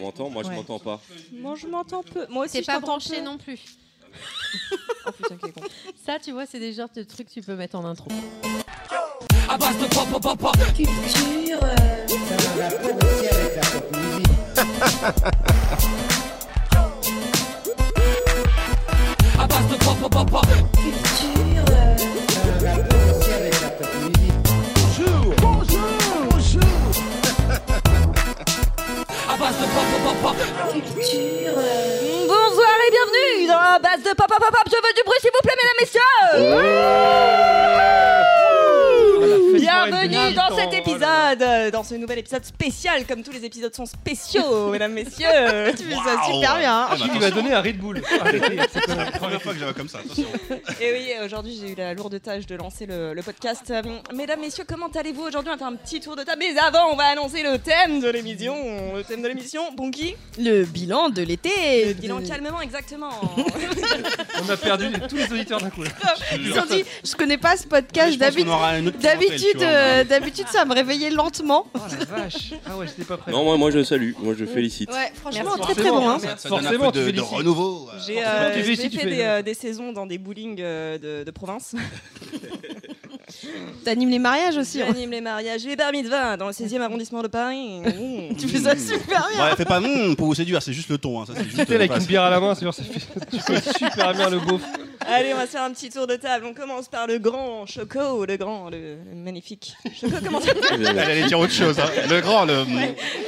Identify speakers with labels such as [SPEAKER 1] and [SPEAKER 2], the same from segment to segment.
[SPEAKER 1] m'entend Moi, je
[SPEAKER 2] Ouais.
[SPEAKER 1] m'entends pas.
[SPEAKER 2] Moi, je m'entends peu. Moi aussi,
[SPEAKER 3] T'es
[SPEAKER 2] je
[SPEAKER 3] pas
[SPEAKER 2] t'entends
[SPEAKER 3] branché
[SPEAKER 2] peu.
[SPEAKER 3] non plus.
[SPEAKER 2] Oh putain, quel con.
[SPEAKER 3] Ça, tu vois, c'est des genres de trucs que tu peux mettre en intro.
[SPEAKER 2] Bonsoir et bienvenue dans la base de Papa Papa. Je veux du bruit, s'il vous plaît, mesdames, messieurs. Bienvenue dans cet épisode, euh, dans ce nouvel épisode spécial, comme tous les épisodes sont spéciaux, mesdames, messieurs.
[SPEAKER 3] Tu fais ça super bien. hein.
[SPEAKER 4] Qui lui a donné un Red Bull
[SPEAKER 5] la première fois que j'avais comme ça, attention.
[SPEAKER 2] Et Eh oui, aujourd'hui, j'ai eu la lourde tâche de lancer le, le podcast. Euh, Mesdames, messieurs, comment allez-vous aujourd'hui On va faire un petit tour de table. Mais avant, on va annoncer le thème de l'émission. Le thème de l'émission, Bonky
[SPEAKER 3] Le bilan de l'été.
[SPEAKER 2] Le bilan calmement, exactement.
[SPEAKER 4] On a perdu les- tous les auditeurs d'un coup. là.
[SPEAKER 3] Ils ont dit, je connais pas ce podcast d'habitude. D'habitude, euh, d'habitude, ça me réveillait lentement.
[SPEAKER 4] Oh la vache Ah ouais, j'étais pas prêt.
[SPEAKER 1] Non, moi, moi, je le salue. Moi, je le félicite.
[SPEAKER 3] Ouais, franchement,
[SPEAKER 2] Merci.
[SPEAKER 3] très très bon. Hein.
[SPEAKER 2] Forcément,
[SPEAKER 4] Forcément,
[SPEAKER 5] Forcément,
[SPEAKER 4] tu
[SPEAKER 5] de, de
[SPEAKER 4] félicites.
[SPEAKER 5] renouveau. euh,
[SPEAKER 2] J'ai
[SPEAKER 4] Forcément,
[SPEAKER 2] euh,
[SPEAKER 4] tu
[SPEAKER 2] j'ai
[SPEAKER 4] réussis, tu
[SPEAKER 2] fait
[SPEAKER 4] fais-
[SPEAKER 2] des, euh, des saisons dans des bowling euh, de, de province.
[SPEAKER 3] T'animes les mariages aussi. hein.
[SPEAKER 2] J'anime les mariages, les permis de vin dans le 16e arrondissement de Paris. Mmh.
[SPEAKER 3] Tu fais ça super bien.
[SPEAKER 5] Ouais, fais pas mm, pour vous séduire, c'est juste le ton. Hein, ça, c'est juste,
[SPEAKER 4] T'es
[SPEAKER 5] euh,
[SPEAKER 4] là avec
[SPEAKER 5] voilà,
[SPEAKER 4] une bière à la main, c'est sûr, ça fait tu fais super bien le beauf.
[SPEAKER 2] Allez, on va se faire un petit tour de table. On commence par le grand Choco, le grand, le, le magnifique. Choco, comment ça
[SPEAKER 1] Vous
[SPEAKER 5] c'est-
[SPEAKER 1] avez-
[SPEAKER 5] Elle allait dire autre chose. hein. Le grand, le,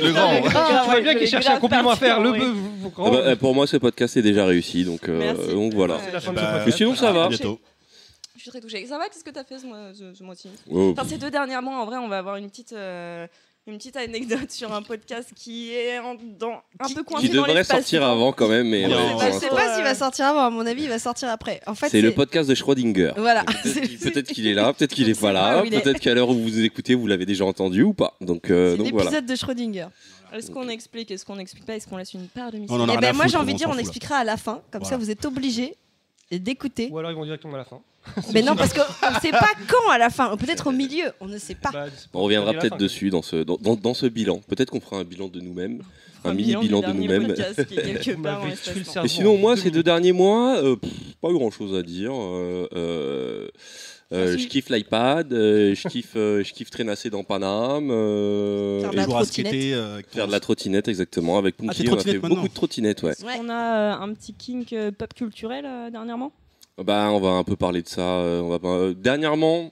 [SPEAKER 5] le grand.
[SPEAKER 4] Tu vois bien
[SPEAKER 2] je
[SPEAKER 4] qu'il
[SPEAKER 2] vais
[SPEAKER 4] cherchait un
[SPEAKER 2] grave
[SPEAKER 4] compliment à
[SPEAKER 2] partir,
[SPEAKER 4] faire. Le
[SPEAKER 2] oui.
[SPEAKER 4] bœuf, vous- vous-
[SPEAKER 1] Ah bah, euh, pour moi, ce podcast est déjà réussi, donc, euh,
[SPEAKER 2] Merci.
[SPEAKER 1] donc voilà.
[SPEAKER 2] Ouais.
[SPEAKER 4] C'est la fin de ce
[SPEAKER 5] Bah,
[SPEAKER 1] Mais
[SPEAKER 4] podcast.
[SPEAKER 1] sinon, ça va.
[SPEAKER 5] Bientôt.
[SPEAKER 2] Je suis très touchée. Ça va Qu'est-ce que t'as fait ce, mois- ce- ce mois-ci
[SPEAKER 1] Oh,
[SPEAKER 2] Enfin, ces deux derniers mois, en vrai, on va avoir une petite. euh, Une petite anecdote sur un podcast qui est en- dans, un peu coincé
[SPEAKER 1] qui
[SPEAKER 2] dans
[SPEAKER 1] devrait
[SPEAKER 2] l'espace.
[SPEAKER 1] sortir avant quand même, mais
[SPEAKER 5] Non,
[SPEAKER 1] ouais,
[SPEAKER 5] c'est
[SPEAKER 1] pour
[SPEAKER 3] Je sais
[SPEAKER 1] l'instant,
[SPEAKER 3] pas s'il va sortir avant, à mon avis, il va sortir après. En fait,
[SPEAKER 1] c'est le podcast de Schrödinger.
[SPEAKER 3] Voilà.
[SPEAKER 1] Peut-être qu'il- Peut-être qu'il est là, peut-être qu'il est pas
[SPEAKER 3] pas
[SPEAKER 1] là,
[SPEAKER 3] où il est.
[SPEAKER 1] peut-être qu'à l'heure où vous écoutez, vous l'avez déjà entendu ou pas. Donc, euh,
[SPEAKER 3] C'est
[SPEAKER 1] donc
[SPEAKER 3] l'épisode
[SPEAKER 1] voilà.
[SPEAKER 3] de Schrödinger.
[SPEAKER 2] Est-ce qu'on explique Est-ce qu'on n'explique pas Est-ce qu'on laisse une part de
[SPEAKER 5] On
[SPEAKER 2] mystère
[SPEAKER 5] en a
[SPEAKER 3] Eh
[SPEAKER 5] rien à
[SPEAKER 3] ben, moi,
[SPEAKER 5] foutre,
[SPEAKER 3] j'ai envie de dire,
[SPEAKER 5] s'en
[SPEAKER 3] on
[SPEAKER 5] fout, là.
[SPEAKER 3] expliquera à la fin. Comme ça,
[SPEAKER 5] Voilà.
[SPEAKER 3] vous êtes obligés d'écouter.
[SPEAKER 4] Ou alors ils vont directement à la fin.
[SPEAKER 3] Mais non, parce qu'on ne sait pas quand à la fin. Ou Peut-être au milieu, on ne sait pas.
[SPEAKER 4] Bah,
[SPEAKER 1] On reviendra
[SPEAKER 4] c'est la
[SPEAKER 1] peut-être
[SPEAKER 4] fin,
[SPEAKER 1] dessus dans ce, dans, dans- dans ce bilan. Peut-être qu'on fera un bilan de nous-mêmes. Un mini
[SPEAKER 2] du
[SPEAKER 1] bilan de
[SPEAKER 2] dernier
[SPEAKER 1] nous-mêmes.
[SPEAKER 2] podcast qui est quelque
[SPEAKER 4] quoi. On
[SPEAKER 2] part en
[SPEAKER 4] m'avait tué le
[SPEAKER 2] l'espace-temps.
[SPEAKER 4] cerveau
[SPEAKER 1] Et sinon,
[SPEAKER 4] en
[SPEAKER 1] moi,
[SPEAKER 4] deux
[SPEAKER 1] ces deux
[SPEAKER 4] minutes.
[SPEAKER 1] derniers mois, euh, pff, pas grand chose à dire. Euh, euh,
[SPEAKER 3] Ah,
[SPEAKER 1] euh, je kiffe l'iPad, euh, je kiffe, euh, je kiffe traînasser dans Paname, euh,
[SPEAKER 3] Faire de
[SPEAKER 1] et
[SPEAKER 3] la Ah,
[SPEAKER 5] Jouer à
[SPEAKER 3] trottinette.
[SPEAKER 5] skater, euh,
[SPEAKER 1] faire de la trottinette exactement avec Punky.
[SPEAKER 5] t'es
[SPEAKER 1] on a fait
[SPEAKER 5] trottinette
[SPEAKER 1] beaucoup
[SPEAKER 5] maintenant.
[SPEAKER 1] de trottinettes, ouais.
[SPEAKER 3] Ouais.
[SPEAKER 2] On a euh, un petit kink euh, pop culturel euh, dernièrement.
[SPEAKER 1] Bah, on va un peu parler de ça. euh, on va pas- euh, dernièrement,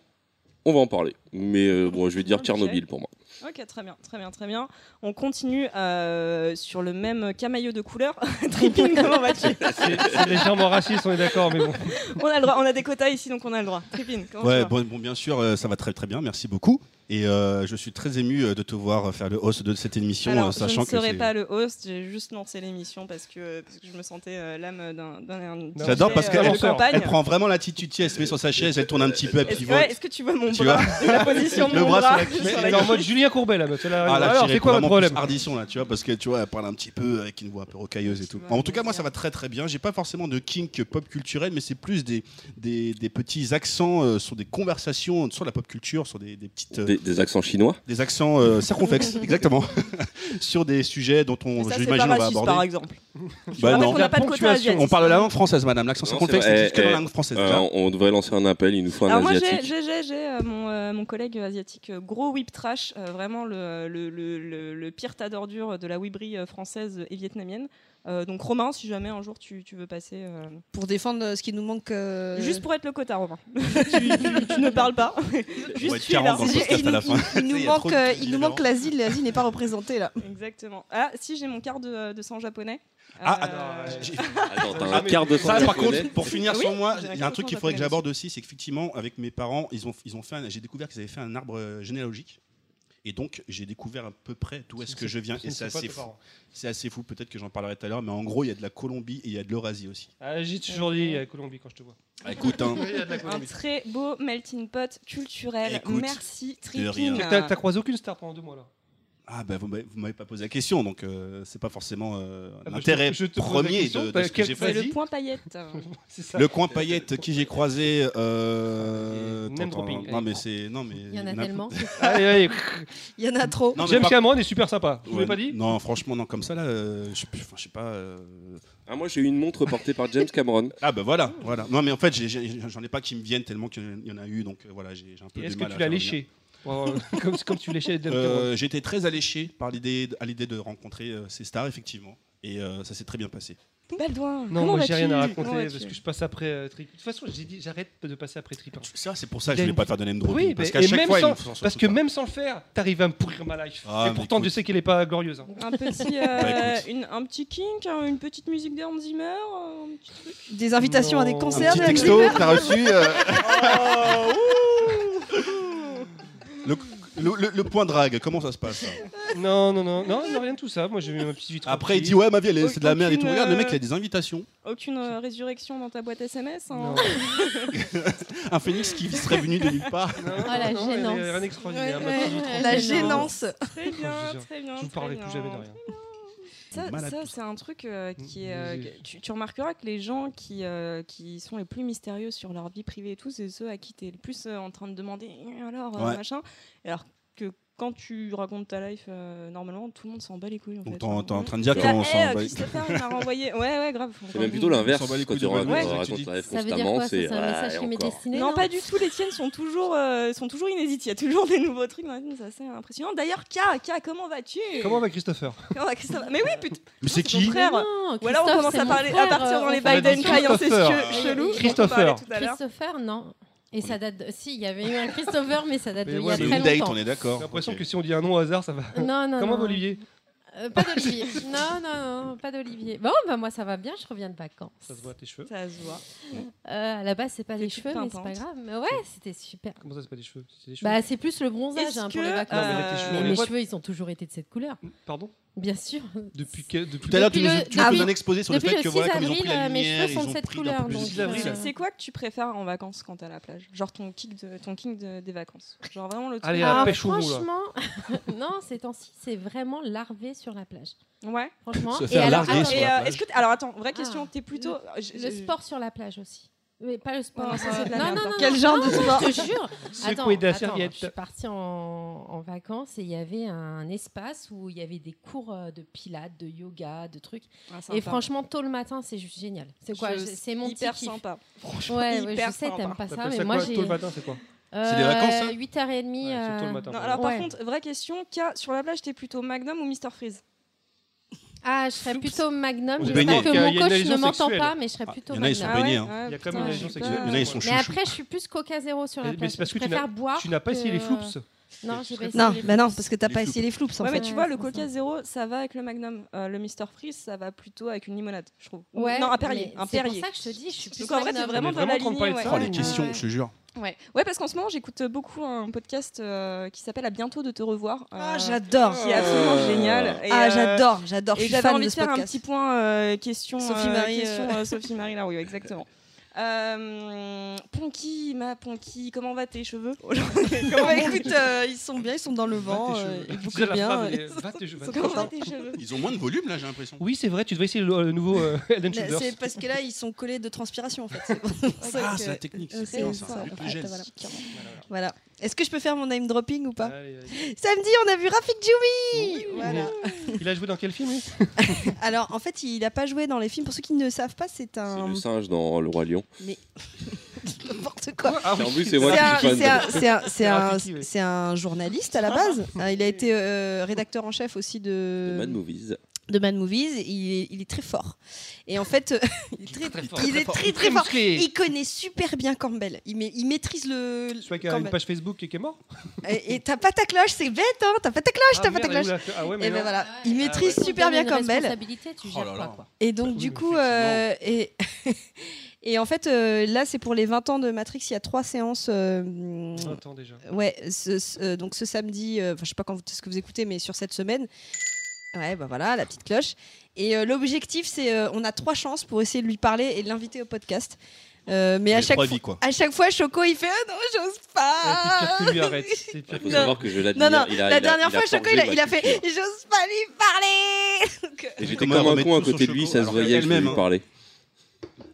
[SPEAKER 1] on va en parler. Mais euh, bon, je vais dire
[SPEAKER 2] Ok.
[SPEAKER 1] Tchernobyl pour moi.
[SPEAKER 2] Ok, très bien, très bien, très bien. On continue euh, sur le même camaillot de couleur. Tripping, comment vas-tu
[SPEAKER 4] C'est c'est légèrement raciste, on est d'accord, mais bon.
[SPEAKER 2] On a le droit, on a des quotas ici, donc on a le droit. Tripping, comment
[SPEAKER 5] Ouais,
[SPEAKER 2] tu vas
[SPEAKER 5] bon, bon, bien sûr, euh, ça va très très bien, merci beaucoup. Et euh, je suis très ému euh, de te voir faire le host de cette émission,
[SPEAKER 2] Alors,
[SPEAKER 5] euh, sachant
[SPEAKER 2] je ne serai
[SPEAKER 5] que.
[SPEAKER 2] pas le host, j'ai juste lancé l'émission parce que, parce que je me sentais euh, l'âme d'un- d'un d'un
[SPEAKER 5] J'adore
[SPEAKER 2] sujet,
[SPEAKER 5] parce
[SPEAKER 2] euh,
[SPEAKER 5] qu'elle
[SPEAKER 2] de
[SPEAKER 4] sort.
[SPEAKER 2] campagne.
[SPEAKER 5] Elle prend vraiment l'attitude, tu sais, elle se met sur sa chaise, elle tourne un petit peu, elle
[SPEAKER 2] Est-ce que,
[SPEAKER 5] pivote.
[SPEAKER 2] ouais, est-ce que tu vois mon
[SPEAKER 5] Tu
[SPEAKER 2] bras La position de
[SPEAKER 5] Le
[SPEAKER 2] mon
[SPEAKER 5] bras
[SPEAKER 2] bras,
[SPEAKER 5] sur la cuisse,
[SPEAKER 2] sur
[SPEAKER 4] Mais
[SPEAKER 2] la
[SPEAKER 4] elle est en mode Julien Courbet là, meuf. Elle arrive,
[SPEAKER 5] Ah, là,
[SPEAKER 4] Alors,
[SPEAKER 5] j'irais
[SPEAKER 4] c'est quoi votre
[SPEAKER 5] vraiment
[SPEAKER 4] problème
[SPEAKER 5] plus Ardisson là, tu vois, parce que tu vois, elle parle un petit peu avec une voix un peu rocailleuse et tout. En tout cas, moi, ça va très très bien. J'ai pas forcément de kink pop culturel, mais c'est plus des, des, des petits accents euh, sur des conversations sur la pop culture, sur des, des petites euh,
[SPEAKER 1] Des,
[SPEAKER 5] des,
[SPEAKER 1] des accents chinois
[SPEAKER 5] accents euh, circonflexes, exactement, sur des sujets dont
[SPEAKER 2] Mais
[SPEAKER 5] on,
[SPEAKER 2] ça, c'est pas
[SPEAKER 5] j'imagine, on va
[SPEAKER 2] raciste, par
[SPEAKER 5] aborder.
[SPEAKER 2] exemple.
[SPEAKER 5] Bah
[SPEAKER 2] Après,
[SPEAKER 5] non.
[SPEAKER 2] on n'a pas de quota
[SPEAKER 4] ponctuation.
[SPEAKER 2] asiatique.
[SPEAKER 5] On parle de la langue française, madame. L'accent
[SPEAKER 1] Non,
[SPEAKER 5] circonflexe
[SPEAKER 1] c'est vrai.
[SPEAKER 5] n'existe que dans
[SPEAKER 1] Eh,
[SPEAKER 5] la langue française.
[SPEAKER 1] Euh,
[SPEAKER 5] déjà.
[SPEAKER 1] on on devrait lancer un appel, il nous faut un
[SPEAKER 2] Alors moi j'ai
[SPEAKER 1] asiatique.
[SPEAKER 2] j'ai- j'ai- j'ai, euh, mon, euh, mon collègue asiatique, euh, gros whip trash, euh, vraiment le, le, le, le, le pire tas d'ordures de la whibrie euh, française et vietnamienne. Euh, donc Romain, si jamais un jour tu, tu veux passer... euh,
[SPEAKER 3] Pour défendre euh, ce qui nous manque. euh,
[SPEAKER 2] Juste pour être le quota Romain. tu, tu- tu ne parles pas.
[SPEAKER 5] On va
[SPEAKER 2] Juste
[SPEAKER 5] être
[SPEAKER 2] tu es là.
[SPEAKER 5] 40 dans le
[SPEAKER 3] Il-
[SPEAKER 5] podcast
[SPEAKER 3] il
[SPEAKER 5] à la
[SPEAKER 3] nous-
[SPEAKER 5] fin.
[SPEAKER 3] Il nous
[SPEAKER 5] Il y a
[SPEAKER 3] manque,
[SPEAKER 5] trop de
[SPEAKER 3] euh,
[SPEAKER 5] petits
[SPEAKER 3] il nous
[SPEAKER 5] éléments.
[SPEAKER 3] manque l'asile. L'asile n'est pas représentée là.
[SPEAKER 2] Exactement. Ah si j'ai mon quart de, euh, de sang japonais.
[SPEAKER 5] Ah,
[SPEAKER 2] Euh,
[SPEAKER 5] ah, j'ai-
[SPEAKER 1] Attends, t'as
[SPEAKER 4] Ah,
[SPEAKER 1] un
[SPEAKER 4] mais-
[SPEAKER 1] quart de sang
[SPEAKER 5] Ça, par
[SPEAKER 1] japonais.
[SPEAKER 5] contre, pour finir
[SPEAKER 2] Oui,
[SPEAKER 5] sur moi,
[SPEAKER 2] j'ai un
[SPEAKER 5] il y a un truc
[SPEAKER 2] carton
[SPEAKER 5] qu'il faudrait
[SPEAKER 2] japonais
[SPEAKER 5] que j'aborde aussi, c'est qu'effectivement, avec mes parents, ils ont, ils ont fait. un- J'ai découvert qu'ils avaient fait un arbre euh, généalogique. Et donc, j'ai découvert à peu près d'où est-ce que je viens. Et c'est assez fou. C'est assez fou. Peut-être que j'en parlerai tout à l'heure, mais en gros, il y a de la Colombie et il y a de l'Eurasie aussi.
[SPEAKER 4] Ah, J'ai toujours dit euh, Colombie quand je te vois.
[SPEAKER 5] Ah, écoute, hein,
[SPEAKER 2] un très beau melting pot culturel.
[SPEAKER 5] Écoute,
[SPEAKER 2] Merci
[SPEAKER 5] de rien.
[SPEAKER 2] Tripping.
[SPEAKER 4] T'as t'as croisé aucune star pendant deux mois là.
[SPEAKER 5] Ah ben vous m'avez- vous m'avez pas posé la question, donc euh, c'est pas forcément euh,
[SPEAKER 4] bah,
[SPEAKER 5] l'intérêt
[SPEAKER 4] je te- je te pose la
[SPEAKER 5] premier
[SPEAKER 4] question,
[SPEAKER 5] de, de
[SPEAKER 4] t'as-
[SPEAKER 5] ce que
[SPEAKER 2] C'est
[SPEAKER 5] j'ai fait.
[SPEAKER 4] Vas-y.
[SPEAKER 2] le point paillette.
[SPEAKER 4] C'est ça.
[SPEAKER 5] Le coin paillette qui j'ai croisé. Euh...
[SPEAKER 4] Name
[SPEAKER 5] attends, attends,
[SPEAKER 4] dropping.
[SPEAKER 5] Non mais c'est non mais.
[SPEAKER 6] Il y en a tellement.
[SPEAKER 4] Allez, allez.
[SPEAKER 6] Il y en a trop.
[SPEAKER 5] Non, mais
[SPEAKER 4] James
[SPEAKER 5] par-
[SPEAKER 4] Cameron est super sympa. Je vous
[SPEAKER 5] Ouais,
[SPEAKER 4] l'ai pas dit
[SPEAKER 5] Non franchement non comme ça là, euh, je sais plus, enfin, je sais pas. euh,
[SPEAKER 7] Ah, moi, j'ai eu une montre portée par James Cameron.
[SPEAKER 5] Ah ben voilà voilà. Non mais en fait j'ai- j'ai- j'en ai pas qui me viennent tellement qu'il y en a eu donc euh, voilà j'ai j'ai un peu.
[SPEAKER 4] Et
[SPEAKER 5] du
[SPEAKER 4] Est-ce que
[SPEAKER 5] mal
[SPEAKER 4] tu
[SPEAKER 5] à
[SPEAKER 4] l'as
[SPEAKER 5] faire
[SPEAKER 4] léché Pour avoir- comme, comme tu léchais James Cameron.
[SPEAKER 5] Euh, J'étais très alléché par l'idée à l'idée de rencontrer euh, ces stars effectivement et euh, ça s'est très bien passé.
[SPEAKER 2] Baledouin,
[SPEAKER 4] Non,
[SPEAKER 2] comment
[SPEAKER 4] moi
[SPEAKER 2] vas-tu
[SPEAKER 4] j'ai rien à
[SPEAKER 2] Comment
[SPEAKER 4] raconter
[SPEAKER 2] vas-tu
[SPEAKER 4] parce que je passe après euh, Trip. De toute façon, j'ai dit j'arrête de passer après Trip. hein.
[SPEAKER 5] Ça c'est pour ça
[SPEAKER 4] Il y
[SPEAKER 5] que
[SPEAKER 4] a
[SPEAKER 5] je voulais
[SPEAKER 4] une-
[SPEAKER 5] pas faire de name dropping
[SPEAKER 4] Oui,
[SPEAKER 5] parce
[SPEAKER 4] mais-
[SPEAKER 5] qu'à
[SPEAKER 4] et
[SPEAKER 5] chaque
[SPEAKER 4] même
[SPEAKER 5] fois ils
[SPEAKER 4] sans-
[SPEAKER 5] m'en font surtout
[SPEAKER 4] Parce que
[SPEAKER 5] pas.
[SPEAKER 4] même sans le faire, t'arrives à me pourrir ma life.
[SPEAKER 5] Ah,
[SPEAKER 4] et
[SPEAKER 5] mais
[SPEAKER 4] pourtant, je
[SPEAKER 5] écoute.
[SPEAKER 4] sais qu'elle est pas glorieuse. hein.
[SPEAKER 2] Un petit, euh,
[SPEAKER 5] Bah, écoute.
[SPEAKER 2] une- un petit kink, hein, une petite musique des Hans Zimmer, euh, un petit truc.
[SPEAKER 6] Des invitations à des
[SPEAKER 4] Non.
[SPEAKER 6] concerts.
[SPEAKER 5] Un petit
[SPEAKER 6] de la
[SPEAKER 5] texto
[SPEAKER 6] Grimmer.
[SPEAKER 5] que t'as reçu. euh, le, le- le- le point drague, comment ça se passe ça
[SPEAKER 4] Non, non, non, non, non, rien de tout ça. Moi, j'ai mis ma petite vitre.
[SPEAKER 5] Après, il dit ouais, ma vie, elle est- c'est de la merde et tout.
[SPEAKER 2] Aucune,
[SPEAKER 5] Regarde, le
[SPEAKER 2] euh,
[SPEAKER 5] mec, il a des invitations.
[SPEAKER 2] Aucune euh, résurrection dans ta boîte SMS. hein.
[SPEAKER 4] Non,
[SPEAKER 6] Oh,
[SPEAKER 5] Un phénix qui serait venu de nulle part.
[SPEAKER 4] non,
[SPEAKER 3] Ah, la
[SPEAKER 4] non, non,
[SPEAKER 3] gênance.
[SPEAKER 4] rien d'extraordinaire.
[SPEAKER 6] Ouais,
[SPEAKER 4] ma petite
[SPEAKER 6] ouais,
[SPEAKER 4] vitre
[SPEAKER 6] ouais.
[SPEAKER 4] tranquille.
[SPEAKER 6] La gênance.
[SPEAKER 2] Très bien,
[SPEAKER 4] jure.
[SPEAKER 2] très bien.
[SPEAKER 4] Je vous
[SPEAKER 2] très
[SPEAKER 4] parlerai
[SPEAKER 2] bien.
[SPEAKER 4] plus jamais de rien.
[SPEAKER 2] Ça,
[SPEAKER 5] Malade,
[SPEAKER 2] ça,
[SPEAKER 5] tout Mm,
[SPEAKER 2] c'est un truc euh, qui est. euh,
[SPEAKER 4] Mmh.
[SPEAKER 2] que- tu, tu remarqueras que les gens qui, euh, qui sont les plus mystérieux sur leur vie privée et tout, c'est ceux à qui tu es le plus euh, en train de demander Eh, alors, euh,
[SPEAKER 5] Ouais.
[SPEAKER 2] machin. Alors que quand tu racontes ta life, euh, normalement, tout le monde s'en bat les couilles. En
[SPEAKER 5] Donc,
[SPEAKER 2] fait,
[SPEAKER 5] t'es
[SPEAKER 2] hein.
[SPEAKER 5] en t'es en train de dire
[SPEAKER 3] Ah,
[SPEAKER 2] Là,
[SPEAKER 5] qu'on
[SPEAKER 2] eh,
[SPEAKER 5] s'en
[SPEAKER 2] euh,
[SPEAKER 5] bat-
[SPEAKER 2] Christopher, il m'a renvoyé. Ouais, ouais, grave.
[SPEAKER 7] C'est même plutôt l'inverse.
[SPEAKER 5] On s'en bat les
[SPEAKER 7] Quand
[SPEAKER 5] couilles
[SPEAKER 7] tu
[SPEAKER 5] de hein. bonne
[SPEAKER 7] racontes
[SPEAKER 5] nouvelle,
[SPEAKER 7] racontes
[SPEAKER 5] tu
[SPEAKER 7] ta life
[SPEAKER 3] Ça veut dire quoi
[SPEAKER 7] constamment,
[SPEAKER 3] ça C'est
[SPEAKER 7] c'est.
[SPEAKER 3] un
[SPEAKER 7] ouais,
[SPEAKER 3] message
[SPEAKER 7] et
[SPEAKER 3] qui m'est
[SPEAKER 7] encore.
[SPEAKER 3] destiné
[SPEAKER 2] Non, pas du tout. Les tiennes sont toujours, euh, sont toujours inédites. Il y a toujours des nouveaux trucs. dans la tienne, C'est assez impressionnant. D'ailleurs, K, K, comment vas-tu
[SPEAKER 4] Comment va Christopher
[SPEAKER 2] Comment va Christopher Mais oui, putain.
[SPEAKER 5] Mais c'est
[SPEAKER 2] mon
[SPEAKER 5] qui
[SPEAKER 2] frère.
[SPEAKER 3] Non,
[SPEAKER 2] Ou alors on
[SPEAKER 3] Christophe,
[SPEAKER 2] commence
[SPEAKER 3] c'est
[SPEAKER 2] à
[SPEAKER 3] mon
[SPEAKER 2] parler, à
[SPEAKER 3] frère,
[SPEAKER 2] partir dans
[SPEAKER 3] euh,
[SPEAKER 2] les
[SPEAKER 3] on parlait
[SPEAKER 2] Biden
[SPEAKER 4] de
[SPEAKER 2] Cry, on sait
[SPEAKER 4] Christopher.
[SPEAKER 2] ce que- chelou. dont on
[SPEAKER 4] Christopher.
[SPEAKER 2] parlait tout à l'heure.
[SPEAKER 3] Christopher, non. Et ça date. De... Si, il y avait eu un Christopher, mais ça date
[SPEAKER 4] Mais
[SPEAKER 3] de il y
[SPEAKER 4] ouais,
[SPEAKER 3] a
[SPEAKER 5] C'est
[SPEAKER 4] mais
[SPEAKER 3] très
[SPEAKER 5] une date,
[SPEAKER 3] longtemps.
[SPEAKER 5] on est
[SPEAKER 4] J'ai
[SPEAKER 5] d'accord.
[SPEAKER 4] l'impression
[SPEAKER 5] ok.
[SPEAKER 4] que si on dit un nom au hasard, ça va.
[SPEAKER 3] Non, non.
[SPEAKER 4] Comment
[SPEAKER 3] non.
[SPEAKER 4] va Olivier
[SPEAKER 3] Euh, Pas d'Olivier. non, non, non, pas d'Olivier. Bon, bah moi ça va bien, je reviens de vacances.
[SPEAKER 4] Ça se voit tes cheveux.
[SPEAKER 2] Ça se voit.
[SPEAKER 3] Euh, à la base, c'est pas
[SPEAKER 2] T'es
[SPEAKER 3] les
[SPEAKER 2] toute
[SPEAKER 3] cheveux, mais c'est pas
[SPEAKER 2] pimpante.
[SPEAKER 3] grave. Mais ouais, c'était super.
[SPEAKER 4] Comment ça, c'est pas des cheveux C'est des cheveux.
[SPEAKER 3] Bah, c'est plus le bronzage
[SPEAKER 2] Est-ce
[SPEAKER 3] hein, pour
[SPEAKER 2] que,
[SPEAKER 3] les
[SPEAKER 4] Non, mais
[SPEAKER 5] Ah,
[SPEAKER 3] vacances.
[SPEAKER 4] là, tes
[SPEAKER 2] euh,
[SPEAKER 4] cheveux,
[SPEAKER 3] Mais
[SPEAKER 4] on les
[SPEAKER 3] mes
[SPEAKER 4] voit-
[SPEAKER 3] cheveux, ils ont toujours été de cette couleur.
[SPEAKER 4] Pardon
[SPEAKER 3] Bien sûr.
[SPEAKER 4] Depuis que. Depuis
[SPEAKER 5] Tout à l'heure, tu
[SPEAKER 3] Depuis
[SPEAKER 5] nous
[SPEAKER 3] le-
[SPEAKER 5] tu nous as
[SPEAKER 3] depuis-
[SPEAKER 5] donné un exposé sur le
[SPEAKER 3] depuis
[SPEAKER 5] fait
[SPEAKER 3] le
[SPEAKER 5] que voilà,
[SPEAKER 3] 6
[SPEAKER 5] comme ils ont pris la
[SPEAKER 3] avril, euh, mes
[SPEAKER 5] lumière,
[SPEAKER 3] cheveux sont
[SPEAKER 5] ils
[SPEAKER 3] de
[SPEAKER 5] ont
[SPEAKER 3] cette
[SPEAKER 5] pris d'un
[SPEAKER 3] couleur,
[SPEAKER 5] peu
[SPEAKER 3] donc,
[SPEAKER 5] plus
[SPEAKER 4] euh,
[SPEAKER 2] C'est-
[SPEAKER 4] Ouais.
[SPEAKER 2] C'est quoi que tu préfères en vacances quand t'es à la plage Genre ton kick, de, ton kick de- des vacances. Genre vraiment le truc.
[SPEAKER 4] Allez, Et à la
[SPEAKER 3] Alors,
[SPEAKER 4] pêche au roux, là.
[SPEAKER 3] franchement, non, ces temps-ci, c'est vraiment larvé sur la plage.
[SPEAKER 2] Ouais.
[SPEAKER 3] Franchement.
[SPEAKER 5] Se faire
[SPEAKER 3] alors,
[SPEAKER 5] larguer
[SPEAKER 3] ah,
[SPEAKER 5] sur
[SPEAKER 2] Et
[SPEAKER 5] la
[SPEAKER 2] euh,
[SPEAKER 5] plage.
[SPEAKER 2] est-ce que t- alors attends, vraie
[SPEAKER 3] Ah.
[SPEAKER 2] question, t'es plutôt je-
[SPEAKER 3] le
[SPEAKER 2] je-
[SPEAKER 3] sport sur la plage aussi. Mais pas le sport.
[SPEAKER 2] Ouais,
[SPEAKER 5] Oh,
[SPEAKER 2] ça, c'est de la
[SPEAKER 3] non,
[SPEAKER 2] merde,
[SPEAKER 3] non,
[SPEAKER 2] hein.
[SPEAKER 3] non,
[SPEAKER 6] Quel
[SPEAKER 3] non,
[SPEAKER 6] genre de
[SPEAKER 3] non,
[SPEAKER 6] sport
[SPEAKER 3] Je te jure. Attends,
[SPEAKER 4] Secouer de la
[SPEAKER 3] attends,
[SPEAKER 4] serviette.
[SPEAKER 3] je suis partie en, en vacances et il y avait un espace où il y avait des cours euh, de pilates, de yoga, de trucs.
[SPEAKER 2] Ah, sympa.
[SPEAKER 3] Et franchement, tôt le matin, c'est juste génial. C'est quoi
[SPEAKER 2] Je-
[SPEAKER 3] je- C'est mon
[SPEAKER 2] hyper
[SPEAKER 3] petit kiff.
[SPEAKER 2] sympa.
[SPEAKER 3] Ouais,
[SPEAKER 2] Franchement,
[SPEAKER 3] ouais,
[SPEAKER 2] hyper
[SPEAKER 3] je sais,
[SPEAKER 2] sympa.
[SPEAKER 3] t'aimes pas ça,
[SPEAKER 4] T'appelles
[SPEAKER 3] mais
[SPEAKER 4] ça
[SPEAKER 3] moi
[SPEAKER 4] quoi
[SPEAKER 3] j'ai. euh,
[SPEAKER 4] Tôt le matin, c'est quoi
[SPEAKER 5] C'est des vacances,
[SPEAKER 3] 8h30.
[SPEAKER 5] ça
[SPEAKER 4] Ouais, C'est tôt le
[SPEAKER 3] euh,
[SPEAKER 4] matin.
[SPEAKER 2] Non, alors par
[SPEAKER 3] Ouais.
[SPEAKER 2] contre, vraie question, K, sur la plage, t'es plutôt Magnum ou Mr Freeze
[SPEAKER 3] Ah, je serais plutôt Magnum.
[SPEAKER 4] On
[SPEAKER 5] se
[SPEAKER 3] J'espère
[SPEAKER 5] baignait.
[SPEAKER 3] que
[SPEAKER 4] Il y a
[SPEAKER 3] mon
[SPEAKER 4] une
[SPEAKER 3] coach
[SPEAKER 4] allusion
[SPEAKER 3] ne m'entend
[SPEAKER 4] sexuelle.
[SPEAKER 3] pas, mais je serais
[SPEAKER 5] Ah,
[SPEAKER 3] plutôt
[SPEAKER 5] il y en a, ils sont
[SPEAKER 3] Magnum.
[SPEAKER 5] baignés, hein.
[SPEAKER 2] ouais,
[SPEAKER 4] Il y a
[SPEAKER 2] putain,
[SPEAKER 4] comme une
[SPEAKER 2] je
[SPEAKER 4] allusion
[SPEAKER 2] suis
[SPEAKER 4] sexuelle.
[SPEAKER 2] pas-
[SPEAKER 5] Il y en a, ils sont
[SPEAKER 3] Mais
[SPEAKER 5] chouchous.
[SPEAKER 3] après, je suis plus coca zéro sur la
[SPEAKER 4] Mais- mais
[SPEAKER 3] plage.
[SPEAKER 4] c'est parce
[SPEAKER 3] je
[SPEAKER 4] que tu n'as-
[SPEAKER 3] préfère boire.
[SPEAKER 4] Tu n'as pas essayé
[SPEAKER 3] que- euh,
[SPEAKER 4] les floops
[SPEAKER 3] Non, j'ai pas essayé.
[SPEAKER 6] Non,
[SPEAKER 3] les
[SPEAKER 6] mais non,
[SPEAKER 3] floops.
[SPEAKER 6] parce que t'as
[SPEAKER 5] Les
[SPEAKER 6] pas
[SPEAKER 5] floops.
[SPEAKER 6] essayé les floops. en
[SPEAKER 2] Ouais,
[SPEAKER 6] fait.
[SPEAKER 2] mais tu vois,
[SPEAKER 3] Ouais,
[SPEAKER 2] le
[SPEAKER 3] c'est
[SPEAKER 2] Coca
[SPEAKER 3] ça.
[SPEAKER 2] Zéro, ça va avec le Magnum. Euh, le Mr Freeze, ça va plutôt avec une limonade, je trouve. Ou-
[SPEAKER 3] Ouais,
[SPEAKER 2] non, un Perrier.
[SPEAKER 3] mais
[SPEAKER 2] Un
[SPEAKER 3] C'est
[SPEAKER 2] Perrier.
[SPEAKER 3] pour ça que je te dis, je suis plus
[SPEAKER 2] Donc en vrai,
[SPEAKER 3] Magnum.
[SPEAKER 2] c'est vraiment
[SPEAKER 4] On est
[SPEAKER 2] dans
[SPEAKER 4] vraiment
[SPEAKER 2] la
[SPEAKER 4] en train de
[SPEAKER 2] lignée.
[SPEAKER 4] parler de
[SPEAKER 2] Ouais.
[SPEAKER 4] ça,
[SPEAKER 5] Oh
[SPEAKER 4] là.
[SPEAKER 5] les questions,
[SPEAKER 3] ouais.
[SPEAKER 5] je te jure.
[SPEAKER 2] Ouais. ouais, parce qu'en ce moment, j'écoute beaucoup un podcast euh, qui s'appelle À bientôt de te revoir. euh,
[SPEAKER 6] Ah, j'adore.
[SPEAKER 2] Qui est absolument
[SPEAKER 7] Euh.
[SPEAKER 2] génial. Et,
[SPEAKER 6] Ah,
[SPEAKER 2] euh,
[SPEAKER 6] j'adore, j'adore. Je
[SPEAKER 2] Et
[SPEAKER 6] suis
[SPEAKER 2] j'avais
[SPEAKER 6] fan
[SPEAKER 2] envie
[SPEAKER 6] de
[SPEAKER 2] de
[SPEAKER 6] ce
[SPEAKER 2] faire un
[SPEAKER 6] podcast.
[SPEAKER 2] petit point euh, question.
[SPEAKER 6] Sophie
[SPEAKER 2] euh,
[SPEAKER 6] Marie,
[SPEAKER 2] question,
[SPEAKER 6] euh.
[SPEAKER 2] euh, Sophie Marie Larouille, exactement. Euh, Ponky, ma Ponky, comment va tes cheveux aujourd'hui
[SPEAKER 6] Bon,
[SPEAKER 2] Comment
[SPEAKER 6] Oh bah, écoute, euh, ils sont bien, ils sont dans le vent,
[SPEAKER 4] Va tes
[SPEAKER 6] euh,
[SPEAKER 4] cheveux.
[SPEAKER 6] ils
[SPEAKER 4] C'est
[SPEAKER 6] bouclent
[SPEAKER 4] la
[SPEAKER 6] bien.
[SPEAKER 4] phrase, elle est-
[SPEAKER 6] euh,
[SPEAKER 4] va tes cheveux.
[SPEAKER 6] sont
[SPEAKER 2] Comment
[SPEAKER 6] contents.
[SPEAKER 2] va tes cheveux
[SPEAKER 5] Ils ont moins de volume là, j'ai l'impression.
[SPEAKER 4] Oui, c'est vrai, tu devrais essayer le, le nouveau euh, Eden
[SPEAKER 6] Là,
[SPEAKER 4] Shoulders.
[SPEAKER 6] C'est parce que là, ils sont collés de transpiration, en fait. C'est pour ça
[SPEAKER 5] Ah,
[SPEAKER 6] que-
[SPEAKER 5] c'est la technique,
[SPEAKER 6] euh,
[SPEAKER 5] c'est
[SPEAKER 6] c'est
[SPEAKER 5] bien,
[SPEAKER 6] ça,
[SPEAKER 5] ça.
[SPEAKER 6] en
[SPEAKER 5] le
[SPEAKER 6] fait,
[SPEAKER 5] gel.
[SPEAKER 6] voilà.
[SPEAKER 4] Voilà, voilà.
[SPEAKER 6] Voilà. Est-ce que je peux faire mon name dropping ou pas
[SPEAKER 4] Allez, allez.
[SPEAKER 6] Samedi, on a vu Rafik Djoumi Voilà.
[SPEAKER 4] Il a joué dans quel film lui
[SPEAKER 6] Alors, en fait, il n'a pas joué dans les films. Pour ceux qui ne savent pas, c'est
[SPEAKER 7] C'est
[SPEAKER 6] un.
[SPEAKER 7] le singe dans Le Roi Lion.
[SPEAKER 6] N'importe quoi.
[SPEAKER 4] Ah
[SPEAKER 7] En
[SPEAKER 4] oui.
[SPEAKER 7] plus, c'est moi
[SPEAKER 6] C'est
[SPEAKER 7] qui
[SPEAKER 6] un,
[SPEAKER 7] suis fan.
[SPEAKER 6] c'est un- c'est un- c'est un-
[SPEAKER 4] Rafiki, oui.
[SPEAKER 6] c'est un journaliste à la base. Euh, Il a été euh, rédacteur en chef aussi
[SPEAKER 7] de
[SPEAKER 6] de,
[SPEAKER 7] Mad Movies.
[SPEAKER 6] de Mad Movies. Il est, il est très fort. Et en fait, euh, il est très,
[SPEAKER 4] très fort,
[SPEAKER 6] il est très, très fort.
[SPEAKER 4] musclé.
[SPEAKER 6] Il connaît super bien Campbell. Il, ma- il maîtrise le. le-
[SPEAKER 4] Celui qui a une
[SPEAKER 6] Campbell.
[SPEAKER 4] page Facebook et qui est mort
[SPEAKER 6] Et et t'as pas ta cloche, c'est bête, hein T'as pas ta cloche, t'as pas ta
[SPEAKER 4] merde,
[SPEAKER 6] cloche.
[SPEAKER 4] elle est où, la- Ah ouais, mais
[SPEAKER 6] Et ben
[SPEAKER 4] non.
[SPEAKER 6] voilà,
[SPEAKER 3] Ah ouais.
[SPEAKER 6] il maîtrise
[SPEAKER 3] On te
[SPEAKER 6] super
[SPEAKER 3] donne
[SPEAKER 6] bien
[SPEAKER 3] une
[SPEAKER 6] Campbell.
[SPEAKER 3] responsabilité, tu
[SPEAKER 5] Oh
[SPEAKER 3] gères
[SPEAKER 5] là
[SPEAKER 3] pas,
[SPEAKER 5] là.
[SPEAKER 3] quoi.
[SPEAKER 6] Et donc,
[SPEAKER 4] Oui,
[SPEAKER 6] du
[SPEAKER 4] mais
[SPEAKER 6] coup, euh, et, et en fait, euh, là, c'est pour les 20 ans de Matrix. Il y a trois séances. euh,
[SPEAKER 4] Attends déjà.
[SPEAKER 6] ouais, ce- ce- euh, donc ce samedi, euh, enfin, je sais pas quand vous, ce que vous écoutez, mais sur cette semaine. Ouais, bah voilà, la petite cloche. Et euh, l'objectif, c'est euh, on a trois chances pour essayer de lui parler et de l'inviter au podcast. Euh, mais à
[SPEAKER 5] Les
[SPEAKER 6] chaque,
[SPEAKER 5] trois
[SPEAKER 6] fois-
[SPEAKER 5] vies, quoi.
[SPEAKER 6] à chaque fois, Choco, il fait Ah non, j'ose
[SPEAKER 4] Ah, c'est pire que lui,
[SPEAKER 6] pas.
[SPEAKER 4] arrête. C'est pire
[SPEAKER 7] Il
[SPEAKER 4] que
[SPEAKER 7] faut
[SPEAKER 4] lui.
[SPEAKER 7] savoir que je l'admire.
[SPEAKER 6] Non, non,
[SPEAKER 7] il a- il
[SPEAKER 6] la
[SPEAKER 7] a-
[SPEAKER 6] dernière
[SPEAKER 7] il a
[SPEAKER 6] fois, Choco,
[SPEAKER 7] forgé
[SPEAKER 6] il a,
[SPEAKER 7] ma
[SPEAKER 6] il a fait
[SPEAKER 7] culture.
[SPEAKER 6] J'ose pas lui parler Donc, euh,
[SPEAKER 7] Et j'étais
[SPEAKER 5] Comment
[SPEAKER 7] comme un
[SPEAKER 5] remettre
[SPEAKER 7] con à
[SPEAKER 5] tout sur
[SPEAKER 7] côté de lui,
[SPEAKER 5] Choco
[SPEAKER 7] ça se
[SPEAKER 5] alors qu'elle
[SPEAKER 7] voyait que je
[SPEAKER 5] elle-même,
[SPEAKER 7] lui
[SPEAKER 5] hein.
[SPEAKER 7] parlait.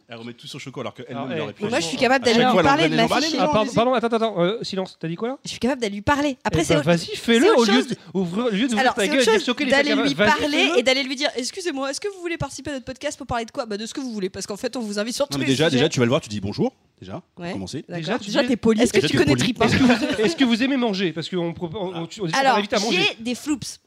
[SPEAKER 5] Elle remet tout sur Choco alors qu'elle
[SPEAKER 4] Alors,
[SPEAKER 5] même
[SPEAKER 4] eh,
[SPEAKER 5] l'aurait pu.
[SPEAKER 4] mais
[SPEAKER 6] moi, je suis
[SPEAKER 4] À
[SPEAKER 6] capable
[SPEAKER 4] chaque
[SPEAKER 6] d'aller lui
[SPEAKER 5] fois,
[SPEAKER 6] parler, de
[SPEAKER 5] l'emmène
[SPEAKER 6] ma
[SPEAKER 5] au balai,
[SPEAKER 6] fiche.
[SPEAKER 5] non
[SPEAKER 4] Ah, par- pardon, attends, attends, euh, silence. T'as dit quoi là
[SPEAKER 6] Je suis capable d'aller lui parler. Après,
[SPEAKER 4] Eh
[SPEAKER 6] c'est
[SPEAKER 4] ben,
[SPEAKER 6] autre-
[SPEAKER 4] Vas-y, fais-le
[SPEAKER 6] autre
[SPEAKER 4] au lieu
[SPEAKER 6] chose.
[SPEAKER 4] de- ouvrir- au lieu d'ouvrir
[SPEAKER 6] Alors,
[SPEAKER 4] ta
[SPEAKER 6] c'est
[SPEAKER 4] gueule et
[SPEAKER 6] autre
[SPEAKER 4] dire
[SPEAKER 6] chose
[SPEAKER 4] choquer les
[SPEAKER 6] d'aller
[SPEAKER 4] caméras.
[SPEAKER 6] lui
[SPEAKER 4] Vas-y,
[SPEAKER 6] parler
[SPEAKER 4] fais-le.
[SPEAKER 6] et d'aller lui dire Excusez-moi, est-ce que vous voulez participer à notre podcast pour parler de quoi Bah, de ce que vous voulez, parce qu'en fait, on vous invite sur tous
[SPEAKER 5] Non, mais
[SPEAKER 6] les
[SPEAKER 5] déjà,
[SPEAKER 6] sujets.
[SPEAKER 5] déjà, tu vas le voir, tu dis bonjour. Déjà, pour
[SPEAKER 6] Ouais.
[SPEAKER 5] commencer.
[SPEAKER 6] D'accord.
[SPEAKER 4] Déjà, tu
[SPEAKER 6] déjà
[SPEAKER 4] dis-
[SPEAKER 6] t'es poli. Est-ce que
[SPEAKER 5] Déjà,
[SPEAKER 6] tu
[SPEAKER 5] t'es
[SPEAKER 6] connais
[SPEAKER 5] poli.
[SPEAKER 6] Tripin
[SPEAKER 4] Est-ce que vous- Est-ce que vous aimez manger Parce qu'on propo- on, on- on dit qu'on
[SPEAKER 6] Ah. Alors,
[SPEAKER 4] invite à manger.
[SPEAKER 6] j'ai des floops.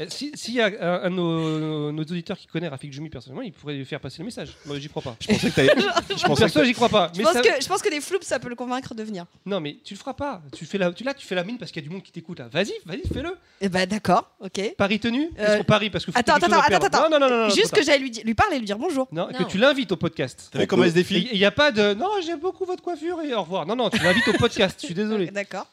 [SPEAKER 4] Eh, si- S'il y a un, un de nos, euh, nos auditeurs qui connaît Rafik Jumi personnellement, il pourrait lui faire passer le message. Moi, j'y crois pas.
[SPEAKER 5] Je pensais que t'avais- je pensais que
[SPEAKER 4] Perso, j'y crois pas.
[SPEAKER 6] Je
[SPEAKER 4] Mais
[SPEAKER 6] pense,
[SPEAKER 4] ça-
[SPEAKER 6] que, je pense que des floops, ça peut le convaincre de venir.
[SPEAKER 4] Non, mais tu le feras pas. Tu fais la, tu, là, tu fais la mine parce qu'il y a du monde qui t'écoute. là. Vas-y, vas-y, fais-le.
[SPEAKER 6] Eh bah, d'accord, ok.
[SPEAKER 4] Paris tenu
[SPEAKER 6] Euh,
[SPEAKER 4] Est-ce qu'on parie parce que faut
[SPEAKER 6] attends,
[SPEAKER 4] quelque chose à
[SPEAKER 6] attends,
[SPEAKER 4] perdre.
[SPEAKER 6] attends,
[SPEAKER 4] Non, non, non, non, non,
[SPEAKER 6] Juste
[SPEAKER 4] trop
[SPEAKER 6] que j'allais lui, di- lui parler et lui dire bonjour.
[SPEAKER 4] tard. Non,
[SPEAKER 3] Non.
[SPEAKER 4] que tu l'invites au podcast.
[SPEAKER 5] T'avais
[SPEAKER 7] On
[SPEAKER 5] comment
[SPEAKER 7] peut-
[SPEAKER 5] elle se défile
[SPEAKER 4] Il n'y a pas de. Non, j'aime beaucoup votre coiffure et au revoir. Non, non, tu l'invites au podcast. Je suis désolé.
[SPEAKER 6] D'accord.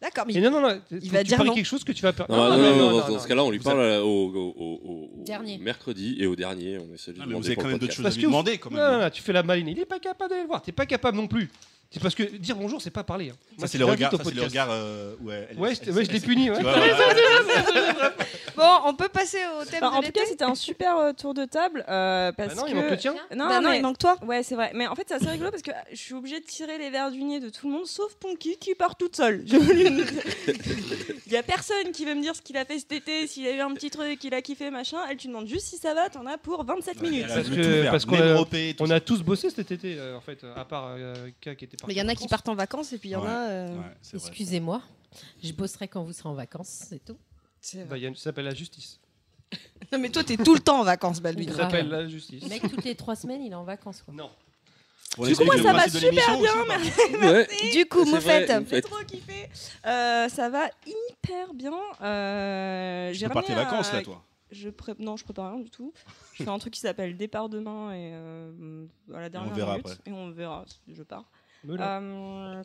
[SPEAKER 6] D'accord, mais
[SPEAKER 4] Et non, non, non. tu-
[SPEAKER 6] va
[SPEAKER 4] tu
[SPEAKER 6] dire
[SPEAKER 4] paries
[SPEAKER 6] non.
[SPEAKER 4] quelque chose que tu vas perdre.
[SPEAKER 7] Non, non, non, non, dans-
[SPEAKER 4] Ah, non,
[SPEAKER 7] dans ce cas-là, on lui
[SPEAKER 5] Vous
[SPEAKER 7] parle euh, au, au- au- au- au
[SPEAKER 3] Dernier.
[SPEAKER 7] mercredi et au dernier. On essaie de lui
[SPEAKER 5] Ah, mais
[SPEAKER 7] demander
[SPEAKER 5] Vous avez
[SPEAKER 7] pour
[SPEAKER 5] quand
[SPEAKER 7] le
[SPEAKER 5] même d'autres
[SPEAKER 7] podcast.
[SPEAKER 5] choses à
[SPEAKER 4] Parce
[SPEAKER 5] lui
[SPEAKER 4] que vous-
[SPEAKER 5] demander quand
[SPEAKER 4] Non, non,
[SPEAKER 5] même.
[SPEAKER 4] non, tu fais la maline. Il est pas capable d'aller le voir. T'es pas capable non plus. C'est parce que dire bonjour, c'est pas parler. hein. Moi,
[SPEAKER 5] Ça,
[SPEAKER 4] tu
[SPEAKER 5] c'est le
[SPEAKER 4] l'invites
[SPEAKER 5] regard.
[SPEAKER 4] au
[SPEAKER 5] ça, c'est le
[SPEAKER 4] podcast.
[SPEAKER 5] regard, euh, Ouais, elle-
[SPEAKER 4] Ouais,
[SPEAKER 5] elle-
[SPEAKER 4] je, ouais, je l'ai
[SPEAKER 5] elle-
[SPEAKER 4] puni. ouais.
[SPEAKER 5] tu vois, voilà.
[SPEAKER 6] bon, on peut passer au thème
[SPEAKER 2] Enfin,
[SPEAKER 6] de
[SPEAKER 2] en tout
[SPEAKER 6] l'été
[SPEAKER 2] cas, c'était un super euh, tour de table euh, parce
[SPEAKER 4] Bah non,
[SPEAKER 2] que.
[SPEAKER 4] il manque le tien.
[SPEAKER 2] Non,
[SPEAKER 6] Bah non,
[SPEAKER 2] mais-
[SPEAKER 6] il manque toi.
[SPEAKER 2] Ouais, c'est vrai. Mais en fait, c'est assez rigolo parce que euh, je suis obligée de tirer les verres du nez de tout le monde, sauf Ponky qui part toute seule. Je lui- Il y a personne qui veut me dire ce qu'il a fait cet été, s'il a eu un petit truc, qu'il a kiffé, machin. Elle, tu demandes juste si ça va, t'en as pour 27
[SPEAKER 5] Ouais,
[SPEAKER 2] minutes.
[SPEAKER 5] elle a
[SPEAKER 4] Parce
[SPEAKER 5] tout
[SPEAKER 4] que-
[SPEAKER 5] ouvert,
[SPEAKER 4] parce qu'on
[SPEAKER 5] même
[SPEAKER 4] a-
[SPEAKER 5] ropé, tout
[SPEAKER 4] On
[SPEAKER 5] ça.
[SPEAKER 4] a tous bossé cet été, euh, en fait, euh, à part euh, K qui était parti.
[SPEAKER 6] Mais il y en
[SPEAKER 4] en
[SPEAKER 6] a qui
[SPEAKER 4] vacances.
[SPEAKER 6] partent en vacances et puis il y en
[SPEAKER 5] Ouais.
[SPEAKER 6] a. euh,
[SPEAKER 5] Ouais, c'est vrai.
[SPEAKER 3] Excusez-moi, je bosserai quand vous serez en vacances, c'est tout.
[SPEAKER 6] c'est vrai.
[SPEAKER 4] Bah, il y a- ça s'appelle la justice.
[SPEAKER 6] Non, mais toi, t'es tout le temps en vacances, Balbine.
[SPEAKER 4] Ça
[SPEAKER 3] Grave.
[SPEAKER 4] s'appelle la justice.
[SPEAKER 3] Le mec, toutes les trois semaines, il est en vacances. Quoi.
[SPEAKER 4] Non.
[SPEAKER 5] Pour
[SPEAKER 7] Du
[SPEAKER 5] les
[SPEAKER 7] coup, moi,
[SPEAKER 5] trucs
[SPEAKER 7] ça
[SPEAKER 5] de
[SPEAKER 7] va
[SPEAKER 5] principe de l'émission
[SPEAKER 2] bien,
[SPEAKER 5] aussi, pardon.
[SPEAKER 7] Ouais.
[SPEAKER 6] Du coup,
[SPEAKER 7] C'est vrai,
[SPEAKER 6] Moufette,
[SPEAKER 7] Moufette.
[SPEAKER 2] J'ai trop kiffé. Euh, ça va hyper bien. Euh,
[SPEAKER 5] Tu
[SPEAKER 2] j'ai
[SPEAKER 5] peux partir
[SPEAKER 2] ramené
[SPEAKER 5] vacances
[SPEAKER 2] un-
[SPEAKER 5] là, toi.
[SPEAKER 2] Je pré- Non, je prépare rien du tout. Je fais un truc qui s'appelle départ demain et euh, à la dernière
[SPEAKER 5] verra
[SPEAKER 2] minute.
[SPEAKER 5] après.
[SPEAKER 2] Et on verra. Je pars.
[SPEAKER 4] Me là.
[SPEAKER 2] Euh,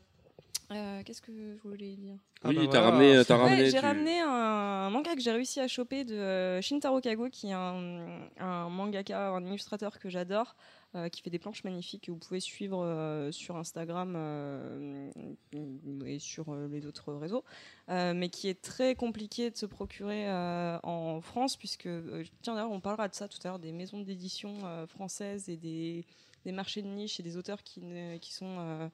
[SPEAKER 2] euh, Qu'est-ce que je voulais dire
[SPEAKER 4] Ah
[SPEAKER 7] Oui,
[SPEAKER 4] bah
[SPEAKER 7] t'as
[SPEAKER 4] voilà.
[SPEAKER 7] ramené. t'as
[SPEAKER 2] Ouais,
[SPEAKER 7] ramené
[SPEAKER 2] j'ai
[SPEAKER 7] tu-
[SPEAKER 2] ramené un, un manga que j'ai réussi à choper de euh, Shintaro Kago, qui est un, un mangaka, un illustrateur que j'adore, euh, qui fait des planches magnifiques que vous pouvez suivre euh, sur Instagram euh, et sur euh, les autres réseaux, euh, mais qui est très compliqué de se procurer euh, en France, puisque, euh, tiens d'ailleurs, on parlera de ça tout à l'heure, des maisons d'édition euh, françaises et des, des marchés de niche et des auteurs qui, ne- qui sont... euh,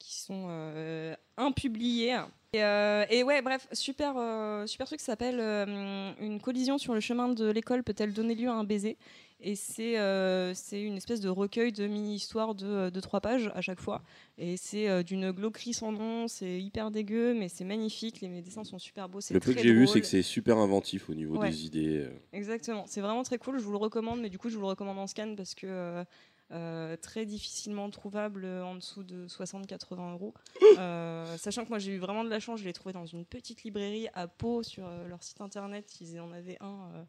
[SPEAKER 2] qui sont euh, impubliés. Et, euh, et ouais, bref, super, euh, super truc ça s'appelle euh, Une collision sur le chemin de l'école peut-elle donner lieu à un baiser Et c'est euh, c'est une espèce de recueil de mini-histoires de, euh, de trois pages à chaque fois. Et c'est euh, d'une glauquerie sans nom, c'est hyper dégueu, mais c'est magnifique, les, mes dessins sont super beaux. c'est
[SPEAKER 7] Le peu que
[SPEAKER 2] très
[SPEAKER 7] j'ai vu,
[SPEAKER 2] drôle.
[SPEAKER 7] c'est que c'est super inventif au niveau
[SPEAKER 2] Ouais.
[SPEAKER 7] des idées. euh.
[SPEAKER 2] Exactement, c'est vraiment très cool, je vous le recommande, mais du coup je vous le recommande en scan parce que euh, euh, très difficilement trouvable euh, en dessous de 60-80 euros. Euh, sachant que moi j'ai eu vraiment de la chance, je l'ai trouvé dans une petite librairie à Pau sur euh, leur site internet, ils en avaient un, euh,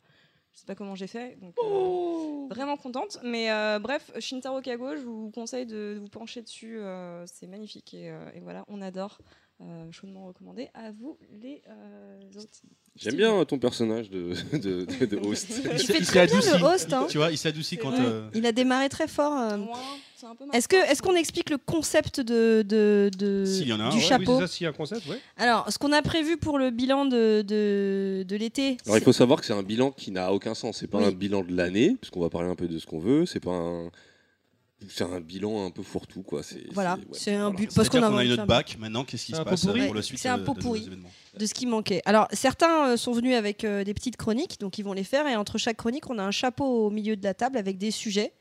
[SPEAKER 2] je sais pas comment j'ai fait. donc, euh,
[SPEAKER 7] Oh
[SPEAKER 2] Vraiment contente, mais euh, bref, Shintaro Kago, je vous conseille de vous pencher dessus, euh, c'est magnifique et, euh, et voilà, on adore. Euh, chaudement recommandé à vous les euh, autres.
[SPEAKER 7] J'aime bien euh, ton personnage de, de, de- de host.
[SPEAKER 6] il
[SPEAKER 5] Il
[SPEAKER 6] fait
[SPEAKER 5] s'est- il
[SPEAKER 6] très
[SPEAKER 5] s'est
[SPEAKER 6] bien
[SPEAKER 5] adouci.
[SPEAKER 6] le host. hein.
[SPEAKER 5] Tu vois, il s'adoucit
[SPEAKER 2] C'est
[SPEAKER 5] quand.
[SPEAKER 2] vrai.
[SPEAKER 5] euh,
[SPEAKER 6] Il a démarré très fort. euh.
[SPEAKER 2] Moi, c'est un peu ma
[SPEAKER 6] Est-ce que
[SPEAKER 2] force.
[SPEAKER 6] est-ce qu'on explique le concept de, de- de-
[SPEAKER 5] S'il y en a un,
[SPEAKER 6] du
[SPEAKER 4] Hein, Ouais,
[SPEAKER 5] ouais,
[SPEAKER 6] chapeau
[SPEAKER 4] Oui, c'est ça, s'il y a un concept, ouais.
[SPEAKER 6] Alors, ce qu'on a prévu pour le bilan de, de, de l'été.
[SPEAKER 7] Alors il
[SPEAKER 6] c'est-
[SPEAKER 7] faut savoir que c'est un bilan qui n'a aucun sens. C'est pas
[SPEAKER 6] Oui.
[SPEAKER 7] un bilan de l'année, puisqu'on va parler un peu de ce qu'on veut. C'est pas un. C'est un bilan un peu fourre-tout, quoi. C'est,
[SPEAKER 6] Voilà,
[SPEAKER 7] c'est- ouais,
[SPEAKER 6] c'est un
[SPEAKER 7] voilà.
[SPEAKER 6] but parce
[SPEAKER 5] C'est-à-dire
[SPEAKER 6] qu'on a,
[SPEAKER 5] qu'on a
[SPEAKER 6] envie
[SPEAKER 5] eu
[SPEAKER 6] de
[SPEAKER 5] notre
[SPEAKER 6] faire
[SPEAKER 5] bac. Maintenant, qu'est-ce qui
[SPEAKER 4] C'est
[SPEAKER 5] se
[SPEAKER 4] un
[SPEAKER 5] passe
[SPEAKER 4] pot pourri.
[SPEAKER 5] euh, pour la suite
[SPEAKER 6] C'est un
[SPEAKER 5] euh,
[SPEAKER 6] pot
[SPEAKER 5] de nos
[SPEAKER 6] pourri.
[SPEAKER 5] événements
[SPEAKER 6] de ce qui manquait. Alors, certains euh, sont venus avec euh, des petites chroniques, donc ils vont les faire. Et entre chaque chronique, on a un chapeau au milieu de la table avec des sujets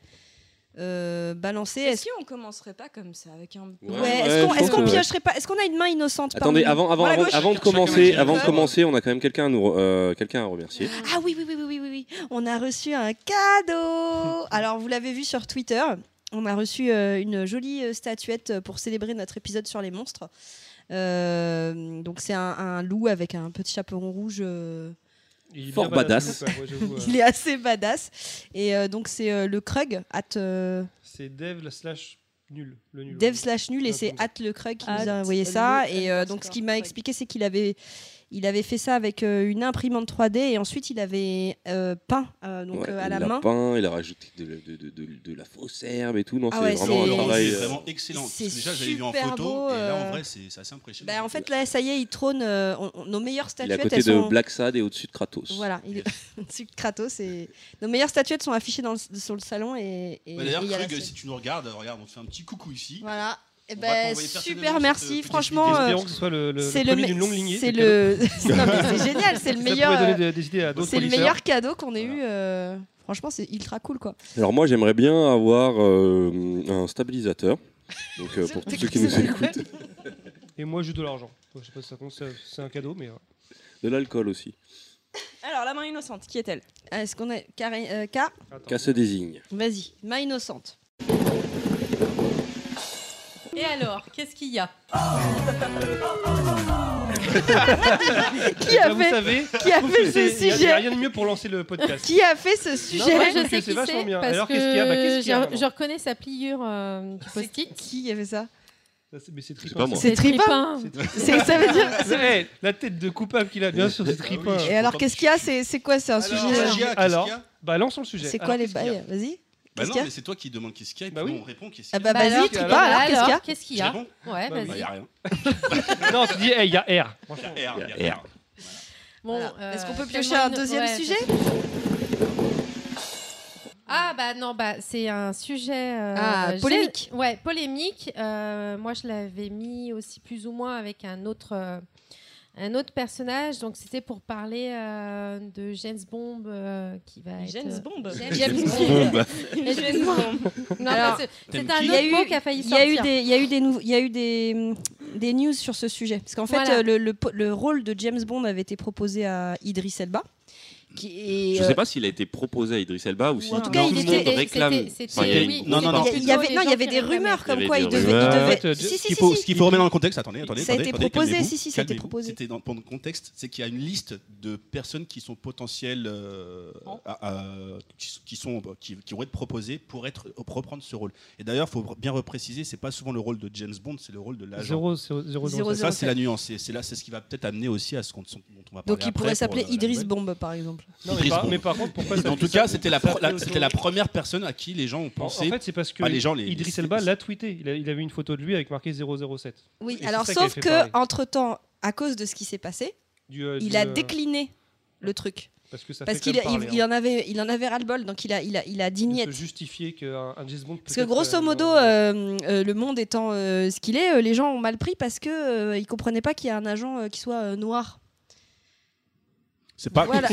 [SPEAKER 6] euh, balancés. Est-ce-
[SPEAKER 2] Est-ce qu'on commencerait pas comme ça avec un
[SPEAKER 6] Ouais,
[SPEAKER 7] Ouais, ouais,
[SPEAKER 6] est-ce qu'on
[SPEAKER 7] je pense
[SPEAKER 6] est-ce qu'on
[SPEAKER 7] que ouais.
[SPEAKER 6] piocherait pas Est-ce qu'on a une main innocente parmi
[SPEAKER 7] Attendez,
[SPEAKER 6] nous
[SPEAKER 7] avant, avant,
[SPEAKER 2] Voilà,
[SPEAKER 7] avant,
[SPEAKER 2] gauche.
[SPEAKER 7] avant de
[SPEAKER 4] Chacun
[SPEAKER 7] commencer,
[SPEAKER 4] chacun
[SPEAKER 7] avant de
[SPEAKER 4] chacun.
[SPEAKER 7] commencer, on a quand même quelqu'un à nous, re- euh, quelqu'un à remercier.
[SPEAKER 6] Ah oui, oui, oui, oui, oui, oui, oui. On a reçu un cadeau. Alors, vous l'avez vu sur Twitter. On a reçu euh, une jolie euh, statuette pour célébrer notre épisode sur les monstres. Euh, donc, c'est un, un loup avec un petit chaperon rouge. euh,
[SPEAKER 4] Il est bien
[SPEAKER 7] Fort badass.
[SPEAKER 4] ouais, j'avoue, euh,
[SPEAKER 6] Il est assez badass. Et euh, donc, c'est euh, le Krug, at euh,
[SPEAKER 4] C'est dev la slash nul. Le nul.
[SPEAKER 6] dev slash nul, et
[SPEAKER 4] Ouais,
[SPEAKER 6] c'est
[SPEAKER 4] comme ça.
[SPEAKER 6] at le Krug qui
[SPEAKER 2] At
[SPEAKER 6] nous a envoyé ça.
[SPEAKER 2] le
[SPEAKER 6] Et euh,
[SPEAKER 2] underscore
[SPEAKER 6] donc, ce qu'il m'a
[SPEAKER 2] Krug.
[SPEAKER 6] expliqué, c'est qu'il avait Il avait fait ça avec euh, une imprimante 3D et ensuite il avait euh, peint euh, donc,
[SPEAKER 7] Ouais,
[SPEAKER 6] euh, à
[SPEAKER 7] il
[SPEAKER 6] la
[SPEAKER 7] l'a
[SPEAKER 6] main.
[SPEAKER 7] peint, il a rajouté de, la- de- de- de- de la fausse herbe et tout. Non,
[SPEAKER 6] Ah
[SPEAKER 7] c'est
[SPEAKER 6] ouais,
[SPEAKER 7] vraiment
[SPEAKER 6] c'est-
[SPEAKER 7] un travail.
[SPEAKER 5] C'est
[SPEAKER 7] euh,
[SPEAKER 5] vraiment excellent.
[SPEAKER 6] c'est
[SPEAKER 5] Déjà, j'avais vu en
[SPEAKER 6] super
[SPEAKER 5] photo,
[SPEAKER 6] beau,
[SPEAKER 5] et là,
[SPEAKER 6] euh,
[SPEAKER 5] en vrai, c'est c'est assez impressionnant.
[SPEAKER 6] Bah, en fait, là, ça y est, il trône. euh, on- on- nos meilleures
[SPEAKER 7] Il est à
[SPEAKER 6] statuettes,
[SPEAKER 7] côté
[SPEAKER 6] elles
[SPEAKER 7] de
[SPEAKER 6] sont.
[SPEAKER 7] Black Sad et au-dessus de Kratos.
[SPEAKER 6] Voilà, il est au-dessus de Kratos. Et... Nos meilleures statuettes sont affichées dans le- sur le salon. Et, et-
[SPEAKER 5] Bah, D'ailleurs,
[SPEAKER 6] et il y a la
[SPEAKER 5] Krug,
[SPEAKER 6] sienne.
[SPEAKER 5] si tu nous regardes, regarde, on te fait un petit coucou ici.
[SPEAKER 6] Voilà. Eh
[SPEAKER 5] va
[SPEAKER 6] ben,
[SPEAKER 5] t'envoyer personnellement
[SPEAKER 6] super,
[SPEAKER 5] cette, euh,
[SPEAKER 6] merci.
[SPEAKER 5] petite
[SPEAKER 6] Franchement,
[SPEAKER 5] vidéo.
[SPEAKER 6] euh,
[SPEAKER 4] Espérons que ce soit le, le-
[SPEAKER 6] c'est
[SPEAKER 4] le
[SPEAKER 6] le,
[SPEAKER 4] premier
[SPEAKER 6] me-
[SPEAKER 4] d'une longue lignée.
[SPEAKER 6] c'est
[SPEAKER 4] de cadeaux.
[SPEAKER 6] le, Non, mais c'est génial, c'est le
[SPEAKER 4] Ça
[SPEAKER 6] meilleur.
[SPEAKER 4] pourrait
[SPEAKER 6] euh,
[SPEAKER 4] donner des, hein. des idées à d'autres
[SPEAKER 6] C'est le
[SPEAKER 4] auditeurs.
[SPEAKER 6] meilleur cadeau qu'on ait
[SPEAKER 5] Voilà.
[SPEAKER 6] eu. euh, Franchement, c'est ultra cool, quoi.
[SPEAKER 7] Alors moi j'aimerais bien avoir euh, un stabilisateur. Donc euh, pour tous ceux qui nous écoutent,
[SPEAKER 4] Et moi, juste de l'argent. Je sais pas si ça compte, c'est- c'est un cadeau, mais. euh,
[SPEAKER 7] de l'alcool aussi.
[SPEAKER 2] Alors, la main innocente, qui est-elle
[SPEAKER 6] Ah, Est-ce qu'on a Carré- euh, K
[SPEAKER 4] attends.
[SPEAKER 7] Qu'à se désigne.
[SPEAKER 6] Vas-y, main innocente.
[SPEAKER 3] Et alors, qu'est-ce qu'il y a
[SPEAKER 6] Qui
[SPEAKER 4] Là,
[SPEAKER 6] a
[SPEAKER 4] vous
[SPEAKER 6] fait,
[SPEAKER 4] savez,
[SPEAKER 6] qui a
[SPEAKER 4] je trouve
[SPEAKER 6] fait
[SPEAKER 4] que
[SPEAKER 6] ce
[SPEAKER 4] c'est- y a- y a
[SPEAKER 6] sujet
[SPEAKER 4] rien de mieux pour lancer le podcast.
[SPEAKER 6] Qui a fait ce
[SPEAKER 3] Non,
[SPEAKER 6] sujet
[SPEAKER 3] moi,
[SPEAKER 4] Parce
[SPEAKER 3] je
[SPEAKER 4] que
[SPEAKER 3] sais qui
[SPEAKER 4] c'est vachement
[SPEAKER 3] c'est.
[SPEAKER 4] bien.
[SPEAKER 3] Parce
[SPEAKER 4] Alors,
[SPEAKER 3] que
[SPEAKER 4] qu'est-ce qu'il y a Bah, qu'est-ce qu'il y a,
[SPEAKER 3] je,
[SPEAKER 4] vraiment
[SPEAKER 3] je reconnais sa pliure euh, du
[SPEAKER 6] C'est
[SPEAKER 3] post-it.
[SPEAKER 6] Qui a fait ça
[SPEAKER 4] Ça, c'est- Mais c'est
[SPEAKER 7] pas moi.
[SPEAKER 6] C'est Tripin.
[SPEAKER 3] Tripin.
[SPEAKER 4] C'est Tripin.
[SPEAKER 6] C'est- Ça veut dire.
[SPEAKER 4] Eh, la tête de coupable qu'il a, bien sûr, c'est Tripin.
[SPEAKER 5] Ah oui.
[SPEAKER 6] Et alors, qu'est-ce qu'il y a C'est c'est quoi C'est un
[SPEAKER 5] Alors,
[SPEAKER 6] sujet. euh,
[SPEAKER 5] qu'est-ce qu'il y a, qu'est-ce
[SPEAKER 4] Alors, euh,
[SPEAKER 5] qu'il y a
[SPEAKER 4] Bah, lançons le sujet.
[SPEAKER 6] C'est quoi
[SPEAKER 4] Alors,
[SPEAKER 6] les
[SPEAKER 4] qu'est-ce qu'il y a
[SPEAKER 6] bails Vas-y.
[SPEAKER 5] Bah
[SPEAKER 6] Qu'est-ce
[SPEAKER 5] non,
[SPEAKER 6] qu'il y
[SPEAKER 5] mais
[SPEAKER 6] a
[SPEAKER 5] c'est toi qui demande qu'est-ce qu'il y a et
[SPEAKER 4] Bah
[SPEAKER 5] puis nous,
[SPEAKER 4] oui.
[SPEAKER 5] on répond qu'est-ce
[SPEAKER 6] Ah
[SPEAKER 5] qu'il y a.
[SPEAKER 6] bah
[SPEAKER 3] Bah alors,
[SPEAKER 6] vas-y,
[SPEAKER 4] qu'est-ce
[SPEAKER 6] Tripin, alors qu'est-ce qu'il y
[SPEAKER 3] Qu'est-ce qu'il
[SPEAKER 5] Je
[SPEAKER 6] a
[SPEAKER 3] y a
[SPEAKER 5] réponds
[SPEAKER 3] Ouais,
[SPEAKER 4] Bah,
[SPEAKER 5] Bah, y
[SPEAKER 3] vas-y.
[SPEAKER 5] a rien.
[SPEAKER 4] Non, tu dis, eh, il y a R.
[SPEAKER 5] Y a
[SPEAKER 4] franchement.
[SPEAKER 5] rien, y a
[SPEAKER 7] Y a
[SPEAKER 5] rien.
[SPEAKER 3] Bon,
[SPEAKER 6] Voilà.
[SPEAKER 3] euh,
[SPEAKER 6] Est-ce qu'on peut
[SPEAKER 3] fais-moi
[SPEAKER 6] piocher un
[SPEAKER 3] une-
[SPEAKER 6] deuxième
[SPEAKER 3] ouais,
[SPEAKER 6] sujet
[SPEAKER 3] Ah bah non, bah c'est un sujet euh,
[SPEAKER 6] Ah,
[SPEAKER 3] j'ai-
[SPEAKER 6] polémique.
[SPEAKER 3] Ouais, polémique. Euh, moi, je l'avais mis aussi plus ou moins avec un autre euh, un autre personnage. Donc c'était pour parler euh, de James Bomb euh, qui va être
[SPEAKER 2] James Bond.
[SPEAKER 3] James,
[SPEAKER 6] James
[SPEAKER 3] Bond.
[SPEAKER 7] Bah,
[SPEAKER 2] James Bond.
[SPEAKER 3] Non,
[SPEAKER 6] Alors,
[SPEAKER 3] mais c'est-
[SPEAKER 5] T'aimes
[SPEAKER 3] c'est un
[SPEAKER 5] qui
[SPEAKER 6] Il y a
[SPEAKER 3] autre
[SPEAKER 6] eu-
[SPEAKER 3] mot qui a failli
[SPEAKER 6] Il y a
[SPEAKER 3] sortir.
[SPEAKER 6] eu des, il y a eu des, nouveaux- il y a eu des, hum, des news sur ce sujet. Parce qu'en fait,
[SPEAKER 3] Voilà.
[SPEAKER 6] euh, le, le po- le rôle de James Bond avait été proposé à Idris Elba. Qui est,
[SPEAKER 7] Je
[SPEAKER 6] euh,
[SPEAKER 7] sais pas s'il a été proposé à Idriss Elba ou si
[SPEAKER 6] Ou en tout
[SPEAKER 7] tout le
[SPEAKER 6] cas, il
[SPEAKER 7] monde
[SPEAKER 6] était-
[SPEAKER 7] réclame.
[SPEAKER 3] c'était- c'était-
[SPEAKER 7] Enfin, il y a eu-
[SPEAKER 3] oui,
[SPEAKER 5] Non, non,
[SPEAKER 3] c'était
[SPEAKER 5] non.
[SPEAKER 3] plutôt
[SPEAKER 6] euh, Il y avait,
[SPEAKER 3] Oh, les
[SPEAKER 6] non, il
[SPEAKER 3] gens
[SPEAKER 6] y avait
[SPEAKER 3] qui
[SPEAKER 6] des
[SPEAKER 3] réclamaient.
[SPEAKER 6] rumeurs comme
[SPEAKER 7] Il y
[SPEAKER 6] quoi
[SPEAKER 7] avait
[SPEAKER 6] il
[SPEAKER 7] des
[SPEAKER 6] devait. il
[SPEAKER 4] rumeurs.
[SPEAKER 6] devait-
[SPEAKER 4] En fait, euh,
[SPEAKER 6] Si, si,
[SPEAKER 5] Ce
[SPEAKER 6] si,
[SPEAKER 5] qu'il faut,
[SPEAKER 6] si.
[SPEAKER 5] ce qu'il faut remettre dans le contexte, attendez, attendez.
[SPEAKER 6] Ça a été
[SPEAKER 5] attendez, attendez,
[SPEAKER 6] proposé,
[SPEAKER 5] calmez-vous,
[SPEAKER 6] si, si, ça a été
[SPEAKER 5] calmez-vous.
[SPEAKER 6] proposé.
[SPEAKER 5] C'était dans pendant le contexte, c'est qu'il y a une liste de personnes qui sont potentielles, euh, à- à- qui, qui sont, qui, qui vont être proposées pour être pour reprendre ce rôle. Et d'ailleurs, faut bien repréciser, c'est pas souvent le rôle de James Bond, c'est le rôle de l'agent.
[SPEAKER 4] Zéro, zéro, zéro,
[SPEAKER 6] Zéro,
[SPEAKER 4] zéro.
[SPEAKER 5] Ça, c'est
[SPEAKER 6] 007.
[SPEAKER 5] la nuance. Et c'est là, c'est ce qui va peut-être amener aussi à ce qu'on- dont on va parler.
[SPEAKER 6] Donc il
[SPEAKER 5] après
[SPEAKER 6] pourrait
[SPEAKER 5] pour,
[SPEAKER 6] s'appeler
[SPEAKER 5] euh, la
[SPEAKER 6] Idris
[SPEAKER 5] nouvelle.
[SPEAKER 6] Bombe, par exemple.
[SPEAKER 4] Non, mais,
[SPEAKER 5] Idris
[SPEAKER 4] par,
[SPEAKER 5] Bond.
[SPEAKER 4] mais par contre, pourquoi ça
[SPEAKER 5] En tout cas, c'était la, pro- la- c'était la première personne à qui les gens ont
[SPEAKER 4] En
[SPEAKER 5] pensé.
[SPEAKER 4] fait, c'est parce que
[SPEAKER 5] Bah, les gens, les-
[SPEAKER 4] Idris
[SPEAKER 5] les-
[SPEAKER 4] Elba l'a tweeté. Il, a- il avait une photo de lui avec marqué 007.
[SPEAKER 6] Oui,
[SPEAKER 4] Et
[SPEAKER 6] alors
[SPEAKER 4] c'est ça qui
[SPEAKER 6] sauf
[SPEAKER 4] avait fait parler.
[SPEAKER 6] que, entre-temps, à cause de ce qui s'est passé,
[SPEAKER 4] Du, euh,
[SPEAKER 6] il
[SPEAKER 4] du,
[SPEAKER 6] a
[SPEAKER 4] euh,
[SPEAKER 6] décliné le truc.
[SPEAKER 4] Parce que ça
[SPEAKER 6] Parce
[SPEAKER 4] fait
[SPEAKER 6] qu'il
[SPEAKER 4] quand même
[SPEAKER 6] il,
[SPEAKER 4] parler,
[SPEAKER 6] il
[SPEAKER 4] hein,
[SPEAKER 6] en avait, il en avait ras-le-bol, donc il a, il a, il a dit
[SPEAKER 4] de
[SPEAKER 6] niet.
[SPEAKER 4] se justifier qu'un un James Bond.
[SPEAKER 6] Parce que grosso modo, euh, euh, le monde étant euh, ce qu'il est, euh, les gens ont mal pris parce que euh, ils comprenaient pas qu'il y a un agent euh, qui soit euh, noir.
[SPEAKER 5] C'est pas.
[SPEAKER 6] Voilà.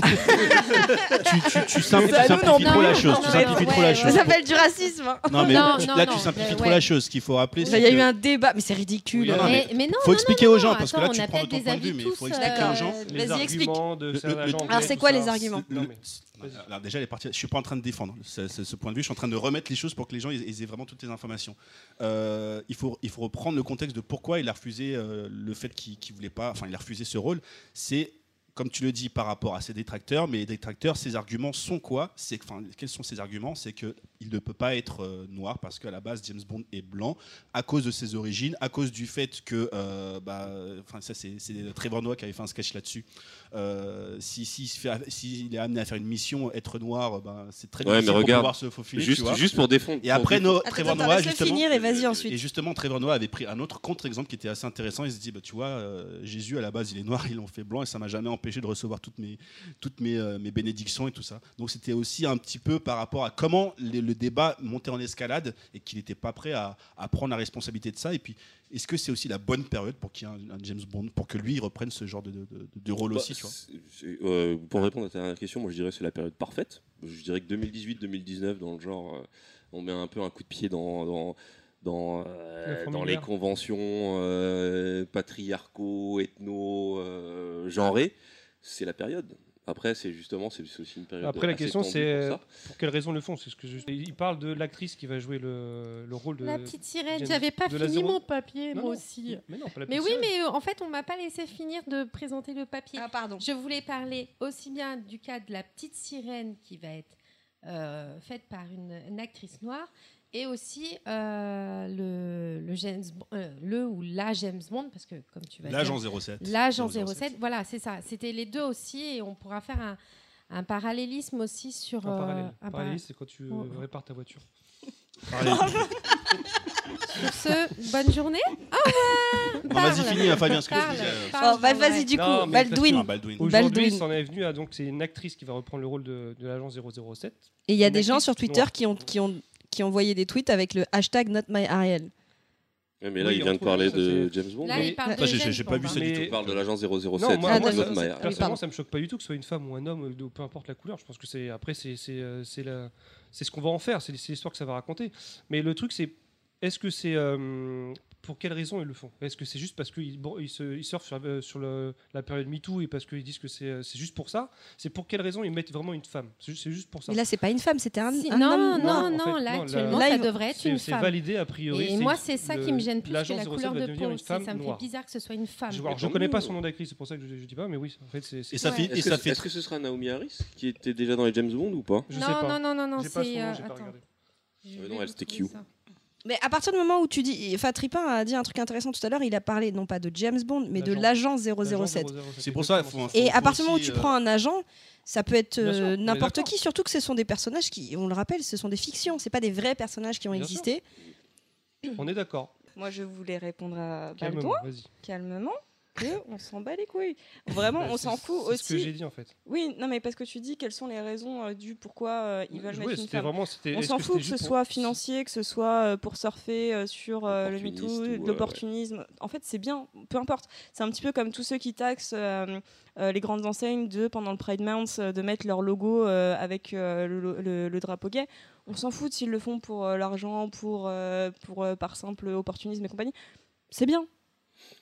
[SPEAKER 5] tu, tu, tu simpl-
[SPEAKER 6] Ça,
[SPEAKER 5] tu
[SPEAKER 6] nous,
[SPEAKER 5] simplifies
[SPEAKER 3] non,
[SPEAKER 5] trop la
[SPEAKER 3] non,
[SPEAKER 5] chose.
[SPEAKER 3] non,
[SPEAKER 5] Tu
[SPEAKER 3] non,
[SPEAKER 5] simplifies
[SPEAKER 3] non,
[SPEAKER 5] trop la
[SPEAKER 3] ouais,
[SPEAKER 5] chose.
[SPEAKER 6] Ça s'appelle du racisme. hein.
[SPEAKER 5] Non, mais
[SPEAKER 3] Non,
[SPEAKER 5] tu-
[SPEAKER 3] non,
[SPEAKER 5] là,
[SPEAKER 3] non,
[SPEAKER 5] tu simplifies
[SPEAKER 3] mais
[SPEAKER 5] trop
[SPEAKER 3] ouais.
[SPEAKER 5] la chose. Ce qu'il faut rappeler,
[SPEAKER 6] Il
[SPEAKER 5] c'est
[SPEAKER 6] y a
[SPEAKER 5] que
[SPEAKER 6] eu un débat, mais c'est ridicule. hein.
[SPEAKER 5] Oui, non,
[SPEAKER 3] Mais, mais non,
[SPEAKER 5] faut
[SPEAKER 3] non,
[SPEAKER 5] expliquer
[SPEAKER 3] non,
[SPEAKER 5] aux gens
[SPEAKER 3] non,
[SPEAKER 5] parce que
[SPEAKER 3] attends,
[SPEAKER 5] là, tu
[SPEAKER 3] on a
[SPEAKER 5] prends
[SPEAKER 3] peut-être
[SPEAKER 5] ton
[SPEAKER 3] des
[SPEAKER 5] point de vue,
[SPEAKER 3] avis
[SPEAKER 5] mais il
[SPEAKER 3] tous.
[SPEAKER 5] faut expliquer aux gens.
[SPEAKER 3] euh,
[SPEAKER 6] Vas-y, explique.
[SPEAKER 5] Le- le-
[SPEAKER 4] Alors,
[SPEAKER 6] Alors, c'est quoi les arguments
[SPEAKER 4] Non,
[SPEAKER 5] le-
[SPEAKER 4] mais-
[SPEAKER 5] le- alors, déjà, les parties. Je suis pas en train de défendre ce, ce- ce point de vue. Je suis en train de remettre les choses pour que les gens ils, ils aient vraiment toutes les informations. Euh, il faut il faut reprendre le contexte de pourquoi il a refusé euh, le fait qu'il qu'il voulait pas. Enfin, il a refusé ce rôle. C'est comme tu le dis par rapport à ses détracteurs, mais les détracteurs, ses arguments sont quoi C'est enfin, quels sont ses arguments C'est que il ne peut pas être euh, noir parce qu'à la base James Bond est blanc à cause de ses origines, à cause du fait que, euh, bah, enfin ça c'est c'est Trevor Noah qui avait fait un sketch là-dessus. Euh, si s'il se fait- s'il est amené à faire une mission, être noir, euh, bah, c'est très
[SPEAKER 7] Ouais,
[SPEAKER 5] difficile
[SPEAKER 7] mais
[SPEAKER 5] pour
[SPEAKER 7] regarde,
[SPEAKER 5] pouvoir se faufiler. tu
[SPEAKER 7] Juste,
[SPEAKER 5] vois.
[SPEAKER 7] juste pour défendre.
[SPEAKER 5] et après,
[SPEAKER 7] pour
[SPEAKER 5] no-
[SPEAKER 6] Attends,
[SPEAKER 5] Trevor
[SPEAKER 6] attends,
[SPEAKER 5] Noah,
[SPEAKER 6] laisse-le
[SPEAKER 5] justement,
[SPEAKER 6] finir et vas-y
[SPEAKER 5] et
[SPEAKER 6] ensuite.
[SPEAKER 5] justement, Trevor Noah avait pris un autre contre-exemple qui était assez intéressant. Il se dit, bah, tu vois, euh, Jésus, à la base, il est noir, ils l'ont fait blanc, et ça m'a jamais empêché de recevoir toutes mes, toutes mes, euh, mes bénédictions et tout ça. Donc c'était aussi un petit peu par rapport à comment les- le débat montait en escalade et qu'il n'était pas prêt à, à prendre la responsabilité de ça. Et puis, est-ce que c'est aussi la bonne période pour qu'il y ait un, un James Bond, pour que lui il reprenne ce genre de, de- de- de rôle
[SPEAKER 7] Bah,
[SPEAKER 5] aussi tu vois
[SPEAKER 7] c'est- c'est- euh, pour répondre à ta dernière question, moi je dirais que c'est la période parfaite. Je dirais que 2018-2019, dans le genre, euh, on met un peu un coup de pied dans, dans, dans, euh,
[SPEAKER 4] Le formulaire.
[SPEAKER 7] dans les conventions euh, patriarcaux, ethno, euh, genrées. C'est la période. Après, c'est justement, c'est c'est aussi une période.
[SPEAKER 4] Après, la
[SPEAKER 7] assez
[SPEAKER 4] question,
[SPEAKER 7] tendue
[SPEAKER 4] c'est-
[SPEAKER 7] pour ça.
[SPEAKER 4] Pour quelles raisons le font C'est ce que je... Il parle de l'actrice qui va jouer le, le rôle de.
[SPEAKER 3] La petite sirène,
[SPEAKER 4] Euh, James-
[SPEAKER 3] j'avais pas
[SPEAKER 4] de la
[SPEAKER 3] fini
[SPEAKER 4] zéro-
[SPEAKER 3] mon papier,
[SPEAKER 4] Non,
[SPEAKER 3] moi
[SPEAKER 4] non.
[SPEAKER 3] aussi.
[SPEAKER 4] Mais non, pas la
[SPEAKER 3] Mais
[SPEAKER 4] petite
[SPEAKER 3] oui,
[SPEAKER 4] sirène.
[SPEAKER 3] mais euh, en fait, on m'a pas laissé finir de présenter le papier.
[SPEAKER 6] Ah pardon.
[SPEAKER 3] Je voulais parler aussi bien du cas de la petite sirène qui va être euh, faite par une, une actrice noire Et aussi euh, le, le, James, Bond- euh, le ou la James Bond, parce que comme tu vas dire,
[SPEAKER 5] L'agent 07.
[SPEAKER 3] L'agent
[SPEAKER 5] 007.
[SPEAKER 3] 07, voilà, c'est ça. C'était les deux aussi, et on pourra faire un, un parallélisme aussi sur.
[SPEAKER 4] Un
[SPEAKER 3] euh,
[SPEAKER 4] parallèle.
[SPEAKER 3] un
[SPEAKER 4] Parallèle, c'est quand tu euh,
[SPEAKER 3] Oh.
[SPEAKER 4] répares ta voiture.
[SPEAKER 3] par- Sur ce, bonne journée. Au
[SPEAKER 5] Ah,
[SPEAKER 3] revoir.
[SPEAKER 5] vas-y, finis, hein, Fabien, ce que je
[SPEAKER 3] Parle,
[SPEAKER 5] disais. euh,
[SPEAKER 6] Oh,
[SPEAKER 3] parle,
[SPEAKER 6] bah,
[SPEAKER 3] ouais.
[SPEAKER 6] vas-y, du coup,
[SPEAKER 4] Non, mais parce que-
[SPEAKER 5] putain,
[SPEAKER 6] Baldwin.
[SPEAKER 5] Baldwin.
[SPEAKER 4] Aujourd'hui,
[SPEAKER 6] Baldwin.
[SPEAKER 4] s'en est venu à donc c'est une actrice qui va reprendre le rôle de, de l'agent 007.
[SPEAKER 6] Et il y a
[SPEAKER 4] Une
[SPEAKER 6] des gens
[SPEAKER 4] actrice
[SPEAKER 6] sur Twitter
[SPEAKER 4] noire.
[SPEAKER 6] qui ont, qui, ont, qui ont envoyé des tweets avec le hashtag NotMyAriel.
[SPEAKER 7] Ouais, mais là,
[SPEAKER 4] Oui,
[SPEAKER 7] il vient de
[SPEAKER 4] entre les
[SPEAKER 7] parler
[SPEAKER 4] deux,
[SPEAKER 7] de
[SPEAKER 4] ça,
[SPEAKER 7] James Bond.
[SPEAKER 3] Là,
[SPEAKER 7] mais
[SPEAKER 3] il parle
[SPEAKER 5] Attends,
[SPEAKER 3] de
[SPEAKER 5] j'ai- j'ai-
[SPEAKER 3] James
[SPEAKER 5] j'ai pas
[SPEAKER 3] Bond,
[SPEAKER 5] vu ça
[SPEAKER 3] hein.
[SPEAKER 5] du
[SPEAKER 4] Mais-
[SPEAKER 7] Il parle de l'agent 007.
[SPEAKER 4] Non, moi,
[SPEAKER 7] pas
[SPEAKER 6] moi,
[SPEAKER 7] de
[SPEAKER 6] ça-
[SPEAKER 7] Note Maillard.
[SPEAKER 6] Ah oui,
[SPEAKER 4] Personnellement,
[SPEAKER 6] pardon.
[SPEAKER 4] ça me choque pas du tout que ce soit une femme ou un homme, euh, peu importe la couleur. Je pense que c'est après c'est c'est euh, c'est la- c'est ce qu'on va en faire, c'est c'est l'histoire que ça va raconter. Mais le truc c'est est-ce que c'est euh, pour quelles raisons ils le font Est-ce que c'est juste parce qu'ils bon, ils se- ils surfent sur, euh, sur le- la période MeToo et parce qu'ils disent que c'est euh, c'est juste pour ça C'est pour quelles raisons ils mettent vraiment une femme C'est ju- c'est juste pour ça.
[SPEAKER 6] Mais là, c'est pas une femme, c'était un,
[SPEAKER 3] Si-
[SPEAKER 6] un
[SPEAKER 3] non,
[SPEAKER 6] homme.
[SPEAKER 4] noir,
[SPEAKER 3] non,
[SPEAKER 4] en
[SPEAKER 3] non,
[SPEAKER 4] fait.
[SPEAKER 3] là
[SPEAKER 4] Non,
[SPEAKER 3] actuellement,
[SPEAKER 6] la-
[SPEAKER 3] ça
[SPEAKER 6] Live,
[SPEAKER 3] devrait être
[SPEAKER 4] C'est
[SPEAKER 3] une
[SPEAKER 4] c'est
[SPEAKER 3] femme.
[SPEAKER 4] validé a priori.
[SPEAKER 3] Et
[SPEAKER 4] c'est-
[SPEAKER 3] moi, c'est ça
[SPEAKER 4] le-
[SPEAKER 3] qui me gêne plus que
[SPEAKER 4] l'agent
[SPEAKER 3] la
[SPEAKER 4] 007
[SPEAKER 3] couleur
[SPEAKER 4] va
[SPEAKER 3] de
[SPEAKER 4] devenir
[SPEAKER 3] peau.
[SPEAKER 4] une
[SPEAKER 3] c'est-
[SPEAKER 4] femme
[SPEAKER 3] Ça me fait
[SPEAKER 4] noire.
[SPEAKER 3] bizarre que ce soit une femme.
[SPEAKER 4] Je, alors, je connais pas son nom d'actrice, c'est pour ça que je, je dis pas, mais oui, en fait, c'est.
[SPEAKER 5] Et
[SPEAKER 4] c'est-
[SPEAKER 5] ça fait. Et
[SPEAKER 7] Est-ce
[SPEAKER 5] ça
[SPEAKER 7] que,
[SPEAKER 5] fait
[SPEAKER 7] est-ce que ce sera Naomi Harris qui était déjà dans les James Bond ou pas
[SPEAKER 4] Je sais
[SPEAKER 3] non, non,
[SPEAKER 4] pas.
[SPEAKER 3] non, non, non,
[SPEAKER 4] J'ai pas son
[SPEAKER 3] c'est.
[SPEAKER 4] nom,
[SPEAKER 3] euh,
[SPEAKER 4] j'ai pas
[SPEAKER 3] attends.
[SPEAKER 4] regardé.
[SPEAKER 3] Je
[SPEAKER 7] Euh,
[SPEAKER 3] vais
[SPEAKER 7] non, elle, c'était
[SPEAKER 3] retrouver
[SPEAKER 7] Q.
[SPEAKER 3] ça.
[SPEAKER 6] Mais à partir du moment où tu dis. Enfin, Tripin a dit un truc intéressant tout à l'heure, il a parlé non pas de James Bond, mais de l'agent
[SPEAKER 4] L'agent
[SPEAKER 6] 007.
[SPEAKER 5] C'est pour ça, faut-
[SPEAKER 6] Et à
[SPEAKER 5] Faut
[SPEAKER 6] partir du moment où
[SPEAKER 5] aussi,
[SPEAKER 6] tu
[SPEAKER 5] euh,
[SPEAKER 6] prends un agent, ça peut être
[SPEAKER 4] Bien sûr,
[SPEAKER 6] euh,
[SPEAKER 4] on est
[SPEAKER 6] n'importe
[SPEAKER 4] d'accord.
[SPEAKER 6] qui, surtout que ce sont des personnages qui, on le rappelle, ce sont des fictions, c'est pas des vrais personnages qui ont
[SPEAKER 4] Bien
[SPEAKER 6] existé.
[SPEAKER 4] On est d'accord.
[SPEAKER 2] Moi, je voulais répondre à Baldwin
[SPEAKER 4] Calme-toi, vas-y.
[SPEAKER 2] calmement que on s'en bat les couilles. Vraiment,
[SPEAKER 4] Bah,
[SPEAKER 2] on
[SPEAKER 4] c'est-
[SPEAKER 2] s'en fout
[SPEAKER 4] C'est ce que j'ai
[SPEAKER 2] aussi.
[SPEAKER 4] dit en fait.
[SPEAKER 2] Oui, non, mais parce que tu dis quelles sont les raisons euh, du pourquoi euh, ils veulent
[SPEAKER 4] Je- ouais,
[SPEAKER 2] mettre une
[SPEAKER 4] c'était
[SPEAKER 2] femme.
[SPEAKER 4] vraiment- c'était-
[SPEAKER 2] On
[SPEAKER 4] est-ce
[SPEAKER 2] s'en
[SPEAKER 4] que
[SPEAKER 2] fout que
[SPEAKER 4] c'était
[SPEAKER 2] ce
[SPEAKER 4] juste
[SPEAKER 2] soit
[SPEAKER 4] pour-
[SPEAKER 2] financier, que ce soit euh, pour surfer euh, sur euh, le
[SPEAKER 7] Opportuniste
[SPEAKER 2] MeToo,
[SPEAKER 7] ou, euh, ouais.
[SPEAKER 2] l'opportunisme. En fait, c'est bien, peu importe. C'est un petit peu comme tous ceux qui taxent euh, euh, les grandes enseignes de, pendant le Pride Month, euh, de mettre leur logo euh, avec euh, le, lo- le- le drapeau gay. On s'en fout s'ils le font pour euh, l'argent, pour, euh, pour, euh, par simple opportunisme et compagnie. C'est bien.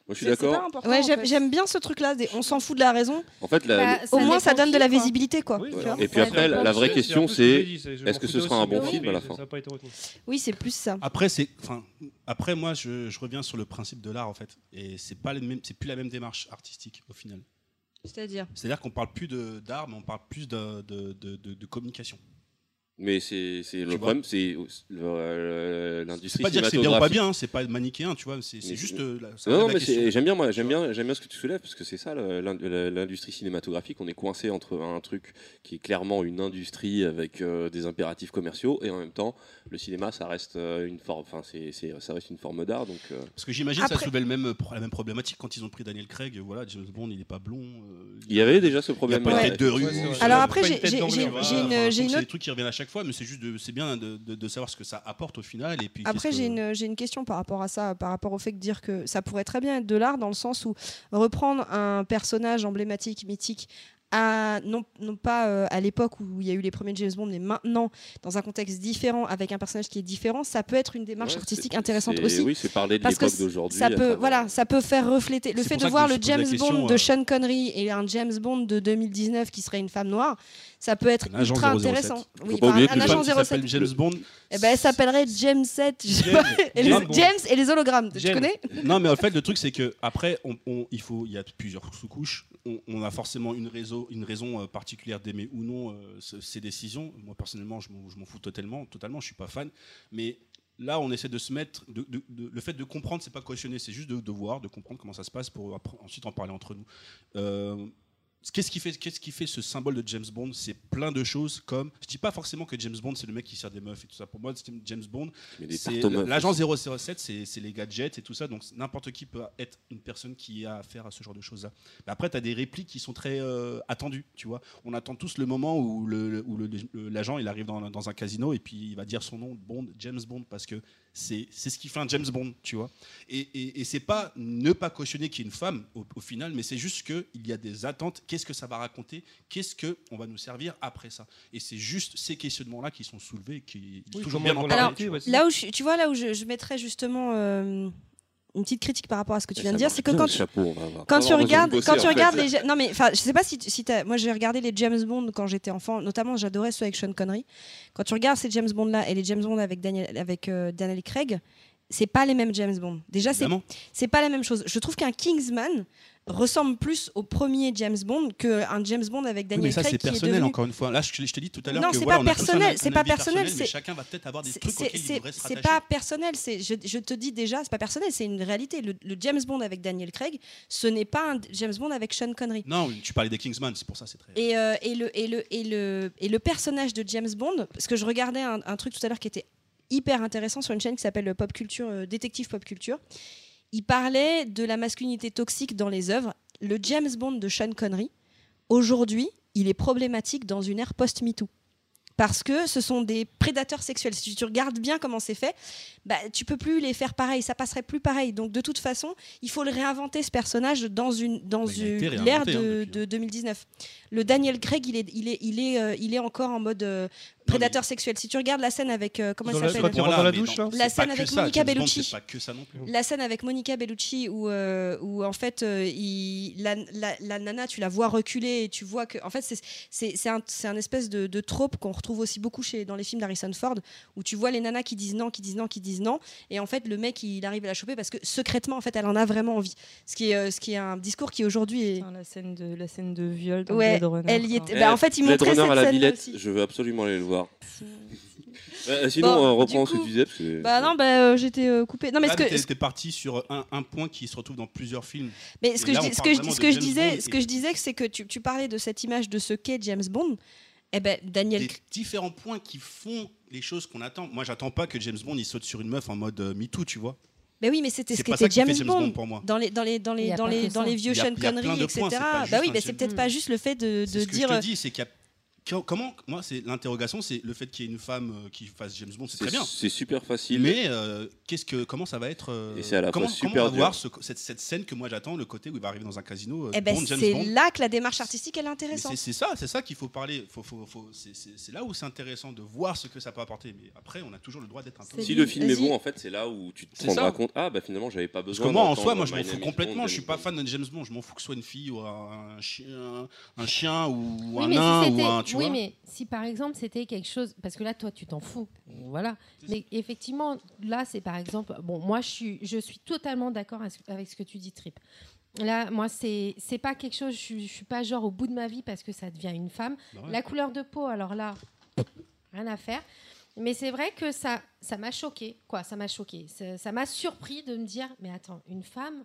[SPEAKER 7] Moi, je suis
[SPEAKER 2] C'est- c'est pas
[SPEAKER 7] d'accord.
[SPEAKER 2] important,
[SPEAKER 6] Ouais,
[SPEAKER 2] en
[SPEAKER 6] j'aime-
[SPEAKER 2] fait.
[SPEAKER 6] j'aime bien ce truc-là, des- on s'en fout de la raison,
[SPEAKER 7] En fait, la-
[SPEAKER 3] Bah,
[SPEAKER 7] le-
[SPEAKER 6] au
[SPEAKER 3] Ça
[SPEAKER 6] moins
[SPEAKER 3] dépend
[SPEAKER 6] ça donne de
[SPEAKER 3] qui,
[SPEAKER 6] la
[SPEAKER 3] quoi.
[SPEAKER 6] visibilité quoi.
[SPEAKER 4] Oui,
[SPEAKER 7] Ouais.
[SPEAKER 4] tu vois.
[SPEAKER 7] Et puis après,
[SPEAKER 4] C'est un peu
[SPEAKER 7] la
[SPEAKER 4] ce
[SPEAKER 7] vraie
[SPEAKER 4] que-
[SPEAKER 7] question,
[SPEAKER 4] un peu ce que
[SPEAKER 7] c'est,
[SPEAKER 4] j'ai dit, je m'en
[SPEAKER 7] est-ce que ce
[SPEAKER 4] foutais
[SPEAKER 7] sera un
[SPEAKER 4] aussi,
[SPEAKER 7] bon
[SPEAKER 4] mais
[SPEAKER 7] film à la
[SPEAKER 4] ça-
[SPEAKER 7] fin
[SPEAKER 4] Ça n'a pas été retenu.
[SPEAKER 6] Oui, c'est plus ça.
[SPEAKER 5] Après, c'est, enfin, après moi, je, je reviens sur le principe de l'art en fait, et c'est pas le même, c'est plus la même démarche artistique au final.
[SPEAKER 6] C'est-à-dire
[SPEAKER 5] C'est-à-dire qu'on parle plus de d'art, mais on parle plus de, de, de- de- de communication.
[SPEAKER 7] mais c'est c'est le
[SPEAKER 5] vois.
[SPEAKER 7] problème, c'est le- euh,
[SPEAKER 5] C'est
[SPEAKER 7] l'industrie
[SPEAKER 5] pas dire que c'est
[SPEAKER 7] cinématographique.
[SPEAKER 5] bien ou pas bien, hein, c'est pas manichéen, tu vois, c'est c'est
[SPEAKER 7] Mais-
[SPEAKER 5] juste euh, la, ça
[SPEAKER 7] Non,
[SPEAKER 5] relève la
[SPEAKER 7] non, mais
[SPEAKER 5] question.
[SPEAKER 7] c'est- j'aime bien, moi, j'aime bien, j'aime bien ce que tu soulèves parce que c'est ça le- l'ind- le- l'industrie cinématographique. On est coincé entre un truc qui est clairement une industrie avec euh, des impératifs commerciaux et en même temps, le cinéma, ça reste euh, une forme, enfin, c'est, c'est- ça reste une forme d'art. Donc, euh,
[SPEAKER 5] Parce que j'imagine que ça
[SPEAKER 6] Après-
[SPEAKER 5] soulevait le même, pro- la même problématique quand ils ont pris Daniel Craig. Voilà, James Bond, il est pas blond. euh,
[SPEAKER 7] il y avait déjà
[SPEAKER 5] Il
[SPEAKER 7] ce
[SPEAKER 5] n'y a
[SPEAKER 7] problème.
[SPEAKER 5] pas
[SPEAKER 6] Ouais.
[SPEAKER 5] une tête de rue.
[SPEAKER 4] Ouais, c'est vrai.
[SPEAKER 6] Alors
[SPEAKER 4] Euh,
[SPEAKER 6] après,
[SPEAKER 4] pas une
[SPEAKER 6] j'ai-
[SPEAKER 4] tête
[SPEAKER 6] j'ai-
[SPEAKER 4] d'anglais,
[SPEAKER 6] j'ai-
[SPEAKER 4] voilà.
[SPEAKER 5] Voilà,
[SPEAKER 6] j'ai une-
[SPEAKER 5] enfin, donc
[SPEAKER 6] j'ai une
[SPEAKER 5] c'est des
[SPEAKER 6] autre-
[SPEAKER 5] trucs qui reviennent à chaque fois, mais c'est juste, de- c'est bien de, de- de savoir ce que ça apporte au final. Et puis
[SPEAKER 6] Après,
[SPEAKER 5] qu'est-ce que-
[SPEAKER 6] j'ai une, j'ai une question par rapport à ça, par rapport au fait de dire que ça pourrait très bien être de l'art, dans le sens où reprendre un personnage emblématique, mythique, à, non, non pas euh, à l'époque où il y a eu les premiers James Bond, mais maintenant, dans un contexte différent, avec un personnage qui est différent, ça peut être une démarche
[SPEAKER 7] Ouais,
[SPEAKER 6] artistique
[SPEAKER 7] c'est-
[SPEAKER 6] intéressante
[SPEAKER 7] c'est-
[SPEAKER 6] aussi.
[SPEAKER 7] Oui, c'est parler de
[SPEAKER 6] Parce que
[SPEAKER 7] l'époque
[SPEAKER 6] c-
[SPEAKER 7] d'aujourd'hui.
[SPEAKER 6] ça
[SPEAKER 7] à
[SPEAKER 6] peut,
[SPEAKER 7] travers-
[SPEAKER 6] voilà, ça peut faire refléter le
[SPEAKER 5] C'est
[SPEAKER 6] fait
[SPEAKER 5] pour
[SPEAKER 6] de
[SPEAKER 5] ça que
[SPEAKER 6] voir
[SPEAKER 5] je
[SPEAKER 6] le
[SPEAKER 5] pose la
[SPEAKER 6] James
[SPEAKER 5] question,
[SPEAKER 6] Bond
[SPEAKER 5] euh,
[SPEAKER 6] de Sean Connery et un James Bond de 2019 qui serait une femme noire, ça peut être
[SPEAKER 5] Un agent
[SPEAKER 6] ultra
[SPEAKER 5] 007.
[SPEAKER 6] intéressant. Oui,
[SPEAKER 7] pas
[SPEAKER 6] enfin,
[SPEAKER 7] oublier que
[SPEAKER 6] un
[SPEAKER 5] Une
[SPEAKER 7] le
[SPEAKER 6] agent
[SPEAKER 5] femme qui
[SPEAKER 6] 07
[SPEAKER 5] s'appelle James Bond.
[SPEAKER 6] eh ben, elle s'appellerait James 7. je sais
[SPEAKER 5] James.
[SPEAKER 6] pas. Et les-
[SPEAKER 4] James
[SPEAKER 6] James,
[SPEAKER 4] Bond.
[SPEAKER 6] et les hologrammes. Tu
[SPEAKER 4] James.
[SPEAKER 6] connais
[SPEAKER 5] Non, mais en fait, le truc, c'est que après, on, on- il faut, il y a plusieurs sous-couches. On, on a forcément une, réseau, une raison euh, particulière d'aimer ou non euh, ce- ces décisions. Moi, personnellement, je m'en je m'en fous totalement, totalement. Je suis pas fan. Mais là, on essaie de se mettre. de- de- de- le fait de comprendre, c'est pas cautionner, c'est juste de, de voir, de comprendre comment ça se passe pour après- ensuite en parler entre nous. Euh, Qu'est-ce qui, fait, qu'est-ce qui fait ce symbole de James Bond C'est plein de choses comme. Je dis pas forcément que James Bond, c'est le mec qui sert des meufs et tout ça. Pour moi, James Bond,
[SPEAKER 7] Mais des
[SPEAKER 5] c'est-
[SPEAKER 7] tartes aux meufs.
[SPEAKER 5] L'agent 007, c'est c'est les gadgets et tout ça, donc n'importe qui peut être une personne qui a affaire à ce genre de choses-là. Mais après, tu as des répliques qui sont très euh, attendues, tu vois. On attend tous le moment où le- où le- le- l'agent il arrive dans, dans un casino et puis il va dire son nom, Bond, James Bond, parce que c'est c'est ce qui fait un James Bond, tu vois. Et, et, et c'est pas ne pas cautionner qu'il y ait une femme au, au final, mais c'est juste qu'il y a des attentes. Qu'est-ce que ça va raconter Qu'est-ce que on va nous servir après ça Et c'est juste ces questionnements-là qui sont soulevés, qui
[SPEAKER 4] Oui,
[SPEAKER 5] toujours
[SPEAKER 4] comment
[SPEAKER 5] bien
[SPEAKER 4] ils vont
[SPEAKER 5] en
[SPEAKER 4] la
[SPEAKER 5] parler,
[SPEAKER 6] Alors,
[SPEAKER 5] tu
[SPEAKER 4] ouais, c'est-
[SPEAKER 6] Là où je, tu vois là où je, je mettrais justement euh, une petite critique par rapport à ce que tu
[SPEAKER 7] Ça
[SPEAKER 6] viens de dire,
[SPEAKER 7] marche
[SPEAKER 6] c'est que
[SPEAKER 7] bien,
[SPEAKER 6] quand
[SPEAKER 7] le
[SPEAKER 6] tu,
[SPEAKER 7] chapeau, on va avoir-
[SPEAKER 6] quand
[SPEAKER 7] on va
[SPEAKER 6] tu
[SPEAKER 7] avoir besoin de
[SPEAKER 6] regardes,
[SPEAKER 7] bosser,
[SPEAKER 6] quand tu
[SPEAKER 7] en fait.
[SPEAKER 6] regardes les, ja- non mais enfin, je sais pas si, tu- si t'as- moi j'ai regardé les James Bond quand j'étais enfant, notamment j'adorais ceux avec Sean Connery. Quand tu regardes ces James Bond là et les James Bond avec Daniel, avec euh, Daniel Craig, c'est pas les mêmes James Bond. Déjà c'est
[SPEAKER 5] Évidemment.
[SPEAKER 6] c'est pas la même chose. Je trouve qu'un Kingsman ressemble plus au premier James Bond qu'un James Bond avec
[SPEAKER 5] Oui,
[SPEAKER 6] Daniel
[SPEAKER 5] mais ça,
[SPEAKER 6] Craig
[SPEAKER 5] c'est
[SPEAKER 6] qui est
[SPEAKER 5] personnel,
[SPEAKER 6] devenu-
[SPEAKER 5] encore une fois. Là, je, je t'ai dit tout à l'heure
[SPEAKER 6] Non,
[SPEAKER 5] que
[SPEAKER 6] c'est
[SPEAKER 5] voilà,
[SPEAKER 6] pas
[SPEAKER 5] on a tous un-
[SPEAKER 6] personnel,
[SPEAKER 5] un
[SPEAKER 6] c'est pas
[SPEAKER 5] avis
[SPEAKER 6] personnel,
[SPEAKER 5] mais
[SPEAKER 6] c'est-
[SPEAKER 5] chacun va peut-être avoir des
[SPEAKER 6] C'est-
[SPEAKER 5] trucs
[SPEAKER 6] c'est-
[SPEAKER 5] auxquels il
[SPEAKER 6] C'est
[SPEAKER 5] devrait se
[SPEAKER 6] c'est
[SPEAKER 5] rattacher.
[SPEAKER 6] pas personnel, c'est- je, je te dis déjà, c'est pas personnel, c'est une réalité. Le, le James Bond avec Daniel Craig, ce n'est pas un James Bond avec Sean Connery.
[SPEAKER 5] Non, tu parlais des Kingsman, c'est pour ça, c'est très.
[SPEAKER 6] Et, euh, et, le, et, le, et, le, et le personnage de James Bond, parce que je regardais un, un truc tout à l'heure qui était hyper intéressant sur une chaîne qui s'appelle le Pop Culture, euh, Détective Pop Culture. Il parlait de la masculinité toxique dans les œuvres. Le James Bond de Sean Connery, aujourd'hui, il est problématique dans une ère post-MeToo. Parce que ce sont des prédateurs sexuels. Si tu regardes bien comment c'est fait, bah, tu peux plus les faire pareil, ça passerait plus pareil. Donc de toute façon, il faut le réinventer ce personnage dans une dans
[SPEAKER 5] Bah, il a été
[SPEAKER 6] une-
[SPEAKER 5] réinventé,
[SPEAKER 6] l'ère
[SPEAKER 5] hein,
[SPEAKER 6] de,
[SPEAKER 5] depuis, hein.
[SPEAKER 6] de 2019. Le Daniel Craig, il est il est il est euh, il est encore en mode euh, prédateur sexuel. Si tu regardes la scène avec euh, comment
[SPEAKER 4] Dans
[SPEAKER 6] elle
[SPEAKER 4] la-
[SPEAKER 6] s'appelle
[SPEAKER 4] quand il rentre dans la douche, là.
[SPEAKER 6] La scène avec Monica Bellucci.
[SPEAKER 5] C'est pas que ça non plus.
[SPEAKER 6] la scène avec Monica Bellucci où, euh, où en fait euh, il- la, la- la nana tu la vois reculer et tu vois que en fait c'est- c'est c'est un, c'est un espèce de, de trope qu'on retrouve aussi beaucoup chez, dans les films d'Harrison Ford où tu vois les nanas qui disent non qui disent non qui disent non et en fait le mec il arrive à la choper parce que secrètement en fait elle en a vraiment envie ce qui est, euh, ce qui est un discours qui aujourd'hui est
[SPEAKER 2] Putain, la, scène de, la scène de viol dans
[SPEAKER 6] Ouais,
[SPEAKER 2] Blade Runner.
[SPEAKER 6] elle y
[SPEAKER 2] Ah.
[SPEAKER 6] était bah, en fait il
[SPEAKER 7] Blade
[SPEAKER 6] montrait
[SPEAKER 7] Runner
[SPEAKER 6] cette
[SPEAKER 7] à la
[SPEAKER 6] scène
[SPEAKER 7] Villette,
[SPEAKER 6] aussi
[SPEAKER 7] je veux absolument aller le voir. Euh,
[SPEAKER 6] Bon,
[SPEAKER 7] sinon, on
[SPEAKER 6] du
[SPEAKER 7] reprend ce que
[SPEAKER 6] coup-
[SPEAKER 7] tu disais. Parce que,
[SPEAKER 6] bah non bah euh, j'étais euh, coupée non mais
[SPEAKER 5] Là,
[SPEAKER 6] ce que
[SPEAKER 5] t'es- t'es parti sur un, un point qui se retrouve dans plusieurs films.
[SPEAKER 6] Mais
[SPEAKER 5] Et
[SPEAKER 6] ce que,
[SPEAKER 5] là,
[SPEAKER 6] je,
[SPEAKER 5] on
[SPEAKER 6] dis- ce
[SPEAKER 5] parle
[SPEAKER 6] que, je,
[SPEAKER 5] vraiment
[SPEAKER 6] ce
[SPEAKER 5] de
[SPEAKER 6] que je
[SPEAKER 5] James
[SPEAKER 6] disais,
[SPEAKER 5] Bond
[SPEAKER 6] ce
[SPEAKER 5] et-
[SPEAKER 6] que je disais, c'est que tu, tu parlais de cette image de ce qu'est James Bond. Eh ben, Daniel,
[SPEAKER 5] Les différents points qui font les choses qu'on attend. Moi, j'attends pas que James Bond il saute sur une meuf en mode euh, Me Too, tu vois.
[SPEAKER 6] ben oui, mais c'était ce
[SPEAKER 5] C'est pas ça qui
[SPEAKER 6] qu'était
[SPEAKER 5] fait
[SPEAKER 6] James,
[SPEAKER 5] James
[SPEAKER 6] Bond
[SPEAKER 5] Bond pour moi.
[SPEAKER 6] dans les dans les dans
[SPEAKER 3] Il y
[SPEAKER 6] les
[SPEAKER 3] a
[SPEAKER 6] dans
[SPEAKER 3] pas
[SPEAKER 6] les
[SPEAKER 3] que
[SPEAKER 6] dans
[SPEAKER 3] ça.
[SPEAKER 6] les vieux
[SPEAKER 5] Il y a-
[SPEAKER 6] Sean
[SPEAKER 5] il y a plein
[SPEAKER 6] Connery,
[SPEAKER 5] de points,
[SPEAKER 6] etc.
[SPEAKER 5] c'est pas juste un
[SPEAKER 6] Bah oui, mais
[SPEAKER 5] James
[SPEAKER 6] c'est peut-être
[SPEAKER 3] Bond.
[SPEAKER 6] pas juste le fait de,
[SPEAKER 5] C'est
[SPEAKER 6] de
[SPEAKER 5] ce que je
[SPEAKER 6] dire.
[SPEAKER 5] te
[SPEAKER 6] euh,
[SPEAKER 5] dis, c'est qu'il y a- Qu- Comment moi c'est l'interrogation, c'est le fait qu'il y ait une femme euh, qui fasse James Bond, c'est
[SPEAKER 7] c'est-
[SPEAKER 5] très bien.
[SPEAKER 7] C'est super facile.
[SPEAKER 5] Mais euh, qu'est-ce que comment ça va être euh,
[SPEAKER 7] Et c'est à la
[SPEAKER 5] Comment,
[SPEAKER 7] fois
[SPEAKER 5] comment
[SPEAKER 7] super
[SPEAKER 5] on va
[SPEAKER 7] dur.
[SPEAKER 5] voir ce- cette, cette scène que moi j'attends, le côté où il va arriver dans un casino. euh,
[SPEAKER 6] Eh ben,
[SPEAKER 5] Bond, James
[SPEAKER 6] c'est
[SPEAKER 5] Bond.
[SPEAKER 6] là que la démarche artistique elle est
[SPEAKER 5] Mais
[SPEAKER 6] intéressante.
[SPEAKER 5] C'est c'est ça, c'est ça qu'il faut parler. Faut, faut- faut- c'est- c'est c'est là où c'est intéressant de voir ce que ça peut apporter. Mais après, on a toujours le droit d'être un peu.
[SPEAKER 3] C'est
[SPEAKER 7] Si
[SPEAKER 3] Vas-y,
[SPEAKER 7] le film est
[SPEAKER 3] vas-y.
[SPEAKER 7] bon, en fait, c'est là où tu te
[SPEAKER 5] C'est
[SPEAKER 7] rendras
[SPEAKER 5] ça.
[SPEAKER 7] compte. Ah, bah finalement, j'avais pas
[SPEAKER 5] Parce
[SPEAKER 7] besoin.
[SPEAKER 5] que moi, en
[SPEAKER 7] d'entendre
[SPEAKER 5] soi, moi, je
[SPEAKER 7] My
[SPEAKER 5] m'en
[SPEAKER 7] Name
[SPEAKER 5] fous
[SPEAKER 7] is
[SPEAKER 5] complètement.
[SPEAKER 7] Bond,
[SPEAKER 5] Je suis
[SPEAKER 7] James
[SPEAKER 5] pas
[SPEAKER 7] Bond.
[SPEAKER 5] fan de James Bond. Je m'en fous que ce soit une fille ou un chien, un chien ou
[SPEAKER 3] Oui,
[SPEAKER 5] un
[SPEAKER 3] mais si
[SPEAKER 5] nain ou
[SPEAKER 3] c'était-
[SPEAKER 5] un. Tu
[SPEAKER 3] oui,
[SPEAKER 5] vois.
[SPEAKER 3] mais si par exemple c'était quelque chose, parce que là toi tu t'en fous, voilà.
[SPEAKER 5] C'est
[SPEAKER 3] Mais effectivement, là c'est par exemple, bon moi je suis, je suis totalement d'accord à ce- avec ce que tu dis Trip. Là moi c'est, c'est pas quelque chose, je, je suis pas genre au bout de ma vie parce que ça devient une femme.
[SPEAKER 5] Bah ouais.
[SPEAKER 3] La couleur de peau, alors là, rien à faire. Mais c'est vrai que ça, ça m'a choqué, quoi, ça m'a choqué, ça ça m'a surpris de me dire, mais attends, une femme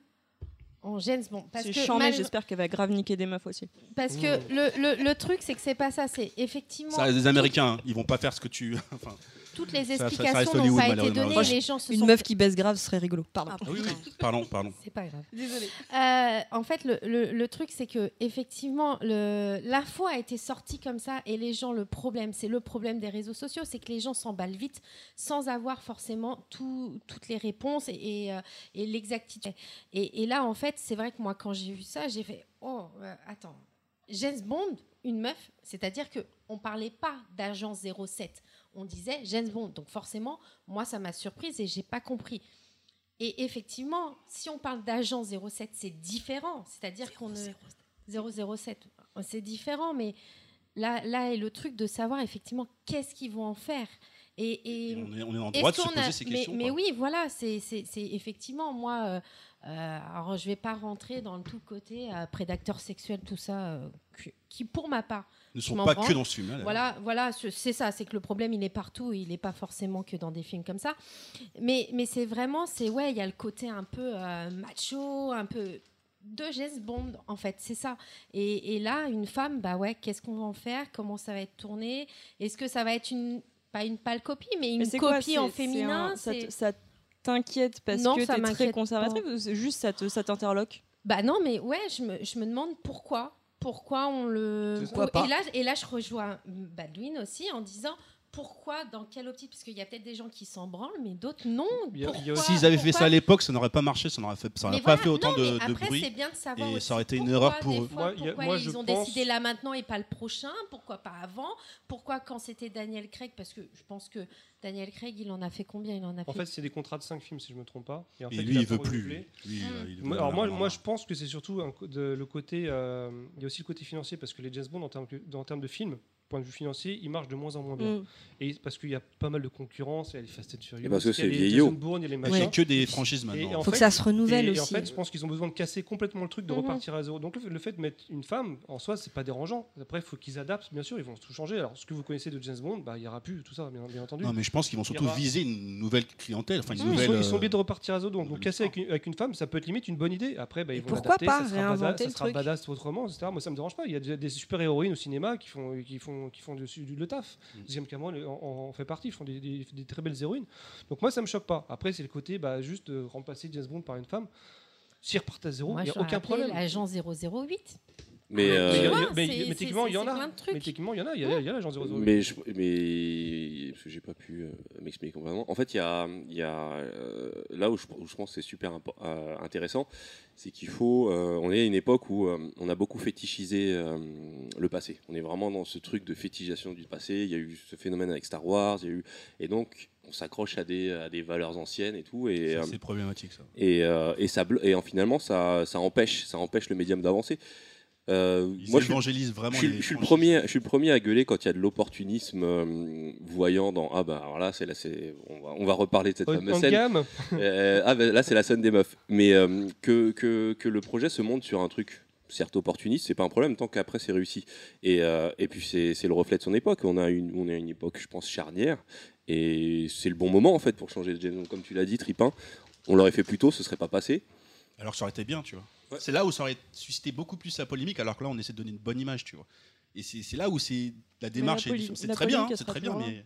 [SPEAKER 3] en James Bond, parce
[SPEAKER 2] C'est
[SPEAKER 3] que
[SPEAKER 2] chiant, mais
[SPEAKER 3] malgré-
[SPEAKER 2] j'espère qu'elle va grave niquer des meufs aussi.
[SPEAKER 3] parce que
[SPEAKER 4] Mmh.
[SPEAKER 3] le, le- le truc, c'est que c'est pas ça. C'est effectivement
[SPEAKER 5] Ça reste des Américains, hein. ils vont pas faire ce que tu. Enfin,
[SPEAKER 3] toutes les
[SPEAKER 5] ça- ça reste
[SPEAKER 3] explications n'ont
[SPEAKER 5] Hollywood,
[SPEAKER 3] pas été
[SPEAKER 5] malheureusement.
[SPEAKER 3] données.
[SPEAKER 5] Moi,
[SPEAKER 3] et Les gens se
[SPEAKER 6] Une
[SPEAKER 3] sont
[SPEAKER 6] meuf qui baisse grave ce serait rigolo. Pardon.
[SPEAKER 5] ah oui, oui. Pardon, pardon.
[SPEAKER 3] C'est pas grave.
[SPEAKER 6] Désolée.
[SPEAKER 3] Euh, en fait, le, le- le truc, c'est que effectivement, le- l'info a été sortie comme ça et les gens, le problème, c'est le problème des réseaux sociaux, c'est que les gens s'emballent vite sans avoir forcément tout- toutes les réponses et, et, euh, et l'exactitude. Et, et là, en fait, c'est vrai que moi, quand j'ai vu ça, j'ai fait Oh, euh, attends, James Bond, une meuf, c'est-à-dire que on parlait pas d'agent 07, on disait James Bond. Donc forcément, moi, ça m'a surprise et j'ai pas compris. Et effectivement, si on parle d'agent 07, c'est différent. C'est-à-dire qu'on ne. 007, c'est différent, mais là, là est le truc de savoir effectivement qu'est-ce qu'ils vont en faire. Et,
[SPEAKER 5] Et
[SPEAKER 3] et-
[SPEAKER 5] on, est, on est en
[SPEAKER 3] est-ce
[SPEAKER 5] droit de se
[SPEAKER 3] qu'on
[SPEAKER 5] poser
[SPEAKER 3] a-
[SPEAKER 5] ces
[SPEAKER 3] mais,
[SPEAKER 5] questions.
[SPEAKER 3] mais
[SPEAKER 5] quoi.
[SPEAKER 3] oui, voilà, c'est c'est- c'est effectivement moi. euh, euh, alors, je vais pas rentrer dans le tout côté euh, prédateur sexuel, tout ça, euh, que- qui pour ma part,
[SPEAKER 5] ne
[SPEAKER 3] je
[SPEAKER 5] sont
[SPEAKER 3] m'en
[SPEAKER 5] pas
[SPEAKER 3] branle.
[SPEAKER 5] que dans ce film. hein, là.
[SPEAKER 3] voilà, voilà, ce- c'est ça, c'est que le problème il est partout, il n'est pas forcément que dans des films comme ça. Mais, mais c'est vraiment, c'est ouais, il y a le côté un peu euh, macho, un peu de James Bond en fait, c'est ça. Et, et là, une femme, bah ouais, qu'est-ce qu'on va en faire Comment ça va être tourné Est-ce que ça va être une pas une pâle copie, mais une
[SPEAKER 2] c'est quoi,
[SPEAKER 3] copie
[SPEAKER 2] c'est-
[SPEAKER 3] en
[SPEAKER 2] c'est
[SPEAKER 3] féminin
[SPEAKER 2] un- ça te-
[SPEAKER 3] c'est-
[SPEAKER 2] Ça t'inquiète parce
[SPEAKER 3] Non,
[SPEAKER 2] que
[SPEAKER 3] ça
[SPEAKER 2] t'es très
[SPEAKER 3] m'inquiète
[SPEAKER 2] conservatrice ou c'est juste ça te- ça t'interloque
[SPEAKER 3] Bah non, mais ouais, je me, je me demande pourquoi. Pourquoi on le.
[SPEAKER 4] C'est ça. Pourquoi
[SPEAKER 3] et, là, et là, je rejoins Badwin aussi en disant pourquoi, dans quelle optique Parce qu'il y a peut-être des gens qui s'en branlent, mais d'autres non.
[SPEAKER 4] Il y a- il y a
[SPEAKER 3] Pourquoi-
[SPEAKER 5] S'ils avaient fait
[SPEAKER 3] pourquoi
[SPEAKER 5] ça à l'époque, ça n'aurait pas marché, ça n'aurait fait- ça n'aurait
[SPEAKER 3] Mais
[SPEAKER 5] pas
[SPEAKER 3] voilà,
[SPEAKER 5] fait autant
[SPEAKER 3] non,
[SPEAKER 4] euh,
[SPEAKER 5] de,
[SPEAKER 3] mais
[SPEAKER 5] de
[SPEAKER 3] après,
[SPEAKER 5] bruit.
[SPEAKER 3] c'est bien de savoir
[SPEAKER 5] et
[SPEAKER 3] aussi
[SPEAKER 5] ça aurait été une
[SPEAKER 3] pourquoi,
[SPEAKER 5] erreur pour
[SPEAKER 3] des
[SPEAKER 5] eux.
[SPEAKER 3] fois,
[SPEAKER 4] Moi, il y a-
[SPEAKER 3] pourquoi
[SPEAKER 4] moi,
[SPEAKER 3] ils
[SPEAKER 4] je
[SPEAKER 3] ont
[SPEAKER 4] pense-
[SPEAKER 3] décidé là maintenant et pas le prochain Pourquoi pas avant Pourquoi quand c'était Daniel Craig Parce que je pense que Daniel Craig, il en a fait combien Il en a
[SPEAKER 4] En fait,
[SPEAKER 3] fait.
[SPEAKER 4] c'est des contrats de 5 films, si je me trompe pas. en
[SPEAKER 5] Et
[SPEAKER 4] fait,
[SPEAKER 5] lui,
[SPEAKER 4] a
[SPEAKER 5] il
[SPEAKER 4] pas
[SPEAKER 5] veut plus.
[SPEAKER 4] renouvelé.
[SPEAKER 5] Lui,
[SPEAKER 3] Mm.
[SPEAKER 5] euh, il veut-
[SPEAKER 4] Moi- Alors moi,
[SPEAKER 5] non, non,
[SPEAKER 4] moi,
[SPEAKER 5] non.
[SPEAKER 4] je pense que c'est surtout un co- de- le côté. euh, Il y a aussi le côté financier parce que les James Bond en termes, que- en termes de films, point de vue financier, il marche de moins en moins bien.
[SPEAKER 6] Mm.
[SPEAKER 4] Et parce qu'il y a pas mal de concurrence, il y a les Fast and Furious,
[SPEAKER 1] Et parce que
[SPEAKER 4] il y a
[SPEAKER 1] c'est
[SPEAKER 4] les
[SPEAKER 1] vieillot.
[SPEAKER 4] Jason Bourne, il y a les
[SPEAKER 5] Il
[SPEAKER 4] machins.
[SPEAKER 5] n'y a que des franchises maintenant.
[SPEAKER 4] Et en
[SPEAKER 6] Faut que
[SPEAKER 4] fait-
[SPEAKER 6] ça se renouvelle
[SPEAKER 4] et, et
[SPEAKER 6] aussi.
[SPEAKER 4] en fait, je pense qu'ils ont besoin de casser complètement le truc, de
[SPEAKER 3] Mhm.
[SPEAKER 4] repartir à zéro. Donc le fait, le fait de mettre une femme, en soi, c'est pas dérangeant. Après, il faut qu'ils adaptent, bien sûr, ils vont tout changer. Alors, ce que vous connaissez de James Bond, bah, il y aura plus tout ça, bien, bien entendu.
[SPEAKER 5] Non, mais je pense qu'ils vont surtout
[SPEAKER 4] Il y aura-
[SPEAKER 5] viser une nouvelle clientèle. Enfin, une
[SPEAKER 4] Ils sont-
[SPEAKER 5] nouvelle,
[SPEAKER 4] ils sont
[SPEAKER 5] euh,
[SPEAKER 4] obligés de repartir à zéro. Donc, donc
[SPEAKER 5] nouvelle
[SPEAKER 4] casser avec une, avec une femme, ça peut être limite une bonne idée. Après, bah,
[SPEAKER 6] Et
[SPEAKER 4] ils vont
[SPEAKER 6] pourquoi
[SPEAKER 4] l'adapter,
[SPEAKER 6] pas
[SPEAKER 4] ça sera, badass,
[SPEAKER 6] réinventer
[SPEAKER 4] ça
[SPEAKER 6] le
[SPEAKER 4] sera
[SPEAKER 6] truc.
[SPEAKER 4] badass autrement, etc. Moi, ça me dérange pas. Il y a déjà des super-héroïnes au cinéma qui font, qui font, qui font du, du- le taf.
[SPEAKER 5] Mm.
[SPEAKER 4] Deuxième Cameron en, en fait partie. Ils font des, des- des très belles héroïnes. Donc moi, ça me choque pas. Après, c'est le côté bah, juste de remplacer James Bond par une femme. S'ils repartent à zéro,
[SPEAKER 3] Moi,
[SPEAKER 4] il n'y
[SPEAKER 3] je
[SPEAKER 4] a aucun problème.
[SPEAKER 3] L'agent 008.
[SPEAKER 1] Mais,
[SPEAKER 3] Ah,
[SPEAKER 1] euh,
[SPEAKER 4] Mais il y a-
[SPEAKER 3] Tu vois,
[SPEAKER 4] mais-
[SPEAKER 3] c'est-
[SPEAKER 4] mais
[SPEAKER 3] c'est-
[SPEAKER 4] techniquement, il y
[SPEAKER 3] c'est
[SPEAKER 4] en a.
[SPEAKER 3] plein de trucs.
[SPEAKER 4] Mais techniquement, il y en a. Il y a- il y a l'agent 008.
[SPEAKER 1] Mais, je, mais parce que j'ai pas pu euh, m'expliquer complètement. En fait, il y a, il y a, euh, là où je, où je pense que c'est super impo- euh, intéressant, c'est qu'il faut. euh, on est à une époque où euh, on a beaucoup fétichisé euh, le passé. On est vraiment dans ce truc de fétichisation du passé. Il y a eu ce phénomène avec Star Wars. Il y a eu et donc on s'accroche à des, à des valeurs anciennes et tout. Et,
[SPEAKER 5] ça,
[SPEAKER 1] euh,
[SPEAKER 5] C'est problématique, ça.
[SPEAKER 1] et, euh, et ça blo- et en, finalement ça, ça empêche ça empêche le médium d'avancer. Euh,
[SPEAKER 5] Ils
[SPEAKER 1] moi je suis-
[SPEAKER 5] évangélisent
[SPEAKER 1] je
[SPEAKER 5] vraiment
[SPEAKER 1] suis,
[SPEAKER 5] les
[SPEAKER 1] je suis le
[SPEAKER 5] franchises.
[SPEAKER 1] premier, je suis le premier à gueuler quand il y a de l'opportunisme euh, voyant dans ah bah alors là c'est là c'est on va, on va reparler de cette
[SPEAKER 4] En-
[SPEAKER 1] fameuse
[SPEAKER 4] En
[SPEAKER 1] scène
[SPEAKER 4] gamme,
[SPEAKER 1] Euh, ah bah, là c'est la scène des meufs mais euh, que, que que le projet se monte sur un truc certes opportuniste c'est pas un problème tant qu'après c'est réussi et, euh, et puis c'est c'est le reflet de son époque on a une on est à une époque je pense charnière et c'est le bon moment en fait pour changer de génome comme tu l'as dit Tripin on l'aurait fait plus tôt ce serait pas passé
[SPEAKER 5] Alors que ça aurait été bien, tu vois.
[SPEAKER 1] Ouais.
[SPEAKER 5] C'est là où ça aurait suscité beaucoup plus la polémique, alors que là, on essaie de donner une bonne image, tu vois. Et c'est c'est là où c'est la démarche.
[SPEAKER 2] la
[SPEAKER 5] est-
[SPEAKER 2] poli-
[SPEAKER 5] C'est
[SPEAKER 2] la
[SPEAKER 5] très bien,
[SPEAKER 2] polémique,
[SPEAKER 5] hein,
[SPEAKER 2] elle
[SPEAKER 5] c'est
[SPEAKER 2] sera
[SPEAKER 5] très bien,
[SPEAKER 2] toujours
[SPEAKER 5] mais.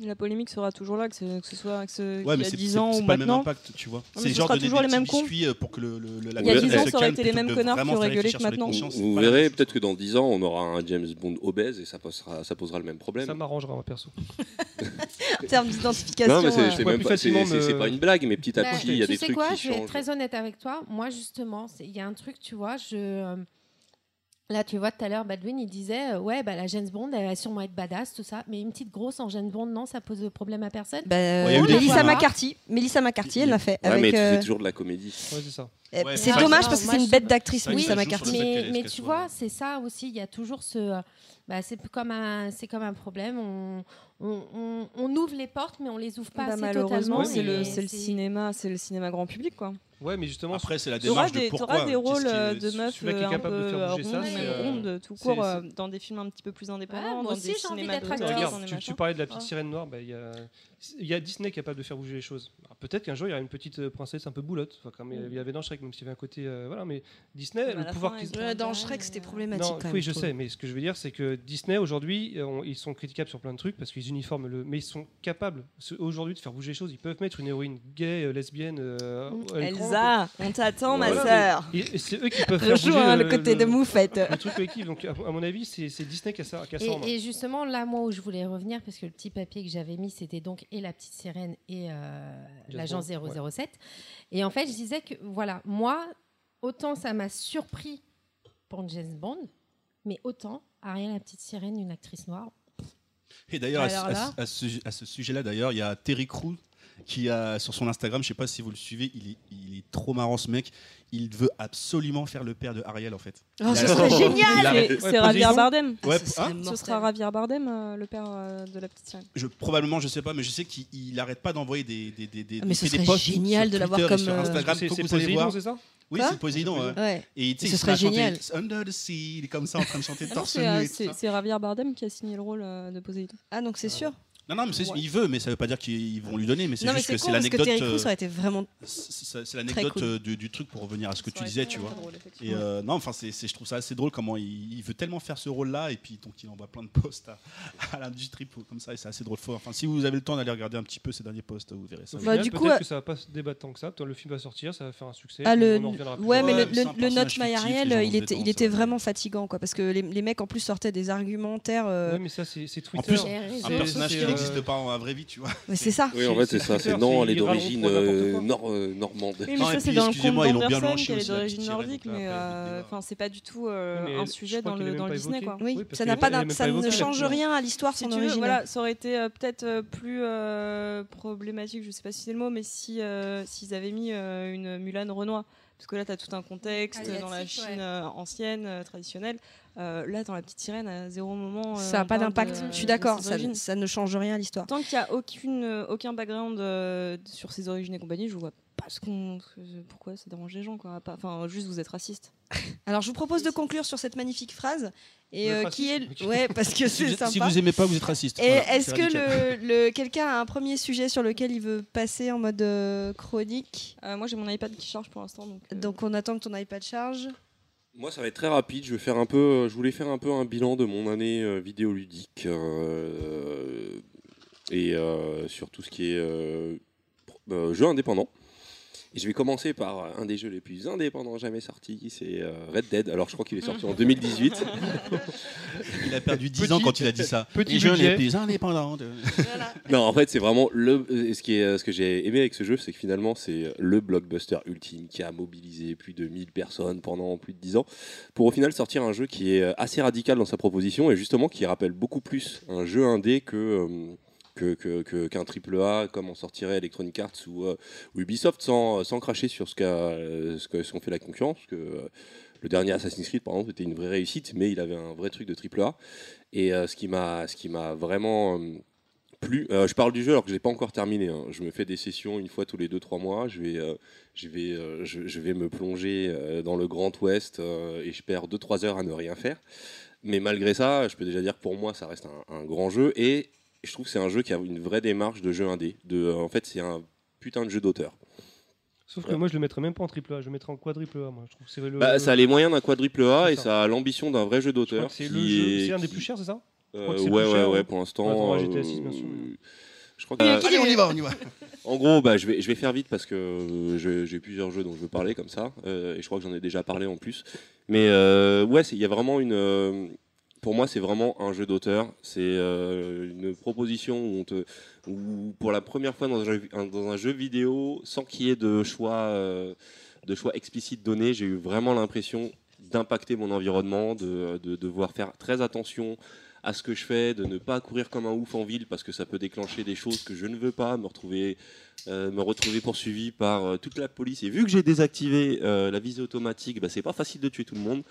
[SPEAKER 2] La polémique sera toujours là, que ce, que ce soit que ce,
[SPEAKER 5] Ouais,
[SPEAKER 2] qu'il
[SPEAKER 5] mais
[SPEAKER 2] y a
[SPEAKER 5] c'est
[SPEAKER 2] 10
[SPEAKER 5] c'est-
[SPEAKER 2] ans
[SPEAKER 5] c'est
[SPEAKER 2] ou
[SPEAKER 5] pas le même
[SPEAKER 2] maintenant.
[SPEAKER 5] impact, tu vois.
[SPEAKER 2] mais
[SPEAKER 5] C'est
[SPEAKER 2] ce
[SPEAKER 5] genre
[SPEAKER 2] sera
[SPEAKER 5] donner
[SPEAKER 2] toujours
[SPEAKER 5] des
[SPEAKER 2] les mêmes
[SPEAKER 5] petits
[SPEAKER 2] cons.
[SPEAKER 5] biscuits, euh, pour que le, le- le- la
[SPEAKER 2] Il y a
[SPEAKER 5] gueule,
[SPEAKER 1] 10
[SPEAKER 5] elle
[SPEAKER 1] ans,
[SPEAKER 5] se
[SPEAKER 1] ça
[SPEAKER 2] aurait
[SPEAKER 5] calme
[SPEAKER 2] été les
[SPEAKER 5] plutôt
[SPEAKER 2] mêmes
[SPEAKER 5] que de
[SPEAKER 2] connards qui
[SPEAKER 5] vraiment faire
[SPEAKER 2] auraient gueulé
[SPEAKER 5] réfléchir
[SPEAKER 2] que
[SPEAKER 5] sur les
[SPEAKER 1] Vous-
[SPEAKER 2] maintenant.
[SPEAKER 5] consciences.
[SPEAKER 1] Vous
[SPEAKER 5] Voilà,
[SPEAKER 1] verrez
[SPEAKER 5] c'est-
[SPEAKER 1] peut-être que dans 10 ans, on aura un James Bond obèse et ça posera- ça posera le même problème.
[SPEAKER 4] ça m'arrangera, moi, perso.
[SPEAKER 6] En termes d'identification.
[SPEAKER 1] Non, mais c'est
[SPEAKER 6] euh,
[SPEAKER 1] c'est
[SPEAKER 4] Moi,
[SPEAKER 1] même
[SPEAKER 4] plus
[SPEAKER 1] pas, c'est-
[SPEAKER 4] facilement
[SPEAKER 1] c'est-
[SPEAKER 4] me-
[SPEAKER 1] c'est pas une blague, mais petit à
[SPEAKER 3] Bah,
[SPEAKER 1] petit, il y a
[SPEAKER 3] tu
[SPEAKER 1] des
[SPEAKER 3] sais
[SPEAKER 1] trucs
[SPEAKER 3] quoi,
[SPEAKER 1] qui
[SPEAKER 3] je vais être
[SPEAKER 1] changent.
[SPEAKER 3] très honnête avec toi. Moi, justement, c'est- il y a un truc, tu vois, je. euh, Là, tu vois, tout à l'heure, Baldwin, il disait euh, Ouais, bah, la James Bond, elle va sûrement être badass, tout ça. Mais une petite grosse en James Bond, non, ça pose de problème à personne.
[SPEAKER 6] bah,
[SPEAKER 5] il y a eu des
[SPEAKER 6] Melissa
[SPEAKER 5] fois, hein.
[SPEAKER 6] McCarthy, Melissa McCarthy, elle l'a fait.
[SPEAKER 1] Ouais,
[SPEAKER 6] avec,
[SPEAKER 1] mais tu
[SPEAKER 6] euh,
[SPEAKER 1] fais toujours de la comédie.
[SPEAKER 4] Ouais, c'est ça.
[SPEAKER 6] euh,
[SPEAKER 5] Ouais,
[SPEAKER 6] c'est
[SPEAKER 5] ça-
[SPEAKER 6] dommage
[SPEAKER 5] ça-
[SPEAKER 6] parce que
[SPEAKER 3] moi,
[SPEAKER 6] c'est une
[SPEAKER 3] je-
[SPEAKER 6] bête d'actrice,
[SPEAKER 5] ça- ça
[SPEAKER 6] Melissa
[SPEAKER 5] joue sur le
[SPEAKER 6] McCarthy.
[SPEAKER 5] fait
[SPEAKER 3] mais,
[SPEAKER 5] qu'elle-
[SPEAKER 3] mais
[SPEAKER 5] qu'elle
[SPEAKER 3] tu
[SPEAKER 5] soit-
[SPEAKER 3] vois, c'est ça aussi. Il y a toujours ce. euh, bah, c'est comme un, c'est comme un problème. On, on, on- on ouvre les portes, mais on les ouvre pas
[SPEAKER 2] Bah,
[SPEAKER 3] assez
[SPEAKER 2] malheureusement,
[SPEAKER 3] totalement.
[SPEAKER 2] c'est
[SPEAKER 3] et
[SPEAKER 2] le, c'est le cinéma, c'est le cinéma grand public, quoi.
[SPEAKER 4] Ouais, mais justement,
[SPEAKER 5] Après, c'est la
[SPEAKER 2] T'auras
[SPEAKER 5] démarche de
[SPEAKER 2] des,
[SPEAKER 5] pourquoi. hein,
[SPEAKER 2] t'auras des rôles euh,
[SPEAKER 5] qu'est-ce qui-
[SPEAKER 2] de meufs
[SPEAKER 4] celui-là qui est
[SPEAKER 2] euh, un peu
[SPEAKER 4] capable de faire
[SPEAKER 2] euh,
[SPEAKER 4] bouger ça,
[SPEAKER 2] rondes,
[SPEAKER 3] c'est,
[SPEAKER 2] euh,
[SPEAKER 3] euh,
[SPEAKER 2] rondes, tout
[SPEAKER 4] c'est-
[SPEAKER 2] court,
[SPEAKER 4] c'est-
[SPEAKER 2] euh, dans des films un petit peu plus
[SPEAKER 3] Ouais,
[SPEAKER 2] indépendants,
[SPEAKER 3] moi
[SPEAKER 2] dans
[SPEAKER 3] aussi,
[SPEAKER 2] des
[SPEAKER 3] j'ai envie
[SPEAKER 2] cinémas
[SPEAKER 3] d'être
[SPEAKER 2] d'auteur,
[SPEAKER 3] actrice.
[SPEAKER 2] dans des
[SPEAKER 4] Regarde, tu, tu
[SPEAKER 2] machins.
[SPEAKER 4] parlais de la petite
[SPEAKER 2] Ouais.
[SPEAKER 4] sirène noire, bah, il y, a, il y a Disney qui est capable de faire bouger les choses. Alors, Peut-être qu'un jour il y aura une petite euh, princesse un peu boulotte, Enfin, comme il y avait dans Shrek, même s'il y avait un côté. euh, voilà, mais Disney,
[SPEAKER 2] Mais à
[SPEAKER 4] le
[SPEAKER 2] la
[SPEAKER 4] pouvoir
[SPEAKER 2] fin,
[SPEAKER 4] qu'ils
[SPEAKER 2] ils-
[SPEAKER 6] Ouais, dans
[SPEAKER 2] Ouais,
[SPEAKER 6] Shrek,
[SPEAKER 2] mais-
[SPEAKER 6] c'était
[SPEAKER 4] Non,
[SPEAKER 6] problématique. quand même,
[SPEAKER 4] oui, je
[SPEAKER 6] trouve.
[SPEAKER 4] sais, mais ce que je veux dire, c'est que Disney aujourd'hui, euh, on- ils sont critiquables sur plein de trucs parce qu'ils uniforment le, mais ils sont capables ce- aujourd'hui de faire bouger les choses. Ils peuvent mettre une héroïne gay, euh, lesbienne, euh, à l'écran.
[SPEAKER 2] Elsa, on t'attend, ma
[SPEAKER 4] Voilà,
[SPEAKER 2] sœur.
[SPEAKER 4] Et- et c'est eux qui peuvent faire
[SPEAKER 6] Rejoins
[SPEAKER 4] bouger
[SPEAKER 6] le côté de Moufette.
[SPEAKER 4] le truc collectif. Donc, à, à mon avis, c'est c'est Disney qui a ça, qui a ça en main.
[SPEAKER 3] Et, et justement, là, moi, où je voulais revenir, parce que le petit papier que j'avais mis, c'était donc et la petite sirène et euh,
[SPEAKER 4] James
[SPEAKER 3] l'agent
[SPEAKER 4] Bond,
[SPEAKER 3] 007. Et en fait, je disais que, voilà, moi, autant ça m'a surpris pour James Bond, mais autant, Ariel, la petite sirène, une actrice noire.
[SPEAKER 5] Et
[SPEAKER 2] Ah
[SPEAKER 5] d'ailleurs, à, ce-
[SPEAKER 3] Alors
[SPEAKER 5] à
[SPEAKER 3] là-
[SPEAKER 5] ce- à ce, à ce sujet-là, d'ailleurs, il y a Terry Crew qui a sur son Instagram, je sais pas si vous le suivez, il est, il est trop marrant ce mec. Il veut absolument faire le père de Ariel en fait.
[SPEAKER 6] Oh, ce
[SPEAKER 5] Il a-
[SPEAKER 6] serait génial.
[SPEAKER 5] Il a-
[SPEAKER 2] C'est c'est
[SPEAKER 4] position.
[SPEAKER 2] Javier Bardem.
[SPEAKER 5] Ouais,
[SPEAKER 6] Ce serait
[SPEAKER 5] hein
[SPEAKER 2] Ce
[SPEAKER 6] mortel.
[SPEAKER 2] sera Javier Bardem, euh, le père euh, de la petite sirène.
[SPEAKER 5] je, probablement, je sais pas, mais je sais qu'il il arrête pas d'envoyer des des des des.
[SPEAKER 6] Ah, mais
[SPEAKER 5] il
[SPEAKER 6] ce
[SPEAKER 5] fait des
[SPEAKER 6] serait
[SPEAKER 5] posts
[SPEAKER 6] génial
[SPEAKER 5] sur
[SPEAKER 6] de l'avoir
[SPEAKER 5] Twitter et
[SPEAKER 6] comme,
[SPEAKER 5] Sur
[SPEAKER 6] euh,
[SPEAKER 5] Instagram,
[SPEAKER 4] C'est
[SPEAKER 5] faut que
[SPEAKER 4] c'est
[SPEAKER 5] vous allez
[SPEAKER 4] Poséidon,
[SPEAKER 5] voir.
[SPEAKER 4] c'est ça
[SPEAKER 5] Oui,
[SPEAKER 6] Quoi
[SPEAKER 5] c'est Poséidon. ouais.
[SPEAKER 6] Ouais.
[SPEAKER 5] Et tu sais,
[SPEAKER 6] Ce
[SPEAKER 5] il se met
[SPEAKER 6] serait
[SPEAKER 5] à chanter
[SPEAKER 6] génial. Ah
[SPEAKER 5] It's Under the sea, il est comme ça en train de chanter
[SPEAKER 2] Non,
[SPEAKER 5] torse
[SPEAKER 2] c'est
[SPEAKER 5] nu.
[SPEAKER 2] euh,
[SPEAKER 5] et tout
[SPEAKER 2] c'est-
[SPEAKER 5] ça.
[SPEAKER 2] c'est Javier Bardem qui a signé le rôle euh, de Poséidon.
[SPEAKER 6] Ah, donc c'est sûr.
[SPEAKER 5] Non, non, mais c'est- il veut, mais ça veut pas dire qu'ils vont lui donner, mais c'est
[SPEAKER 6] Non, mais
[SPEAKER 5] juste
[SPEAKER 6] c'est
[SPEAKER 5] que
[SPEAKER 6] con
[SPEAKER 5] c'est
[SPEAKER 6] parce que
[SPEAKER 5] l'anecdote.
[SPEAKER 6] Terry Crews
[SPEAKER 5] euh,
[SPEAKER 6] aurait été vraiment.
[SPEAKER 5] C'est c'est l'anecdote
[SPEAKER 6] cool.
[SPEAKER 5] euh, du, du truc pour revenir à ce que tu disais, tu vois. Et euh, non, enfin, c'est, c'est- je trouve ça assez drôle comment il, il veut tellement faire ce rôle-là et puis donc il envoie plein de posts à, à l'industrie pour- comme ça et c'est assez drôle fort. Enfin, si vous avez le temps d'aller regarder un petit peu ces derniers posts, vous verrez ça.
[SPEAKER 4] Au
[SPEAKER 6] Bah,
[SPEAKER 4] final,
[SPEAKER 6] du coup,
[SPEAKER 4] peut-être
[SPEAKER 6] euh,
[SPEAKER 4] que ça va pas se débattre tant que ça. Toi, le film va sortir, ça va faire un succès.
[SPEAKER 6] Ah,
[SPEAKER 4] puis
[SPEAKER 6] le...
[SPEAKER 4] on en reviendra plus
[SPEAKER 6] Ouais,
[SPEAKER 4] tard.
[SPEAKER 6] mais
[SPEAKER 5] Ouais,
[SPEAKER 6] le,
[SPEAKER 5] mais c'est un
[SPEAKER 6] le, le
[SPEAKER 5] personnage
[SPEAKER 6] Note
[SPEAKER 5] fictif, les
[SPEAKER 6] Mariel,
[SPEAKER 5] gens vont
[SPEAKER 6] il
[SPEAKER 5] se
[SPEAKER 6] était, il
[SPEAKER 5] détendre,
[SPEAKER 6] était
[SPEAKER 5] ça.
[SPEAKER 6] vraiment fatigant, quoi, parce que les, les mecs en plus sortaient des argumentaires. euh,
[SPEAKER 4] Ouais, mais ça, c'est c'est Twitter.
[SPEAKER 5] plus,
[SPEAKER 3] Les
[SPEAKER 5] Un
[SPEAKER 3] réseaux
[SPEAKER 5] personnage qui
[SPEAKER 3] sociaux.
[SPEAKER 5] n'existe pas en la vraie vie, tu vois.
[SPEAKER 6] mais c'est ça.
[SPEAKER 1] Oui, en fait,
[SPEAKER 4] c'est
[SPEAKER 1] c'est ça.
[SPEAKER 4] Twitter,
[SPEAKER 1] C'est non,
[SPEAKER 4] c'est-
[SPEAKER 1] elle est
[SPEAKER 4] ils râleront
[SPEAKER 1] d'origine
[SPEAKER 4] pour n'importe
[SPEAKER 1] euh,
[SPEAKER 4] quoi.
[SPEAKER 1] nord, euh, normande.
[SPEAKER 2] Oui, mais
[SPEAKER 5] Non, et
[SPEAKER 2] ça, c'est
[SPEAKER 5] puis,
[SPEAKER 2] dans le
[SPEAKER 5] excusez-moi,
[SPEAKER 2] conte
[SPEAKER 5] ils l'ont bien
[SPEAKER 2] d'Anderson
[SPEAKER 5] blanchi
[SPEAKER 2] qui est
[SPEAKER 5] aussi, hein, la
[SPEAKER 2] d'origine
[SPEAKER 5] petite sirène,
[SPEAKER 2] nordique,
[SPEAKER 5] donc là,
[SPEAKER 2] mais
[SPEAKER 5] après, il y a des
[SPEAKER 2] euh,
[SPEAKER 5] débats.
[SPEAKER 2] enfin, c'est pas du tout
[SPEAKER 4] Oui,
[SPEAKER 2] euh,
[SPEAKER 4] mais
[SPEAKER 2] un
[SPEAKER 4] elle- je
[SPEAKER 2] sujet
[SPEAKER 4] crois
[SPEAKER 2] dans
[SPEAKER 4] qu'il est
[SPEAKER 2] le
[SPEAKER 4] même
[SPEAKER 2] dans le
[SPEAKER 4] pas
[SPEAKER 2] Disney,
[SPEAKER 4] évoqué.
[SPEAKER 2] quoi.
[SPEAKER 6] Oui,
[SPEAKER 4] Oui, parce
[SPEAKER 6] ça
[SPEAKER 4] que
[SPEAKER 6] n'a
[SPEAKER 4] les-
[SPEAKER 6] pas
[SPEAKER 4] les
[SPEAKER 6] d'im-
[SPEAKER 4] mêmes
[SPEAKER 6] ça
[SPEAKER 4] pas
[SPEAKER 6] ne
[SPEAKER 4] évoqués,
[SPEAKER 6] change
[SPEAKER 4] exactement.
[SPEAKER 6] rien à l'histoire,
[SPEAKER 2] Si
[SPEAKER 6] son
[SPEAKER 2] tu veux,
[SPEAKER 6] origine.
[SPEAKER 2] voilà, ça aurait été euh, peut-être euh, peut-être euh, euh, problématique, je sais pas si c'est le mot, mais si euh, s'ils avaient mis euh, une Mulan Renoir, parce que là tu as tout un contexte
[SPEAKER 3] Asiatique,
[SPEAKER 2] dans la Chine
[SPEAKER 3] ouais.
[SPEAKER 2] euh, ancienne, euh, traditionnelle, Euh, là, dans la petite sirène, à zéro moment.
[SPEAKER 6] Ça
[SPEAKER 2] euh,
[SPEAKER 6] n'a
[SPEAKER 2] on
[SPEAKER 6] pas
[SPEAKER 2] parle
[SPEAKER 6] d'impact.
[SPEAKER 2] de-
[SPEAKER 6] Je suis
[SPEAKER 2] de
[SPEAKER 6] d'accord,
[SPEAKER 2] ses
[SPEAKER 6] ça,
[SPEAKER 2] origines.
[SPEAKER 6] ça ne change rien à l'histoire.
[SPEAKER 2] Tant qu'il n'y a aucune, euh, aucun background euh, sur ses origines et compagnie, je vois pas ce qu'on, ce- pourquoi ça dérange les gens. Quoi. à part- Enfin, juste vous êtes raciste.
[SPEAKER 6] Alors, je vous propose de conclure sur cette magnifique phrase. Et
[SPEAKER 4] Vous êtes
[SPEAKER 6] euh, qui est.
[SPEAKER 4] raciste
[SPEAKER 6] le- Ouais, parce
[SPEAKER 5] Si
[SPEAKER 6] que c'est
[SPEAKER 5] vous,
[SPEAKER 6] sympa.
[SPEAKER 5] si vous aimez pas, vous êtes raciste.
[SPEAKER 6] Et
[SPEAKER 5] Voilà,
[SPEAKER 6] est-ce
[SPEAKER 5] c'est
[SPEAKER 6] que
[SPEAKER 5] radical.
[SPEAKER 6] le, le- quelqu'un a un premier sujet sur lequel il veut passer en mode euh, chronique
[SPEAKER 2] Euh, moi, j'ai mon iPad qui charge pour l'instant. Donc, euh,
[SPEAKER 6] Donc on attend que ton iPad charge.
[SPEAKER 1] Moi, ça va être très rapide. Je vais faire un peu. euh, Je voulais faire un peu un bilan de mon année euh, vidéoludique euh, et euh, sur tout ce qui est euh, pro- euh, jeux indépendants. Et je vais commencer par un des jeux les plus indépendants jamais sortis, c'est euh, Red Dead. Alors, je crois qu'il est sorti
[SPEAKER 3] Hmm.
[SPEAKER 1] en 2018.
[SPEAKER 5] Il a perdu 10
[SPEAKER 4] Petit-
[SPEAKER 5] ans quand il a dit ça.
[SPEAKER 4] petit
[SPEAKER 5] Les jeunes
[SPEAKER 4] budget.
[SPEAKER 5] les plus indépendants. de-
[SPEAKER 1] Non, en fait, c'est vraiment le. euh, Ce, qui est, euh, ce que j'ai aimé avec ce jeu, c'est que finalement, c'est le blockbuster ultime qui a mobilisé plus de 1000 personnes pendant plus de 10 ans pour au final sortir un jeu qui est euh, assez radical dans sa proposition et justement qui rappelle beaucoup plus un jeu indé que. euh, que- que- que- qu'un triple A comme en sortirait Electronic Arts ou, euh, ou Ubisoft sans, sans cracher sur ce qu'a euh, ce que- ce qu'ont fait la concurrence que euh, le dernier Assassin's Creed par exemple était une vraie réussite mais il avait un vrai truc de triple A et euh, ce qui m'a ce qui m'a vraiment euh, plus. euh, je parle du jeu alors que je l'ai pas encore terminé. hein. Je me fais des sessions une fois tous les 2-3 mois. Je vais, euh, je, vais, euh, je, je vais me plonger euh, dans le Grand Ouest euh, et je perds 2-3 heures à ne rien faire. Mais malgré ça, je peux déjà dire que pour moi, ça reste un, un grand jeu. Et je trouve que c'est un jeu qui a une vraie démarche de jeu indé. De, euh, en fait, c'est un putain de jeu d'auteur.
[SPEAKER 4] Sauf que
[SPEAKER 1] Ouais.
[SPEAKER 4] moi, je le mettrais même pas en triple A, je le mettrais en quadruple A. Moi, je trouve que c'est le.
[SPEAKER 1] Bah, ça a les moyens d'un quadruple A
[SPEAKER 4] Euh, C'est
[SPEAKER 1] et
[SPEAKER 4] ça.
[SPEAKER 1] ça a l'ambition d'un vrai jeu
[SPEAKER 4] je crois
[SPEAKER 1] d'auteur.
[SPEAKER 4] que c'est
[SPEAKER 1] qui
[SPEAKER 4] le jeu.
[SPEAKER 1] est-
[SPEAKER 4] C'est un des
[SPEAKER 1] qui-
[SPEAKER 4] plus chers, c'est ça
[SPEAKER 1] euh,
[SPEAKER 4] crois que c'est le
[SPEAKER 1] ouais,
[SPEAKER 4] plus
[SPEAKER 1] ouais,
[SPEAKER 4] cher,
[SPEAKER 1] ouais,
[SPEAKER 4] hein.
[SPEAKER 1] pour l'instant.
[SPEAKER 4] Attends, GTA six,
[SPEAKER 1] euh,
[SPEAKER 4] bien sûr, mais-
[SPEAKER 1] je crois que.
[SPEAKER 2] Euh,
[SPEAKER 5] Allez, on y va, on y va.
[SPEAKER 1] En gros, bah, je, vais, je vais faire vite parce que euh, je- j'ai plusieurs jeux dont je veux parler comme ça, euh, et je crois que j'en ai déjà parlé en plus. Mais euh, ouais, c'est- il y a vraiment une. euh, pour moi, c'est vraiment un jeu d'auteur. C'est euh, une proposition où, on te, où, pour la première fois dans un jeu, un- dans un jeu vidéo, sans qu'il y ait de choix, euh, de choix explicites donnés, j'ai eu vraiment l'impression d'impacter mon environnement, de, de devoir faire très attention à ce que je fais, de ne pas courir comme un ouf en ville parce que ça peut déclencher des choses que je ne veux pas, me retrouver euh, me retrouver poursuivi par euh, toute la police. Et vu que j'ai désactivé euh, la visée automatique, bah, c'est pas facile de tuer tout le monde.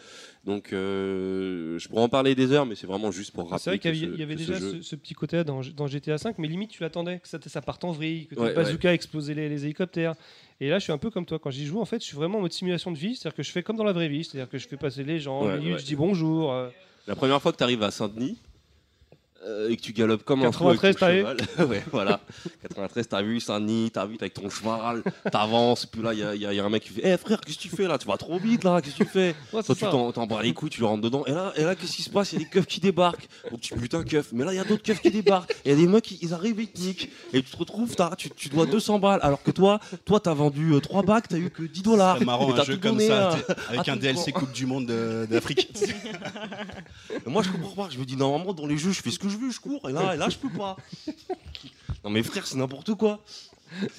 [SPEAKER 1] Donc euh, je pourrais en parler des heures, mais c'est vraiment juste pour rappeler.
[SPEAKER 4] C'est vrai qu'il y
[SPEAKER 1] que
[SPEAKER 4] avait,
[SPEAKER 1] ce-
[SPEAKER 4] il y avait
[SPEAKER 1] que ce
[SPEAKER 4] déjà
[SPEAKER 1] jeu-
[SPEAKER 4] ce, ce petit côté dans, dans GTA V, mais limite tu l'attendais, que ça, ça parte en vrille, que
[SPEAKER 1] Ouais,
[SPEAKER 4] le bazooka explosait les, les hélicoptères. Et là, je suis un peu comme toi. Quand j'y joue, en fait, je suis vraiment en mode simulation de vie, c'est-à-dire que je fais comme dans la vraie vie, c'est-à-dire que je fais passer les gens,
[SPEAKER 1] Ouais,
[SPEAKER 4] une minute,
[SPEAKER 1] ouais.
[SPEAKER 4] je dis bonjour. euh,
[SPEAKER 1] La première fois que tu arrives à Saint-Denis euh, et que tu galopes comme
[SPEAKER 4] 93,
[SPEAKER 1] un fou
[SPEAKER 4] t'arrives.
[SPEAKER 1] avec ton cheval. ouais, voilà. 93, t'as vu Saint-Denis, t'as vu t'es avec ton cheval, t'avances, puis là, il y a, il y a- il y a un mec qui fait Eh frère, qu'est-ce que tu fais là Tu vas trop vite là, qu'est-ce que tu fais Toi,
[SPEAKER 4] ouais, c'est
[SPEAKER 1] tu
[SPEAKER 4] ça.
[SPEAKER 1] t'en, t'en bats les couilles, tu rentres dedans, et là, et là qu'est-ce qui se passe Il y a des keufs qui débarquent. Donc tu putain, keuf. Mais là, il y a d'autres keufs qui débarquent. Il y a des mecs, qui- ils arrivent, ils te niquent. Et tu te retrouves, t'as- tu, tu dois 200 balles. Alors que toi, toi, t'as vendu 3 bacs, t'as eu que 10 dollars.
[SPEAKER 5] C'est marrant
[SPEAKER 1] Et
[SPEAKER 5] un
[SPEAKER 1] t'as
[SPEAKER 5] jeu
[SPEAKER 1] tout
[SPEAKER 5] comme
[SPEAKER 1] donné hein.
[SPEAKER 5] ça,
[SPEAKER 1] à-
[SPEAKER 5] t'sais, avec
[SPEAKER 1] à
[SPEAKER 5] un
[SPEAKER 1] ton
[SPEAKER 5] DLC
[SPEAKER 1] con.
[SPEAKER 5] Coupe du Monde de- d'Afrique.
[SPEAKER 1] Et moi, je comprends pas. Je me dis, normalement, dans les jeux, je fais ce que je veux, je cours. Et là, et là je peux pas. Non, mais frère, c'est n'importe quoi.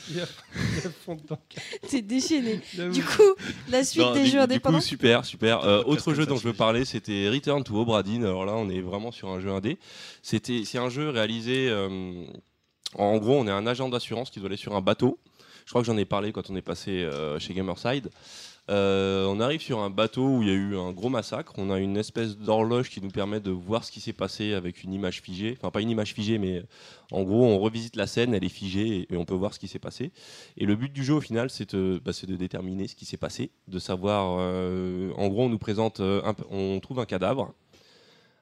[SPEAKER 4] Il y a- il y a fond dedans.
[SPEAKER 6] T'es déchaîné.
[SPEAKER 4] J'avoue.
[SPEAKER 6] Du coup, la suite
[SPEAKER 1] Non,
[SPEAKER 6] des
[SPEAKER 1] du-
[SPEAKER 6] jeux
[SPEAKER 1] du coup,
[SPEAKER 6] indépendants.
[SPEAKER 1] super, super. Euh,
[SPEAKER 5] Podcast
[SPEAKER 1] autre
[SPEAKER 5] comme
[SPEAKER 1] jeu
[SPEAKER 5] ça,
[SPEAKER 1] dont
[SPEAKER 5] c'est
[SPEAKER 1] je veux
[SPEAKER 5] magique.
[SPEAKER 1] parler, c'était Return to Obradin. Alors là, on est vraiment sur un jeu indé. C'était, c'est un jeu réalisé. euh, en gros, on est un agent d'assurance qui doit aller sur un bateau. Je crois que j'en ai parlé quand on est passé euh, chez Gamerside. Euh, on arrive sur un bateau où il y a eu un gros massacre. On a une espèce d'horloge qui nous permet de voir ce qui s'est passé avec une image figée. Enfin, pas une image figée, mais en gros, on revisite la scène, elle est figée et, et on peut voir ce qui s'est passé. Et le but du jeu, au final, c'est de, bah, c'est de déterminer ce qui s'est passé, de savoir. euh, en gros, on nous présente, euh, un p- on trouve un cadavre.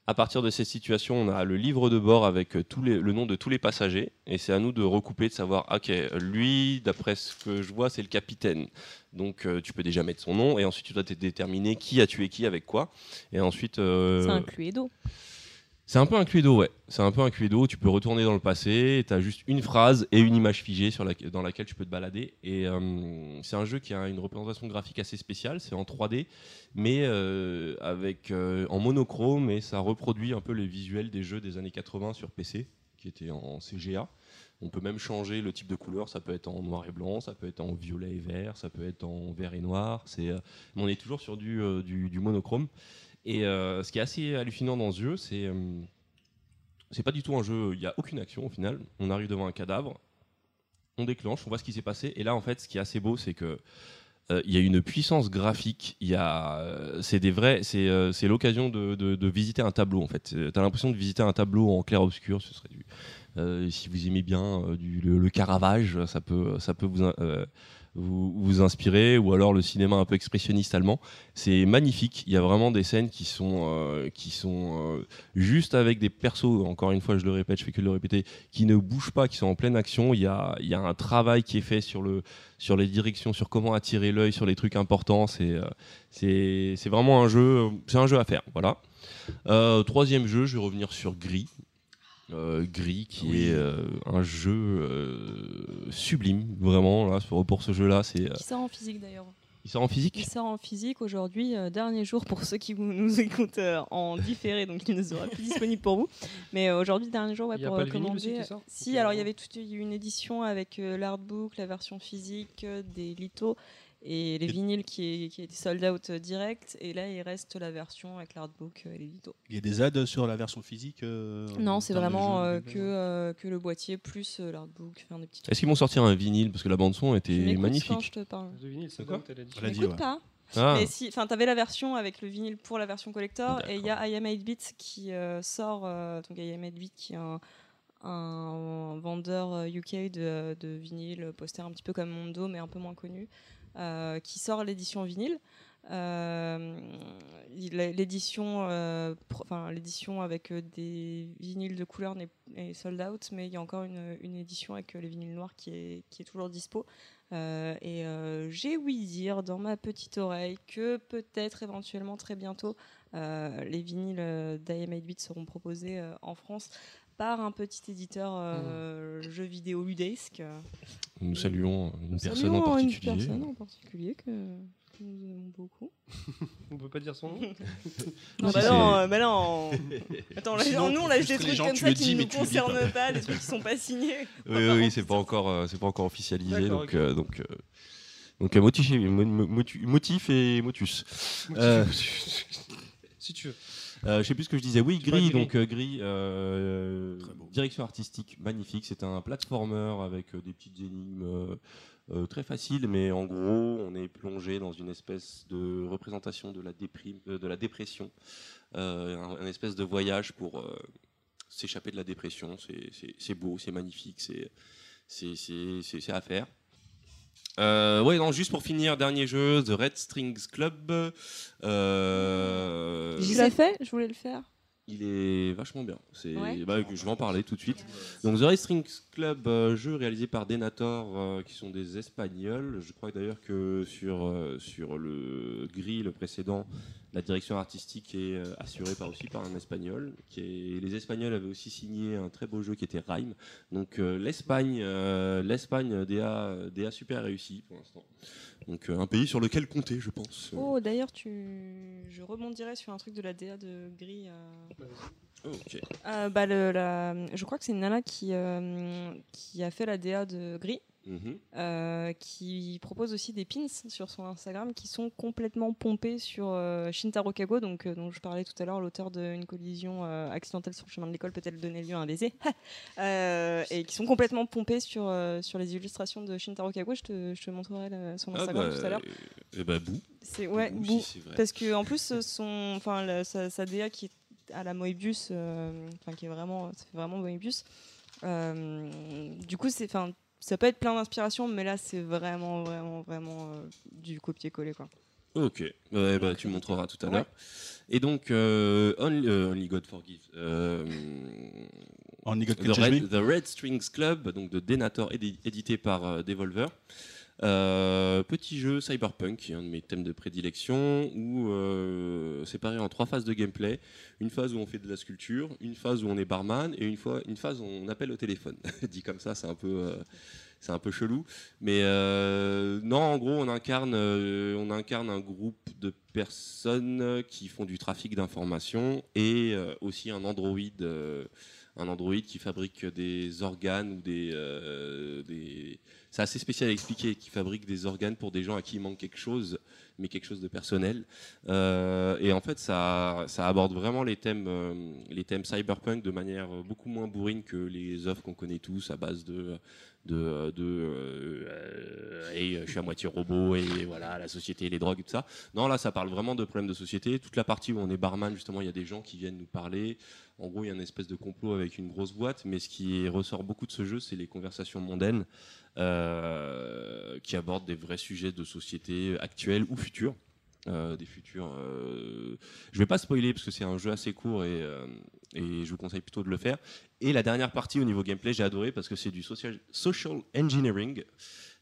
[SPEAKER 1] À partir de cette situation, on a le livre de bord avec euh, tous les- le nom de tous les passagers, et c'est à nous de recouper, de savoir, ok, lui, d'après ce que je vois, c'est le capitaine. Donc euh, tu peux déjà mettre son nom, et ensuite tu dois dé- déterminer qui a tué qui avec quoi. Et ensuite, euh,
[SPEAKER 2] C'est un cluedo.
[SPEAKER 1] c'est un peu un Cluedo, ouais. C'est un peu un Cluedo. Tu peux retourner dans le passé. Tu as juste une phrase et une image figée sur laque- dans laquelle tu peux te balader. Et euh, c'est un jeu qui a une représentation graphique assez spéciale. C'est en 3D, mais euh, avec euh, en monochrome. Et ça reproduit un peu les visuels des jeux des années 80 sur PC, qui étaient en CGA. On peut même changer le type de couleur. Ça peut être en noir et blanc, ça peut être en violet et vert, ça peut être en vert et noir. C'est, euh, mais on est toujours sur du, euh, du, du monochrome. Et euh, ce qui est assez hallucinant dans ce jeu, c'est euh, c'est pas du tout un jeu, il n'y a aucune action au final. On arrive devant un cadavre, on déclenche, on voit ce qui s'est passé. Et là, en fait, ce qui est assez beau, c'est que euh, il y a une puissance graphique. Il y a, euh, c'est des vrais, c'est euh, c'est l'occasion de, de- de visiter un tableau en fait. Euh, T'as l'impression de visiter un tableau en clair obscur. Ce serait du, euh, si vous aimez bien euh, du- le, le Caravage, ça peut, ça peut vous, in- euh, vous, vous inspirer, ou alors le cinéma un peu expressionniste allemand. C'est magnifique. Il y a vraiment des scènes qui sont, euh, qui sont euh, juste avec des persos. Encore une fois, je le répète, je fais que le répéter, qui ne bougent pas, qui sont en pleine action. Il y a, il y a un travail qui est fait sur le, sur les directions, sur comment attirer l'œil, sur les trucs importants. C'est euh, c'est c'est vraiment un jeu, c'est un jeu à faire. Voilà. Euh, troisième jeu, je vais revenir sur Gris. Euh, Gris, qui est euh, un jeu euh, sublime, vraiment. Là, pour, pour ce jeu-là, c'est euh,
[SPEAKER 2] Qui sort en physique d'ailleurs.
[SPEAKER 1] il sort en
[SPEAKER 2] Il
[SPEAKER 1] physique.
[SPEAKER 2] sort en physique aujourd'hui, euh, dernier jour pour ceux qui vous- nous écoutent euh, en différé, donc il ne sera plus disponible pour vous. Mais euh, aujourd'hui, dernier jour ouais,
[SPEAKER 4] Il y a
[SPEAKER 2] pour
[SPEAKER 4] pas
[SPEAKER 2] euh,
[SPEAKER 4] le vinyle aussi
[SPEAKER 2] commander.
[SPEAKER 4] qui sort
[SPEAKER 2] si,
[SPEAKER 4] Ok,
[SPEAKER 2] alors il y
[SPEAKER 4] d'accord.
[SPEAKER 2] avait toute une édition avec euh, l'artbook, la version physique, euh, des lithos et les
[SPEAKER 5] Et-
[SPEAKER 2] vinyles qui, est- qui étaient sold out euh, direct. Et là, il reste la version avec l'artbook euh, et les lithos.
[SPEAKER 5] Il y a des ads sur la version physique euh, en
[SPEAKER 2] Non, c'est
[SPEAKER 5] termes de
[SPEAKER 2] vraiment
[SPEAKER 5] jeu
[SPEAKER 2] euh, que, euh, que le boîtier plus euh, l'artbook, enfin des petits trucs.
[SPEAKER 1] Est-ce qu'ils vont sortir un vinyle parce que la bande son
[SPEAKER 2] Tu
[SPEAKER 1] était
[SPEAKER 2] m'écoutes quand je
[SPEAKER 1] magnifique.
[SPEAKER 2] te parle.
[SPEAKER 4] Le vinyle, c'est
[SPEAKER 5] D'accord.
[SPEAKER 4] quoi Elle a dit.
[SPEAKER 5] Elle a dit,
[SPEAKER 2] Écoute
[SPEAKER 5] ouais.
[SPEAKER 2] pas.
[SPEAKER 1] Ah,
[SPEAKER 2] Mais si, enfin, t'avais la version avec le vinyle pour la version collector, et il y a I Am 8-Bit qui euh, sort, euh, donc I Am 8-Bit qui est un, un vendeur euh, UK de, de vinyle poster un petit peu comme Mondo, mais un peu moins connu, euh, qui sort l'édition vinyle. Euh, il- l'édition, euh, pro- enfin l'édition avec euh, des vinyles de couleur n'est- est sold out, mais il y a encore une, une édition avec euh, les vinyles noirs qui est, qui est toujours dispo. Euh, et euh, j'ai ouï dire dans ma petite oreille que peut-être éventuellement très bientôt euh, les vinyles euh, d'IM 8 seront proposés euh, en France par un petit éditeur euh,
[SPEAKER 5] Mmh.
[SPEAKER 2] jeu vidéo ludesque.
[SPEAKER 1] Nous saluons une personne
[SPEAKER 2] Saluons
[SPEAKER 1] en
[SPEAKER 2] une
[SPEAKER 1] particulier.
[SPEAKER 2] personne en particulier que, que nous aimons beaucoup.
[SPEAKER 4] On peut pas dire son nom
[SPEAKER 2] Non,
[SPEAKER 1] Si
[SPEAKER 2] bah
[SPEAKER 1] c'est-
[SPEAKER 2] non, euh, bah non. Attends, là,
[SPEAKER 5] Ah, Sinon,
[SPEAKER 2] nous on
[SPEAKER 5] tu
[SPEAKER 2] lâche
[SPEAKER 5] frustres
[SPEAKER 2] des
[SPEAKER 5] les
[SPEAKER 2] trucs
[SPEAKER 5] gens,
[SPEAKER 2] comme
[SPEAKER 5] tu
[SPEAKER 2] ça
[SPEAKER 5] le
[SPEAKER 2] qui
[SPEAKER 5] dis,
[SPEAKER 2] ne
[SPEAKER 5] mais
[SPEAKER 2] nous
[SPEAKER 5] tu le dis pas. Euh,
[SPEAKER 2] concernent pas, des trucs qui sont pas signés.
[SPEAKER 1] Oui, oui, c'est pas encore, euh, c'est pas encore officialisé,
[SPEAKER 4] D'accord,
[SPEAKER 1] donc,
[SPEAKER 4] ok.
[SPEAKER 1] euh, donc, euh, donc euh, motif, et- mo- mo- motu- motif et motus. Euh,
[SPEAKER 4] Si tu veux.
[SPEAKER 1] Euh, je sais plus ce que je disais. Oui,
[SPEAKER 4] Tu parlais
[SPEAKER 1] Gris.
[SPEAKER 4] de Gris.
[SPEAKER 1] Donc euh, Gris, euh,
[SPEAKER 5] Très beau.
[SPEAKER 1] direction artistique magnifique. C'est un platformer avec euh, des petites énigmes euh, euh, très faciles, mais en gros, on est plongé dans une espèce de représentation de la déprime, euh, de la dépression, Euh, un, un espèce de voyage pour euh, s'échapper de la dépression. C'est- C'est c'est beau, c'est magnifique, c'est c'est- c'est- c'est- c'est à faire. Euh, ouais, non, juste pour finir, dernier jeu, The Red Strings Club. Euh,
[SPEAKER 2] Je l'ai fait, je voulais le faire.
[SPEAKER 1] il est vachement bien. C'est,
[SPEAKER 2] Ouais.
[SPEAKER 1] bah, je vais en parler tout de suite. Donc The Red Strings Club, euh, jeu réalisé par Denator, euh, qui sont des Espagnols. Je crois d'ailleurs que sur, euh, sur le gris, le précédent, la direction artistique est euh, assurée par, aussi par un Espagnol. Qui est- les Espagnols avaient aussi signé un très beau jeu qui était Rime. Donc euh, l'Espagne, euh, l'Espagne, DA, DA super réussi pour l'instant. Donc euh, un pays sur lequel compter, je
[SPEAKER 5] Euh.
[SPEAKER 1] pense.
[SPEAKER 2] Oh, d'ailleurs, tu... je rebondirais sur un truc de la DA de Gris. euh,
[SPEAKER 1] Ok.
[SPEAKER 2] Euh, bah, le- la- Je crois que c'est une nana qui, euh, qui a fait la DA de Gris,
[SPEAKER 1] Mhm.
[SPEAKER 2] euh, qui propose aussi des pins sur son Instagram qui sont complètement pompés sur euh, Shintaro Kago, donc, euh, dont je parlais tout à l'heure, l'auteur d'une collision euh, accidentelle sur le chemin de l'école peut-elle donner lieu à un baiser, Euh, et qui sont complètement pompés sur, euh, sur les illustrations de Shintaro Kago. Je te, je te montrerai la- son
[SPEAKER 1] Ah
[SPEAKER 2] Instagram
[SPEAKER 1] bah,
[SPEAKER 2] tout à l'heure.
[SPEAKER 1] eh bah, Bou.
[SPEAKER 2] C'est ouais,
[SPEAKER 1] Bou, si
[SPEAKER 2] Bou.
[SPEAKER 1] c'est vrai.
[SPEAKER 2] Parce que en plus, euh, son, enfin, la- sa, sa DA qui est à la Moebius, euh, enfin, qui est vraiment, ça fait vraiment Moebius. euh, du coup, c'est, enfin, ça peut être plein d'inspiration, mais là, c'est vraiment, vraiment, vraiment euh, du copier-coller, quoi.
[SPEAKER 6] Ah,
[SPEAKER 1] Ok, ouais, bah, tu me montreras tout à l'heure. Et donc, euh, only, euh, Only God Forgive. euh,
[SPEAKER 5] En Nigga
[SPEAKER 1] The, Red, The Red Strings Club, donc de Denator, édi- édité par euh, Devolver. Euh, petit jeu cyberpunk, qui est un de mes thèmes de prédilection, où euh, c'est séparé en trois phases de gameplay. Une phase où on fait de la sculpture, une phase où on est barman, et une, fois, une phase où on appelle au téléphone. Dit comme ça, c'est un peu... euh, c'est un peu chelou, mais euh, non, en gros, on incarne, euh, on incarne un groupe de personnes qui font du trafic d'informations et euh, aussi un androïde euh, un androïde qui fabrique des organes ou des. euh, des... C'est assez spécial à expliquer, qui fabrique des organes pour des gens à qui il manque quelque chose, mais quelque chose de personnel. Euh, et en fait, ça, ça aborde vraiment les thèmes, euh, les thèmes cyberpunk de manière euh, beaucoup moins bourrine que les œuvres qu'on connaît tous à base de. de, de euh, euh, et je suis à moitié robot, et voilà, la société, les drogues, et tout ça. Non, là, ça parle vraiment de problèmes de société. Toute la partie où on est barman, justement, il y a des gens qui viennent nous parler. En gros, il y a une espèce de complot avec une grosse boîte, mais ce qui ressort beaucoup de ce jeu, c'est les conversations mondaines euh, qui abordent des vrais sujets de société actuelle ou future. Euh, des futurs. euh, Je vais pas spoiler parce que c'est un jeu assez court et, euh, et je vous conseille plutôt de le faire. Et la dernière partie au niveau gameplay, j'ai adoré parce que c'est du social, social engineering.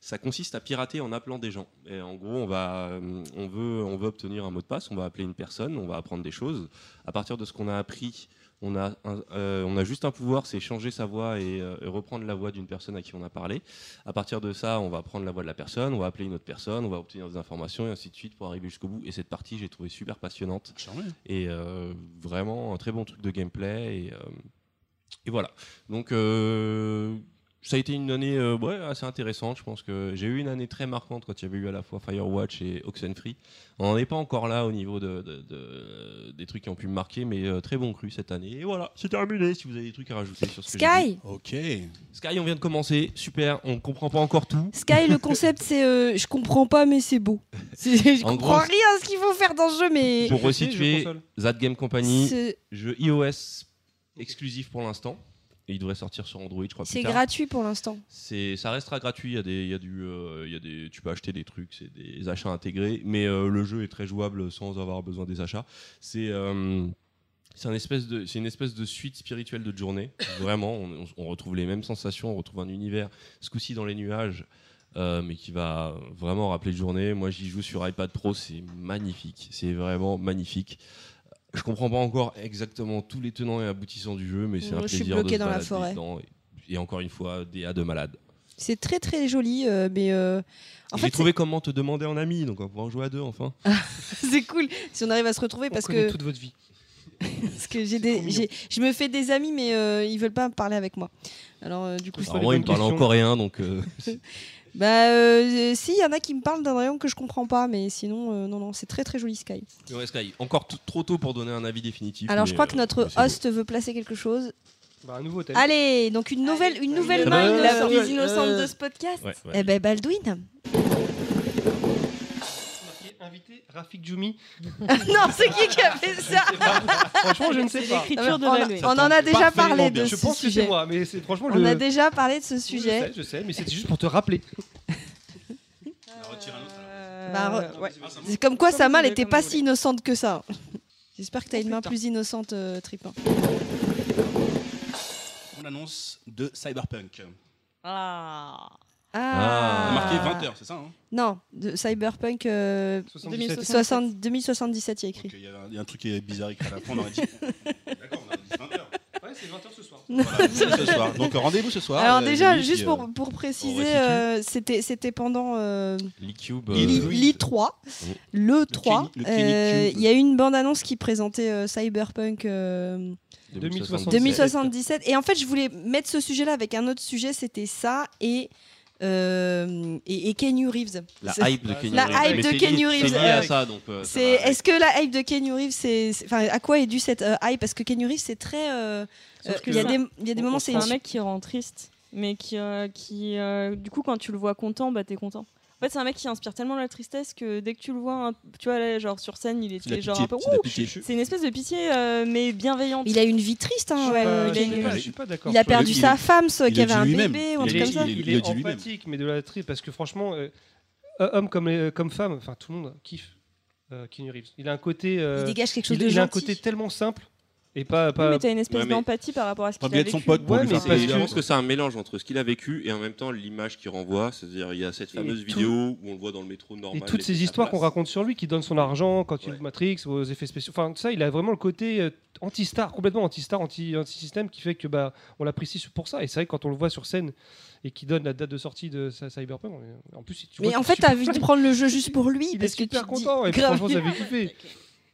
[SPEAKER 1] Ça consiste à pirater en appelant des gens. Et en gros, on, va, euh, on, veut, on veut obtenir un mot de passe, on va appeler une personne, on va apprendre des choses. À partir de ce qu'on a appris, on a, un- euh, on a juste un pouvoir, c'est changer sa voix et, euh, et reprendre la voix d'une personne à qui on a parlé. À partir de ça, on va prendre la voix de la personne, on va appeler une autre personne, on va obtenir des informations et ainsi de suite pour arriver jusqu'au bout. Et cette partie, j'ai trouvé super passionnante et euh, vraiment un très bon truc de gameplay et, euh, et voilà donc euh, ça a été une année euh, ouais, assez intéressante je pense que j'ai eu une année très marquante quand il y avait eu à la fois Firewatch et Oxenfree on n'en est pas encore là au niveau de, de- de- des trucs qui ont pu me marquer mais euh, très bon cru cette année et voilà c'est terminé si vous avez des trucs à rajouter sur ce que j'ai dit.
[SPEAKER 6] Sky
[SPEAKER 5] Ok.
[SPEAKER 7] Sky on vient de commencer super on comprend pas encore tout
[SPEAKER 6] Sky, le concept, c'est euh, je comprends pas, mais c'est beau. C'est- Je
[SPEAKER 7] En
[SPEAKER 6] comprends
[SPEAKER 7] gros, c'est-
[SPEAKER 6] rien à ce qu'il faut faire dans ce jeu, mais.
[SPEAKER 7] pour
[SPEAKER 4] PC, jeu
[SPEAKER 7] resituer
[SPEAKER 4] console.
[SPEAKER 7] That Game Company
[SPEAKER 6] c'est-
[SPEAKER 7] jeu iOS exclusif pour l'instant et il devrait sortir sur Android je crois
[SPEAKER 6] C'est
[SPEAKER 7] plus tard
[SPEAKER 6] gratuit pour l'instant.
[SPEAKER 7] C'est, ça restera gratuit. Il y a des, il y a du, euh, il y a des, tu peux acheter des trucs, c'est des achats intégrés, mais euh, le jeu est très jouable sans avoir besoin des achats. C'est euh, c'est, un espèce de, c'est une espèce de suite spirituelle de journée. Vraiment, on, on- on retrouve les mêmes sensations, on retrouve un univers, ce coup-ci dans les nuages, euh, mais qui va vraiment rappeler de journée. Moi, j'y joue sur iPad Pro, c'est magnifique. C'est vraiment magnifique. Je comprends pas encore exactement tous les tenants et aboutissants du jeu, mais c'est
[SPEAKER 6] Moi,
[SPEAKER 7] un
[SPEAKER 6] je suis
[SPEAKER 7] plaisir de
[SPEAKER 6] bloqué
[SPEAKER 7] se
[SPEAKER 6] dans la
[SPEAKER 7] balader
[SPEAKER 6] forêt.
[SPEAKER 7] dedans. Et, et encore une fois, des A de malade.
[SPEAKER 6] C'est très très joli, euh, mais euh, en
[SPEAKER 7] Et
[SPEAKER 6] fait,
[SPEAKER 7] J'ai trouvé comment te demander en ami, donc on pourra en jouer à deux enfin.
[SPEAKER 6] c'est c'est cool si on arrive à se retrouver
[SPEAKER 4] On
[SPEAKER 6] parce
[SPEAKER 4] connaît
[SPEAKER 6] que,
[SPEAKER 4] toute votre vie.
[SPEAKER 6] parce que j'ai des,
[SPEAKER 4] trop mignon.
[SPEAKER 6] j'ai- je me fais des amis, mais euh, ils veulent pas parler avec moi. Alors euh, du coup,
[SPEAKER 4] Alors,
[SPEAKER 6] je-
[SPEAKER 4] les
[SPEAKER 7] moi, il me
[SPEAKER 4] bonnes
[SPEAKER 7] parlait en
[SPEAKER 4] questions.
[SPEAKER 7] coréen, donc euh,
[SPEAKER 6] bah euh, si, il y en a qui me parlent d'un rayon que je comprends pas, mais sinon, euh, non non, c'est très très joli Sky.
[SPEAKER 7] mais ouais, Sky, encore t- trop tôt pour donner un avis définitif.
[SPEAKER 6] Alors
[SPEAKER 7] mais,
[SPEAKER 6] je crois
[SPEAKER 7] euh,
[SPEAKER 6] que notre
[SPEAKER 7] mais c'est
[SPEAKER 6] host veut placer quelque chose.
[SPEAKER 4] Bah, un nouveau thème.
[SPEAKER 6] Allez, donc une nouvelle, une nouvelle
[SPEAKER 7] Allez.
[SPEAKER 6] main.
[SPEAKER 7] Euh,
[SPEAKER 2] la
[SPEAKER 6] innocente.
[SPEAKER 2] plus innocente
[SPEAKER 7] euh,
[SPEAKER 2] de ce podcast.
[SPEAKER 7] beau. Ouais, ouais.
[SPEAKER 6] Eh ben Baldwin.
[SPEAKER 4] Marqué Invité Rafik Djoumi.
[SPEAKER 6] non, c'est qui qui a fait ça Ah,
[SPEAKER 4] Franchement, je ne sais pas.
[SPEAKER 6] On,
[SPEAKER 2] L'écriture de Baldwin.
[SPEAKER 6] on en a déjà
[SPEAKER 5] parfaitement
[SPEAKER 6] parlé de
[SPEAKER 5] bien.
[SPEAKER 6] ce
[SPEAKER 4] Je pense que
[SPEAKER 6] sujet.
[SPEAKER 4] c'est moi, mais c'est franchement
[SPEAKER 6] On
[SPEAKER 4] le.
[SPEAKER 6] a déjà parlé de ce
[SPEAKER 4] Je
[SPEAKER 6] sujet.
[SPEAKER 4] sais, je sais, mais c'était juste pour te rappeler.
[SPEAKER 5] Retire un autre.
[SPEAKER 6] Bah, re-
[SPEAKER 2] Euh, ouais.
[SPEAKER 6] C'est comme quoi
[SPEAKER 2] Comme
[SPEAKER 6] sa
[SPEAKER 2] vous
[SPEAKER 6] main
[SPEAKER 2] voulez,
[SPEAKER 6] n'était
[SPEAKER 2] comme
[SPEAKER 6] pas
[SPEAKER 2] vous
[SPEAKER 6] si innocente que ça. J'espère que t'as une main
[SPEAKER 2] Putain.
[SPEAKER 6] plus innocente, euh, Tripin.
[SPEAKER 5] On l'annonce de Cyberpunk.
[SPEAKER 2] Ah.
[SPEAKER 7] Ah.
[SPEAKER 5] Marqué 20h, c'est ça hein
[SPEAKER 6] Non, de Cyberpunk euh,
[SPEAKER 4] 77.
[SPEAKER 2] 2077.
[SPEAKER 6] 60 2077, il y a écrit.
[SPEAKER 5] Donc, Il y, a un- il y a un truc qui est bizarre qui est à la fin, on aurait dit. D'accord, on a dit 20h.
[SPEAKER 4] Ouais, c'est 20h ce soir.
[SPEAKER 5] Voilà, c'est ce soir. Ah, Donc rendez-vous ce
[SPEAKER 7] Bah,
[SPEAKER 5] soir.
[SPEAKER 6] Alors
[SPEAKER 5] euh,
[SPEAKER 6] déjà,
[SPEAKER 5] Julie,
[SPEAKER 6] juste
[SPEAKER 5] qui,
[SPEAKER 6] pour,
[SPEAKER 5] euh,
[SPEAKER 6] pour
[SPEAKER 5] restitue.
[SPEAKER 6] préciser, euh, c'était c'était pendant euh,
[SPEAKER 7] l'e-cube,
[SPEAKER 5] Il
[SPEAKER 7] euh,
[SPEAKER 5] est-
[SPEAKER 6] l'I3,
[SPEAKER 7] Oui.
[SPEAKER 6] le
[SPEAKER 5] Kenny-
[SPEAKER 6] 3.
[SPEAKER 5] le
[SPEAKER 6] euh,
[SPEAKER 5] Kenny Cube.
[SPEAKER 6] Il y a eu une bande-annonce qui présentait euh, Cyberpunk euh,
[SPEAKER 7] 2077.
[SPEAKER 6] 2077. Et en fait, je voulais mettre ce sujet-là avec un autre sujet, c'était ça et, euh, et, et Keanu Reeves.
[SPEAKER 7] La hype de Kenny
[SPEAKER 6] La
[SPEAKER 7] Reeves.
[SPEAKER 6] hype de
[SPEAKER 7] Mais c'est lié-
[SPEAKER 6] Keanu Reeves,
[SPEAKER 7] C'est lié à
[SPEAKER 6] euh,
[SPEAKER 7] ça, donc. euh, ça
[SPEAKER 6] C'est
[SPEAKER 7] va avec-
[SPEAKER 6] est-ce que la hype de Keanu Reeves, c'est, c'est- enfin, à quoi est due cette euh, hype Parce que Keanu Reeves, c'est très, euh, euh,
[SPEAKER 2] que
[SPEAKER 6] il y a
[SPEAKER 2] ça-
[SPEAKER 6] des, il y a des moments, c'est,
[SPEAKER 2] c'est un mec qui rend triste, mais qui, euh, qui euh, du coup, quand tu le vois content, bah t'es content. En fait, c'est un mec qui inspire tellement la tristesse que dès que tu le vois, un- tu vois, là, genre sur scène, il
[SPEAKER 5] C'est de la
[SPEAKER 2] était genre
[SPEAKER 5] pitié.
[SPEAKER 2] un peu.
[SPEAKER 5] C'est de la
[SPEAKER 2] Ouh
[SPEAKER 5] pitié.
[SPEAKER 2] C'est une espèce de pitié, euh, mais bienveillante.
[SPEAKER 6] il a une vie triste. hein,
[SPEAKER 2] Ouais,
[SPEAKER 6] euh,
[SPEAKER 2] il
[SPEAKER 4] je,
[SPEAKER 2] a
[SPEAKER 4] suis
[SPEAKER 6] Keanu
[SPEAKER 4] pas, je
[SPEAKER 6] Reeves.
[SPEAKER 4] suis pas d'accord.
[SPEAKER 6] Il a
[SPEAKER 4] sur le-
[SPEAKER 6] perdu
[SPEAKER 5] il-
[SPEAKER 6] sa femme, ce,
[SPEAKER 5] il
[SPEAKER 6] qui
[SPEAKER 5] a
[SPEAKER 6] avait
[SPEAKER 5] dit
[SPEAKER 6] un
[SPEAKER 5] lui-même.
[SPEAKER 6] bébé ou un
[SPEAKER 5] Il
[SPEAKER 4] Il
[SPEAKER 5] a
[SPEAKER 6] truc comme
[SPEAKER 5] dit-
[SPEAKER 6] ça.
[SPEAKER 4] est, il
[SPEAKER 5] il
[SPEAKER 4] est
[SPEAKER 5] a dit lui-même.
[SPEAKER 4] empathique, mais de la tri, parce que franchement, euh, euh, homme comme, euh, comme femme, enfin tout le monde kiffe euh, Keanu Reeves. Il a un côté, euh,
[SPEAKER 6] Il dégage quelque chose
[SPEAKER 4] il-
[SPEAKER 6] de
[SPEAKER 4] il a un
[SPEAKER 6] gentil.
[SPEAKER 4] côté tellement simple et pas,
[SPEAKER 2] Oui,
[SPEAKER 4] pas
[SPEAKER 2] mais t'as une espèce
[SPEAKER 1] Ouais, mais-
[SPEAKER 2] d'empathie par rapport à ce
[SPEAKER 5] Pas
[SPEAKER 2] qu'il
[SPEAKER 5] bien
[SPEAKER 2] a
[SPEAKER 5] de son
[SPEAKER 2] vécu.
[SPEAKER 5] pote pour
[SPEAKER 4] Ouais,
[SPEAKER 5] lui
[SPEAKER 4] mais
[SPEAKER 5] faire
[SPEAKER 4] parce
[SPEAKER 1] Et
[SPEAKER 5] plaisir.
[SPEAKER 1] Je pense que c'est un mélange entre ce qu'il a vécu et en même temps l'image qu'il renvoie. C'est-à-dire, il y a cette fameuse
[SPEAKER 4] tout-
[SPEAKER 1] vidéo où on le voit dans le métro
[SPEAKER 4] et
[SPEAKER 1] normal.
[SPEAKER 4] toutes
[SPEAKER 1] laisser
[SPEAKER 4] ces
[SPEAKER 1] sa
[SPEAKER 4] histoires qu'on
[SPEAKER 1] place.
[SPEAKER 4] raconte sur lui, qui donne son argent quand il
[SPEAKER 1] Ouais.
[SPEAKER 4] joue Matrix, aux effets spéciaux, enfin tout ça, il a vraiment le côté euh, anti-star, complètement anti-star, anti- anti-système, qui fait que bah on l'apprécie pour ça. Et c'est vrai que quand on le voit sur scène et qui donne la date de sortie de sa- Cyberpunk, on- en plus, si tu vois
[SPEAKER 6] Mais
[SPEAKER 4] qu'il
[SPEAKER 6] en
[SPEAKER 4] est
[SPEAKER 6] fait,
[SPEAKER 4] super
[SPEAKER 6] t'as envie de
[SPEAKER 4] fan,
[SPEAKER 6] prendre le jeu juste pour lui,
[SPEAKER 4] il est
[SPEAKER 6] parce que
[SPEAKER 4] super
[SPEAKER 6] tu te dis,
[SPEAKER 4] content et puis,
[SPEAKER 6] grave.
[SPEAKER 4] franchement, ça avait kiffé.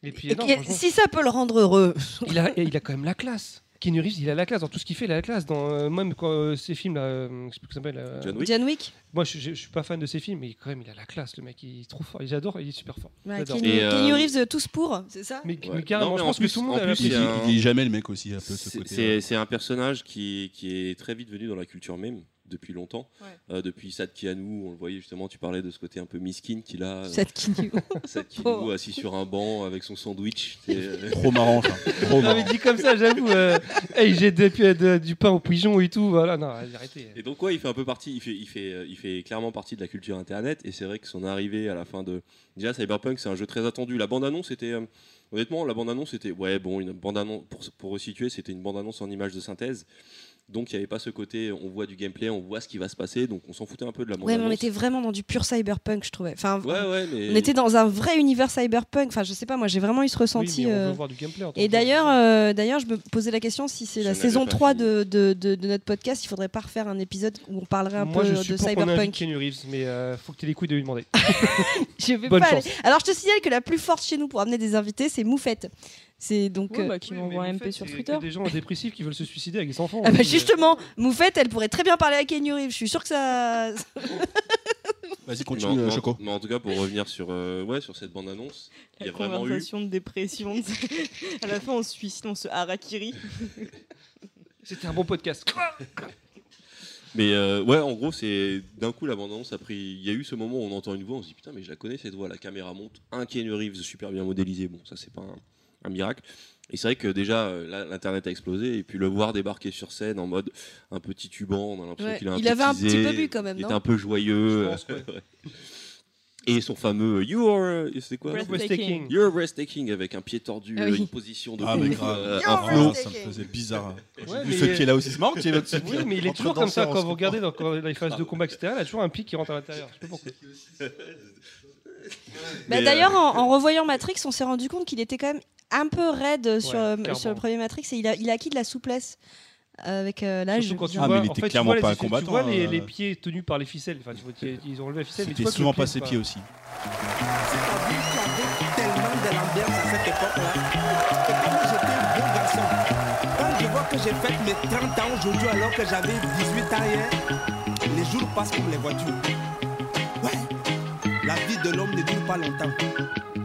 [SPEAKER 4] Et puis,
[SPEAKER 6] Et
[SPEAKER 4] non,
[SPEAKER 6] que-
[SPEAKER 4] franchement,
[SPEAKER 6] si ça peut le rendre heureux.
[SPEAKER 4] il a, il a quand même la classe. Keanu Reeves, il a la classe dans tout ce qu'il fait, il a la classe dans euh, même quand, euh, ces films là, euh, je sais plus comment ça s'appelle. euh,
[SPEAKER 7] John Wick.
[SPEAKER 6] John Wick
[SPEAKER 4] Moi, je, je- je suis pas fan de ces films, mais quand même, il a la classe, le mec, il est trop fort, il adore, il est super fort.
[SPEAKER 6] ouais,
[SPEAKER 4] J'adore.
[SPEAKER 6] Keanu,
[SPEAKER 7] Et, euh,
[SPEAKER 6] Keanu bah, Reeves, euh, tous pour, c'est ça
[SPEAKER 4] Mais,
[SPEAKER 7] Ouais.
[SPEAKER 4] mais carrément,
[SPEAKER 7] Non, mais
[SPEAKER 4] je
[SPEAKER 7] en
[SPEAKER 4] pense
[SPEAKER 7] plus-
[SPEAKER 4] que tout le monde
[SPEAKER 7] en
[SPEAKER 4] a la
[SPEAKER 7] plus,
[SPEAKER 5] Il
[SPEAKER 7] il y
[SPEAKER 4] classe.
[SPEAKER 7] a un-
[SPEAKER 5] dit jamais le mec aussi, un peu de ce
[SPEAKER 7] C'est-
[SPEAKER 5] côté.
[SPEAKER 7] C'est c'est un personnage qui, qui est très vite venu dans la culture même depuis longtemps.
[SPEAKER 2] Ouais.
[SPEAKER 7] Euh, depuis Sad Keanu, on le voyait justement, tu parlais de ce côté un peu miskin qu'il a. euh,
[SPEAKER 6] Seth Keanu.
[SPEAKER 7] Sad
[SPEAKER 6] pauvre.
[SPEAKER 7] Keanu assis sur un banc avec son sandwich. c'est, euh,
[SPEAKER 5] Trop marrant, ça.
[SPEAKER 4] Non,
[SPEAKER 5] Trop
[SPEAKER 4] mais
[SPEAKER 5] marrant.
[SPEAKER 4] dit comme ça, j'avoue. euh, hey, j'ai des- de- du pain au pigeon et tout, voilà, non, arrêtez.
[SPEAKER 7] Et donc ouais, il fait un peu partie, il fait, il fait, euh, il fait clairement partie de la culture internet. Et c'est vrai que son arrivée à la fin de déjà Cyberpunk, c'est un jeu très attendu. La bande annonce était, euh, honnêtement, la bande annonce était, ouais, bon, une bande annonce pour pour resituer, c'était une bande annonce en image de synthèse. Donc il n'y avait pas ce côté, on voit du gameplay, on voit ce qui va se passer, donc on s'en foutait un peu de la bande
[SPEAKER 6] Ouais, mais on
[SPEAKER 7] annonce.
[SPEAKER 6] était vraiment dans du pur cyberpunk, je trouvais. Enfin,
[SPEAKER 7] Ouais, ouais, mais
[SPEAKER 6] on était dans un vrai univers cyberpunk. Enfin, je sais pas, moi, j'ai vraiment eu ce ressenti.
[SPEAKER 4] Oui, mais on
[SPEAKER 6] euh,
[SPEAKER 4] veut voir du gameplay. en tant
[SPEAKER 6] Et
[SPEAKER 4] que-
[SPEAKER 6] d'ailleurs, euh, d'ailleurs, je me posais la question si c'est
[SPEAKER 7] Je
[SPEAKER 6] la
[SPEAKER 7] n'avais
[SPEAKER 6] saison
[SPEAKER 7] pas
[SPEAKER 6] 3
[SPEAKER 7] fini.
[SPEAKER 6] de, de, de- de notre podcast, il faudrait pas refaire un épisode où on parlerait un
[SPEAKER 4] moi,
[SPEAKER 6] peu
[SPEAKER 4] je suis
[SPEAKER 6] de
[SPEAKER 4] pour qu'on invite
[SPEAKER 6] cyberpunk. Ah,
[SPEAKER 4] Keanu Reeves, mais euh, faut que tu aies les couilles de lui demander.
[SPEAKER 6] Je vais
[SPEAKER 4] Bonne
[SPEAKER 6] pas
[SPEAKER 4] chance.
[SPEAKER 6] aller. Alors, je te signale que la plus forte chez nous pour amener des invités, c'est Moufette. C'est donc.
[SPEAKER 2] Ouais,
[SPEAKER 6] euh,
[SPEAKER 2] bah, qui
[SPEAKER 4] Oui,
[SPEAKER 2] m'envoie
[SPEAKER 4] mais
[SPEAKER 2] un
[SPEAKER 4] en
[SPEAKER 2] MP
[SPEAKER 4] fait,
[SPEAKER 2] sur
[SPEAKER 4] c'est
[SPEAKER 2] Twitter.
[SPEAKER 4] que Des gens dépressifs qui veulent se suicider avec des enfants.
[SPEAKER 6] Ah bah
[SPEAKER 4] aussi, euh.
[SPEAKER 6] justement, Moufette, elle pourrait très bien parler à Kenny Reeves. Je suis sûre que ça. Bah,
[SPEAKER 5] Vas-y,
[SPEAKER 7] Mais
[SPEAKER 5] continue,
[SPEAKER 7] en,
[SPEAKER 5] euh,
[SPEAKER 7] en-
[SPEAKER 5] Choco.
[SPEAKER 7] mais en tout cas, pour revenir sur, euh, ouais, sur cette bande-annonce, il y
[SPEAKER 2] La
[SPEAKER 7] a vraiment eu.
[SPEAKER 2] conversation de dépression. à la fin, on se suicide, on se harakiri.
[SPEAKER 4] C'était un bon podcast.
[SPEAKER 7] Mais euh, ouais, en gros, c'est d'un coup, la bande-annonce a pris. Il y a eu ce moment où on entend une voix, on se dit putain, mais je la connais cette voix. La caméra monte, un Keanu Reeves super bien modélisé. Bon, ça, c'est pas un, un miracle. Et c'est vrai que déjà, euh, là, l'internet a explosé. Et puis le voir débarquer sur scène en mode un petit tuban, on a l'impression
[SPEAKER 6] Ouais,
[SPEAKER 7] qu'il a un
[SPEAKER 6] il
[SPEAKER 7] peu
[SPEAKER 6] avait un
[SPEAKER 7] teasé,
[SPEAKER 6] petit peu bu quand même,
[SPEAKER 7] Il
[SPEAKER 6] non
[SPEAKER 7] était un peu joyeux.
[SPEAKER 4] Je pense, ouais.
[SPEAKER 7] Ouais. Et son fameux You are. euh, C'est quoi
[SPEAKER 2] Breath-
[SPEAKER 4] Breathtaking.
[SPEAKER 7] You're breathtaking avec un pied tordu,
[SPEAKER 6] Ah oui.
[SPEAKER 7] une position de
[SPEAKER 5] Ah, mais
[SPEAKER 7] couple,
[SPEAKER 5] grave.
[SPEAKER 7] euh,
[SPEAKER 5] Ah,
[SPEAKER 7] un
[SPEAKER 5] vraiment,
[SPEAKER 7] flot.
[SPEAKER 5] ça me faisait bizarre.
[SPEAKER 4] Ouais,
[SPEAKER 5] Vu
[SPEAKER 4] mais- euh,
[SPEAKER 5] ce qui est là aussi, c'est marrant qu'il y ait notre type
[SPEAKER 4] Oui,
[SPEAKER 5] là,
[SPEAKER 4] mais il est
[SPEAKER 5] entre
[SPEAKER 4] toujours comme ça.
[SPEAKER 5] danseurs, on
[SPEAKER 4] Quand
[SPEAKER 5] se
[SPEAKER 4] vous
[SPEAKER 5] comprend.
[SPEAKER 4] regardez dans quand- dans les phases de combat, etc., il y a toujours un pic qui rentre à l'intérieur. Je sais pas pourquoi.
[SPEAKER 6] Bah,
[SPEAKER 7] Mais,
[SPEAKER 4] euh,
[SPEAKER 6] D'ailleurs, en, en revoyant Matrix, on s'est rendu compte qu'il était quand même un peu raide sur, euh,
[SPEAKER 4] clairement.
[SPEAKER 6] sur le premier Matrix et il a, il a acquis de la souplesse avec euh, l'âge.
[SPEAKER 4] Surtout quand tu
[SPEAKER 5] Ah,
[SPEAKER 4] vois,
[SPEAKER 5] mais il
[SPEAKER 4] en
[SPEAKER 5] était
[SPEAKER 4] fait, tu
[SPEAKER 5] clairement
[SPEAKER 4] vois,
[SPEAKER 5] pas
[SPEAKER 4] les,
[SPEAKER 5] un combattant,
[SPEAKER 4] tu vois les,
[SPEAKER 5] hein.
[SPEAKER 4] les pieds tenus par les ficelles. Enfin, tu vois, tu- ils ont enlevé la ficelle. mais tu
[SPEAKER 5] C'était
[SPEAKER 4] vois que
[SPEAKER 5] souvent
[SPEAKER 4] le pied
[SPEAKER 5] pas
[SPEAKER 4] est
[SPEAKER 5] ses pieds aussi.
[SPEAKER 8] tellement de l'ambiance à cette époque-là. Et comme j'étais un bon garçon, quand je vois que j'ai fait mes 30 ans aujourd'hui alors que j'avais 18 ans hier, les jours passent comme les voitures. Ouais, la vie de l'homme ne dure pas longtemps.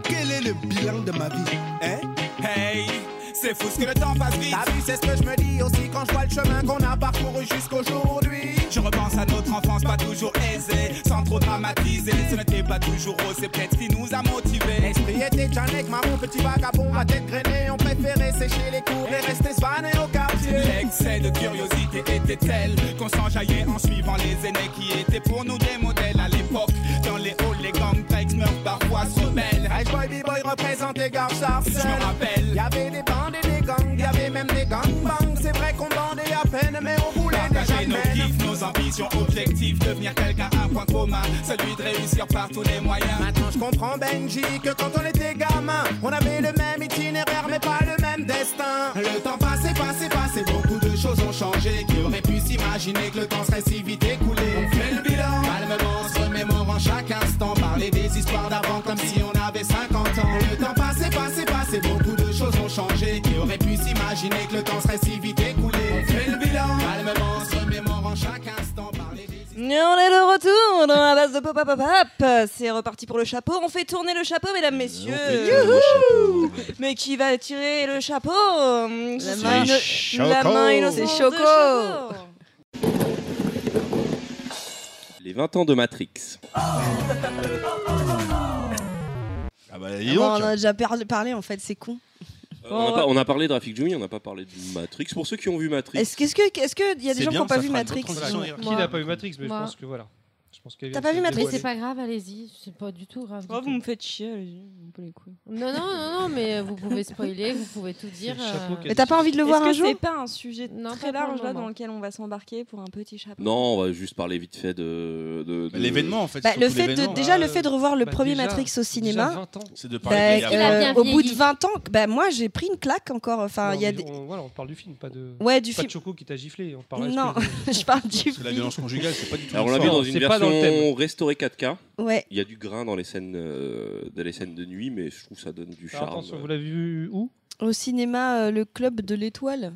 [SPEAKER 8] Quel est le bilan de ma vie hein? Hey, c'est fou ce que le temps passe vite. T'as vu, c'est ce que je me dis aussi quand je vois le chemin qu'on a parcouru jusqu'aujourd'hui. Je repense à notre enfance pas toujours aisée, sans trop dramatiser. Ce n'était pas toujours rose, c'est peut-être ce qui nous a motivés. L'esprit était Janek, maman, petit vagabond, à tête grainée. On préférait sécher les cours et rester svané au quartier. L'excès de curiosité était tel qu'on s'enjaillait en suivant les aînés qui étaient pour nous des modèles à l'époque. Dans les halls, les gangs, meurent parfois se rebellent. Hey, boy, B-Boy représentait Gare Charcel. Je me rappelle, y avait des bandes et des gangs, y avait même des gangbangs. C'est vrai qu'on bandait à peine, mais on voulait Partager nos kiffs, nos ambitions, objectifs, devenir quelqu'un, un point commun, celui de réussir par tous les moyens. Maintenant je comprends Benji que quand on était gamin, on avait le même itinéraire mais pas le même destin. Le temps passé, passé, passé, beaucoup de choses ont changé. Qui aurait pu s'imaginer que le temps serait si vite écoulé On fait le bilan, calmement, en se remémorant chaque instant, parler des histoires d'avant comme si on avait 50 ans. Le temps passé, passé, passé, beaucoup de choses ont changé. Qui aurait pu s'imaginer que le temps serait si vite écoulé On fait le bilan, calmement, en se remémorant chaque instant, parler des
[SPEAKER 6] Et on est de retour dans la base de Pop Pop Pop. C'est reparti pour le chapeau. On fait tourner le chapeau, mesdames, messieurs.
[SPEAKER 5] Oh,
[SPEAKER 2] Mais qui va tirer le chapeau hum, ce
[SPEAKER 6] La
[SPEAKER 2] sera
[SPEAKER 6] main,
[SPEAKER 2] une- la main innocente
[SPEAKER 6] C'est
[SPEAKER 2] de
[SPEAKER 6] Choco.
[SPEAKER 2] Choco.
[SPEAKER 7] Les 20 ans de Matrix.
[SPEAKER 5] Ah bah,
[SPEAKER 6] Ah
[SPEAKER 5] dis
[SPEAKER 6] bon, on en
[SPEAKER 5] donc.
[SPEAKER 6] a déjà par- parlé en fait, c'est con.
[SPEAKER 7] Euh,
[SPEAKER 4] Oh.
[SPEAKER 7] on, a pas- on a parlé de Rafik Jumi, on n'a pas parlé de Matrix. Pour ceux qui ont vu Matrix,
[SPEAKER 6] Est-ce qu'est-ce que, est-ce que y a des
[SPEAKER 5] C'est
[SPEAKER 6] gens qui
[SPEAKER 5] bien,
[SPEAKER 6] n'ont pas
[SPEAKER 5] ça
[SPEAKER 6] vu
[SPEAKER 5] fera une bonne
[SPEAKER 6] Matrix
[SPEAKER 5] transition.
[SPEAKER 6] Ouais.
[SPEAKER 4] Qui n'a pas eu Matrix, mais
[SPEAKER 3] Moi.
[SPEAKER 4] je pense que voilà. Je pense qu'il y a-
[SPEAKER 6] T'as pas vu Matrix
[SPEAKER 3] Mais
[SPEAKER 4] Ouais.
[SPEAKER 3] c'est pas grave, allez-y, c'est pas du tout grave. du
[SPEAKER 2] Oh, vous me
[SPEAKER 3] tout.
[SPEAKER 2] faites chier, allez-y, on peut les couilles.
[SPEAKER 3] Non, non, non, non, mais vous pouvez spoiler, vous pouvez tout dire.
[SPEAKER 4] C'est le chapeau
[SPEAKER 3] euh,
[SPEAKER 4] qui a-
[SPEAKER 6] Mais t'as pas envie de le voir
[SPEAKER 2] Est-ce
[SPEAKER 6] un
[SPEAKER 2] que
[SPEAKER 6] jour
[SPEAKER 2] c'est pas un sujet
[SPEAKER 3] Non, pas
[SPEAKER 2] très
[SPEAKER 3] pour le
[SPEAKER 2] large là
[SPEAKER 3] moment.
[SPEAKER 2] dans lequel on va s'embarquer pour un petit chapeau
[SPEAKER 7] non, on va juste parler vite fait de, de- de-
[SPEAKER 5] L'événement, en fait.
[SPEAKER 6] Bah,
[SPEAKER 5] surtout
[SPEAKER 6] le fait de,
[SPEAKER 5] l'événement, hein,
[SPEAKER 6] déjà
[SPEAKER 4] bah,
[SPEAKER 6] le fait de revoir le
[SPEAKER 4] bah,
[SPEAKER 6] premier
[SPEAKER 4] déjà-
[SPEAKER 6] Matrix au
[SPEAKER 4] Déjà
[SPEAKER 6] cinéma.
[SPEAKER 4] 20 ans.
[SPEAKER 5] C'est de
[SPEAKER 6] bah,
[SPEAKER 5] parler.
[SPEAKER 3] qu'il
[SPEAKER 5] des-
[SPEAKER 3] a bien
[SPEAKER 6] au bout de
[SPEAKER 3] vieilli.
[SPEAKER 6] 20 ans, bah, moi j'ai pris une claque encore. Enfin,
[SPEAKER 4] Non,
[SPEAKER 6] il y a
[SPEAKER 4] mais
[SPEAKER 6] des-
[SPEAKER 4] on, voilà, on parle du film, pas de.
[SPEAKER 6] ouais du
[SPEAKER 4] Pas
[SPEAKER 6] film.
[SPEAKER 4] de Choco qui t'a giflé. On parle
[SPEAKER 6] Non, je parle
[SPEAKER 5] Parce
[SPEAKER 6] du
[SPEAKER 5] que la
[SPEAKER 6] film.
[SPEAKER 5] violence conjugale, c'est pas du tout.
[SPEAKER 7] Alors on l'a
[SPEAKER 5] l'histoire.
[SPEAKER 7] vu dans
[SPEAKER 4] c'est
[SPEAKER 7] une
[SPEAKER 4] pas dans le
[SPEAKER 7] version restaurée 4K.
[SPEAKER 6] Ouais.
[SPEAKER 7] Il y a du grain dans les scènes, euh, dans les scènes de nuit, mais je trouve que ça donne du charme.
[SPEAKER 4] Attention, vous l'avez vu où
[SPEAKER 6] Au cinéma, euh, le club de l'étoile.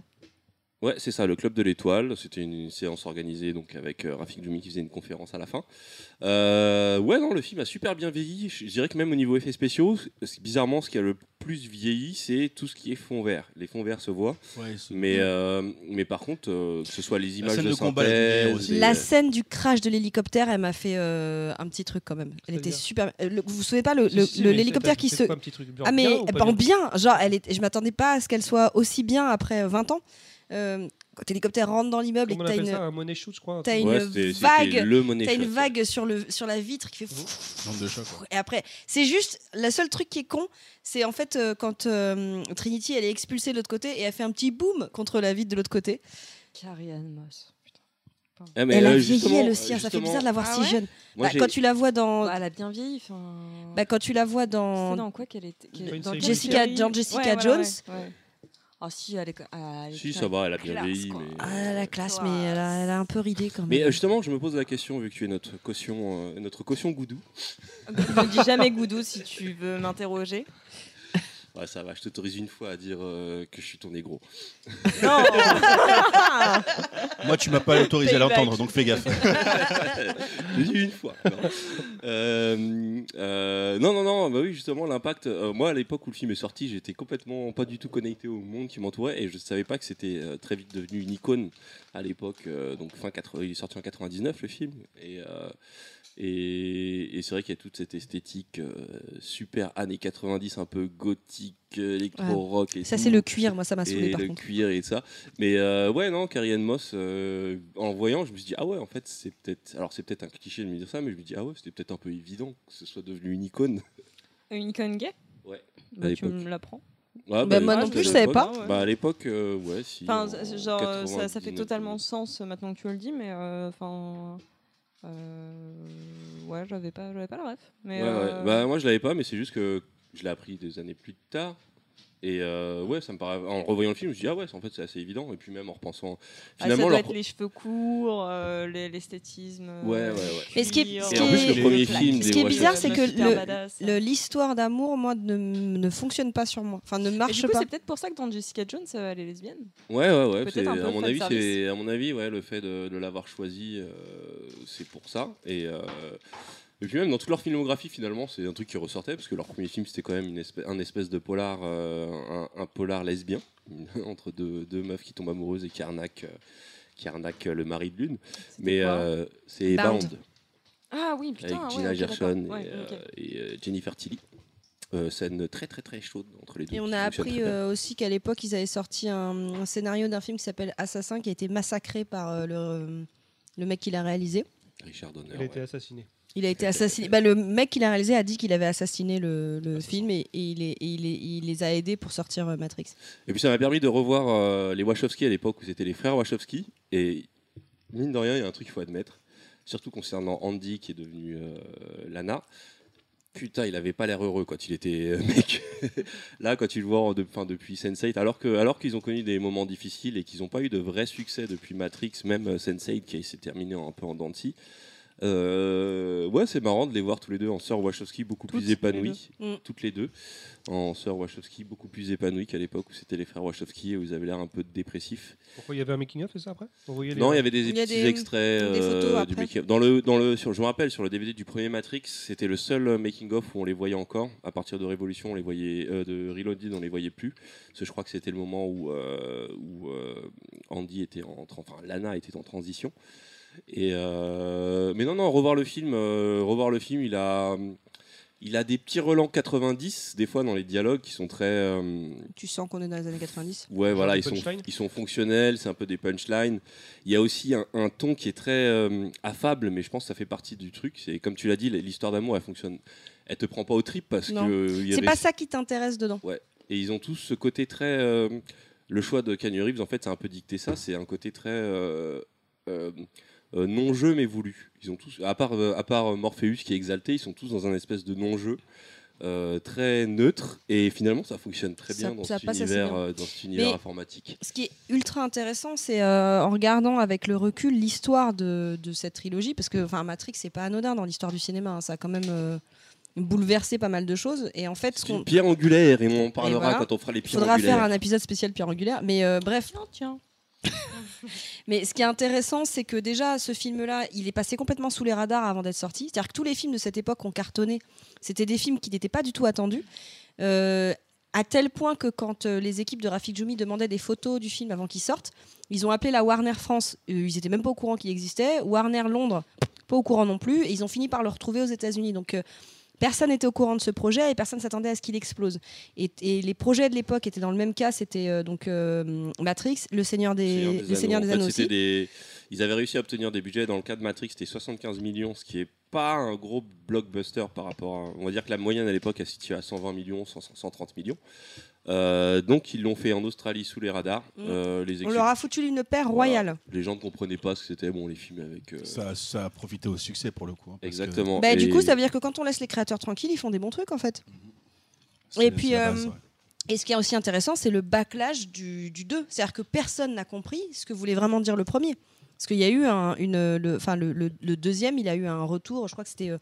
[SPEAKER 7] Ouais, c'est ça, le Club de l'Étoile. C'était une, une séance organisée donc avec euh, Rafik Djoumi qui faisait une conférence à la fin. Euh, ouais, non, le film a super bien vieilli. Je je dirais que même au niveau effets spéciaux, c'est- bizarrement, ce qui a le plus vieilli, c'est tout ce qui est fond vert. Les fonds verts se voient. Mais, euh, mais par contre, euh, que ce soit les images
[SPEAKER 5] scène
[SPEAKER 7] de,
[SPEAKER 5] de combat, la
[SPEAKER 7] synthèse,
[SPEAKER 5] lumière aussi.
[SPEAKER 7] et-
[SPEAKER 4] euh.
[SPEAKER 6] La scène du crash de l'hélicoptère, elle m'a fait euh, un petit truc quand même. Elle était
[SPEAKER 4] C'est-à-dire
[SPEAKER 6] super. euh, le- Vous vous souvenez pas le-
[SPEAKER 4] Si,
[SPEAKER 6] le-
[SPEAKER 4] si, si,
[SPEAKER 6] le-
[SPEAKER 4] mais
[SPEAKER 6] l'hélicoptère
[SPEAKER 4] c'est-
[SPEAKER 6] qui
[SPEAKER 4] c'est
[SPEAKER 6] se
[SPEAKER 4] quoi, un petit truc bien-
[SPEAKER 6] Ah mais
[SPEAKER 4] bien
[SPEAKER 6] bien,
[SPEAKER 4] ou pas
[SPEAKER 6] bien,
[SPEAKER 4] bien
[SPEAKER 6] genre elle est, je m'attendais pas à ce qu'elle soit aussi bien après euh, 20 ans. Euh, quand l'hélicoptère rentre dans l'immeuble et
[SPEAKER 4] Comment
[SPEAKER 6] que
[SPEAKER 4] on
[SPEAKER 6] t'as
[SPEAKER 4] appelle
[SPEAKER 6] une,
[SPEAKER 4] ça un money shoot, je crois. un
[SPEAKER 6] t'as
[SPEAKER 4] truc.
[SPEAKER 6] une
[SPEAKER 7] Ouais, c'était- c'était
[SPEAKER 6] vague,
[SPEAKER 7] le money
[SPEAKER 6] t'as une
[SPEAKER 7] shot.
[SPEAKER 6] vague sur le sur la vitre qui fait. fou-
[SPEAKER 5] Nombre de chocs. ouais.
[SPEAKER 6] Et après, c'est juste la seule truc qui est con, c'est en fait euh, quand euh, Trinity elle est expulsée de l'autre côté et elle fait un petit boom contre la vitre de l'autre côté.
[SPEAKER 2] Carrie Ann Moss.
[SPEAKER 7] Ah, mais
[SPEAKER 6] Elle
[SPEAKER 7] là,
[SPEAKER 6] a vieilli
[SPEAKER 7] justement,
[SPEAKER 6] elle aussi, hein, ça fait
[SPEAKER 7] justement,
[SPEAKER 6] bizarre de la voir
[SPEAKER 2] Ah
[SPEAKER 6] si
[SPEAKER 2] ouais
[SPEAKER 6] jeune.
[SPEAKER 7] moi,
[SPEAKER 6] Bah,
[SPEAKER 7] j'ai-
[SPEAKER 6] quand tu la vois dans,
[SPEAKER 2] Bah, elle a bien vieilli. Enfin.
[SPEAKER 6] bah, quand tu la vois
[SPEAKER 2] C'était
[SPEAKER 6] dans,
[SPEAKER 2] dans quoi qu'elle était
[SPEAKER 4] Dans une
[SPEAKER 2] dans quelle
[SPEAKER 6] Jessica-
[SPEAKER 2] série
[SPEAKER 6] dans Jessica
[SPEAKER 2] Ouais, voilà,
[SPEAKER 6] Jones.
[SPEAKER 2] ouais, ouais. Ah si, elle est. ah, elle est
[SPEAKER 7] Si,
[SPEAKER 2] putain,
[SPEAKER 7] ça va, elle a bien
[SPEAKER 2] classe,
[SPEAKER 7] vieilli.
[SPEAKER 2] quoi.
[SPEAKER 7] mais-
[SPEAKER 6] Ah, elle a la classe,
[SPEAKER 2] Classe.
[SPEAKER 6] mais elle a, elle a un peu ridé quand même.
[SPEAKER 7] Mais euh, justement, je me pose la question, vu que tu es notre caution, euh, notre caution goudou.
[SPEAKER 2] ne dis jamais Goudou si tu veux m'interroger.
[SPEAKER 7] Ouais, ça va, je t'autorise une fois à dire euh, que je suis ton négro.
[SPEAKER 2] Non
[SPEAKER 5] Moi, tu m'as pas autorisé à
[SPEAKER 2] Payback.
[SPEAKER 5] l'entendre, donc fais gaffe.
[SPEAKER 7] J'ai dit une fois. Non. Euh, euh, non, non, non, bah oui, justement, l'impact. euh, moi, à l'époque où le film est sorti, j'étais complètement pas du tout connecté au monde qui m'entourait et je savais pas que c'était euh, très vite devenu une icône à l'époque. euh, donc, fin 80, il est sorti en 99, le film. Et. euh, et, et c'est vrai qu'il y a toute cette esthétique euh, super années 90, un peu gothique, euh, électro-rock. et
[SPEAKER 6] ça
[SPEAKER 7] tout.
[SPEAKER 6] c'est le cuir, moi ça m'a saoulé
[SPEAKER 7] et
[SPEAKER 6] par
[SPEAKER 7] le
[SPEAKER 6] contre.
[SPEAKER 7] cuir et ça. Mais euh, ouais, non, Carrie Ann Moss, euh, en le voyant, je me suis dit, ah ouais, en fait, c'est peut-être. Alors, c'est peut-être un cliché de me dire ça, mais je me dis, ah ouais, c'était peut-être un peu évident que ce soit devenu une icône.
[SPEAKER 2] Une icône gay
[SPEAKER 7] Ouais.
[SPEAKER 2] Bah, tu
[SPEAKER 7] l'époque.
[SPEAKER 2] me l'apprends.
[SPEAKER 7] Ouais,
[SPEAKER 6] Bah, moi
[SPEAKER 2] non
[SPEAKER 7] à
[SPEAKER 2] plus, je
[SPEAKER 6] savais
[SPEAKER 7] l'époque-
[SPEAKER 2] pas.
[SPEAKER 7] Bah, à l'époque, euh, ouais, si.
[SPEAKER 2] Enfin,
[SPEAKER 7] en
[SPEAKER 2] c- genre, euh, ça, ça fait
[SPEAKER 7] 99,
[SPEAKER 2] totalement sens euh, maintenant que tu le dis, mais euh, enfin. euh, ouais, j'avais pas, j'avais pas la ref. Mais
[SPEAKER 7] Ouais, ouais.
[SPEAKER 2] euh,
[SPEAKER 7] Bah, moi, je l'avais pas, mais c'est juste que je l'ai appris des années plus tard. Et euh, ouais, ça me paraît. En revoyant le film, je me suis dit, ah ouais, en fait, c'est assez évident. Et puis, même en repensant.
[SPEAKER 2] ah, ça
[SPEAKER 7] Finalement,
[SPEAKER 2] doit
[SPEAKER 7] leur-
[SPEAKER 2] être les cheveux courts, euh, les- l'esthétisme. euh,
[SPEAKER 7] Ouais, ouais, ouais.
[SPEAKER 6] Mais ce qui est-
[SPEAKER 2] cuir,
[SPEAKER 6] ce qui
[SPEAKER 7] Et en plus,
[SPEAKER 6] est-
[SPEAKER 7] le premier
[SPEAKER 2] plaques.
[SPEAKER 7] film.
[SPEAKER 6] Ce
[SPEAKER 7] des
[SPEAKER 6] qui est
[SPEAKER 7] Wachowski-
[SPEAKER 6] bizarre, c'est que
[SPEAKER 2] Super
[SPEAKER 6] le-
[SPEAKER 2] badass.
[SPEAKER 6] Le- L'histoire d'amour, moi, ne, ne fonctionne pas sur moi. Enfin, ne
[SPEAKER 2] Mais du
[SPEAKER 6] marche
[SPEAKER 2] coup,
[SPEAKER 6] pas.
[SPEAKER 2] c'est peut-être pour ça que dans Jessica Jones, euh, elle est lesbienne.
[SPEAKER 7] Ouais, ouais, ouais.
[SPEAKER 2] Peut-être
[SPEAKER 7] c'est-
[SPEAKER 2] un peu
[SPEAKER 7] à mon
[SPEAKER 2] fan
[SPEAKER 7] avis,
[SPEAKER 2] service.
[SPEAKER 7] c'est à mon avis, ouais, le fait de, de l'avoir choisi, euh, c'est pour ça. Et, euh, et puis même dans toute leur filmographie, finalement, c'est un truc qui ressortait parce que leur premier film, c'était quand même une espèce, un espèce de polar, euh, un, un polar lesbien entre deux, deux meufs qui tombent amoureuses et qui arnaquent, euh, qui arnaquent euh, le mari de l'une.
[SPEAKER 2] C'était
[SPEAKER 7] Mais
[SPEAKER 2] quoi
[SPEAKER 7] euh, c'est
[SPEAKER 6] Bound.
[SPEAKER 7] Bound
[SPEAKER 2] Ah oui, putain.
[SPEAKER 7] avec
[SPEAKER 2] ah ouais,
[SPEAKER 7] Gina
[SPEAKER 2] ok,
[SPEAKER 7] Gershon et,
[SPEAKER 2] d'accord. Ouais, ok.
[SPEAKER 7] euh, et, euh, Jennifer Tilly. Euh, scène très très très chaude entre les deux.
[SPEAKER 6] Et on
[SPEAKER 7] qui
[SPEAKER 6] a
[SPEAKER 7] fonctionne
[SPEAKER 6] appris
[SPEAKER 7] très bien.
[SPEAKER 6] euh, aussi qu'à l'époque, ils avaient sorti un, un scénario d'un film qui s'appelle Assassin, qui a été massacré par euh, le, le mec qui l'a réalisé.
[SPEAKER 7] Richard Donner.
[SPEAKER 4] Elle a été
[SPEAKER 7] ouais.
[SPEAKER 4] assassinée.
[SPEAKER 6] Il a été assassiné. Bah, le mec qui l'a réalisé a dit qu'il avait assassiné le, le film et, et il, est- et il est- il les a aidés pour sortir euh, Matrix.
[SPEAKER 7] Et puis ça m'a permis de revoir euh, les Wachowski à l'époque où c'était les frères Wachowski. Et mine de rien, il y a un truc qu'il faut admettre, surtout concernant Andy qui est devenu euh, Lana. Putain, il avait pas l'air heureux quand il était euh, mec. Là, quand tu le vois en de- enfin, depuis Sense8, alors que alors qu'ils ont connu des moments difficiles et qu'ils n'ont pas eu de vrai succès depuis Matrix, même euh, Sense8 qui s'est terminé un peu en dents de scie, euh, ouais, c'est marrant de les voir tous les deux en sœurs Wachowski beaucoup
[SPEAKER 2] Toutes
[SPEAKER 7] plus
[SPEAKER 2] les
[SPEAKER 7] épanouies,
[SPEAKER 6] deux. Mm.
[SPEAKER 7] toutes les deux, en sœurs Wachowski beaucoup plus épanouies qu'à l'époque où c'était les frères Wachowski et où ils avaient l'air un peu dépressifs.
[SPEAKER 4] Pourquoi il y avait un making of et ça après On voyait les-
[SPEAKER 7] Non, il y avait des
[SPEAKER 6] Il y a
[SPEAKER 7] petits
[SPEAKER 6] des-
[SPEAKER 7] extraits
[SPEAKER 6] des
[SPEAKER 7] euh,
[SPEAKER 6] photos
[SPEAKER 7] du
[SPEAKER 6] après.
[SPEAKER 7] making-of. Dans le, dans le, sur, je me rappelle, sur le DVD du premier Matrix, c'était le seul euh, making-of où on les voyait encore. À partir de Révolution, on les voyait, euh, de Reloaded, on les voyait plus. Parce que je crois que c'était le moment où, euh, où euh, Andy était en, tra- enfin Lana était en transition. Et euh, mais non, non, revoir le film, euh, revoir le film, il a. Il a des petits relents 90, des fois dans les dialogues qui sont très. euh,
[SPEAKER 6] Tu sens qu'on est dans les années 90.
[SPEAKER 7] Ouais, voilà,
[SPEAKER 4] des
[SPEAKER 7] ils sont,
[SPEAKER 4] punchlines.
[SPEAKER 7] ils sont fonctionnels, c'est un peu des punchlines. Il y a aussi un, un ton qui est très euh, affable, mais je pense que ça fait partie du truc. C'est comme tu l'as dit, l'histoire d'amour, elle fonctionne. Elle te prend pas au trip parce
[SPEAKER 6] Non.
[SPEAKER 7] que euh, il y
[SPEAKER 6] C'est
[SPEAKER 7] avait-
[SPEAKER 6] pas ça qui t'intéresse dedans.
[SPEAKER 7] et ils ont tous ce côté très. euh, le choix de Canyon Reeves, en fait, c'est un peu dicté ça. C'est un côté très euh, euh, euh, non-jeu mais voulu. Ils ont tous, à part, euh, à part Morpheus qui est exalté, ils sont tous dans un espèce de non-jeu. euh, très neutre et finalement ça fonctionne très
[SPEAKER 6] Ça-
[SPEAKER 7] bien dans,
[SPEAKER 6] ça
[SPEAKER 7] cet
[SPEAKER 6] passe assez
[SPEAKER 7] univers,
[SPEAKER 6] bien.
[SPEAKER 7] euh, dans cet univers
[SPEAKER 6] Mais-
[SPEAKER 7] informatique.
[SPEAKER 6] Ce qui est ultra intéressant, c'est euh, en regardant avec le recul l'histoire de, de cette trilogie, parce que enfin, Matrix, c'est pas anodin dans l'histoire du cinéma, hein, ça a quand même euh, bouleversé pas mal de choses. Et en fait, ce
[SPEAKER 7] C'est
[SPEAKER 6] qu'on
[SPEAKER 7] une pierre angulaire et on en
[SPEAKER 6] Et
[SPEAKER 7] parlera
[SPEAKER 6] voilà.
[SPEAKER 7] quand on fera les pierres
[SPEAKER 6] faudra
[SPEAKER 7] angulaires.
[SPEAKER 6] faire un épisode spécial Pierre Angulaire, mais euh, bref,
[SPEAKER 2] Tiens, tiens.
[SPEAKER 6] Mais ce qui est intéressant, c'est que déjà, ce film-là, il est passé complètement sous les radars avant d'être sorti. C'est-à-dire que tous les films de cette époque ont cartonné. C'était des films qui n'étaient pas du tout attendus. Euh, à tel point que quand euh, les équipes de Rafik Djoumi demandaient des photos du film avant qu'il sorte, ils ont appelé la Warner France. Euh, ils étaient même pas au courant qu'il existait. Warner Londres, pas au courant non plus. Et ils ont fini par le retrouver aux États-Unis. Donc. euh, Personne n'était au courant de ce projet et personne s'attendait à ce qu'il explose. Et, et les projets de l'époque étaient dans le même cas, c'était euh, donc euh, Matrix, Le Seigneur des,
[SPEAKER 7] Seigneur des
[SPEAKER 6] Le Seigneur
[SPEAKER 7] Anneaux.
[SPEAKER 6] des
[SPEAKER 7] En fait,
[SPEAKER 6] Anneaux
[SPEAKER 7] c'était
[SPEAKER 6] aussi.
[SPEAKER 7] des- Ils avaient réussi à obtenir des budgets dans le cas de Matrix, c'était 75 millions, ce qui est pas un gros blockbuster par rapport à... On va dire que la moyenne à l'époque, elle se situait à 120 millions, 100, 130 millions. Euh, donc ils l'ont fait en Australie sous les radars.
[SPEAKER 6] Mm.
[SPEAKER 7] Euh, les,
[SPEAKER 6] On
[SPEAKER 7] exé-
[SPEAKER 6] leur a foutu une paire
[SPEAKER 7] Voilà.
[SPEAKER 6] royale.
[SPEAKER 7] les gens ne comprenaient pas ce que c'était, bon, les films avec... euh,
[SPEAKER 5] Ça, ça a profité au succès pour le coup. hein, parce que
[SPEAKER 7] Exactement.
[SPEAKER 6] Bah, Du
[SPEAKER 7] Et-
[SPEAKER 6] coup, ça veut dire que quand on laisse les créateurs tranquilles, ils font des bons trucs en fait.
[SPEAKER 5] c'est-
[SPEAKER 6] Et puis,
[SPEAKER 5] c'est la
[SPEAKER 6] euh,
[SPEAKER 5] base, ouais.
[SPEAKER 6] Et ce qui est aussi intéressant, c'est le backlash du, du 2. C'est-à-dire que personne n'a compris ce que voulait vraiment dire le premier. Parce qu'il y a eu un, une, le, enfin le, le- le deuxième, il a eu un retour. Je crois que c'était euh,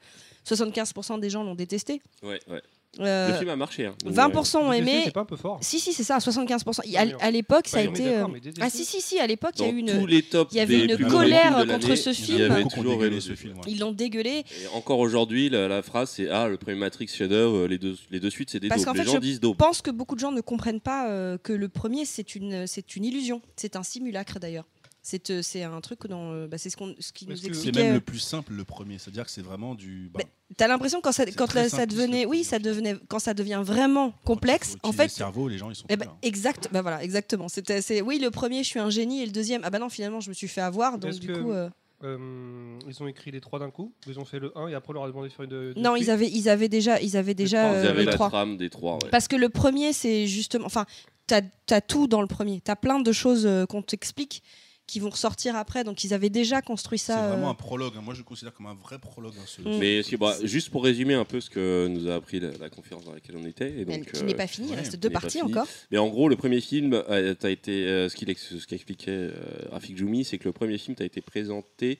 [SPEAKER 6] 75% des gens l'ont détesté.
[SPEAKER 7] Ouais, ouais.
[SPEAKER 6] Euh,
[SPEAKER 7] Le film a marché. hein. Donc,
[SPEAKER 6] 20% ont
[SPEAKER 4] Détester,
[SPEAKER 6] aimé.
[SPEAKER 4] C'est pas un peu fort.
[SPEAKER 6] Si si, c'est ça, 75%. Il-
[SPEAKER 4] Oui,
[SPEAKER 6] À, à l'époque, ça a
[SPEAKER 4] Ouais, on est
[SPEAKER 6] été.
[SPEAKER 4] d'accord,
[SPEAKER 6] euh,
[SPEAKER 4] mais détester,
[SPEAKER 6] Ah si si si, à l'époque, il
[SPEAKER 7] Dans
[SPEAKER 6] y a eu
[SPEAKER 7] tous
[SPEAKER 6] une.
[SPEAKER 7] les tops
[SPEAKER 6] il y avait
[SPEAKER 7] des
[SPEAKER 6] une
[SPEAKER 7] plus
[SPEAKER 6] colère
[SPEAKER 7] grands films de
[SPEAKER 6] contre
[SPEAKER 7] l'année,
[SPEAKER 6] ce
[SPEAKER 7] il y
[SPEAKER 6] film.
[SPEAKER 7] avait
[SPEAKER 5] Beaucoup qu'on
[SPEAKER 7] toujours
[SPEAKER 5] dégueulait
[SPEAKER 7] eu
[SPEAKER 5] ce
[SPEAKER 7] des-
[SPEAKER 5] film, ouais.
[SPEAKER 6] Ils l'ont dégueulé.
[SPEAKER 7] Et encore aujourd'hui, la, la phrase c'est Ah, le premier Matrix chef-d'œuvre, les deux, les deux suites c'est des
[SPEAKER 6] Parce qu'en
[SPEAKER 7] daubes. Les
[SPEAKER 6] fait,
[SPEAKER 7] gens
[SPEAKER 6] je
[SPEAKER 7] disent
[SPEAKER 6] Je
[SPEAKER 7] daubes.
[SPEAKER 6] pense que beaucoup de gens ne comprennent pas euh, que le premier, c'est une, c'est une illusion. C'est un simulacre d'ailleurs. C'est euh, c'est un truc dans. euh, bah, c'est ce, qu'on ce qui
[SPEAKER 4] Parce
[SPEAKER 6] nous
[SPEAKER 4] que-
[SPEAKER 5] C'est
[SPEAKER 6] expliquait.
[SPEAKER 5] même le plus simple, le premier. C'est-à-dire que c'est vraiment du. bah,
[SPEAKER 6] Mais T'as l'impression quand ça,
[SPEAKER 5] C'est
[SPEAKER 6] quand
[SPEAKER 5] très
[SPEAKER 6] la- ça
[SPEAKER 5] simple,
[SPEAKER 6] devenait,
[SPEAKER 5] c'est-
[SPEAKER 6] oui, ça devenait, quand ça devient vraiment complexe,
[SPEAKER 5] quand il faut
[SPEAKER 6] en
[SPEAKER 5] utiliser
[SPEAKER 6] fait.
[SPEAKER 5] Le cerveau, les gens, ils sont.
[SPEAKER 6] eh
[SPEAKER 5] plus
[SPEAKER 6] ben,
[SPEAKER 5] là.
[SPEAKER 6] exact, bah voilà, exactement. C'était, c'est, oui, le premier, je suis un génie, et le deuxième, ah bah non, finalement, je me suis fait avoir, donc
[SPEAKER 4] Est-ce
[SPEAKER 6] du
[SPEAKER 4] que-
[SPEAKER 6] coup, euh,
[SPEAKER 4] Euh, ils ont écrit les trois d'un coup, ils ont fait le 1 et après on leur a demandé de faire une. de- de
[SPEAKER 6] non,
[SPEAKER 4] suite.
[SPEAKER 6] ils avaient, ils avaient déjà, ils avaient déjà
[SPEAKER 4] trois,
[SPEAKER 7] Vous
[SPEAKER 6] euh,
[SPEAKER 7] avez
[SPEAKER 6] les
[SPEAKER 7] la
[SPEAKER 6] trois.
[SPEAKER 7] trame des trois. ouais.
[SPEAKER 6] Parce que le premier, c'est justement. Enfin, t'as as tout dans le premier. T'as plein de choses euh, qu'on t'explique qui vont ressortir après. Donc, ils avaient déjà construit
[SPEAKER 5] C'est
[SPEAKER 6] ça.
[SPEAKER 5] vraiment
[SPEAKER 6] euh,
[SPEAKER 5] un prologue. hein. Moi, je le considère comme un vrai prologue. hein, ce-
[SPEAKER 6] Mm.
[SPEAKER 7] Mais si, bah, juste pour résumer un peu ce que nous a appris la, la conférence dans laquelle on était. Et
[SPEAKER 6] mais
[SPEAKER 7] donc,
[SPEAKER 6] qui
[SPEAKER 7] euh,
[SPEAKER 6] n'est pas fini, il
[SPEAKER 5] ouais,
[SPEAKER 6] reste deux
[SPEAKER 7] qui n'est pas
[SPEAKER 6] parties
[SPEAKER 7] fini.
[SPEAKER 6] encore.
[SPEAKER 7] mais en gros, le premier film, euh, t'as été, euh, ce qu'il ex- ce qu'expliquait euh, Rafik Djoumi, c'est que le premier film t'a été présenté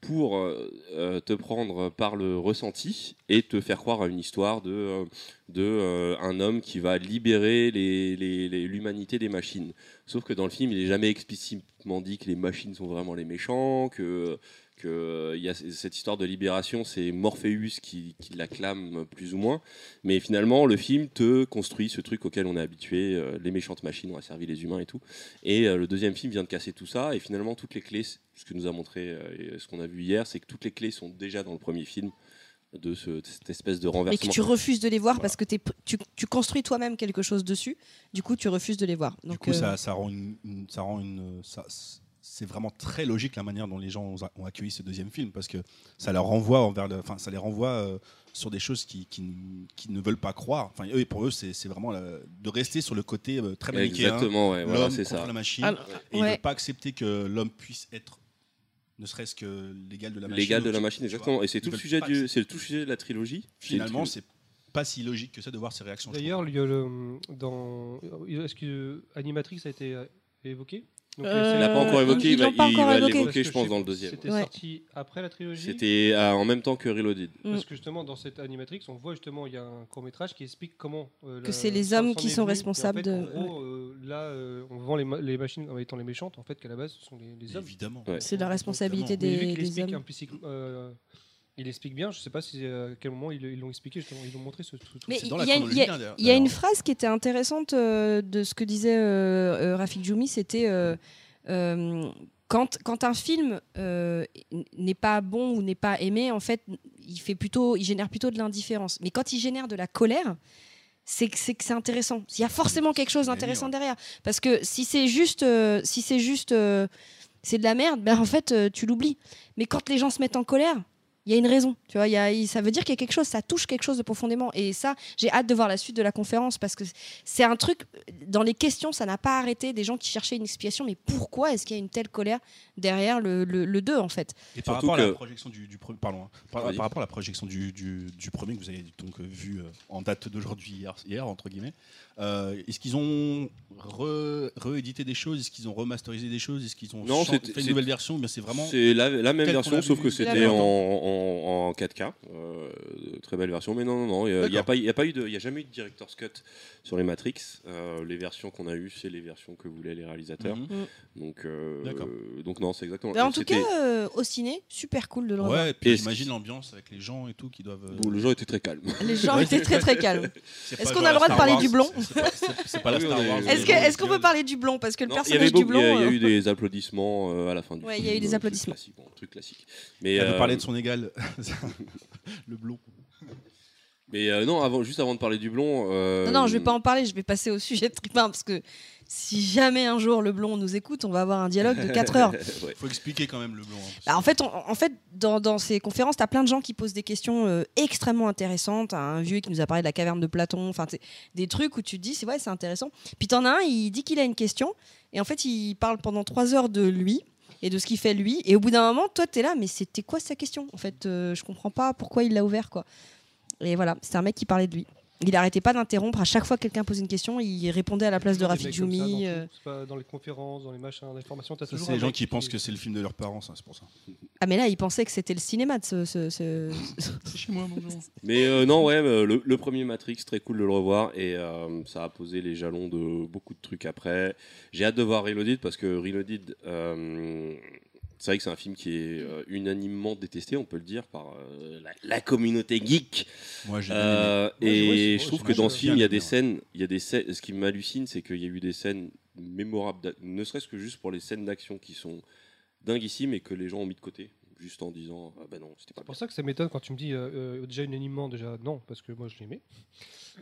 [SPEAKER 7] pour euh, euh, te prendre par le ressenti et te faire croire à une histoire de, euh, de euh, un homme qui va libérer les- les- les- l'humanité des machines. Sauf que dans le film, il n'est jamais explicitement dit que les machines sont vraiment les méchants, que que euh, il y a c- cette histoire de libération, c'est Morpheus qui, qui l'acclame euh, plus ou moins. Mais finalement, le film te construit ce truc auquel on est habitué, euh, les méchantes machines ont asservi les humains et tout. Et euh, le deuxième film vient de casser tout ça. Et finalement, toutes les clés, c- ce que nous a montré, euh, et ce qu'on a vu hier, c'est que toutes les clés sont déjà dans le premier film de, ce- de cette espèce de
[SPEAKER 6] Mais
[SPEAKER 7] renversement.
[SPEAKER 6] que tu refuses de les voir
[SPEAKER 7] Voilà.
[SPEAKER 6] parce que t'es pr- tu, tu construis toi-même quelque chose dessus. Du coup, tu refuses de les voir.
[SPEAKER 5] Du
[SPEAKER 6] Donc,
[SPEAKER 5] coup,
[SPEAKER 6] euh,
[SPEAKER 5] ça, ça rend une, une- ça rend une, ça- c'est vraiment très logique la manière dont les gens ont, ont accueilli ce deuxième film parce que ça leur renvoie envers, le- enfin, ça les renvoie euh, sur des choses qui, qui, n- qui ne veulent pas croire. Enfin, eux, pour eux, c'est c'est vraiment la- de rester sur le côté euh, très manichéen, l'homme
[SPEAKER 7] Exactement, ouais, voilà, c'est
[SPEAKER 5] contre
[SPEAKER 7] ça.
[SPEAKER 5] la machine,
[SPEAKER 6] Alors,
[SPEAKER 5] et ils
[SPEAKER 6] Ah, ouais.
[SPEAKER 5] ne veulent pas accepter que l'homme puisse être, ne serait-ce que l'égal de la machine.
[SPEAKER 7] L'égal de la
[SPEAKER 5] tu-
[SPEAKER 7] machine,
[SPEAKER 5] tu
[SPEAKER 7] exactement.
[SPEAKER 5] vois.
[SPEAKER 7] Et c'est
[SPEAKER 5] Ils
[SPEAKER 7] tout le
[SPEAKER 5] veulent
[SPEAKER 7] sujet
[SPEAKER 5] pas
[SPEAKER 7] du,
[SPEAKER 5] accepter.
[SPEAKER 7] c'est tout le sujet de la trilogie.
[SPEAKER 5] Finalement,
[SPEAKER 7] C'est-
[SPEAKER 5] c'est pas si logique que ça de voir ces réactions. je
[SPEAKER 4] D'ailleurs, il y a le- dans. Est-ce que euh, Animatrix a été euh, évoqué Donc,
[SPEAKER 6] Euh,
[SPEAKER 4] c'est-
[SPEAKER 7] Il l'a pas encore
[SPEAKER 6] ils-
[SPEAKER 7] évoqué,
[SPEAKER 6] ils
[SPEAKER 7] il va
[SPEAKER 6] l'ont pas
[SPEAKER 7] il
[SPEAKER 6] encore
[SPEAKER 7] va
[SPEAKER 6] évoqué.
[SPEAKER 7] l'évoquer, je
[SPEAKER 4] Parce que
[SPEAKER 7] pense,
[SPEAKER 4] sais-
[SPEAKER 7] dans le deuxième.
[SPEAKER 4] C'était
[SPEAKER 6] Ouais.
[SPEAKER 4] sorti après la trilogie
[SPEAKER 7] C'était euh, en même temps que Reloaded.
[SPEAKER 6] Mm.
[SPEAKER 4] Parce que justement, dans cette Animatrix, on voit justement, il y a un court-métrage qui explique comment. euh,
[SPEAKER 6] Que
[SPEAKER 4] la-
[SPEAKER 6] c'est les
[SPEAKER 4] s'en-
[SPEAKER 6] hommes
[SPEAKER 4] s'en
[SPEAKER 6] qui
[SPEAKER 4] est
[SPEAKER 6] sont
[SPEAKER 4] venu. Et
[SPEAKER 6] responsables
[SPEAKER 4] en fait, en
[SPEAKER 6] de-
[SPEAKER 4] gros, euh, là, euh, on vend les, ma- les machines en étant les méchantes, en fait, qu'à la base, ce sont les, les
[SPEAKER 5] trouve.
[SPEAKER 4] hommes.
[SPEAKER 5] Évidemment.
[SPEAKER 7] Ouais.
[SPEAKER 6] c'est la responsabilité
[SPEAKER 4] Mais vu
[SPEAKER 6] des,
[SPEAKER 4] qu'il
[SPEAKER 6] des
[SPEAKER 4] explique
[SPEAKER 6] hommes.
[SPEAKER 4] implicitement, euh, il explique bien, je sais pas si, euh, à quel moment ils ils l'ont expliqué, justement, ils l'ont montré ce truc.
[SPEAKER 6] Mais
[SPEAKER 5] C'est dans la
[SPEAKER 6] il y a- il y a-
[SPEAKER 5] chronologie, hein, d'ailleurs.
[SPEAKER 6] Il y a une
[SPEAKER 5] D'ailleurs.
[SPEAKER 6] phrase qui était intéressante euh, de ce que disait euh, euh, Rafik Djoumi, c'était euh, euh, quand, quand un film euh, n- n'est pas bon ou n'est pas aimé, en fait, il, fait plutôt, il génère plutôt de l'indifférence. Mais quand il génère de la colère, c'est que c'est que c'est intéressant. Il y a forcément quelque chose d'intéressant derrière. Parce que si c'est juste, euh, si c'est juste, euh, c'est de la merde, ben en fait, euh, tu l'oublies. Mais quand les gens se mettent en colère, il y a une raison. Tu vois, il y a- il- ça veut dire qu'il y a quelque chose, ça touche quelque chose de profondément. Et ça, j'ai hâte de voir la suite de la conférence parce que c'est un truc, dans les questions, ça n'a pas arrêté des gens qui cherchaient une explication. Mais pourquoi est-ce qu'il y a une telle colère derrière le, le, 2, en fait
[SPEAKER 5] Et par
[SPEAKER 7] Surtout
[SPEAKER 5] rapport, à
[SPEAKER 7] que-
[SPEAKER 5] la projection du, du pre- pardon, hein. par,
[SPEAKER 7] Vas-y.
[SPEAKER 5] par rapport à la projection du, du- du premier que vous avez donc euh, vu euh, en date d'aujourd'hui hier, hier, entre guillemets, euh, est-ce qu'ils ont re- réédité des choses, est-ce qu'ils ont remasterisé des choses, est-ce qu'ils ont
[SPEAKER 7] Non,
[SPEAKER 5] chan-
[SPEAKER 7] c'était-
[SPEAKER 5] fait
[SPEAKER 7] c'est-
[SPEAKER 5] une nouvelle version, mais c'est vraiment
[SPEAKER 7] C'est la, la même
[SPEAKER 5] Tel qu'on
[SPEAKER 7] version,
[SPEAKER 5] l'a
[SPEAKER 7] sauf
[SPEAKER 5] vu
[SPEAKER 7] que
[SPEAKER 5] il y a
[SPEAKER 7] c'était en,
[SPEAKER 5] longtemps.
[SPEAKER 7] en- en 4K. euh, très belle version. Mais non, non, non. Il n'y a, pas- y a pas eu de, il y a jamais eu de director's cut sur les Matrix. Euh, les versions qu'on a eues, c'est les versions que voulaient les réalisateurs.
[SPEAKER 5] Mhm.
[SPEAKER 7] Donc, euh,
[SPEAKER 5] D'accord.
[SPEAKER 7] donc non, c'est exactement.
[SPEAKER 6] Mais en tout
[SPEAKER 7] c'était-
[SPEAKER 6] cas, euh, au ciné, super cool de le revoir.
[SPEAKER 5] Ouais, et puis
[SPEAKER 7] Est-ce
[SPEAKER 5] j'imagine
[SPEAKER 7] que-
[SPEAKER 5] l'ambiance avec les gens et tout qui doivent. euh,
[SPEAKER 7] Bon, le genre était très calme.
[SPEAKER 6] Les gens étaient très très calmes.
[SPEAKER 5] c'est
[SPEAKER 6] Est-ce
[SPEAKER 5] pas
[SPEAKER 6] qu'on
[SPEAKER 5] genre
[SPEAKER 6] a le droit
[SPEAKER 5] la
[SPEAKER 6] de
[SPEAKER 5] Star
[SPEAKER 6] parler
[SPEAKER 5] Wars,
[SPEAKER 6] du blond
[SPEAKER 5] c'est- C'est pas, c'est- c'est pas la
[SPEAKER 7] Oui,
[SPEAKER 5] Star
[SPEAKER 7] on est-
[SPEAKER 5] Wars.
[SPEAKER 6] Est-ce que- est-ce qu'on peut parler du blond Parce que le
[SPEAKER 7] Non, il y avait
[SPEAKER 6] personnage du blond.
[SPEAKER 7] beaucoup- il y a- il y a eu
[SPEAKER 6] euh,
[SPEAKER 7] des applaudissements euh, à la fin du
[SPEAKER 6] Ouais, il
[SPEAKER 7] film.
[SPEAKER 6] y a eu des
[SPEAKER 7] euh, truc
[SPEAKER 6] applaudissements.
[SPEAKER 7] classique, bon, truc classique. Mais,
[SPEAKER 5] Elle veut
[SPEAKER 7] euh,
[SPEAKER 5] parler de son égal, le blond.
[SPEAKER 7] mais euh, non, avant, juste avant de parler du blond. euh,
[SPEAKER 6] Non, non, je vais pas en parler, je vais passer au sujet de Tripin, parce que si jamais un jour le blond nous écoute, on va avoir un dialogue de 4 heures.
[SPEAKER 7] Ouais.
[SPEAKER 5] Faut expliquer quand même le blond. hein, parce
[SPEAKER 6] Bah, en
[SPEAKER 5] que-
[SPEAKER 6] fait, on- en fait dans, dans ces conférences, tu as plein de gens qui posent des questions euh, extrêmement intéressantes. T'as Un vieux qui nous a parlé de la caverne de Platon, enfin t'sais, des trucs où tu te dis, c'est ouais, c'est intéressant. Puis t'en as un, il dit qu'il a une question, et en fait, il parle pendant trois heures de lui et de ce qu'il fait lui. Et au bout d'un moment, toi, t'es là, mais c'était quoi sa question En fait, euh, je comprends pas pourquoi il l'a ouvert, quoi. Et voilà, c'est un mec qui parlait de lui. Il arrêtait pas d'interrompre à chaque fois que quelqu'un posait une question, il répondait à la place de
[SPEAKER 4] Des
[SPEAKER 6] Rafik
[SPEAKER 4] mecs comme ça dans
[SPEAKER 6] Djoumi.
[SPEAKER 4] tout.
[SPEAKER 6] euh,
[SPEAKER 4] C'est pas Dans les conférences, dans les machins, dans les formations, t'as
[SPEAKER 5] Ça,
[SPEAKER 4] toujours
[SPEAKER 5] c'est
[SPEAKER 4] un
[SPEAKER 5] les gens
[SPEAKER 4] mec
[SPEAKER 5] qui pensent que c'est le film de leurs parents, ça, c'est pour ça.
[SPEAKER 6] Ah mais là, il pensait que c'était le cinéma de ce- ce- ce- ce...
[SPEAKER 5] C'est chez moi, bonjour.
[SPEAKER 7] Mais euh, non, ouais, euh, le, le premier Matrix, très cool de le revoir et euh, ça a posé les jalons de beaucoup de trucs après. J'ai hâte de voir Reloaded parce que Reloaded, euh, c'est vrai que c'est un film qui est euh, unanimement détesté, on peut le dire, par euh, la, la communauté geek.
[SPEAKER 5] Moi, j'ai.
[SPEAKER 7] Euh,
[SPEAKER 4] bien aimé. Moi, j'ai-
[SPEAKER 7] et
[SPEAKER 4] ouais,
[SPEAKER 7] je
[SPEAKER 4] c'est-
[SPEAKER 7] trouve
[SPEAKER 4] moi,
[SPEAKER 7] que
[SPEAKER 4] j'ai
[SPEAKER 7] dans ce
[SPEAKER 4] bien
[SPEAKER 7] film, il y a
[SPEAKER 5] aimé,
[SPEAKER 7] des
[SPEAKER 5] ouais.
[SPEAKER 7] scènes, il y a des scè- Ce qui m'hallucine, c'est qu'il y a eu des scènes mémorables, d'a- ne serait-ce que juste pour les scènes d'action qui sont dinguissimes et que les gens ont mis de côté, juste en disant ah bah non, c'était
[SPEAKER 4] C'est
[SPEAKER 7] pas bien.
[SPEAKER 4] pour ça que ça m'étonne quand tu me dis euh, euh, déjà unanimement, déjà non, parce que moi je l'aimais.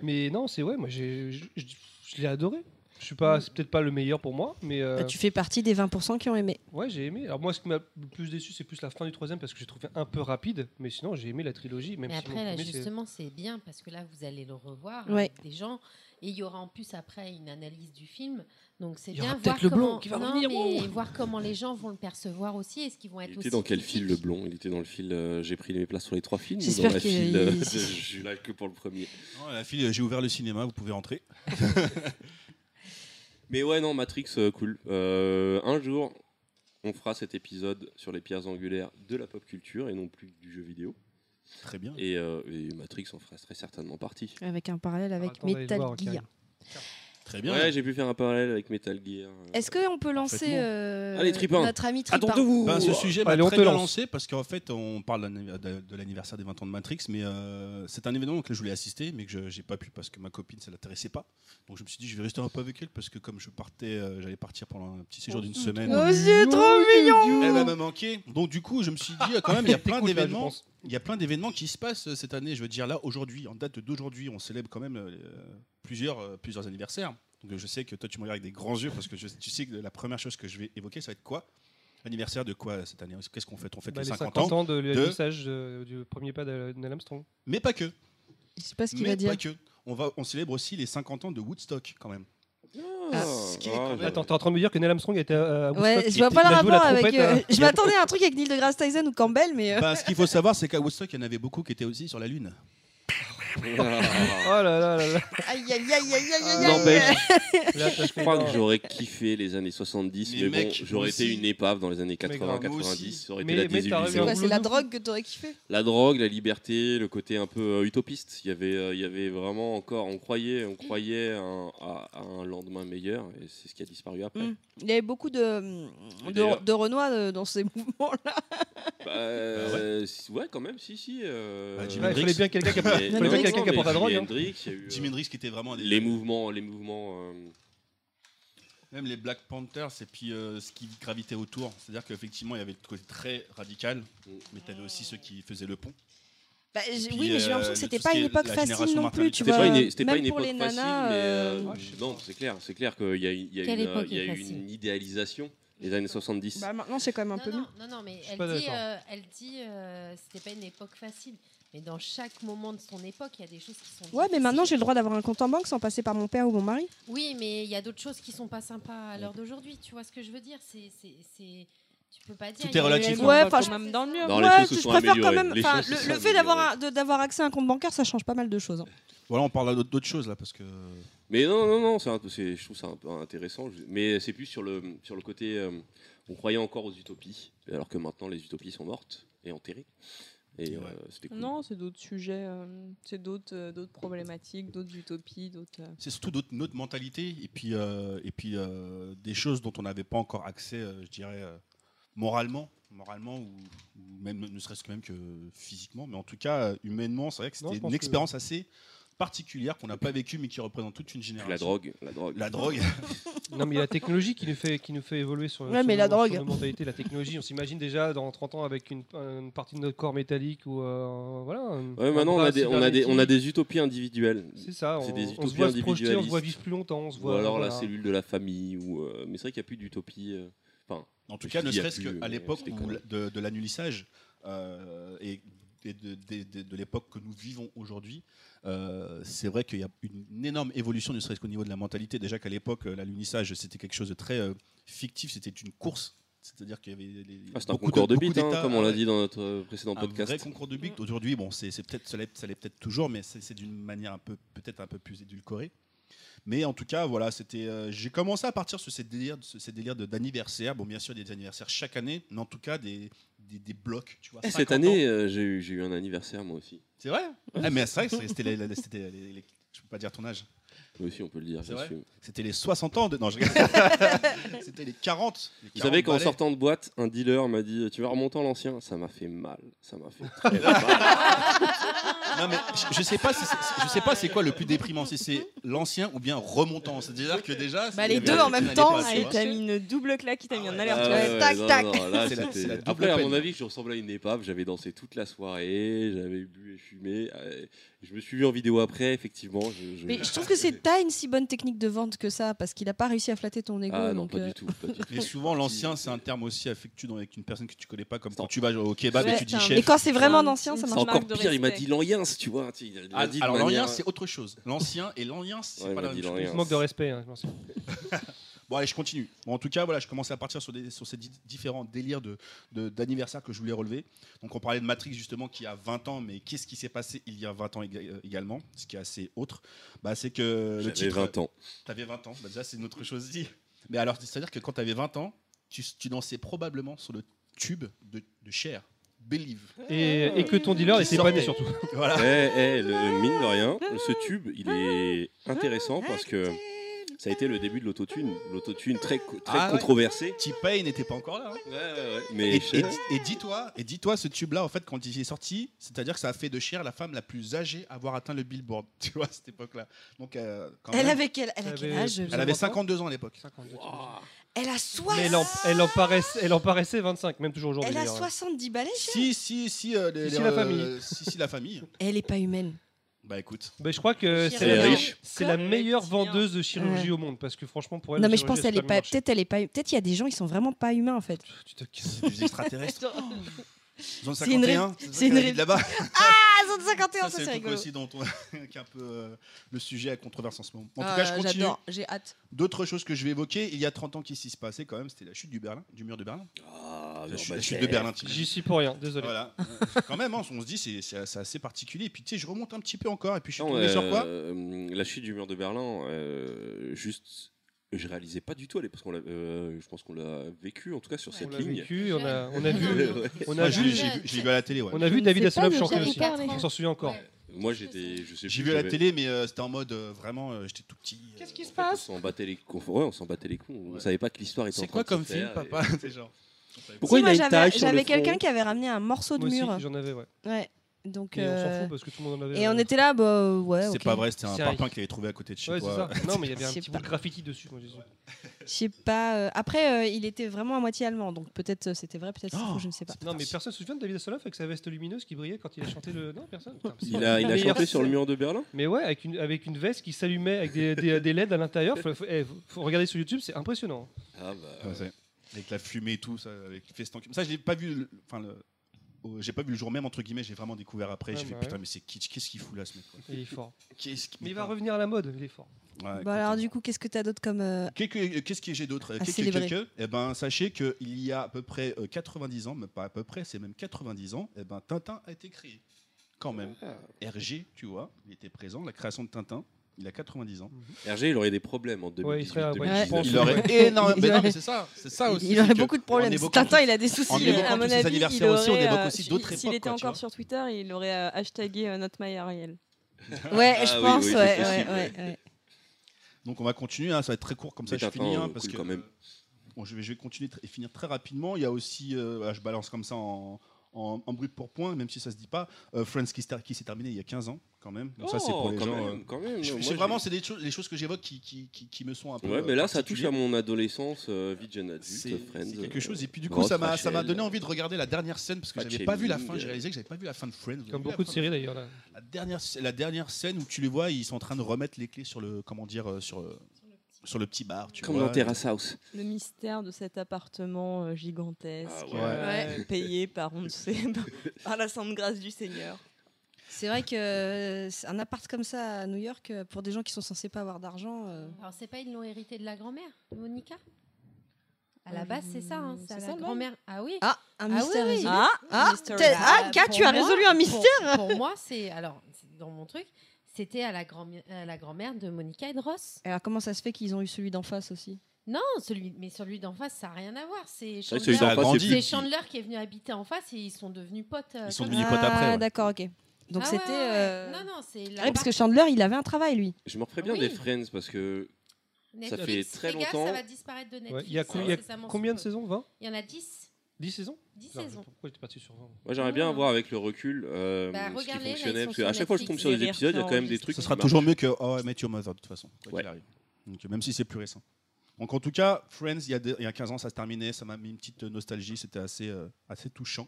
[SPEAKER 4] Mais non, c'est ouais, moi j'ai- je je- je l'ai adoré. Je suis pas, c'est peut-être pas le meilleur pour moi, mais euh,
[SPEAKER 6] Bah, Mm. tu fais partie des 20% qui ont aimé.
[SPEAKER 4] ouais, j'ai aimé. Alors moi, ce qui m'a le plus déçu, c'est plus la fin du troisième parce que j'ai trouvé un peu rapide, mais sinon j'ai aimé la trilogie.
[SPEAKER 3] Mais
[SPEAKER 4] Même si mon
[SPEAKER 3] après, là,
[SPEAKER 4] premier, c'est-
[SPEAKER 3] justement, c'est bien parce que là, vous allez le revoir
[SPEAKER 6] Ouais.
[SPEAKER 3] avec des gens. Et il y aura en plus après une analyse du film. Donc c'est
[SPEAKER 4] Il y aura
[SPEAKER 3] bien
[SPEAKER 4] peut-être
[SPEAKER 3] voir
[SPEAKER 4] le
[SPEAKER 3] comment...
[SPEAKER 4] blond qui va
[SPEAKER 3] Non,
[SPEAKER 4] revenir,
[SPEAKER 3] mais
[SPEAKER 4] ouh
[SPEAKER 3] voir comment les gens vont le percevoir aussi. Est-ce qu'ils vont être
[SPEAKER 7] Il
[SPEAKER 3] aussi
[SPEAKER 7] était dans quel fil le
[SPEAKER 3] critiques
[SPEAKER 7] blond Il était dans le fil. euh, j'ai pris mes places sur les trois films. ou
[SPEAKER 6] J'espère
[SPEAKER 7] dans la
[SPEAKER 6] qu'il-
[SPEAKER 7] file, euh,
[SPEAKER 6] il-
[SPEAKER 7] de- je suis là que pour le premier.
[SPEAKER 5] la fille, j'ai ouvert le cinéma, vous pouvez rentrer.
[SPEAKER 7] Mais ouais, non, Matrix, euh, cool. Euh, un jour, on fera cet épisode sur les pierres angulaires de la pop culture et non plus du jeu vidéo.
[SPEAKER 5] Très bien.
[SPEAKER 7] Et, euh, et Matrix en fera très certainement partie.
[SPEAKER 6] Avec un parallèle avec
[SPEAKER 4] Attends, on va aller le
[SPEAKER 6] Metal
[SPEAKER 4] voir, Karine.
[SPEAKER 6] Gear.
[SPEAKER 5] Très bien.
[SPEAKER 7] Ouais, j'ai pu faire un parallèle avec Metal Gear.
[SPEAKER 6] Est-ce qu'on peut lancer
[SPEAKER 5] Parfaitement.
[SPEAKER 6] euh,
[SPEAKER 7] Allez, Tripin.
[SPEAKER 6] notre ami Tripin
[SPEAKER 7] Attendez-vous
[SPEAKER 5] Ben, ce sujet m'a
[SPEAKER 4] Allez, on
[SPEAKER 5] très
[SPEAKER 4] te
[SPEAKER 5] bien
[SPEAKER 4] lance.
[SPEAKER 5] lancé parce qu'en fait, on parle d'anniv- de de l'anniversaire des 20 ans de Matrix, mais euh, c'est un événement que je voulais assister, mais que je j'ai pas pu parce que ma copine, ça l'intéressait pas. Donc je me suis dit, je vais rester un peu avec elle parce que comme je partais, euh, j'allais partir pendant un petit séjour d'une semaine.
[SPEAKER 6] Oh,
[SPEAKER 7] Mmh.
[SPEAKER 6] c'est trop mignon
[SPEAKER 5] Elle va me manquer. Donc du coup, je me suis dit, euh, quand même, il y a plein
[SPEAKER 4] T'écoutes, là, je
[SPEAKER 5] d'événements.
[SPEAKER 4] pense.
[SPEAKER 5] Il y a plein d'événements qui se passent euh, cette année. Je veux dire, là, aujourd'hui, en date d'aujourd'hui, on célèbre quand même euh, plusieurs, euh, plusieurs anniversaires. Donc, euh, je sais que toi, tu me regardes avec des grands yeux parce que je- tu sais que la première chose que je vais évoquer, ça va être quoi L'anniversaire de quoi cette année Qu'est-ce qu'on fête On fête
[SPEAKER 4] Bah,
[SPEAKER 5] les 50, ans.
[SPEAKER 4] de
[SPEAKER 5] de-
[SPEAKER 4] l'alunissage euh, du premier pas de Neil Armstrong.
[SPEAKER 5] Mais pas que.
[SPEAKER 6] Je sais pas ce qu'il
[SPEAKER 5] mais
[SPEAKER 6] va dire.
[SPEAKER 5] pas que. On, va, on célèbre aussi les 50 ans de Woodstock quand même.
[SPEAKER 7] Ce
[SPEAKER 5] qui est quand même-
[SPEAKER 4] Attends, t'es en train de me dire que Neil Armstrong était euh, à à Woodstock
[SPEAKER 6] Ouais,
[SPEAKER 4] il
[SPEAKER 6] je vois
[SPEAKER 4] était-
[SPEAKER 6] pas
[SPEAKER 4] il
[SPEAKER 6] le
[SPEAKER 4] a joué la
[SPEAKER 6] rapport avec.
[SPEAKER 4] trompette,
[SPEAKER 6] euh,
[SPEAKER 4] hein.
[SPEAKER 6] je m'attendais à un truc avec Neil deGrasse Tyson ou Campbell, mais. euh,
[SPEAKER 5] Bah, ce qu'il faut savoir, c'est qu'à Woodstock, il y en avait beaucoup qui étaient aussi sur la Lune.
[SPEAKER 4] Oh là là là là.
[SPEAKER 6] Aïe, aïe, aïe, aïe, aïe, aïe, aïe.
[SPEAKER 7] N'empêche,
[SPEAKER 4] Là, t'as
[SPEAKER 7] je
[SPEAKER 4] fait
[SPEAKER 7] crois
[SPEAKER 4] dans-
[SPEAKER 7] que j'aurais kiffé les années 70, mais,
[SPEAKER 5] Mais
[SPEAKER 7] bon,
[SPEAKER 5] mec, moi
[SPEAKER 7] j'aurais été
[SPEAKER 5] aussi.
[SPEAKER 7] une épave dans les années
[SPEAKER 4] Mais grave, moi
[SPEAKER 7] 80-90.
[SPEAKER 5] aussi.
[SPEAKER 7] Ça aurait
[SPEAKER 4] Mais-
[SPEAKER 7] été la
[SPEAKER 4] mais t'as
[SPEAKER 6] C'est
[SPEAKER 7] désillusion.
[SPEAKER 4] raison.
[SPEAKER 6] quoi, c'est la
[SPEAKER 4] Boulot
[SPEAKER 6] drogue que t'aurais kiffé
[SPEAKER 7] la drogue, la liberté, le côté un peu euh, utopiste. Il y avait, euh, il y avait vraiment encore, on croyait, on croyait à, un- à- à un lendemain meilleur, et c'est ce qui a disparu après.
[SPEAKER 6] Mm. Il y avait beaucoup de,
[SPEAKER 7] Mais
[SPEAKER 6] de,
[SPEAKER 7] d'ailleurs-
[SPEAKER 6] de Renoir euh, dans ces mouvements-là.
[SPEAKER 7] Bah, euh, si- ouais. quand même, si, si. euh,
[SPEAKER 5] Bah, Jimi
[SPEAKER 4] Ouais, il fallait
[SPEAKER 5] Hendrix.
[SPEAKER 4] bien quelqu'un qui
[SPEAKER 7] mais-
[SPEAKER 4] apporte- il
[SPEAKER 7] non,
[SPEAKER 4] fallait
[SPEAKER 7] non,
[SPEAKER 4] bien quelqu'un
[SPEAKER 7] non,
[SPEAKER 4] qui apporte
[SPEAKER 7] mais
[SPEAKER 4] la drogue.
[SPEAKER 7] Jimi
[SPEAKER 4] hein.
[SPEAKER 7] Hendrix, il y a eu, euh,
[SPEAKER 5] Jimi Hendrix qui était vraiment un des-
[SPEAKER 7] les mouvements, les mouvements. euh,
[SPEAKER 5] Même les Black Panthers et puis euh, ce qui gravitait autour. C'est-à-dire qu'effectivement, il y avait le côté très radical, mais tu avais aussi ceux qui faisaient le pont.
[SPEAKER 6] Bah, j'ai-
[SPEAKER 5] Puis,
[SPEAKER 6] oui, mais j'ai
[SPEAKER 5] euh,
[SPEAKER 6] l'impression que
[SPEAKER 5] tout
[SPEAKER 6] c'était
[SPEAKER 5] ce
[SPEAKER 6] pas
[SPEAKER 5] qui
[SPEAKER 6] une
[SPEAKER 5] est
[SPEAKER 6] époque
[SPEAKER 5] la
[SPEAKER 6] facile
[SPEAKER 5] génération
[SPEAKER 6] non plus, tu
[SPEAKER 7] C'était
[SPEAKER 6] vois.
[SPEAKER 7] pas une, c'était pas
[SPEAKER 6] Bah, même
[SPEAKER 7] une
[SPEAKER 6] pour
[SPEAKER 7] époque
[SPEAKER 6] les
[SPEAKER 7] facile,
[SPEAKER 6] nanas.
[SPEAKER 7] mais
[SPEAKER 6] euh,
[SPEAKER 7] euh,
[SPEAKER 4] Ouais, je sais
[SPEAKER 7] non, c'est clair, c'est clair qu'il y a, il y a
[SPEAKER 3] Quelle
[SPEAKER 7] une, euh,
[SPEAKER 3] époque
[SPEAKER 7] il y a
[SPEAKER 3] est
[SPEAKER 7] une
[SPEAKER 3] facile
[SPEAKER 7] idéalisation des années 70.
[SPEAKER 6] Bah, maintenant, c'est quand même un peu
[SPEAKER 3] non,
[SPEAKER 6] mieux.
[SPEAKER 3] non, non, non, mais
[SPEAKER 4] Je suis
[SPEAKER 3] elle
[SPEAKER 4] pas
[SPEAKER 3] dit,
[SPEAKER 4] d'accord.
[SPEAKER 3] euh, elle dit, euh, c'était pas une époque facile. Mais dans chaque moment de son époque, il y a des choses qui sont.
[SPEAKER 6] Ouais, mais
[SPEAKER 3] difficiles.
[SPEAKER 6] maintenant, j'ai le droit d'avoir un compte en banque sans passer par mon père ou mon mari.
[SPEAKER 3] Oui, mais il y a d'autres choses qui sont pas sympas à l'heure d'aujourd'hui. Tu vois ce que je veux dire C'est, c'est, c'est- tu peux pas dire.
[SPEAKER 5] Tout
[SPEAKER 3] il y a
[SPEAKER 5] est
[SPEAKER 3] eu
[SPEAKER 4] hein.
[SPEAKER 5] relatif,
[SPEAKER 3] un-
[SPEAKER 6] Ouais,
[SPEAKER 3] un-
[SPEAKER 6] enfin,
[SPEAKER 3] un-
[SPEAKER 6] je-
[SPEAKER 2] même dans le mur.
[SPEAKER 7] Non, les
[SPEAKER 6] ouais,
[SPEAKER 7] choses se
[SPEAKER 6] je
[SPEAKER 7] sont
[SPEAKER 6] préfère quand
[SPEAKER 7] améliorées.
[SPEAKER 6] même.
[SPEAKER 7] Les
[SPEAKER 6] enfin,
[SPEAKER 7] choses se
[SPEAKER 6] Le,
[SPEAKER 7] sont
[SPEAKER 6] le fait d'avoir
[SPEAKER 7] améliorées.
[SPEAKER 6] un- de- d'avoir accès à un compte bancaire, ça change pas mal de choses. hein.
[SPEAKER 5] Voilà, on parle à d'autres d'autres choses là parce que.
[SPEAKER 7] Mais non, non, non, c'est un peu- c'est- je trouve ça un peu intéressant. je- Mais c'est plus sur le, sur le côté. euh, on croyait encore aux utopies, alors que maintenant les utopies sont mortes et enterrées. Et
[SPEAKER 5] Ouais.
[SPEAKER 7] euh, c'était cool.
[SPEAKER 2] Non, c'est d'autres sujets, euh, c'est d'autres euh, d'autres problématiques, d'autres utopies, d'autres. euh,
[SPEAKER 5] C'est surtout d'autres- notre mentalité et puis, euh, et puis euh, des choses dont on n'avait pas encore accès, euh, je dirais, euh, moralement, moralement ou, ou même ne serait-ce que même que physiquement, mais en tout cas euh, humainement, c'est vrai que
[SPEAKER 4] Non,
[SPEAKER 5] c'était
[SPEAKER 4] je pense
[SPEAKER 5] une
[SPEAKER 4] que-
[SPEAKER 5] expérience assez particulière qu'on n'a pas vécue mais qui représente toute une génération.
[SPEAKER 7] La drogue, la drogue.
[SPEAKER 5] La drogue.
[SPEAKER 4] Non, mais il y a la technologie qui nous fait, qui nous fait évoluer sur,
[SPEAKER 6] Ouais,
[SPEAKER 4] sur
[SPEAKER 6] mais la
[SPEAKER 4] nos- sur
[SPEAKER 6] drogue.
[SPEAKER 4] nos mentalités, la technologie. On s'imagine déjà dans 30 ans avec une, une partie de notre corps métallique ou euh, voilà. un-
[SPEAKER 7] Ouais,
[SPEAKER 4] un
[SPEAKER 7] maintenant on
[SPEAKER 4] bras
[SPEAKER 7] a, des, on, a des, on a
[SPEAKER 4] cybernétique.
[SPEAKER 7] des utopies individuelles.
[SPEAKER 4] C'est ça.
[SPEAKER 7] c'est
[SPEAKER 4] On,
[SPEAKER 7] des
[SPEAKER 4] on se
[SPEAKER 7] utopies
[SPEAKER 4] voit se projeter, on se voit
[SPEAKER 7] individualistes.
[SPEAKER 4] vivre plus longtemps, on se
[SPEAKER 7] Ou
[SPEAKER 4] voit.
[SPEAKER 7] alors la
[SPEAKER 4] voilà.
[SPEAKER 7] cellule de la famille. Ou, euh, mais c'est vrai qu'il n'y a plus d'utopie. euh,
[SPEAKER 5] En tout
[SPEAKER 7] Je
[SPEAKER 5] cas,
[SPEAKER 7] dis,
[SPEAKER 5] ne
[SPEAKER 7] il y a
[SPEAKER 5] serait-ce
[SPEAKER 7] plus,
[SPEAKER 5] qu'à
[SPEAKER 7] mais
[SPEAKER 5] l'époque
[SPEAKER 7] c'était
[SPEAKER 5] où
[SPEAKER 7] con.
[SPEAKER 5] la- de, de l'annulissage euh, et, et de, de- de- de l'époque que nous vivons aujourd'hui, euh, c'est vrai qu'il y a une, une énorme évolution, ne serait-ce qu'au niveau de la mentalité. Déjà qu'à l'époque, euh, l'annulissage, c'était quelque chose de très euh, fictif, c'était une course. C'est-à-dire qu'il y avait les-
[SPEAKER 7] Ah, c'est un
[SPEAKER 5] beaucoup
[SPEAKER 7] concours de,
[SPEAKER 5] beaucoup
[SPEAKER 7] bites, hein,
[SPEAKER 5] d'États,
[SPEAKER 7] comme on l'a
[SPEAKER 5] ouais,
[SPEAKER 7] dit dans notre euh, précédent
[SPEAKER 5] Un vrai
[SPEAKER 7] podcast.
[SPEAKER 5] concours de bites. Aujourd'hui, bon, c'est c'est peut-être, ça l'est ça l'est peut-être toujours, mais c'est c'est d'une manière un peu, peut-être un peu plus édulcorée. Mais en tout cas, voilà, c'était. euh, j'ai commencé à partir sur ces délires, de- ces délires de- d'anniversaire. Bon, bien sûr, des anniversaires chaque année, mais en tout cas des, des, des blocs. Tu vois,
[SPEAKER 7] Eh,
[SPEAKER 5] 50
[SPEAKER 7] Cette année, euh, j'ai eu, j'ai eu un anniversaire moi aussi.
[SPEAKER 5] ans. c'est vrai. Ah, mais c'est vrai, que c'est- c'était. les- les- c'était les- les- Je peux pas dire ton âge.
[SPEAKER 7] Moi aussi, on peut le dire.
[SPEAKER 5] C'est
[SPEAKER 7] j'assume.
[SPEAKER 5] C'était les 60 ans. De... Non, je rigole. C'était les 40. les bah,
[SPEAKER 7] Vous
[SPEAKER 5] 40
[SPEAKER 7] savez qu'en
[SPEAKER 5] balais.
[SPEAKER 7] sortant de boîte, un dealer m'a dit Tu vas remonter en l'ancien Ça m'a fait mal. Ça m'a fait très mal.
[SPEAKER 5] Non, mais je, je sais pas. si c'est- je sais pas. C'est quoi le plus déprimant Si c'est l'ancien ou bien remontant C'est-à-dire que déjà.
[SPEAKER 6] Bah,
[SPEAKER 5] il
[SPEAKER 6] les
[SPEAKER 5] y avait-
[SPEAKER 6] deux en
[SPEAKER 5] il y avait
[SPEAKER 6] même
[SPEAKER 5] un
[SPEAKER 6] temps,
[SPEAKER 5] débat, tu
[SPEAKER 6] allez,
[SPEAKER 5] vois.
[SPEAKER 6] t'as mis
[SPEAKER 2] une double claque, il t'a mis
[SPEAKER 5] Ah
[SPEAKER 2] un
[SPEAKER 5] ouais.
[SPEAKER 2] alerte.
[SPEAKER 7] Ah
[SPEAKER 6] ouais, tac, tac.
[SPEAKER 7] là,
[SPEAKER 5] C'est la-
[SPEAKER 7] c'était-
[SPEAKER 5] c'est la double
[SPEAKER 7] Après, à mon
[SPEAKER 5] peine.
[SPEAKER 7] avis, je ressemblais à une épave. J'avais dansé toute la soirée, j'avais bu et fumé. euh, Je me suis vu en vidéo après, effectivement. Je, je-
[SPEAKER 6] Mais je trouve que c'est pas une si bonne technique de vente que ça, parce qu'il a pas réussi à flatter ton ego.
[SPEAKER 7] Ah non,
[SPEAKER 6] donc,
[SPEAKER 7] pas
[SPEAKER 6] euh,
[SPEAKER 7] du tout. pas du tout.
[SPEAKER 5] Mais souvent, l'ancien, c'est un terme aussi affectueux dans- avec une personne que tu connais pas, comme quand tu vas au kebab
[SPEAKER 2] Ouais,
[SPEAKER 5] et tu dis
[SPEAKER 2] c'est un-
[SPEAKER 6] Et
[SPEAKER 5] chef.
[SPEAKER 6] quand c'est vraiment
[SPEAKER 2] Une-
[SPEAKER 6] d'ancien, ça
[SPEAKER 2] une
[SPEAKER 7] C'est
[SPEAKER 6] marche
[SPEAKER 2] sorte
[SPEAKER 6] pas.
[SPEAKER 7] encore
[SPEAKER 2] marque de
[SPEAKER 7] pire, il m'a
[SPEAKER 2] respect.
[SPEAKER 7] dit l'Anyens, tu vois. tu- il l'a
[SPEAKER 5] Ah,
[SPEAKER 7] dit de
[SPEAKER 5] alors, l'ancien,
[SPEAKER 7] manière-
[SPEAKER 5] c'est autre chose. L'ancien et l'ancien, c'est
[SPEAKER 7] Ouais, il
[SPEAKER 5] pas
[SPEAKER 7] m'a
[SPEAKER 5] la
[SPEAKER 7] dit
[SPEAKER 5] même
[SPEAKER 7] l'ancien.
[SPEAKER 5] chose.
[SPEAKER 4] Je manque de respect. hein, je pense.
[SPEAKER 5] Bon, allez, je continue. Bon, en tout cas, voilà, je commençais à partir sur, des- sur ces di- différents délires de- de- d'anniversaires que je voulais relever. Donc, on parlait de Matrix, justement, qui a 20 ans, mais qu'est-ce qui s'est passé il y a 20 ans ég- euh, également Ce qui est assez autre, bah, c'est que le
[SPEAKER 7] J'avais
[SPEAKER 5] titre.
[SPEAKER 7] 20 ans.
[SPEAKER 5] T'avais 20 ans, bah, déjà, c'est une autre chose aussi. Mais alors, c'est-à-dire que quand t'avais 20 ans, tu, tu dansais probablement sur le tube de, de Cher, Believe.
[SPEAKER 4] Et, et que
[SPEAKER 6] Ah,
[SPEAKER 4] ton dealer
[SPEAKER 5] Qui
[SPEAKER 4] n'était pas né
[SPEAKER 5] sortait.
[SPEAKER 4] surtout.
[SPEAKER 5] Voilà.
[SPEAKER 7] Eh, eh, le- mine de rien, ce tube, il est intéressant parce que ça a été le début de l'autotune. L'autotune très, co- très
[SPEAKER 5] Ah ouais.
[SPEAKER 7] controversée.
[SPEAKER 5] T-Pain n'était pas encore là. hein.
[SPEAKER 7] Mais
[SPEAKER 5] Et, et-
[SPEAKER 7] Cher,
[SPEAKER 5] et dis-toi, et dis-toi, ce tube-là, en fait, quand il est sorti, c'est-à-dire que ça a fait de Cher la femme la plus âgée à avoir atteint le Billboard, tu vois, à cette époque-là. Donc, euh, quand
[SPEAKER 6] Elle
[SPEAKER 5] même,
[SPEAKER 6] avait quel, elle a
[SPEAKER 4] Elle
[SPEAKER 6] quel
[SPEAKER 4] avait-
[SPEAKER 6] âge euh,
[SPEAKER 4] elle
[SPEAKER 5] elle avait
[SPEAKER 4] 50
[SPEAKER 5] 52 ans à l'époque.
[SPEAKER 7] Ah,
[SPEAKER 6] Elle a
[SPEAKER 4] Mais elle en,
[SPEAKER 6] 60
[SPEAKER 4] elle en paraissait, elle en paraissait 25, même toujours aujourd'hui.
[SPEAKER 6] Elle a
[SPEAKER 4] d'ailleurs.
[SPEAKER 6] 70 balais
[SPEAKER 5] Si, si, si, euh, les-
[SPEAKER 4] Si, si,
[SPEAKER 5] les-
[SPEAKER 4] la
[SPEAKER 5] euh,
[SPEAKER 4] famille.
[SPEAKER 5] si, si, la famille.
[SPEAKER 6] Elle est pas humaine.
[SPEAKER 5] Bah écoute,
[SPEAKER 4] Ben, je crois que
[SPEAKER 3] Chirurgien.
[SPEAKER 4] c'est la,
[SPEAKER 7] Elle est riche.
[SPEAKER 4] c'est la meilleure
[SPEAKER 2] Corps reptilien.
[SPEAKER 4] vendeuse de chirurgie au monde parce que franchement pour elle.
[SPEAKER 6] non
[SPEAKER 4] la
[SPEAKER 6] mais je pense
[SPEAKER 4] chirurgie,
[SPEAKER 6] qu'elle
[SPEAKER 4] c'est
[SPEAKER 6] est pas.
[SPEAKER 4] le marché.
[SPEAKER 6] Peut-être elle est pas. Peut-être il y a des gens ils sont vraiment pas humains en fait.
[SPEAKER 4] Tu te casses.
[SPEAKER 5] c'est des extraterrestres. Zone
[SPEAKER 6] C'est une
[SPEAKER 5] 51,
[SPEAKER 6] c'est une
[SPEAKER 5] une
[SPEAKER 6] ré-
[SPEAKER 5] là-bas.
[SPEAKER 6] Ah zone 51
[SPEAKER 5] Ça,
[SPEAKER 6] ça
[SPEAKER 5] c'est
[SPEAKER 6] c'est
[SPEAKER 5] le truc
[SPEAKER 6] rigolo.
[SPEAKER 5] aussi dont on... qui est un peu euh, le sujet à controverse en ce moment. En tout cas, je continue.
[SPEAKER 6] Ah, J'adore. J'ai hâte.
[SPEAKER 5] D'autres choses que je vais évoquer, il y a 30 ans, qu'est-ce qui s'est passé quand même C'était la chute du Berlin, du mur de Berlin.
[SPEAKER 7] Ah,
[SPEAKER 5] la, chute, la
[SPEAKER 7] Gorbatchev.
[SPEAKER 5] chute de Berlin, t'imagines
[SPEAKER 4] J'y suis pour rien, désolé.
[SPEAKER 5] Voilà. Quand même, hein, on se dit, c'est- c'est c'est assez particulier. Et puis, tu sais, je remonte un petit peu encore. Et puis, je suis
[SPEAKER 7] Non,
[SPEAKER 5] tombé
[SPEAKER 7] euh,
[SPEAKER 5] sur quoi
[SPEAKER 7] euh, La chute du mur de Berlin, euh, juste, je réalisais pas du tout, allez, parce qu'on l'a- euh, je pense qu'on l'a vécu, en tout cas sur
[SPEAKER 3] Ouais.
[SPEAKER 7] cette
[SPEAKER 4] On l'a
[SPEAKER 7] ligne.
[SPEAKER 4] vécu, on a, on a vu,
[SPEAKER 7] Ouais.
[SPEAKER 4] on a
[SPEAKER 5] Moi, je l'ai-
[SPEAKER 4] vu,
[SPEAKER 5] J'ai vu- je l'ai vu à la télé, ouais.
[SPEAKER 4] on a vu
[SPEAKER 3] Je
[SPEAKER 4] David
[SPEAKER 3] ne sais pas,
[SPEAKER 4] Asselin
[SPEAKER 3] mais
[SPEAKER 4] chanter
[SPEAKER 3] j'avais
[SPEAKER 4] aussi.
[SPEAKER 3] quatre ans.
[SPEAKER 4] On s'en souvient encore.
[SPEAKER 3] Ouais.
[SPEAKER 7] Moi, j'étais, je sais
[SPEAKER 5] J'ai vu
[SPEAKER 7] plus,
[SPEAKER 5] à la
[SPEAKER 7] j'avais-
[SPEAKER 5] télé, mais euh, c'était en mode euh, vraiment, euh, j'étais tout petit. Qu'est-ce
[SPEAKER 7] En fait, on s'en battait les cons. Ouais, on s'en battait les cons. On
[SPEAKER 5] Ouais.
[SPEAKER 7] savait pas que l'histoire était en
[SPEAKER 5] C'est quoi
[SPEAKER 7] train de se
[SPEAKER 5] comme film,
[SPEAKER 7] faire, et-
[SPEAKER 5] papa C'est genre.
[SPEAKER 7] Pourquoi
[SPEAKER 6] Si,
[SPEAKER 7] il
[SPEAKER 6] moi,
[SPEAKER 7] a une
[SPEAKER 6] j'avais-
[SPEAKER 7] tache sur le
[SPEAKER 6] J'avais
[SPEAKER 7] front
[SPEAKER 6] quelqu'un qui avait ramené un morceau de
[SPEAKER 4] Moi aussi,
[SPEAKER 6] mur.
[SPEAKER 4] j'en avais, ouais.
[SPEAKER 6] Ouais. Donc.
[SPEAKER 4] Et on s'en
[SPEAKER 6] euh,
[SPEAKER 4] fout parce que tout le monde en avait.
[SPEAKER 6] Et
[SPEAKER 4] euh,
[SPEAKER 6] on était là bah euh, ouais.
[SPEAKER 5] C'est
[SPEAKER 6] ok.
[SPEAKER 5] pas vrai, c'était un
[SPEAKER 4] C'est
[SPEAKER 5] parpaing
[SPEAKER 4] vrai.
[SPEAKER 5] qu'il avait trouvé à côté de chez
[SPEAKER 4] Ouais, c'est ça.
[SPEAKER 5] toi.
[SPEAKER 4] Non, mais il y avait un
[SPEAKER 6] Je sais
[SPEAKER 4] petit bout de
[SPEAKER 6] pas.
[SPEAKER 4] graffiti dessus. Moi, j'ai su.
[SPEAKER 6] Je sais pas. euh, Après euh, il était vraiment à moitié allemand donc peut-être euh, c'était vrai peut-être c'est
[SPEAKER 5] Oh,
[SPEAKER 6] faux, je ne sais pas.
[SPEAKER 4] Non, mais personne se souvient de David Asseloff avec sa veste lumineuse qui brillait quand il a chanté le. Non, personne. Putain, mais c'est
[SPEAKER 7] Il
[SPEAKER 4] la
[SPEAKER 7] a, il a
[SPEAKER 4] meilleure
[SPEAKER 7] chanté sur le
[SPEAKER 4] scène.
[SPEAKER 7] mur de Berlin
[SPEAKER 4] Mais ouais, avec une, avec une veste qui s'allumait avec des, des, des LED à l'intérieur. Faut, faut- eh, faut regarder sur YouTube, c'est impressionnant.
[SPEAKER 7] Ah bah.
[SPEAKER 5] Ouais, c'est- Euh, Avec la fumée et tout, ça, avec le festin. Ça, je l'ai pas vu. le- Enfin, le- au- J'ai pas vu le jour même, entre guillemets, j'ai vraiment découvert après.
[SPEAKER 4] Ouais,
[SPEAKER 5] J'ai fait
[SPEAKER 4] bah
[SPEAKER 5] putain,
[SPEAKER 4] ouais.
[SPEAKER 5] mais c'est kitsch, qu'est-ce qu'il fout là ce mec quoi
[SPEAKER 4] Il est fort.
[SPEAKER 5] Qu'est-ce qu'il-
[SPEAKER 4] Mais il va revenir à la mode, il est fort.
[SPEAKER 5] Ouais,
[SPEAKER 6] Bah alors
[SPEAKER 5] écoute,
[SPEAKER 6] du coup qu'est-ce que t'as d'autre comme euh,
[SPEAKER 5] Quelque- euh, Qu'est-ce que j'ai d'autre Quelque-
[SPEAKER 6] célébrer.
[SPEAKER 5] quelque- Eh ben, sachez qu'il y a à peu près euh, 90 ans, mais pas à peu près, c'est même 90 ans, eh ben, Tintin a été créé. Quand même.
[SPEAKER 7] Ah.
[SPEAKER 5] Hergé, tu vois, il était présent, la création de Tintin. Il a 90 ans.
[SPEAKER 7] Hergé, il aurait des problèmes en
[SPEAKER 4] Ouais, il
[SPEAKER 7] 2018.
[SPEAKER 4] serait- ouais,
[SPEAKER 6] je pense,
[SPEAKER 5] Il
[SPEAKER 4] ouais.
[SPEAKER 5] aurait énormément.
[SPEAKER 6] Il
[SPEAKER 5] Mais non,
[SPEAKER 6] aurait-
[SPEAKER 5] mais c'est ça, c'est ça Ah, aussi.
[SPEAKER 6] il aurait
[SPEAKER 5] c'est que
[SPEAKER 6] beaucoup de
[SPEAKER 5] en
[SPEAKER 6] problèmes.
[SPEAKER 5] évoquant
[SPEAKER 6] Tintin,
[SPEAKER 5] tout-
[SPEAKER 6] il a des soucis.
[SPEAKER 5] en
[SPEAKER 6] euh,
[SPEAKER 5] évoquant
[SPEAKER 6] à
[SPEAKER 5] tous
[SPEAKER 6] mon
[SPEAKER 5] ces
[SPEAKER 6] avis.
[SPEAKER 5] anniversaires aussi, on évoque aussi
[SPEAKER 2] euh,
[SPEAKER 5] d'autres
[SPEAKER 2] s'il-
[SPEAKER 5] époques,
[SPEAKER 2] S'il était
[SPEAKER 5] quoi, tu
[SPEAKER 2] encore
[SPEAKER 5] vois.
[SPEAKER 2] sur Twitter, il aurait euh, hashtagé euh, Not My Ariel.
[SPEAKER 6] Ouais,
[SPEAKER 7] Ah
[SPEAKER 6] je
[SPEAKER 7] oui,
[SPEAKER 6] pense.
[SPEAKER 7] oui, c'est
[SPEAKER 6] ouais,
[SPEAKER 7] possible,
[SPEAKER 6] ouais,
[SPEAKER 7] ouais.
[SPEAKER 6] ouais, ouais.
[SPEAKER 5] Donc on va continuer, hein, ça va être très court comme ça,
[SPEAKER 7] Mais
[SPEAKER 5] je
[SPEAKER 7] Tintin,
[SPEAKER 5] finis. hein,
[SPEAKER 7] euh,
[SPEAKER 5] parce
[SPEAKER 7] cool
[SPEAKER 5] que,
[SPEAKER 7] quand même.
[SPEAKER 5] Bon, je, vais, je vais continuer tr- et finir très rapidement. Il y a aussi, euh, voilà, je balance comme ça en, en, en brut pour point, même si ça se dit pas, euh, Friends qui, se ter- qui s'est terminé il y a 15 ans quand même. Donc ça c'est pour les
[SPEAKER 7] Oh, quand
[SPEAKER 5] gens.
[SPEAKER 7] même,
[SPEAKER 5] euh,
[SPEAKER 7] quand même.
[SPEAKER 5] je-
[SPEAKER 7] Moi,
[SPEAKER 5] c'est
[SPEAKER 7] j'ai-
[SPEAKER 5] vraiment c'est des choses, les choses que j'évoque qui, qui, qui, qui me sont un peu.
[SPEAKER 7] Ouais, mais
[SPEAKER 5] euh,
[SPEAKER 7] là, ça touche
[SPEAKER 5] particulières.
[SPEAKER 7] à mon adolescence, euh, vie de jeune
[SPEAKER 5] C'est
[SPEAKER 7] adulte, Friends.
[SPEAKER 5] c'est quelque chose. Et puis du
[SPEAKER 7] euh,
[SPEAKER 5] coup, ça
[SPEAKER 7] Ross,
[SPEAKER 5] m'a ça m'a
[SPEAKER 7] Rachel.
[SPEAKER 5] donné envie de regarder la dernière scène parce que j'avais pas vu la fin. J'ai réalisé que j'avais pas vu la fin de Friends.
[SPEAKER 4] Comme
[SPEAKER 5] Vous avez vu la
[SPEAKER 4] beaucoup de
[SPEAKER 5] fin
[SPEAKER 4] séries d'ailleurs. là.
[SPEAKER 5] la dernière, la dernière scène où tu les vois, ils sont en train de remettre les clés sur le, comment dire, euh, sur, euh, sur le petit bar. Tu
[SPEAKER 7] Comme
[SPEAKER 5] vois.
[SPEAKER 7] dans Terrace House.
[SPEAKER 2] Le mystère de cet appartement euh, gigantesque,
[SPEAKER 7] Ah ouais.
[SPEAKER 2] euh, payé par on ne sait par la Sainte Grâce du Seigneur.
[SPEAKER 6] C'est vrai que euh, c'est un appart comme ça à New York, euh, pour des gens qui sont censés pas avoir d'argent. euh,
[SPEAKER 3] Alors, c'est pas, ils l'ont hérité de la grand-mère, Monica À la
[SPEAKER 2] Euh,
[SPEAKER 3] base, c'est ça, hein,
[SPEAKER 2] c'est
[SPEAKER 3] c'est à
[SPEAKER 2] ça,
[SPEAKER 3] la
[SPEAKER 2] le
[SPEAKER 3] grand-mère. Ah oui
[SPEAKER 6] Ah, un
[SPEAKER 3] Ah
[SPEAKER 6] mystère
[SPEAKER 3] oui, oui.
[SPEAKER 6] résolu.
[SPEAKER 2] Ah,
[SPEAKER 6] Ah,
[SPEAKER 2] Mystery
[SPEAKER 6] t'es-
[SPEAKER 2] Man.
[SPEAKER 6] ah, Kat,
[SPEAKER 3] pour
[SPEAKER 6] tu as
[SPEAKER 3] moi-
[SPEAKER 6] résolu un mystère.
[SPEAKER 3] Pour, pour moi, c'est. Alors, c'est- dans mon truc, c'était à la grand-mère à la grand-mère de Monica et de Ross.
[SPEAKER 6] Alors comment ça se fait qu'ils ont eu celui d'en face aussi
[SPEAKER 3] Non, celui, mais celui d'en face, ça n'a rien à voir. C'est
[SPEAKER 7] C'est vrai
[SPEAKER 3] Chandler,
[SPEAKER 7] que celui d'en
[SPEAKER 5] Ça a
[SPEAKER 7] face,
[SPEAKER 5] grandi.
[SPEAKER 7] c'est
[SPEAKER 3] c'est
[SPEAKER 7] plus-
[SPEAKER 3] Chandler qui est venu habiter en face et ils sont devenus potes. euh,
[SPEAKER 5] Ils sont
[SPEAKER 3] comme
[SPEAKER 5] devenus
[SPEAKER 3] ça.
[SPEAKER 5] potes après,
[SPEAKER 6] Ah
[SPEAKER 5] ouais.
[SPEAKER 6] d'accord, ok. Donc
[SPEAKER 3] Ah ouais,
[SPEAKER 6] c'était.
[SPEAKER 3] ouais, ouais.
[SPEAKER 6] euh,
[SPEAKER 3] Non, non, c'est.
[SPEAKER 6] ouais, parce que Chandler, il avait un travail lui.
[SPEAKER 7] Je me referais bien
[SPEAKER 3] Ah Oui.
[SPEAKER 7] des Friends parce que
[SPEAKER 3] Netflix,
[SPEAKER 7] fait très
[SPEAKER 3] les gars,
[SPEAKER 7] longtemps.
[SPEAKER 3] ça va disparaître de Netflix. hein,
[SPEAKER 4] Ouais, Il y a co- il y a
[SPEAKER 3] incessamment sous
[SPEAKER 4] combien de
[SPEAKER 3] peu.
[SPEAKER 4] saisons 20
[SPEAKER 3] Il y en a 10.
[SPEAKER 4] 10 saisons
[SPEAKER 3] 10
[SPEAKER 4] Non,
[SPEAKER 3] saisons.
[SPEAKER 4] Pourquoi j'étais parti sur 20
[SPEAKER 7] moi j'aimerais bien
[SPEAKER 3] Ah.
[SPEAKER 7] avoir avec le recul euh,
[SPEAKER 3] Bah,
[SPEAKER 7] ce qui
[SPEAKER 3] regarde-les, là, ils
[SPEAKER 7] fonctionnait
[SPEAKER 3] sont
[SPEAKER 7] parce
[SPEAKER 3] sur
[SPEAKER 7] qu'à chaque fois que je tombe
[SPEAKER 3] Netflix,
[SPEAKER 7] sur
[SPEAKER 2] les
[SPEAKER 7] des
[SPEAKER 2] rires
[SPEAKER 7] épisodes, il y a
[SPEAKER 2] qui
[SPEAKER 7] quand même des
[SPEAKER 2] enregistrent.
[SPEAKER 7] trucs.
[SPEAKER 5] Ce
[SPEAKER 7] qui
[SPEAKER 5] sera
[SPEAKER 7] marchent.
[SPEAKER 5] toujours mieux que Oh I Met Your Mother de toute façon. quoi qu'il
[SPEAKER 7] Ouais.
[SPEAKER 5] arrive. Donc, même si c'est plus récent. Donc en tout cas, Friends, il y, a des- il y a 15 ans, ça se terminait, ça m'a mis une petite euh, nostalgie, c'était assez, euh, assez touchant.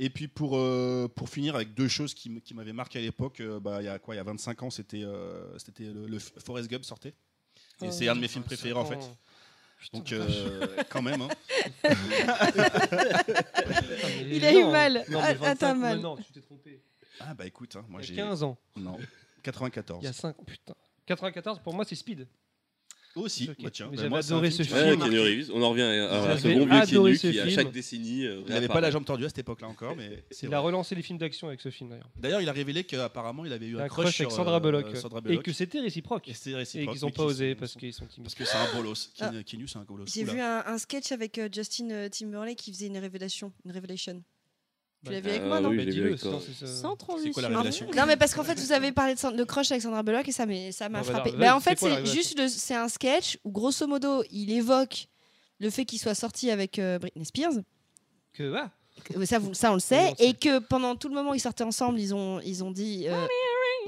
[SPEAKER 5] Et puis pour, euh, pour finir avec deux choses qui, m- qui m'avaient marqué à l'époque, euh, bah, il y a quoi, il y a 25 ans, c'était euh, c'était le, le F- Forrest Gump sortait. Et c'est un de mes films préférés en fait. Donc euh, quand même. hein.
[SPEAKER 6] Il a eu mal. Ah, ah, t'as mal.
[SPEAKER 4] Non, tu t'es trompé.
[SPEAKER 5] Ah bah écoute, hein, moi
[SPEAKER 4] Il y
[SPEAKER 5] j'ai...
[SPEAKER 4] a 15 ans.
[SPEAKER 5] Non,
[SPEAKER 4] Il y a
[SPEAKER 5] 94.
[SPEAKER 4] 5 putain. 94 pour moi c'est Speed.
[SPEAKER 5] Aussi,
[SPEAKER 4] Ok.
[SPEAKER 5] bah tiens,
[SPEAKER 4] Mais
[SPEAKER 5] bah,
[SPEAKER 4] j'avais
[SPEAKER 5] moi, c'est un
[SPEAKER 4] adoré
[SPEAKER 5] film
[SPEAKER 4] ce
[SPEAKER 5] qui m'a
[SPEAKER 7] Ouais,
[SPEAKER 4] film.
[SPEAKER 5] marqué.
[SPEAKER 7] Keanu Reeves, on en revient à, à ce
[SPEAKER 4] J'avais
[SPEAKER 7] bon vieux
[SPEAKER 4] adoré
[SPEAKER 7] Keanu
[SPEAKER 4] ce
[SPEAKER 7] qui, à
[SPEAKER 4] film.
[SPEAKER 7] chaque décennie, euh,
[SPEAKER 5] Il n'avait pas
[SPEAKER 7] réapparaît.
[SPEAKER 5] la jambe tordue à cette époque-là encore, mais
[SPEAKER 4] Il
[SPEAKER 5] c'est vrai.
[SPEAKER 4] a relancé les films d'action avec ce film d'ailleurs.
[SPEAKER 5] D'ailleurs, il a révélé qu'apparemment, il avait eu
[SPEAKER 4] Un
[SPEAKER 5] un
[SPEAKER 4] crush,
[SPEAKER 5] crush
[SPEAKER 4] avec
[SPEAKER 5] sur,
[SPEAKER 4] Sandra
[SPEAKER 5] euh,
[SPEAKER 4] Bullock.
[SPEAKER 5] Sandra
[SPEAKER 4] Et
[SPEAKER 5] Bullock.
[SPEAKER 4] que c'était réciproque.
[SPEAKER 5] Et c'est
[SPEAKER 4] Et
[SPEAKER 5] réciproque.
[SPEAKER 4] qu'ils n'ont
[SPEAKER 5] mais
[SPEAKER 4] pas
[SPEAKER 5] qu'ils
[SPEAKER 4] osé
[SPEAKER 5] sont-
[SPEAKER 4] parce qu'ils sont timides.
[SPEAKER 5] Parce que c'est un bolos.
[SPEAKER 6] Ah.
[SPEAKER 5] Ken- Keanu, c'est un bolos.
[SPEAKER 6] J'ai
[SPEAKER 5] Oula.
[SPEAKER 6] vu un, un sketch avec euh, Justin euh, Timberlake qui faisait une révélation, une révélation. Tu
[SPEAKER 4] Bah,
[SPEAKER 6] l'as vu avec
[SPEAKER 7] euh,
[SPEAKER 6] moi, non
[SPEAKER 7] oui, je l'ai
[SPEAKER 4] Bah,
[SPEAKER 7] vu
[SPEAKER 4] dis-le,
[SPEAKER 7] avec toi.
[SPEAKER 4] sinon, c'est ça.
[SPEAKER 2] Sans transition.
[SPEAKER 5] C'est quoi la révélation
[SPEAKER 6] Non mais parce qu'en fait vous avez parlé de, Sand- de crush avec Sandra Bullock et ça m'a ça m'a
[SPEAKER 4] Bon, bah,
[SPEAKER 6] frappé.
[SPEAKER 4] alors,
[SPEAKER 6] Bah,
[SPEAKER 4] vas-y,
[SPEAKER 6] en
[SPEAKER 4] c'est
[SPEAKER 6] fait
[SPEAKER 4] quoi la
[SPEAKER 6] c'est
[SPEAKER 4] révélation
[SPEAKER 6] juste le- c'est un sketch où grosso modo il évoque le fait qu'il soit sorti avec euh, Britney Spears.
[SPEAKER 4] Que ah,
[SPEAKER 6] Euh, Ça, vous- ça, on le
[SPEAKER 4] Oui,
[SPEAKER 6] sait.
[SPEAKER 4] on le
[SPEAKER 6] et que pendant tout le moment où ils sortaient ensemble, ils ont, ils ont dit, euh,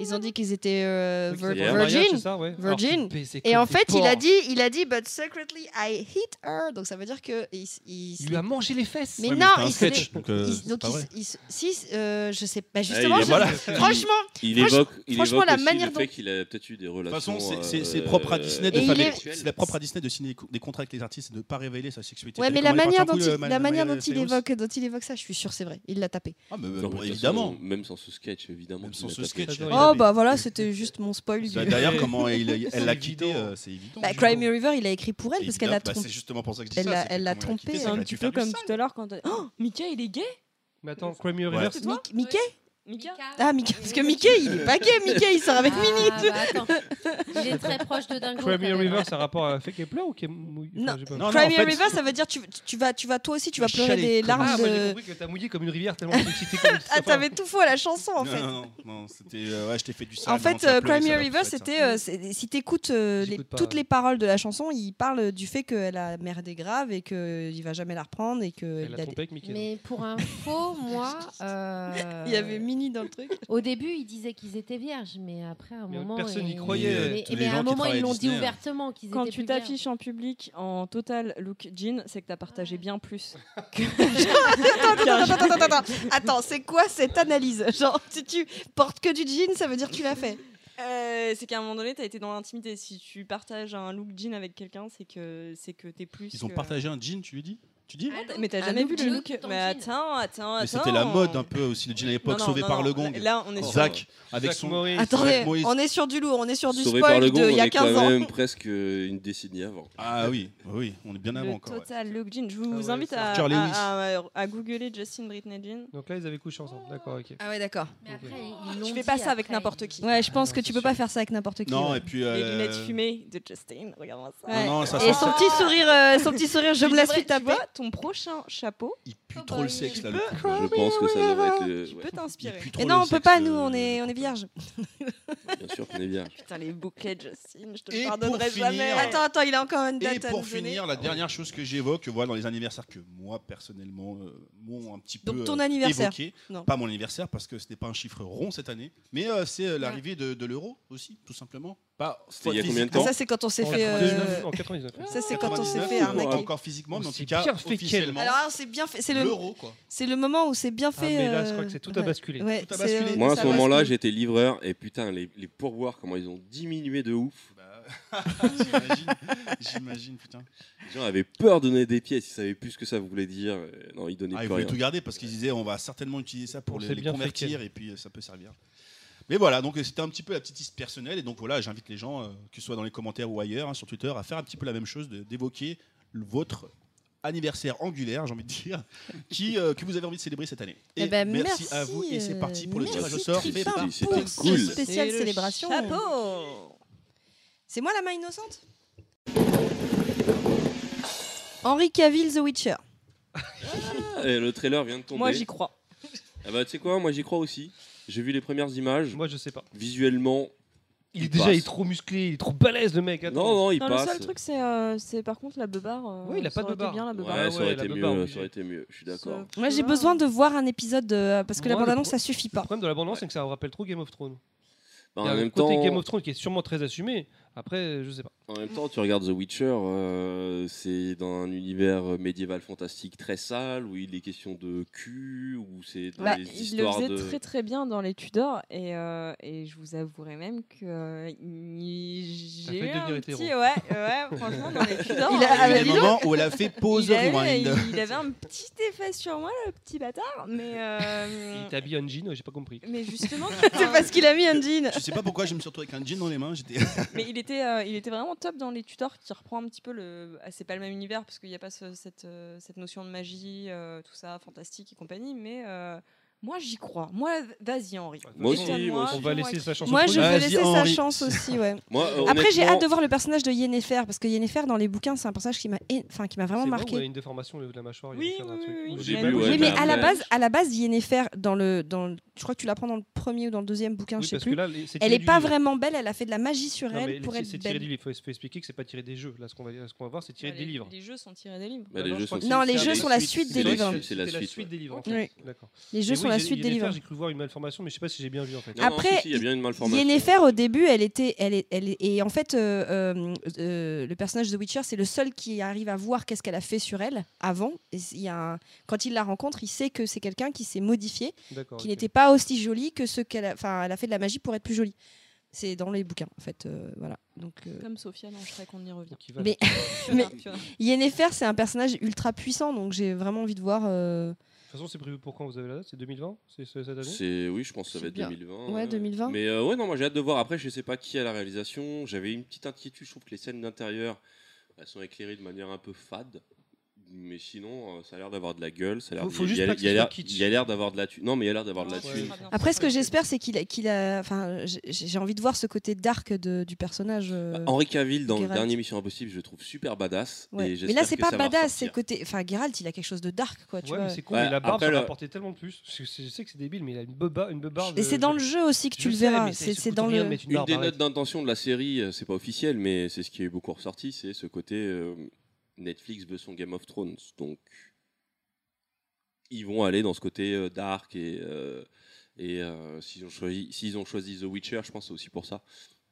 [SPEAKER 6] ils ont dit qu'ils étaient euh,
[SPEAKER 4] oui,
[SPEAKER 6] vir-
[SPEAKER 4] c'est pour le mariage, c'est
[SPEAKER 6] virgin.
[SPEAKER 4] ça, ouais.
[SPEAKER 6] Virgin.
[SPEAKER 4] Alors, mais c'est
[SPEAKER 6] Et
[SPEAKER 4] comme
[SPEAKER 6] en
[SPEAKER 4] des
[SPEAKER 6] fait, il a
[SPEAKER 4] porcs.
[SPEAKER 6] dit, il a dit, but secretly I hit her. Donc ça veut dire que il s- il s-
[SPEAKER 4] Il lui a mangé les fesses.
[SPEAKER 6] mais
[SPEAKER 5] Ouais, mais
[SPEAKER 6] non,
[SPEAKER 5] c'est un
[SPEAKER 6] il se-
[SPEAKER 5] sketch, donc, euh,
[SPEAKER 6] il-
[SPEAKER 5] c'est
[SPEAKER 6] donc
[SPEAKER 5] pas
[SPEAKER 6] il
[SPEAKER 5] vrai.
[SPEAKER 6] s- il s- si, euh, je sais,
[SPEAKER 4] Eh,
[SPEAKER 6] bah
[SPEAKER 7] Ah,
[SPEAKER 6] justement,
[SPEAKER 7] il est-
[SPEAKER 6] je-
[SPEAKER 5] voilà.
[SPEAKER 6] franchement,
[SPEAKER 7] Il
[SPEAKER 6] Franch-
[SPEAKER 7] évoque, il
[SPEAKER 6] franchement,
[SPEAKER 7] évoque
[SPEAKER 6] la
[SPEAKER 7] aussi
[SPEAKER 6] manière
[SPEAKER 7] le
[SPEAKER 6] dont-
[SPEAKER 7] fait qu'il a peut-être eu des
[SPEAKER 5] De toute
[SPEAKER 7] relations.
[SPEAKER 5] façon, c'est- c'est c'est
[SPEAKER 7] euh,
[SPEAKER 5] propre à Disney de
[SPEAKER 6] et
[SPEAKER 5] faire
[SPEAKER 6] il
[SPEAKER 5] des-
[SPEAKER 6] est-
[SPEAKER 5] c'est propre à Disney de signer des co- des contrats avec les artistes et de ne pas révéler sa sexualité.
[SPEAKER 6] ouais,
[SPEAKER 5] T'as
[SPEAKER 6] mais
[SPEAKER 5] vu
[SPEAKER 6] la
[SPEAKER 5] comment il est
[SPEAKER 6] manière
[SPEAKER 5] parti en
[SPEAKER 6] dont
[SPEAKER 5] couille,
[SPEAKER 6] il,
[SPEAKER 5] euh, Miley-
[SPEAKER 6] la manière
[SPEAKER 5] Miley
[SPEAKER 6] dont il
[SPEAKER 5] Cyrus
[SPEAKER 6] évoque, dont il évoque ça, je suis sûr, c'est vrai, il l'a tapé.
[SPEAKER 5] Ah, mais, euh,
[SPEAKER 7] Non,
[SPEAKER 5] bon,
[SPEAKER 7] mais de toute
[SPEAKER 5] évidemment.
[SPEAKER 7] façon, Même sans ce sketch, évidemment.
[SPEAKER 5] Même
[SPEAKER 7] qu'il
[SPEAKER 5] sans
[SPEAKER 7] l'a
[SPEAKER 5] ce
[SPEAKER 7] tapé.
[SPEAKER 5] sketch.
[SPEAKER 4] J'adore,
[SPEAKER 5] il
[SPEAKER 4] il a
[SPEAKER 6] Oh
[SPEAKER 5] avait-
[SPEAKER 6] bah voilà, c'était juste mon spoil.
[SPEAKER 5] Bah,
[SPEAKER 6] du-
[SPEAKER 5] D'ailleurs, comment il a- elle l'a
[SPEAKER 4] C'est
[SPEAKER 5] quitté,
[SPEAKER 4] évident.
[SPEAKER 5] euh, c'est évident.
[SPEAKER 6] Bah, Cry Me River, il a écrit pour elle parce qu'elle l'a
[SPEAKER 5] Évidemment, bah,
[SPEAKER 6] trompé.
[SPEAKER 5] C'est justement pour ça que je dis
[SPEAKER 6] Elle
[SPEAKER 5] ça.
[SPEAKER 6] l'a-
[SPEAKER 5] c'est que
[SPEAKER 6] elle l'a
[SPEAKER 5] comment il a quitté,
[SPEAKER 6] trompé,
[SPEAKER 5] c'est
[SPEAKER 2] C'est un
[SPEAKER 5] qu'elle a
[SPEAKER 2] petit
[SPEAKER 5] dû
[SPEAKER 2] peu
[SPEAKER 5] faire du
[SPEAKER 2] comme
[SPEAKER 5] sale.
[SPEAKER 2] tout à l'heure quand. t'as- Oh, Mickey, il est gay
[SPEAKER 4] Mais attends, Crime River,
[SPEAKER 5] Ouais.
[SPEAKER 4] c'est-
[SPEAKER 2] toi
[SPEAKER 6] Mi- Mickey
[SPEAKER 2] Mickey
[SPEAKER 6] Ah Mickey, parce que Mickey, il est pas gay, Mickey, il sort avec
[SPEAKER 3] Ah,
[SPEAKER 6] Minnie.
[SPEAKER 3] bah, attends. Il est très proche de Dingo.
[SPEAKER 4] Cry Me
[SPEAKER 3] quand même.
[SPEAKER 4] River, c'est un rapport à Fake Pleur ou qui est mouillé Enfin,
[SPEAKER 6] Non.
[SPEAKER 4] j'ai pas-
[SPEAKER 5] Non,
[SPEAKER 6] Cry
[SPEAKER 5] en
[SPEAKER 6] Me
[SPEAKER 5] fait-
[SPEAKER 6] River, ça veut dire tu, tu vas, tu vas toi aussi, tu vas
[SPEAKER 5] Tu
[SPEAKER 6] pleurer
[SPEAKER 5] chiales
[SPEAKER 6] des
[SPEAKER 5] comme-
[SPEAKER 6] larmes
[SPEAKER 4] Ah, moi j'ai
[SPEAKER 6] de.
[SPEAKER 4] compris que t'as mouillé comme une rivière tellement que c'était comme
[SPEAKER 6] Ah, t'avais tout faux à la chanson en
[SPEAKER 5] Non,
[SPEAKER 6] fait.
[SPEAKER 5] Non, non, non, c'était. euh, Ouais, je t'ai fait du sale.
[SPEAKER 6] En fait, euh, Cry Me a River, c'était euh, c'est- si t'écoutes euh, les-
[SPEAKER 4] J'écoute pas,
[SPEAKER 6] toutes
[SPEAKER 4] ouais.
[SPEAKER 6] les paroles de la chanson, il parle du fait qu'elle a merdé grave et qu'il va jamais la reprendre et que
[SPEAKER 4] Elle
[SPEAKER 6] il, a
[SPEAKER 4] a
[SPEAKER 6] des-
[SPEAKER 4] trompé avec Mickey.
[SPEAKER 3] Mais pour info, moi. euh,
[SPEAKER 6] il y avait Minnie dans le truc.
[SPEAKER 3] Au début, ils disaient qu'ils étaient vierges, mais après, à un
[SPEAKER 4] Mais
[SPEAKER 3] moment.
[SPEAKER 4] personne n'y
[SPEAKER 3] ils-
[SPEAKER 4] croyait.
[SPEAKER 3] Mais,
[SPEAKER 5] Mais, euh, tous
[SPEAKER 3] mais
[SPEAKER 5] les
[SPEAKER 3] à
[SPEAKER 5] gens
[SPEAKER 3] un
[SPEAKER 5] qui
[SPEAKER 3] moment, ils
[SPEAKER 5] travaillent à
[SPEAKER 3] l'ont dit
[SPEAKER 5] Disney,
[SPEAKER 3] ouvertement qu'ils étaient
[SPEAKER 2] Quand tu
[SPEAKER 3] plus vierges.
[SPEAKER 2] t'affiches en public en total look jean, c'est que t'as partagé
[SPEAKER 3] Ouais.
[SPEAKER 2] bien plus.
[SPEAKER 6] attends, attends, attends, attends, attends. Attends, c'est quoi cette analyse Genre, si tu portes que du jean, ça veut dire que tu l'as fait.
[SPEAKER 2] Euh, c'est qu'à un moment donné, t'as été dans l'intimité. Si tu partages un look jean avec quelqu'un, c'est que c'est que t'es plus.
[SPEAKER 5] Ils ont
[SPEAKER 2] que-
[SPEAKER 5] partagé un jean, tu lui dis Tu
[SPEAKER 6] Ah,
[SPEAKER 5] dis
[SPEAKER 3] Allô
[SPEAKER 2] Mais t'as
[SPEAKER 3] Ah, Un
[SPEAKER 2] jamais vu
[SPEAKER 3] look
[SPEAKER 2] le
[SPEAKER 3] de-
[SPEAKER 2] look
[SPEAKER 3] dans
[SPEAKER 2] Mais
[SPEAKER 3] le jean.
[SPEAKER 2] attends, attends,
[SPEAKER 5] Mais
[SPEAKER 2] attends.
[SPEAKER 5] c'était la mode un peu aussi de Jean à l'époque, sauvé par le gong.
[SPEAKER 2] Là, on est sur.
[SPEAKER 5] Zach, avec
[SPEAKER 4] Jacques
[SPEAKER 5] son.
[SPEAKER 4] Maurice.
[SPEAKER 6] Attendez,
[SPEAKER 5] Moïse.
[SPEAKER 6] on est sur du lourd, on est sur du
[SPEAKER 7] Sauvé par
[SPEAKER 6] spoil
[SPEAKER 7] le gong,
[SPEAKER 6] de il
[SPEAKER 7] on
[SPEAKER 6] y a
[SPEAKER 7] est quand
[SPEAKER 6] 15 ans.
[SPEAKER 7] même presque euh, une décennie avant.
[SPEAKER 5] Ah oui, oui, on est bien
[SPEAKER 2] Le
[SPEAKER 5] avant encore. ouais.
[SPEAKER 2] total look jean. Je vous
[SPEAKER 4] Ah ouais,
[SPEAKER 2] invite
[SPEAKER 4] c'est
[SPEAKER 2] à,
[SPEAKER 5] Arthur Lewis.
[SPEAKER 2] à, à- à googler Justin Britney jean.
[SPEAKER 4] Donc là, ils avaient couché ensemble. D'accord, ok.
[SPEAKER 6] Ah ouais, d'accord.
[SPEAKER 3] Mais après,
[SPEAKER 4] Ok.
[SPEAKER 3] ils l'ont
[SPEAKER 2] Je fais
[SPEAKER 3] dit
[SPEAKER 2] pas ça avec
[SPEAKER 3] après.
[SPEAKER 2] n'importe qui.
[SPEAKER 6] Ouais, je pense
[SPEAKER 4] non,
[SPEAKER 6] que
[SPEAKER 4] c'est
[SPEAKER 6] tu peux
[SPEAKER 4] sûr.
[SPEAKER 6] pas faire ça avec n'importe qui.
[SPEAKER 5] Non,
[SPEAKER 6] ouais.
[SPEAKER 5] et puis.
[SPEAKER 2] Les
[SPEAKER 5] euh,
[SPEAKER 2] lunettes fumées de Justin, regarde-moi ça. Ah.
[SPEAKER 6] Ouais.
[SPEAKER 5] Non, ça
[SPEAKER 6] Et
[SPEAKER 5] sent-
[SPEAKER 6] son petit sourire, euh, son petit sourire, je
[SPEAKER 2] Tu
[SPEAKER 6] me la
[SPEAKER 2] devrais-
[SPEAKER 6] suis
[SPEAKER 2] tu
[SPEAKER 6] tapé.
[SPEAKER 2] vois, ton prochain chapeau,
[SPEAKER 5] Il pue
[SPEAKER 3] Oh
[SPEAKER 5] trop le
[SPEAKER 3] boy.
[SPEAKER 5] sexe là.
[SPEAKER 2] Tu
[SPEAKER 5] le
[SPEAKER 2] peux-
[SPEAKER 5] couple.
[SPEAKER 7] Je pense que ça devrait être. le-
[SPEAKER 2] tu
[SPEAKER 7] ouais.
[SPEAKER 2] peux
[SPEAKER 5] Il
[SPEAKER 2] t'inspirer.
[SPEAKER 5] pue trop
[SPEAKER 6] Et
[SPEAKER 5] le
[SPEAKER 6] non, on peut
[SPEAKER 5] sexe,
[SPEAKER 6] pas, nous,
[SPEAKER 5] euh,
[SPEAKER 6] on est,
[SPEAKER 5] le
[SPEAKER 6] on est
[SPEAKER 5] couple.
[SPEAKER 6] vierges.
[SPEAKER 7] Bien sûr qu'on est bien.
[SPEAKER 2] Putain, les bouclets Justin, je te
[SPEAKER 5] Et
[SPEAKER 2] le
[SPEAKER 5] pour
[SPEAKER 2] pardonnerai
[SPEAKER 5] finir-
[SPEAKER 2] jamais.
[SPEAKER 6] Attends, attends, il a encore une
[SPEAKER 5] Et
[SPEAKER 6] date à nous
[SPEAKER 5] pour
[SPEAKER 6] donner.
[SPEAKER 5] finir, la dernière chose que j'évoque, voilà, dans les anniversaires que moi personnellement, euh, m'ont un petit
[SPEAKER 6] Donc,
[SPEAKER 5] peu
[SPEAKER 6] ton
[SPEAKER 5] euh,
[SPEAKER 6] anniversaire.
[SPEAKER 5] évoqué.
[SPEAKER 6] Non.
[SPEAKER 5] Pas mon anniversaire parce que ce n'est pas un chiffre rond cette année, mais euh, c'est euh, l'arrivée de, de l'euro aussi, tout simplement. Pas.
[SPEAKER 7] C'était il y a combien de
[SPEAKER 6] Ah,
[SPEAKER 7] temps
[SPEAKER 6] ça, c'est quand on s'est
[SPEAKER 4] En
[SPEAKER 6] fait. euh,
[SPEAKER 4] 99, En 99.
[SPEAKER 6] Ça, c'est quand on s'est
[SPEAKER 5] 99,
[SPEAKER 6] fait
[SPEAKER 5] ou
[SPEAKER 6] hein.
[SPEAKER 5] pas
[SPEAKER 6] arnaquer.
[SPEAKER 5] euh, Encore physiquement,
[SPEAKER 4] On
[SPEAKER 5] mais en
[SPEAKER 4] s'est
[SPEAKER 5] tout cas
[SPEAKER 4] bien fait
[SPEAKER 5] officiellement.
[SPEAKER 6] Alors, ah, c'est bien fait. C'est le,
[SPEAKER 5] L'euro quoi.
[SPEAKER 6] c'est le moment où c'est bien
[SPEAKER 4] Ah,
[SPEAKER 6] fait.
[SPEAKER 4] mais là, je crois
[SPEAKER 6] euh,
[SPEAKER 4] que c'est tout à
[SPEAKER 6] ouais.
[SPEAKER 4] basculer.
[SPEAKER 6] Ouais,
[SPEAKER 5] Tout a
[SPEAKER 6] c'est,
[SPEAKER 5] basculé.
[SPEAKER 6] euh,
[SPEAKER 7] Moi, à
[SPEAKER 6] ça
[SPEAKER 7] ce moment-là,
[SPEAKER 6] bascule.
[SPEAKER 7] j'étais livreur et putain, les, les pourboires, comment ils ont diminué de ouf.
[SPEAKER 5] Bah, j'imagine, J'imagine, putain.
[SPEAKER 7] Les gens avaient peur de donner des pièces, ils savaient plus ce que ça voulait dire. Euh, Non, ils donnaient
[SPEAKER 5] Ah, ils
[SPEAKER 7] plus
[SPEAKER 5] voulaient
[SPEAKER 7] rien.
[SPEAKER 5] tout garder parce qu'ils disaient on va certainement utiliser ça pour
[SPEAKER 4] On
[SPEAKER 5] les,
[SPEAKER 4] s'est
[SPEAKER 5] les
[SPEAKER 4] bien
[SPEAKER 5] convertir
[SPEAKER 4] fait
[SPEAKER 5] et puis euh, ça peut servir. Mais voilà, donc euh, c'était un petit peu la petite liste personnelle et donc voilà, j'invite les gens, euh, que ce soit dans les commentaires ou ailleurs, hein, sur Twitter, à faire un petit peu la même chose, de- d'évoquer le- votre anniversaire angulaire, j'ai envie de dire, qui, euh, que vous avez envie de célébrer cette année. Et
[SPEAKER 6] Eh ben,
[SPEAKER 5] merci,
[SPEAKER 6] merci,
[SPEAKER 5] à vous et c'est parti pour le
[SPEAKER 6] euh,
[SPEAKER 5] tirage au
[SPEAKER 6] merci,
[SPEAKER 5] sort.
[SPEAKER 7] Tristan,
[SPEAKER 5] fait par
[SPEAKER 7] c'était
[SPEAKER 5] Paul.
[SPEAKER 7] cool.
[SPEAKER 6] C'est spéciale
[SPEAKER 2] Et le
[SPEAKER 6] célébration.
[SPEAKER 2] Chapeau
[SPEAKER 6] C'est moi la main innocente Henri Cavill, The Witcher.
[SPEAKER 7] Ah, Et le trailer vient de tomber.
[SPEAKER 2] Moi, j'y crois.
[SPEAKER 7] Ah bah, tu sais quoi, moi j'y crois aussi. J'ai vu les premières images.
[SPEAKER 4] Moi, je sais pas.
[SPEAKER 7] Visuellement,
[SPEAKER 4] Il,
[SPEAKER 7] Il
[SPEAKER 4] est déjà
[SPEAKER 7] passe.
[SPEAKER 4] il est trop musclé, il est trop balèze le mec. hein. attends.
[SPEAKER 7] non, non, il
[SPEAKER 2] Non, le
[SPEAKER 7] passe.
[SPEAKER 2] seul truc, c'est euh, c'est par contre la beubare. euh,
[SPEAKER 4] Ouais, il a
[SPEAKER 2] ça
[SPEAKER 4] pas de
[SPEAKER 2] aurait été
[SPEAKER 4] beubare.
[SPEAKER 2] bien la
[SPEAKER 7] Ouais,
[SPEAKER 2] beubare.
[SPEAKER 4] Ah
[SPEAKER 7] ça
[SPEAKER 4] ouais,
[SPEAKER 7] aurait
[SPEAKER 4] la
[SPEAKER 7] été
[SPEAKER 4] beubare,
[SPEAKER 7] mieux,
[SPEAKER 4] obligé.
[SPEAKER 7] ça aurait été mieux, je suis d'accord.
[SPEAKER 2] Ce
[SPEAKER 6] Moi, j'ai
[SPEAKER 2] truc-là,
[SPEAKER 6] besoin de voir un épisode euh, parce que la
[SPEAKER 4] Moi, le
[SPEAKER 6] bande-annonce,
[SPEAKER 4] pro-
[SPEAKER 6] ça suffit
[SPEAKER 4] Le
[SPEAKER 6] pas.
[SPEAKER 4] problème de la bande-annonce, c'est que ça rappelle trop Game of Thrones.
[SPEAKER 7] Bah,
[SPEAKER 4] Il y a
[SPEAKER 7] en,
[SPEAKER 4] un
[SPEAKER 7] même
[SPEAKER 4] côté
[SPEAKER 7] temps,
[SPEAKER 4] Game of Thrones qui est sûrement très assumé. Après, je sais pas.
[SPEAKER 7] en même temps, tu regardes The Witcher, euh, c'est dans un univers euh, médiéval fantastique très sale, où il est question de cul, où c'est dans
[SPEAKER 2] Bah,
[SPEAKER 7] des
[SPEAKER 2] il le
[SPEAKER 7] histoires
[SPEAKER 2] faisait
[SPEAKER 7] de...
[SPEAKER 2] très très bien dans les Tudors et, euh, et je vous avouerai même que euh, il-
[SPEAKER 4] T'as
[SPEAKER 2] j'ai
[SPEAKER 4] failli
[SPEAKER 2] eu un
[SPEAKER 4] devenir
[SPEAKER 2] petit
[SPEAKER 4] hétéro.
[SPEAKER 2] ouais ouais franchement dans les Tudors
[SPEAKER 6] Il a-
[SPEAKER 2] euh,
[SPEAKER 6] ah bah,
[SPEAKER 5] Il y a
[SPEAKER 6] dis
[SPEAKER 5] des
[SPEAKER 6] donc.
[SPEAKER 5] moments où elle a fait pause
[SPEAKER 2] il, a eu-
[SPEAKER 5] rewind.
[SPEAKER 2] il- il avait un petit effet sur moi le petit bâtard mais euh,
[SPEAKER 4] Il t'habille en jean, j'ai pas compris.
[SPEAKER 2] mais justement
[SPEAKER 6] C'est parce qu'il a mis un jean.
[SPEAKER 5] Je sais pas pourquoi je me suis retrouvé avec un jean dans les mains. J'étais
[SPEAKER 2] Mais il était, euh, il était vraiment top dans les tutors qui reprend un petit peu le. ah, c'est pas le même univers parce qu'il n'y a pas ce- cette, euh, cette notion de magie, euh, tout ça, fantastique et compagnie. Mais euh, moi, j'y crois. Moi, vas-y, Henri.
[SPEAKER 7] Moi aussi,
[SPEAKER 2] Étonne-moi,
[SPEAKER 7] moi aussi.
[SPEAKER 4] On
[SPEAKER 2] dis-moi
[SPEAKER 4] va laisser
[SPEAKER 2] qui-
[SPEAKER 4] sa chance.
[SPEAKER 6] Moi,
[SPEAKER 4] au
[SPEAKER 6] je
[SPEAKER 4] premier.
[SPEAKER 6] veux
[SPEAKER 5] Vas-y,
[SPEAKER 6] laisser sa
[SPEAKER 5] Henri.
[SPEAKER 6] chance aussi, ouais.
[SPEAKER 7] Moi, euh,
[SPEAKER 6] Après, j'ai
[SPEAKER 7] honnêtement,
[SPEAKER 6] hâte de voir le personnage de Yennefer parce que Yennefer dans les bouquins, c'est un personnage qui m'a é- enfin qui m'a vraiment
[SPEAKER 4] C'est vrai, on a
[SPEAKER 6] marqué.
[SPEAKER 4] une déformation de la mâchoire. il
[SPEAKER 2] Oui,
[SPEAKER 4] va faire un
[SPEAKER 2] oui,
[SPEAKER 4] truc.
[SPEAKER 2] oui,
[SPEAKER 7] Au
[SPEAKER 4] J'ai
[SPEAKER 7] début,
[SPEAKER 4] mal au-
[SPEAKER 7] ouais,
[SPEAKER 6] Oui, mais à la
[SPEAKER 7] Ouais.
[SPEAKER 6] base, à la base, Yennefer dans le dans le- je crois que tu l'apprends dans le premier ou dans le deuxième bouquin,
[SPEAKER 4] Oui,
[SPEAKER 6] je sais
[SPEAKER 4] parce que
[SPEAKER 6] plus.
[SPEAKER 4] là, les- c'est
[SPEAKER 6] Elle
[SPEAKER 4] tiré
[SPEAKER 6] est
[SPEAKER 4] du
[SPEAKER 6] pas
[SPEAKER 4] livre.
[SPEAKER 6] vraiment belle, elle a fait de la magie sur
[SPEAKER 4] Non, mais
[SPEAKER 6] elle pour
[SPEAKER 4] c'est-
[SPEAKER 6] être
[SPEAKER 4] C'est tiré
[SPEAKER 6] belle.
[SPEAKER 4] du livre. Il faut faut expliquer que c'est pas tiré des jeux. Là, ce qu'on va, ce qu'on va voir, c'est tiré
[SPEAKER 2] Ouais,
[SPEAKER 4] des
[SPEAKER 2] les-
[SPEAKER 4] livres.
[SPEAKER 2] Les jeux sont tirés des livres.
[SPEAKER 7] Bah,
[SPEAKER 4] Ah
[SPEAKER 7] les
[SPEAKER 4] je crois
[SPEAKER 7] jeux sont
[SPEAKER 4] que c'est-
[SPEAKER 6] Non, les
[SPEAKER 4] c'est
[SPEAKER 6] jeux sont la
[SPEAKER 7] suites.
[SPEAKER 6] suite des
[SPEAKER 7] C'est la
[SPEAKER 6] livres.
[SPEAKER 7] suite, C'est la
[SPEAKER 4] C'était
[SPEAKER 7] suite. ouais.
[SPEAKER 4] des livres. en
[SPEAKER 6] Oui.
[SPEAKER 4] fait. D'accord.
[SPEAKER 6] Les jeux
[SPEAKER 4] Et
[SPEAKER 6] sont
[SPEAKER 4] oui,
[SPEAKER 6] la
[SPEAKER 4] j'ai-
[SPEAKER 6] suite des
[SPEAKER 4] Yennefer,
[SPEAKER 6] livres.
[SPEAKER 4] J'ai cru voir une malformation, mais je sais pas si j'ai bien vu en fait.
[SPEAKER 7] Non, non,
[SPEAKER 6] Après,
[SPEAKER 7] si, si, il y a bien une malformation.
[SPEAKER 6] Yennefer au début, elle était, elle est, elle est- et en fait, euh, euh, euh, le personnage de The Witcher, c'est le seul qui arrive à voir qu'est-ce qu'elle a fait sur elle avant. Et il y a un- Quand il la rencontre, il sait que c'est quelqu'un qui s'est modifié,
[SPEAKER 4] D'accord.
[SPEAKER 6] qui
[SPEAKER 4] ok.
[SPEAKER 6] n'était pas aussi jolie que ce qu'elle, a... enfin, elle a fait de la magie pour être plus jolie. C'est dans les bouquins, en fait, euh, voilà. Donc, euh,
[SPEAKER 2] Comme Sophia, non, je serais qu'on y revient.
[SPEAKER 4] Qui va-
[SPEAKER 6] Mais-
[SPEAKER 2] Fiona, Fiona.
[SPEAKER 6] Yennefer, c'est un personnage ultra puissant, donc j'ai vraiment envie de voir. euh,
[SPEAKER 4] De toute façon, c'est prévu pour quand vous avez la date C'est 2020 C'est c'est cette année
[SPEAKER 7] C'est oui, je pense que ça
[SPEAKER 6] C'est
[SPEAKER 7] va être
[SPEAKER 6] bien.
[SPEAKER 7] 2020.
[SPEAKER 6] Ouais, 2020.
[SPEAKER 7] Mais euh, ouais, non, moi j'ai hâte de voir. Après, je sais pas qui a la réalisation. J'avais une petite inquiétude. Je trouve que les scènes d'intérieur elles sont éclairées de manière un peu fade. Mais sinon, euh, ça a l'air d'avoir de la gueule. Ça a l'air.
[SPEAKER 4] Faut- faut
[SPEAKER 7] il y a-
[SPEAKER 4] juste pas que
[SPEAKER 7] il y a
[SPEAKER 4] ce
[SPEAKER 7] l'air-
[SPEAKER 4] soit kitsch.
[SPEAKER 7] il y a l'air d'avoir de la thune. Non, mais il y a l'air d'avoir de la
[SPEAKER 4] Ouais.
[SPEAKER 7] thune.
[SPEAKER 6] Après, ce que j'espère, c'est qu'il a, qu'il a, enfin, j'ai- j'ai envie de voir ce côté dark de- du personnage. euh,
[SPEAKER 7] Henri Cavill dans le
[SPEAKER 6] Geralt.
[SPEAKER 7] dernier Mission Impossible, je le trouve super badass.
[SPEAKER 6] Ouais.
[SPEAKER 7] Et
[SPEAKER 6] Mais là,
[SPEAKER 7] j'espère
[SPEAKER 6] c'est
[SPEAKER 7] que
[SPEAKER 6] pas
[SPEAKER 7] ça va
[SPEAKER 6] badass, c'est
[SPEAKER 7] ressortir.
[SPEAKER 6] le côté. Enfin, Geralt, il a quelque chose de dark, quoi, tu
[SPEAKER 4] Ouais,
[SPEAKER 6] vois.
[SPEAKER 4] mais c'est con,
[SPEAKER 7] Ouais,
[SPEAKER 4] mais la barbe,
[SPEAKER 7] après,
[SPEAKER 4] ça va
[SPEAKER 7] le-
[SPEAKER 4] apporter tellement plus. Je, je- je sais que c'est débile, mais il a une beuba- une beubare.
[SPEAKER 6] Et c'est dans le jeu aussi que tu le verras. C'est c'est dans le.
[SPEAKER 7] Une des notes d'intention de la série, euh, c'est pas officiel, mais c'est ce qui est beaucoup ressorti, c'est ce côté euh, Netflix veut son Game of Thrones. Donc, ils vont aller dans ce côté euh, dark et, euh, et euh, s'ils ont, choisi- s'ils ont choisi The Witcher, je pense que c'est aussi pour ça,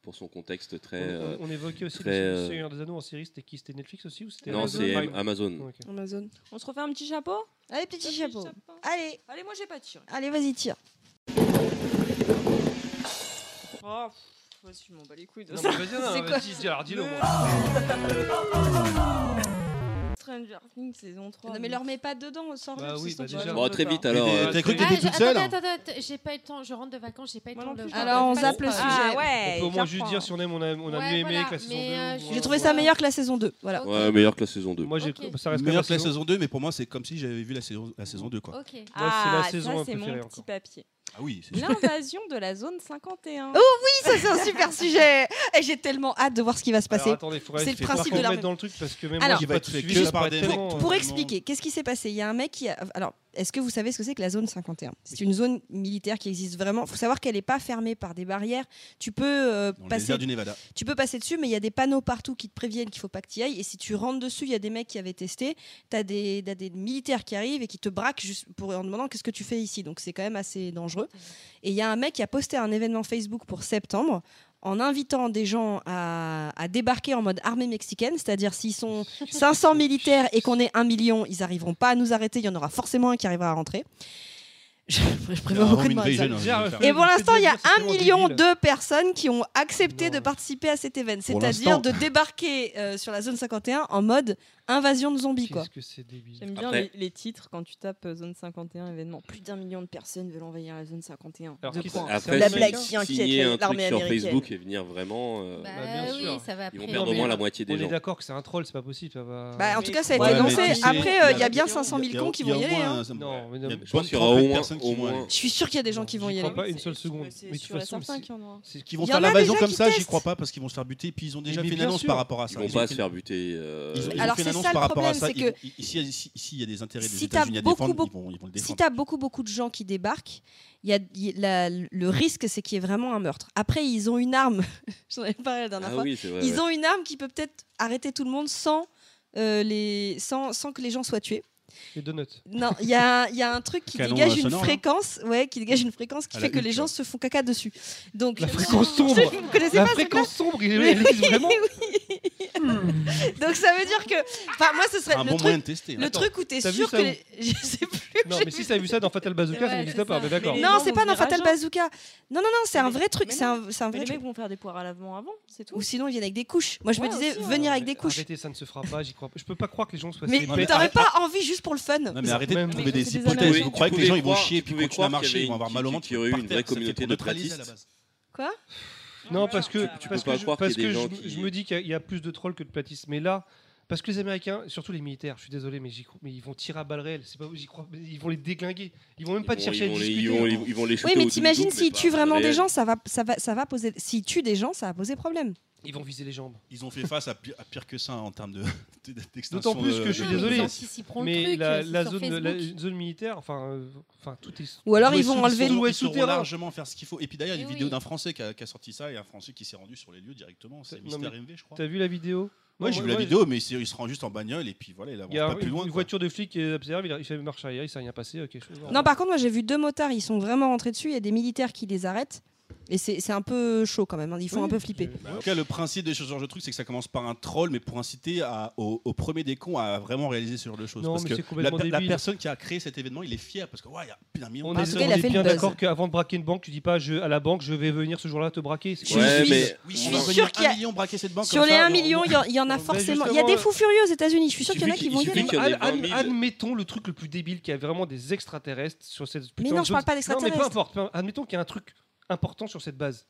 [SPEAKER 7] pour son contexte très. euh,
[SPEAKER 4] On, on évoquait aussi
[SPEAKER 7] très,
[SPEAKER 4] le
[SPEAKER 7] euh,
[SPEAKER 4] Seigneur des Anneaux en série, c'était qui C'était Netflix aussi ou c'était
[SPEAKER 7] non,
[SPEAKER 4] Amazon
[SPEAKER 7] c'est
[SPEAKER 4] Prime
[SPEAKER 7] Amazon.
[SPEAKER 4] Ok.
[SPEAKER 6] Amazon.
[SPEAKER 2] On se refait un petit chapeau
[SPEAKER 6] Allez, petit chapeau. Allez,
[SPEAKER 2] Allez, moi, j'ai pas tiré.
[SPEAKER 6] allez, vas-y, tire.
[SPEAKER 2] Oh, pff, vas-y, je m'en bats les couilles de
[SPEAKER 4] Non,
[SPEAKER 2] ça.
[SPEAKER 4] mais vas-y, non,
[SPEAKER 6] C'est
[SPEAKER 4] vas-y,
[SPEAKER 6] quoi
[SPEAKER 4] dis- alors, dis-le, moi.
[SPEAKER 2] Stranger Things saison 3.
[SPEAKER 6] Non, mais leur mets pas dedans, sors
[SPEAKER 4] Bah oui, bah déjà.
[SPEAKER 7] Bon, très vite alors.
[SPEAKER 5] Mais
[SPEAKER 7] euh,
[SPEAKER 5] T'as cru que
[SPEAKER 3] Ah,
[SPEAKER 5] t'étais
[SPEAKER 3] j'ai-
[SPEAKER 5] toute seule
[SPEAKER 3] attendez, attendez, attendez, j'ai pas eu le temps, je rentre de vacances, j'ai pas eu le
[SPEAKER 2] Moi
[SPEAKER 3] temps
[SPEAKER 2] non
[SPEAKER 3] de.
[SPEAKER 2] plus, je
[SPEAKER 6] Alors, on
[SPEAKER 2] parle pas
[SPEAKER 6] zappe le
[SPEAKER 2] de-
[SPEAKER 6] sujet.
[SPEAKER 2] Ah
[SPEAKER 4] On
[SPEAKER 2] ouais.
[SPEAKER 4] peut au moins
[SPEAKER 2] bien
[SPEAKER 4] juste
[SPEAKER 2] prendre.
[SPEAKER 4] dire si on aime, on a, on a
[SPEAKER 3] Ouais,
[SPEAKER 4] mieux aimé
[SPEAKER 3] voilà,
[SPEAKER 4] que la saison 2.
[SPEAKER 3] mais, euh,
[SPEAKER 6] J'ai trouvé ça meilleur que la saison 2. Voilà.
[SPEAKER 3] Ok.
[SPEAKER 7] Ouais, meilleur que la saison 2.
[SPEAKER 4] Moi, j'ai
[SPEAKER 3] Ok.
[SPEAKER 4] ça reste quand même
[SPEAKER 5] Meilleur que la
[SPEAKER 4] saison-
[SPEAKER 5] saison 2, mais pour moi, c'est comme si j'avais vu la saison, la saison 2. Quoi.
[SPEAKER 3] Ok.
[SPEAKER 4] Moi, c'est la
[SPEAKER 2] Ah,
[SPEAKER 4] saison
[SPEAKER 2] ça, c'est mon
[SPEAKER 4] préférée
[SPEAKER 2] petit
[SPEAKER 4] encore.
[SPEAKER 2] papier.
[SPEAKER 5] Ah oui, c'est
[SPEAKER 2] L'invasion de la zone 51.
[SPEAKER 6] Oui, ça c'est un super sujet. Et j'ai tellement hâte de voir ce qui va se passer.
[SPEAKER 4] Alors, attendez, faudrait-
[SPEAKER 6] C'est le
[SPEAKER 4] faudrait
[SPEAKER 6] principe
[SPEAKER 4] qu'on
[SPEAKER 6] de l'armée.
[SPEAKER 4] mette dans le truc parce que même
[SPEAKER 6] Alors,
[SPEAKER 4] moi, j'ai
[SPEAKER 5] Qui va
[SPEAKER 4] pas
[SPEAKER 5] être
[SPEAKER 4] tout
[SPEAKER 5] fait
[SPEAKER 4] suivi,
[SPEAKER 5] que
[SPEAKER 4] ça
[SPEAKER 5] par
[SPEAKER 4] paraît
[SPEAKER 5] des-
[SPEAKER 4] tellement,
[SPEAKER 5] Pour-
[SPEAKER 4] euh,
[SPEAKER 6] Pour
[SPEAKER 5] Vraiment.
[SPEAKER 6] expliquer, qu'est-ce qui s'est passé Il y a un mec qui. a- Alors, est-ce que vous savez ce que c'est que la zone 51 C'est une zone militaire qui existe vraiment. Il faut savoir qu'elle n'est pas fermée par des barrières. Tu peux, euh,
[SPEAKER 5] Dans le
[SPEAKER 6] passer,
[SPEAKER 5] désert du Nevada.
[SPEAKER 6] tu peux passer dessus, mais il y a des panneaux partout qui te préviennent qu'il ne faut pas que tu y ailles. Et si tu rentres dessus, il y a des mecs qui avaient testé. Tu as des, t'as des militaires qui arrivent et qui te braquent juste pour, en demandant qu'est-ce que tu fais ici. Donc, c'est quand même assez dangereux. Et il y a un mec qui a posté un événement Facebook pour septembre en invitant des gens à, à débarquer en mode armée mexicaine, c'est-à-dire s'ils sont 500 militaires et qu'on est un million, ils arriveront pas à nous arrêter. Il y en aura forcément un qui arrivera à rentrer. Je, je prévois
[SPEAKER 5] Non,
[SPEAKER 6] beaucoup
[SPEAKER 5] Home
[SPEAKER 6] de moi. ça.
[SPEAKER 5] Invasion,
[SPEAKER 4] Déjà,
[SPEAKER 5] je vais le faire.
[SPEAKER 6] Et pour l'instant, il y a
[SPEAKER 4] C'est tellement
[SPEAKER 6] un million
[SPEAKER 4] débile.
[SPEAKER 6] de personnes qui ont accepté
[SPEAKER 4] Non.
[SPEAKER 6] de participer à cet événement,
[SPEAKER 5] Pour
[SPEAKER 6] c'est-à-dire de
[SPEAKER 5] l'instant.
[SPEAKER 6] débarquer euh, sur la zone 51 en mode invasion de zombies. Quoi.
[SPEAKER 4] Qu'est-ce que c'est débile.
[SPEAKER 2] J'aime bien
[SPEAKER 7] Après-
[SPEAKER 2] les, les titres quand tu tapes euh, zone 51 événement. Plus d'un million de personnes veulent envahir la zone 51.
[SPEAKER 4] Alors,
[SPEAKER 2] Deux
[SPEAKER 4] qui-
[SPEAKER 2] points.
[SPEAKER 4] Après,
[SPEAKER 2] la
[SPEAKER 4] c'est-
[SPEAKER 2] blague
[SPEAKER 7] si-
[SPEAKER 2] qui inquiète
[SPEAKER 7] signer un truc
[SPEAKER 2] l'armée
[SPEAKER 7] sur
[SPEAKER 2] américaine.
[SPEAKER 7] Facebook et venir vraiment. euh,
[SPEAKER 3] Bah
[SPEAKER 4] bien
[SPEAKER 3] oui,
[SPEAKER 4] sûr.
[SPEAKER 3] ça va
[SPEAKER 7] Ils vont
[SPEAKER 3] après.
[SPEAKER 7] perdre au moins la moitié
[SPEAKER 4] On
[SPEAKER 7] des
[SPEAKER 4] est
[SPEAKER 7] gens.
[SPEAKER 4] d'accord que c'est un troll, c'est pas possible. Ça va...
[SPEAKER 6] Bah, en tout cas, ça a été
[SPEAKER 2] Ouais, mais
[SPEAKER 6] annoncé.
[SPEAKER 2] tu sais,
[SPEAKER 6] Après, euh, il y a
[SPEAKER 2] la-
[SPEAKER 6] bien 500 000 cons qui vont y aller. hein.
[SPEAKER 4] Non, mais non,
[SPEAKER 5] Il y a
[SPEAKER 4] mais-
[SPEAKER 7] Je pense qu'il y aura au
[SPEAKER 5] Trente-huit
[SPEAKER 7] moins.
[SPEAKER 5] personnes qui
[SPEAKER 7] Au
[SPEAKER 5] vont
[SPEAKER 7] moins
[SPEAKER 5] aller.
[SPEAKER 6] Je suis sûr qu'il y a des gens qui vont y
[SPEAKER 4] J'y
[SPEAKER 6] aller.
[SPEAKER 4] crois pas une seule seconde.
[SPEAKER 2] C'est
[SPEAKER 4] Mais de toute
[SPEAKER 2] sur la
[SPEAKER 4] façon,
[SPEAKER 2] certain
[SPEAKER 4] c'est-
[SPEAKER 2] qu'il y en aura.
[SPEAKER 4] c'est-
[SPEAKER 5] Qui vont
[SPEAKER 6] Il y
[SPEAKER 5] faire
[SPEAKER 6] en a
[SPEAKER 5] l'invasion
[SPEAKER 6] déjà
[SPEAKER 5] comme
[SPEAKER 6] qui
[SPEAKER 5] ça, j'y
[SPEAKER 6] testent.
[SPEAKER 5] crois pas, parce qu'ils vont se faire buter. Puis ils ont déjà
[SPEAKER 4] Mais
[SPEAKER 5] fait une
[SPEAKER 4] bien
[SPEAKER 5] annonce
[SPEAKER 4] sûr.
[SPEAKER 5] par rapport à
[SPEAKER 7] ils
[SPEAKER 5] ça.
[SPEAKER 7] vont
[SPEAKER 5] ont
[SPEAKER 7] pas
[SPEAKER 5] fait
[SPEAKER 7] se
[SPEAKER 5] une-
[SPEAKER 7] faire buter. euh,
[SPEAKER 5] Ils ont, ils ont
[SPEAKER 6] Alors,
[SPEAKER 5] fait une
[SPEAKER 6] c'est
[SPEAKER 5] annonce
[SPEAKER 6] ça, le
[SPEAKER 5] par rapport à
[SPEAKER 6] problème,
[SPEAKER 5] ça.
[SPEAKER 6] c'est
[SPEAKER 5] Ils-
[SPEAKER 6] que-
[SPEAKER 5] ils- Ici, ici- ici, il y a des intérêts des
[SPEAKER 6] Si t'as
[SPEAKER 5] États-Unis à
[SPEAKER 6] beaucoup,
[SPEAKER 5] défendre, ils
[SPEAKER 6] beaucoup-
[SPEAKER 5] vont, ils vont le
[SPEAKER 6] Si
[SPEAKER 5] défendre.
[SPEAKER 6] tu as beaucoup, beaucoup de gens qui débarquent, il y a, il y a la- le risque, c'est qu'il y ait vraiment un meurtre. Après, ils ont une arme. J'en avais parlé la dernière
[SPEAKER 7] Ah
[SPEAKER 6] fois.
[SPEAKER 7] oui, c'est vrai.
[SPEAKER 6] ils
[SPEAKER 7] ouais.
[SPEAKER 6] ont une arme qui peut peut-être arrêter tout le monde sans, euh, les, sans, sans que les gens soient tués.
[SPEAKER 4] Les donuts.
[SPEAKER 6] Non, il y a, il y a un truc qui
[SPEAKER 5] Canon,
[SPEAKER 6] dégage
[SPEAKER 5] euh,
[SPEAKER 6] une
[SPEAKER 5] sonore, là.
[SPEAKER 6] fréquence, ouais, qui dégage une fréquence qui
[SPEAKER 5] À la
[SPEAKER 6] fait que
[SPEAKER 5] Hulk,
[SPEAKER 6] les gens
[SPEAKER 5] là.
[SPEAKER 6] se font caca dessus. Donc
[SPEAKER 4] La fréquence sombre.
[SPEAKER 6] Vous connaissez
[SPEAKER 4] La
[SPEAKER 6] pas ce truc-là
[SPEAKER 4] fréquence sombre, il est- elle existe vraiment
[SPEAKER 6] Donc ça veut dire que, enfin moi ce
[SPEAKER 5] C'est
[SPEAKER 6] serait
[SPEAKER 5] un
[SPEAKER 6] le
[SPEAKER 5] bon
[SPEAKER 6] truc,
[SPEAKER 5] moyen de tester.
[SPEAKER 6] le
[SPEAKER 5] Attends,
[SPEAKER 6] truc où t'es
[SPEAKER 4] t'as vu
[SPEAKER 6] sûr que,
[SPEAKER 4] ça
[SPEAKER 6] les- je sais plus.
[SPEAKER 4] Non,
[SPEAKER 6] j'ai
[SPEAKER 4] mais si
[SPEAKER 6] plus.
[SPEAKER 4] ça a vu ça dans Fatal Bazooka, ça
[SPEAKER 3] Ouais,
[SPEAKER 4] n'existe
[SPEAKER 3] c'est
[SPEAKER 4] pas,
[SPEAKER 3] ça.
[SPEAKER 4] mais d'accord.
[SPEAKER 2] Mais-
[SPEAKER 6] Non,
[SPEAKER 2] gens
[SPEAKER 6] c'est
[SPEAKER 2] vont
[SPEAKER 6] pas
[SPEAKER 2] se
[SPEAKER 6] dans
[SPEAKER 2] virer à
[SPEAKER 6] Fatal
[SPEAKER 2] jeun.
[SPEAKER 6] Bazooka. Non, non, non, c'est un
[SPEAKER 2] Mais-
[SPEAKER 6] vrai truc,
[SPEAKER 2] mais
[SPEAKER 6] c'est un, c'est un
[SPEAKER 2] Mais
[SPEAKER 6] vrai
[SPEAKER 2] les
[SPEAKER 6] truc.
[SPEAKER 2] mecs vont faire des poires à l'avant avant, c'est tout.
[SPEAKER 6] Ou sinon ils viennent avec des couches. Moi je me
[SPEAKER 2] Ouais,
[SPEAKER 6] disais
[SPEAKER 2] aussi, ouais.
[SPEAKER 6] venir avec des couches.
[SPEAKER 4] hein. Arrêtez, ça ne se fera pas, j'y crois pas. Je peux pas croire que les gens soient
[SPEAKER 6] Mais
[SPEAKER 4] si
[SPEAKER 5] mais
[SPEAKER 4] bêtes.
[SPEAKER 6] t'aurais pas envie juste pour le fun.
[SPEAKER 5] Non, mais arrêtez de
[SPEAKER 4] même-
[SPEAKER 5] trouver
[SPEAKER 2] Mais
[SPEAKER 5] des
[SPEAKER 2] c'est des
[SPEAKER 5] hypothèses.
[SPEAKER 2] Américains.
[SPEAKER 5] Vous croyez que
[SPEAKER 7] Tu
[SPEAKER 5] les gens
[SPEAKER 7] pouvais
[SPEAKER 5] ils vont
[SPEAKER 7] croire-
[SPEAKER 5] chier
[SPEAKER 7] tu
[SPEAKER 5] puis
[SPEAKER 7] pouvais
[SPEAKER 5] continuer à
[SPEAKER 7] croire qu'il y
[SPEAKER 5] marcher,
[SPEAKER 7] avait
[SPEAKER 5] ils vont avoir
[SPEAKER 7] une-
[SPEAKER 5] mal au
[SPEAKER 7] qui-
[SPEAKER 5] ventre.
[SPEAKER 7] qui aurait eu
[SPEAKER 5] par
[SPEAKER 7] une
[SPEAKER 5] terre,
[SPEAKER 7] vraie
[SPEAKER 5] ça fait
[SPEAKER 7] communauté de
[SPEAKER 5] neutraliser à la base.
[SPEAKER 7] pratistes.
[SPEAKER 6] Quoi
[SPEAKER 4] Non, parce que,
[SPEAKER 7] Tu
[SPEAKER 4] parce que,
[SPEAKER 7] peux pas
[SPEAKER 4] je,
[SPEAKER 7] croire
[SPEAKER 4] parce
[SPEAKER 7] qu'il y ait
[SPEAKER 4] que
[SPEAKER 7] des
[SPEAKER 4] je,
[SPEAKER 7] gens
[SPEAKER 4] me-
[SPEAKER 7] qui-
[SPEAKER 4] je me dis qu'il y, a- il y a plus de trolls que de platistes. Mais là, parce que les Américains, surtout les militaires, je suis désolé, mais, j'y crois- mais ils vont tirer à balles réelles. C'est pas, j'y crois, ils vont les déglinguer. Ils vont même pas
[SPEAKER 7] Ils vont-
[SPEAKER 4] chercher
[SPEAKER 7] ils vont
[SPEAKER 4] à
[SPEAKER 7] les-
[SPEAKER 4] discuter.
[SPEAKER 7] Ils vont les- ils vont les
[SPEAKER 6] Oui,
[SPEAKER 7] shooter
[SPEAKER 6] mais
[SPEAKER 7] au
[SPEAKER 6] t'imagines
[SPEAKER 7] double,
[SPEAKER 6] s'ils
[SPEAKER 7] mais
[SPEAKER 6] tuent
[SPEAKER 7] pas
[SPEAKER 6] vraiment des
[SPEAKER 7] réel.
[SPEAKER 6] gens, ça va, ça va, ça va poser. S'ils tuent des gens, ça va poser problème.
[SPEAKER 4] Ils vont viser les jambes.
[SPEAKER 5] Ils ont fait face à pire, à pire que ça en termes de de- d'extension.
[SPEAKER 4] D'autant plus
[SPEAKER 5] euh,
[SPEAKER 4] que je suis
[SPEAKER 5] de-
[SPEAKER 3] Non, mais
[SPEAKER 4] désolé.
[SPEAKER 3] Ils anticiperont le
[SPEAKER 4] Mais
[SPEAKER 3] truc,
[SPEAKER 4] la,
[SPEAKER 3] euh,
[SPEAKER 4] la
[SPEAKER 3] sur
[SPEAKER 4] zone,
[SPEAKER 3] Facebook.
[SPEAKER 4] la zone militaire, enfin, euh, enfin, tout est.
[SPEAKER 6] Ou alors
[SPEAKER 4] tout est
[SPEAKER 6] ils vont
[SPEAKER 4] sous-
[SPEAKER 6] enlever.
[SPEAKER 4] sous-
[SPEAKER 5] Ils
[SPEAKER 4] ouais,
[SPEAKER 5] sauront
[SPEAKER 4] souterrain.
[SPEAKER 5] largement faire ce qu'il faut. Et puis d'ailleurs, il y
[SPEAKER 3] Eh
[SPEAKER 5] a une
[SPEAKER 3] oui.
[SPEAKER 5] vidéo d'un Français qui a, qui a sorti ça et un Français qui s'est rendu sur les lieux directement. C'est
[SPEAKER 4] Non,
[SPEAKER 5] Mister
[SPEAKER 4] mais
[SPEAKER 5] MV, je crois.
[SPEAKER 4] T'as vu la vidéo
[SPEAKER 5] Ouais, j'ai
[SPEAKER 4] Non,
[SPEAKER 5] vu la
[SPEAKER 4] moi,
[SPEAKER 5] vidéo, mais il se il se rend juste en bagnole et puis voilà, il avance
[SPEAKER 4] Il y a
[SPEAKER 5] pas plus
[SPEAKER 4] une,
[SPEAKER 5] loin.
[SPEAKER 4] une
[SPEAKER 5] quoi.
[SPEAKER 4] voiture de flic qui observe, il a- il fait marche arrière, il s'est rien passé. ok, je-
[SPEAKER 6] Non, bah, par contre, moi j'ai vu deux motards, ils sont vraiment rentrés dessus. Il y a des militaires qui les arrêtent. Et c'est c'est un peu chaud quand même. hein, Ils font
[SPEAKER 4] Oui,
[SPEAKER 6] un peu flipper.
[SPEAKER 5] Bah, en tout cas, le principe de ce genre de truc, c'est que ça commence par un troll, mais pour inciter à- au, au premier des cons à vraiment réaliser ce genre de choses.
[SPEAKER 4] Non,
[SPEAKER 5] parce
[SPEAKER 4] mais
[SPEAKER 5] que
[SPEAKER 4] c'est
[SPEAKER 5] la,
[SPEAKER 4] complètement
[SPEAKER 5] per- la
[SPEAKER 4] débile.
[SPEAKER 5] personne qui a créé cet événement, il est fier parce que ouais, il y a plus d'un million.
[SPEAKER 4] On
[SPEAKER 5] de
[SPEAKER 4] est,
[SPEAKER 6] tout
[SPEAKER 5] personnes.
[SPEAKER 6] cas, il
[SPEAKER 4] on
[SPEAKER 6] a
[SPEAKER 4] est
[SPEAKER 6] fait le
[SPEAKER 4] bien
[SPEAKER 6] buzz.
[SPEAKER 4] d'accord qu'avant de braquer une banque, tu dis pas je, à la banque, je vais venir ce jour-là te braquer. C'est
[SPEAKER 6] Je
[SPEAKER 4] quoi
[SPEAKER 7] Ouais,
[SPEAKER 6] suis
[SPEAKER 7] mais-
[SPEAKER 5] Oui, on
[SPEAKER 6] Je suis
[SPEAKER 5] va venir
[SPEAKER 6] sûre
[SPEAKER 5] un
[SPEAKER 6] qu'il y a-
[SPEAKER 5] million braquer cette banque.
[SPEAKER 6] Sur
[SPEAKER 5] comme
[SPEAKER 6] les
[SPEAKER 5] ça,
[SPEAKER 6] 1
[SPEAKER 5] on-
[SPEAKER 6] million, il y en- il y, en a
[SPEAKER 4] Mais
[SPEAKER 6] forcément. Il y a
[SPEAKER 4] justement,
[SPEAKER 6] des
[SPEAKER 4] euh,
[SPEAKER 6] fous furieux aux États-Unis. Je suis
[SPEAKER 5] il
[SPEAKER 6] sûre qu'il y en a
[SPEAKER 5] suffit
[SPEAKER 6] qui vont y
[SPEAKER 5] qu'il-
[SPEAKER 6] aller.
[SPEAKER 7] suffit qu'il y en ait
[SPEAKER 4] Ad- ad-
[SPEAKER 7] 20 000.
[SPEAKER 4] admettons le truc le plus débile qu'il y a vraiment des extraterrestres sur cette putain
[SPEAKER 6] non,
[SPEAKER 4] de
[SPEAKER 6] je
[SPEAKER 4] zone.
[SPEAKER 6] parle pas
[SPEAKER 4] Non, mais
[SPEAKER 6] d'extraterrestres.
[SPEAKER 4] peu importe. peu- Admettons qu'il y a un truc important sur cette base.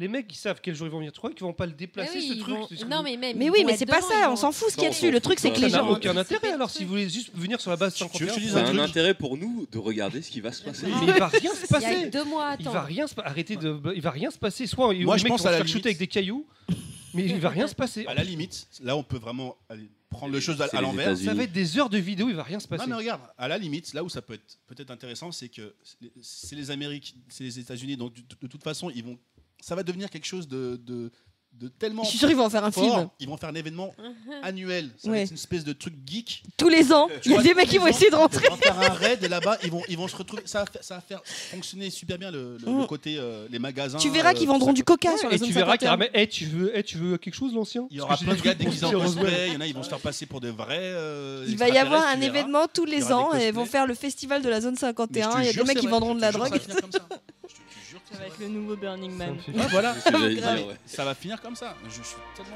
[SPEAKER 4] Les mecs, ils savent quel jour ils vont venir. Tu crois qu'ils vont pas le
[SPEAKER 3] Mais
[SPEAKER 4] déplacer
[SPEAKER 3] Eh oui,
[SPEAKER 4] ce
[SPEAKER 3] ils
[SPEAKER 4] truc
[SPEAKER 3] vont-
[SPEAKER 4] ce-
[SPEAKER 3] Non, mais même.
[SPEAKER 6] Mais
[SPEAKER 3] ils
[SPEAKER 6] oui,
[SPEAKER 3] vont
[SPEAKER 6] mais
[SPEAKER 3] être
[SPEAKER 6] c'est pas
[SPEAKER 3] devant,
[SPEAKER 6] ça.
[SPEAKER 3] ils
[SPEAKER 6] On
[SPEAKER 3] vont-
[SPEAKER 6] s'ant fout ce qu'il y a
[SPEAKER 7] Non, on
[SPEAKER 6] dessus. Le
[SPEAKER 7] s'en
[SPEAKER 6] truc,
[SPEAKER 7] fout,
[SPEAKER 6] c'est
[SPEAKER 7] ça.
[SPEAKER 6] que
[SPEAKER 4] Ça
[SPEAKER 6] les
[SPEAKER 4] n'a
[SPEAKER 6] gens.
[SPEAKER 3] ont-
[SPEAKER 4] aucun intérêt. Alors, si vous voulez juste venir sur la base
[SPEAKER 5] Tu veux que je te
[SPEAKER 4] 51,
[SPEAKER 5] dise
[SPEAKER 7] C'est un
[SPEAKER 5] truc.
[SPEAKER 7] intérêt pour nous de regarder ce qui va se passer.
[SPEAKER 4] mais il va rien se
[SPEAKER 3] Il y a
[SPEAKER 4] passer.
[SPEAKER 3] eu deux mois à
[SPEAKER 4] Il va
[SPEAKER 3] attendre.
[SPEAKER 4] rien se pa- arrêtez de il va rien se passer soit
[SPEAKER 5] Moi,
[SPEAKER 4] les
[SPEAKER 5] je
[SPEAKER 4] mecs
[SPEAKER 5] pense
[SPEAKER 4] vont
[SPEAKER 5] à
[SPEAKER 4] se
[SPEAKER 5] la
[SPEAKER 4] faire shooter
[SPEAKER 5] limite.
[SPEAKER 4] avec des cailloux mais il va rien se passer.
[SPEAKER 5] À la limite, là, on peut vraiment aller prendre les choses à,
[SPEAKER 7] C'est
[SPEAKER 5] à
[SPEAKER 7] les
[SPEAKER 5] l'envers.
[SPEAKER 7] États-Unis.
[SPEAKER 4] ça va être des heures de vidéo, il va rien se
[SPEAKER 5] Non,
[SPEAKER 4] passer.
[SPEAKER 5] mais regarde, à la limite, là où ça peut être peut-être intéressant, c'est que c'est les Amériques, c'est les États-Unis, donc de, de toute façon, ils vont, ça va devenir quelque chose de, de, de tellement
[SPEAKER 6] Je suis sûre qu'ils vont en faire un film.
[SPEAKER 5] fort. Ils vont faire un événement annuel, ça
[SPEAKER 6] Ouais.
[SPEAKER 5] va être une espèce de truc geek.
[SPEAKER 6] Tous les ans,
[SPEAKER 5] Tu
[SPEAKER 6] il y a
[SPEAKER 5] vois,
[SPEAKER 6] des mecs qui
[SPEAKER 5] les
[SPEAKER 6] vont
[SPEAKER 5] gens,
[SPEAKER 6] essayer de rentrer.
[SPEAKER 5] Ils vont faire un raid et là-bas, ils vont, ils vont se retrouver. Ça va, faire, ça va faire fonctionner super bien le, le- le
[SPEAKER 6] Mm.
[SPEAKER 5] côté euh, les magasins.
[SPEAKER 6] Tu verras
[SPEAKER 5] euh, tout
[SPEAKER 6] qu'ils
[SPEAKER 5] ça,
[SPEAKER 6] vendront du
[SPEAKER 5] quoi.
[SPEAKER 6] coca sur la
[SPEAKER 4] et
[SPEAKER 6] zone
[SPEAKER 4] tu verras
[SPEAKER 6] 51.
[SPEAKER 4] carrément, Eh, tu veux, eh, tu veux quelque chose l'ancien
[SPEAKER 5] Il y aura
[SPEAKER 4] Parce que j'ai
[SPEAKER 5] plein de
[SPEAKER 4] des
[SPEAKER 5] gars
[SPEAKER 4] trucs pour
[SPEAKER 5] déguisés en
[SPEAKER 4] dire aux
[SPEAKER 5] cosplay, il y en a, ils vont se faire passer pour de vrais. euh,
[SPEAKER 6] Il va y avoir un
[SPEAKER 5] extraterrestres, tu verras.
[SPEAKER 6] événement tous
[SPEAKER 5] Il y
[SPEAKER 6] les
[SPEAKER 5] aura
[SPEAKER 6] ans
[SPEAKER 5] des
[SPEAKER 6] et
[SPEAKER 5] cosplays.
[SPEAKER 6] vont faire le festival de la zone
[SPEAKER 5] Mais je
[SPEAKER 6] 51.
[SPEAKER 5] te
[SPEAKER 6] Il y a des
[SPEAKER 5] jure,
[SPEAKER 6] mecs
[SPEAKER 5] c'est
[SPEAKER 6] qui
[SPEAKER 5] vrai,
[SPEAKER 6] vendront
[SPEAKER 5] je
[SPEAKER 6] de
[SPEAKER 5] te
[SPEAKER 6] la
[SPEAKER 5] jure, ça
[SPEAKER 6] drogue.
[SPEAKER 5] va finir comme ça. Je te- je te jure que
[SPEAKER 2] Ça
[SPEAKER 5] ça
[SPEAKER 2] va
[SPEAKER 5] va
[SPEAKER 2] être le nouveau Burning
[SPEAKER 4] Ça me
[SPEAKER 2] Man.
[SPEAKER 4] fait-
[SPEAKER 5] Ouais, voilà.
[SPEAKER 7] C'est ce que j'allais
[SPEAKER 6] Grave.
[SPEAKER 7] dire, ouais.
[SPEAKER 5] Ça va finir comme ça. Je suis tellement.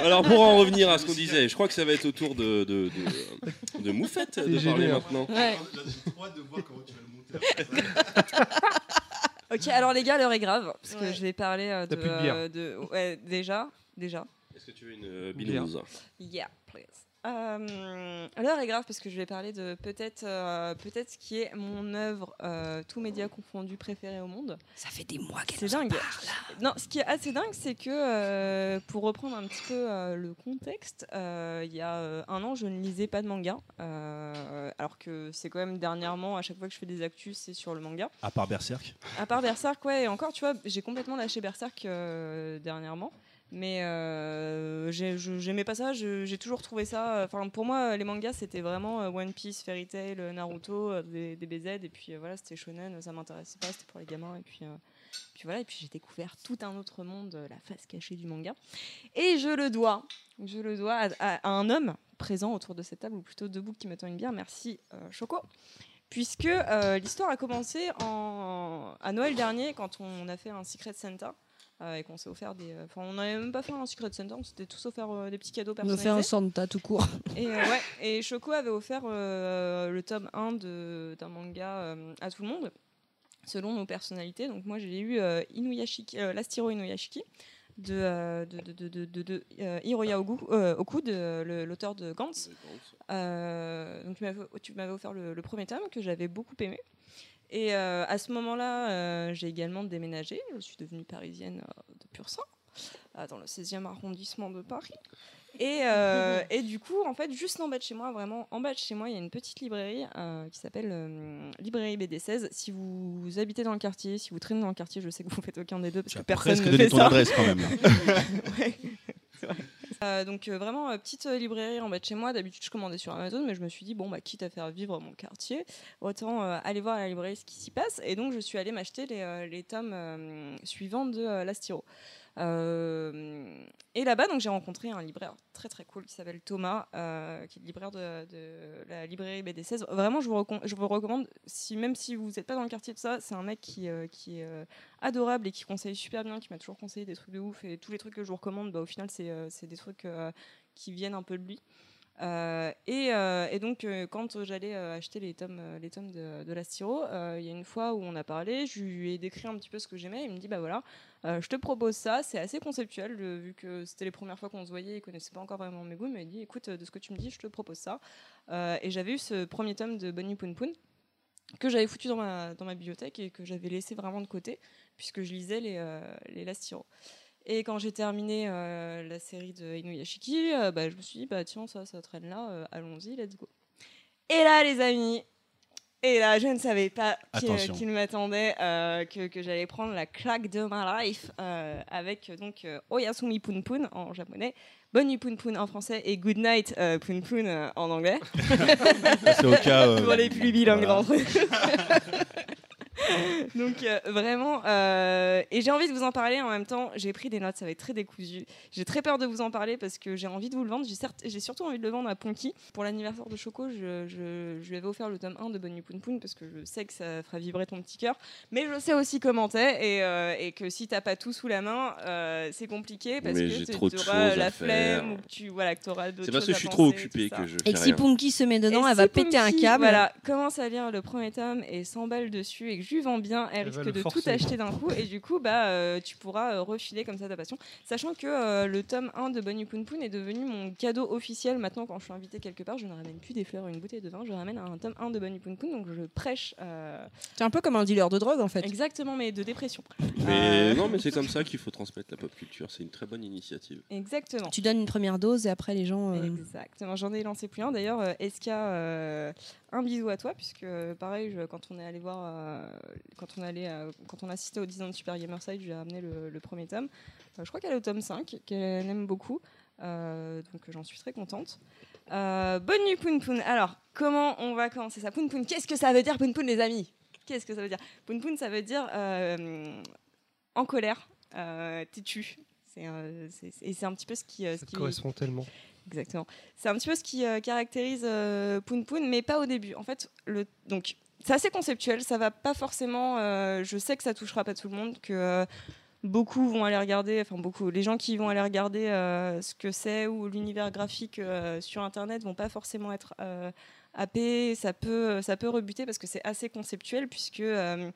[SPEAKER 7] Alors pour en revenir à ce qu'on disait, je crois que ça va être au tour de, de, de, de Moufette de
[SPEAKER 4] gêné,
[SPEAKER 7] parler
[SPEAKER 4] hein.
[SPEAKER 7] maintenant.
[SPEAKER 2] Ouais.
[SPEAKER 5] J'ai trop hâte de voir comment tu vas le monter.
[SPEAKER 2] Ok, alors les gars, l'heure est grave parce que
[SPEAKER 6] Ouais.
[SPEAKER 2] je vais parler euh,
[SPEAKER 4] T'as
[SPEAKER 2] de,
[SPEAKER 4] plus de bière.
[SPEAKER 2] euh, de- ouais, déjà, déjà.
[SPEAKER 7] Est-ce que tu veux une euh, binouze
[SPEAKER 2] Yeah, please. Euh, L'heure est grave parce que je vais parler de peut-être euh, peut-être ce qui est mon œuvre euh, tout média confondu préférée au monde.
[SPEAKER 6] Ça fait des mois qu'elle
[SPEAKER 2] C'est dingue. Non, ce qui est assez dingue, c'est que euh, pour reprendre un petit peu euh, le contexte, euh, il y a euh, un an, je ne lisais pas de manga, euh, alors que c'est quand même dernièrement, à chaque fois que je fais des actus, c'est sur le manga.
[SPEAKER 5] À part Berserk.
[SPEAKER 2] À part Berserk, ouais, et encore, tu vois, j'ai complètement lâché Berserk euh, dernièrement. Mais euh, j'ai- je- j'aimais pas ça, je- j'ai toujours trouvé ça. euh, Enfin, pour moi, les mangas, c'était vraiment euh, One Piece, Fairy Tail, euh, Naruto, euh, des, des BZ, et puis euh, voilà, c'était shonen, ça m'intéressait pas, c'était pour les gamins, et puis, euh, puis voilà, et puis j'ai découvert tout un autre monde, euh, la face cachée du manga. Et je le dois, je le dois à, à- à un homme présent autour de cette table, ou plutôt debout qui m'attend une bière. Merci, euh, Choco puisque euh, l'histoire a commencé en- à Noël dernier quand on a fait un Secret Santa euh, et qu'on s'est offert des. euh, Enfin, on n'avait même pas fait un Secret Santa, on s'était tous offert euh, des petits cadeaux
[SPEAKER 6] On fait
[SPEAKER 2] personnalisés.
[SPEAKER 6] un Santa tout court.
[SPEAKER 2] Et, euh, ouais, et Choco avait offert euh, le tome 1 de- d'un manga euh, à tout le monde, selon nos personnalités. Donc moi, j'ai eu euh, Inuyashiki, euh, l'Astiro Inuyashiki de, euh, de, de, de, de- de- de, euh, Hiroya Ogu- euh, Oku, de, euh, le- l'auteur de Gantz. Euh, donc tu m'avais, tu m'avais offert le, le premier tome que j'avais beaucoup aimé. Et euh, à ce moment-là, euh, j'ai également déménagé. Je suis devenue parisienne euh, de pur sang, euh, dans le 16e arrondissement de Paris. Et, euh, et du coup, en fait, juste en bas de chez moi, vraiment en bas de chez moi, il y a une petite librairie euh, qui s'appelle euh, Librairie BD16. Si vous habitez dans le quartier, si vous traînez dans le quartier, je sais que vous faites aucun des deux parce
[SPEAKER 5] Tu
[SPEAKER 2] que
[SPEAKER 5] as
[SPEAKER 2] personne
[SPEAKER 5] presque
[SPEAKER 2] ne
[SPEAKER 5] donné
[SPEAKER 2] fait
[SPEAKER 5] ton
[SPEAKER 2] ça.
[SPEAKER 5] adresse quand même.
[SPEAKER 2] Ouais, c'est vrai. Euh, donc euh, vraiment euh, petite euh, librairie en bas de chez moi. D'habitude je commandais sur Amazon, mais je me suis dit bon bah quitte à faire vivre mon quartier, autant euh, aller voir à la librairie ce qui s'y passe. Et donc je suis allée m'acheter les, euh, les tomes euh, suivants de euh, l'Astiro. Euh, et là-bas donc j'ai rencontré un libraire très très cool qui s'appelle Thomas, euh, qui est le libraire de, de la librairie BD16. Vraiment je vous, recon- je vous recommande, si même si vous n'êtes pas dans le quartier de ça, c'est un mec qui, euh, qui est euh, adorable et qui conseille super bien, qui m'a toujours conseillé des trucs de ouf. Et tous les trucs que je vous recommande, bah, au final, c'est euh, c'est des trucs euh, qui viennent un peu de lui. Euh, et, euh, et donc, euh, quand j'allais euh, acheter les tomes, euh, les tomes de, de la Stiro, euh, il y a une fois où on a parlé, je lui ai décrit un petit peu ce que j'aimais. Il me dit Bah voilà, euh, je te propose ça, c'est assez conceptuel, euh, vu que c'était les premières fois qu'on se voyait, il connaissait pas encore vraiment mes goûts. Mais il m'a dit Écoute, euh, de ce que tu me dis, je te propose ça. Euh, et j'avais eu ce premier tome de Bonnie Poon Poon que j'avais foutu dans ma, dans ma bibliothèque et que j'avais laissé vraiment de côté puisque je lisais les, euh, les Last Hero. Et quand j'ai terminé euh, la série de Inuyashiki, euh, bah, je me suis dit, bah, tiens, ça, ça traîne là, euh, allons-y, let's go. Et là, les amis, et là, je ne savais pas qu'il
[SPEAKER 5] Attention.
[SPEAKER 2] qu'il m'attendait, euh, que, que j'allais prendre la claque de ma life euh, avec euh, donc euh, Oyasumi Poon Poon en japonais, Bonne nuit Poon Poon en français et Good Night euh, Poon Poon euh, en anglais.
[SPEAKER 5] C'est au cas. euh,
[SPEAKER 2] Pour les plus hein, bilingues
[SPEAKER 5] voilà.
[SPEAKER 2] d'entre eux. Donc euh, vraiment, euh, et j'ai envie de vous en parler en même temps, j'ai pris des notes, ça va être très décousu. J'ai très peur de vous en parler parce que j'ai envie de vous le vendre, j'ai certes- j'ai surtout envie de le vendre à Ponky. Pour l'anniversaire de Choco, je, je- je lui avais offert le tome 1 de Bonne Nuit Poun Poun parce que je sais que ça fera vibrer ton petit cœur, mais je sais aussi comment t'es et, euh, et que si t'as pas tout sous la main, euh, c'est compliqué parce
[SPEAKER 7] Mais j'ai
[SPEAKER 2] que
[SPEAKER 7] trop de
[SPEAKER 2] tu auras
[SPEAKER 7] choses
[SPEAKER 2] la
[SPEAKER 7] à faire.
[SPEAKER 2] flemme ou que tu voilà, que t'auras d'autres
[SPEAKER 7] C'est parce
[SPEAKER 2] choses
[SPEAKER 7] que
[SPEAKER 2] à
[SPEAKER 7] je suis trop
[SPEAKER 2] penser,
[SPEAKER 7] occupé
[SPEAKER 2] tout
[SPEAKER 7] que
[SPEAKER 2] ça.
[SPEAKER 7] je fais
[SPEAKER 6] Et que si
[SPEAKER 7] rien.
[SPEAKER 6] Punky se met dedans,
[SPEAKER 2] Et
[SPEAKER 6] elle
[SPEAKER 2] si
[SPEAKER 6] va péter un
[SPEAKER 2] Punky,
[SPEAKER 6] câble.
[SPEAKER 2] Voilà, commence à lire le premier tome et s'emballe dessus et que je lui vends bien, elle
[SPEAKER 4] Elle va
[SPEAKER 2] risque
[SPEAKER 4] le
[SPEAKER 2] de tout
[SPEAKER 4] forcer.
[SPEAKER 2] acheter d'un coup et du coup bah euh, tu pourras euh, refiler comme ça ta passion. Sachant que euh, le tome 1 de Bonnie Poon Poon est devenu mon cadeau officiel maintenant quand je suis invitée quelque part, je ne ramène plus des fleurs ou une bouteille de vin, je ramène un tome 1 de Bonnie Poon Poon donc je prêche euh,
[SPEAKER 6] C'est un peu comme un dealer de drogue en fait.
[SPEAKER 2] exactement mais de dépression.
[SPEAKER 7] Mais
[SPEAKER 2] Euh,
[SPEAKER 7] non, mais c'est comme ça qu'il faut transmettre la pop culture. C'est une très bonne initiative.
[SPEAKER 2] Exactement.
[SPEAKER 6] Tu donnes une première dose et après les gens. euh,
[SPEAKER 2] Exactement, j'en ai lancé plus un. D'ailleurs, euh, SK, euh, un bisou à toi, puisque euh, pareil, je- quand on est allé voir, euh, quand on allait, quand on assistait au 10 ans de Super Gamerside, je lui ai ramené le, le premier tome. Euh, je crois qu'elle est au tome 5, qu'elle aime beaucoup, Euh, donc euh, j'en suis très contente. Euh, bonne nuit, Poun Poun. Alors, comment on va commencer ça Poun Poun, qu'est-ce que ça veut dire, Poun Poun, les amis Qu'est-ce que ça veut dire Poun Poun, ça veut dire euh, en colère, euh, têtu. C'est, euh, c'est- c'est- et c'est un petit peu ce qui, euh, ce
[SPEAKER 4] Ça
[SPEAKER 2] qui,
[SPEAKER 4] correspond tellement.
[SPEAKER 2] Exactement. C'est un petit peu ce qui euh, caractérise euh, Poun Poun, mais pas au début. En fait, le, donc c'est assez conceptuel. Ça va pas forcément. euh, je sais que ça touchera pas tout le monde. Que euh, Beaucoup vont aller regarder, enfin beaucoup, les gens qui vont aller regarder euh, ce que c'est ou l'univers graphique euh, sur Internet vont pas forcément être euh, happés. Ça peut, ça peut rebuter parce que c'est assez conceptuel puisque euh,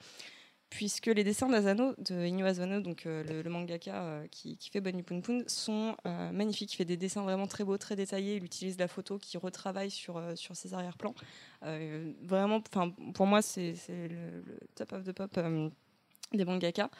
[SPEAKER 2] puisque les dessins d'Asano, de Inyo Asano, donc euh, le, le mangaka euh, qui, qui fait Bunny Poon Poon, sont euh, magnifiques. Il fait des dessins vraiment très beaux, très détaillés. Il utilise la photo qui retravaille sur, euh, sur ses arrière-plans. Euh, vraiment, 'fin, pour moi, c'est c'est le, le top of the pop euh, des mangaka.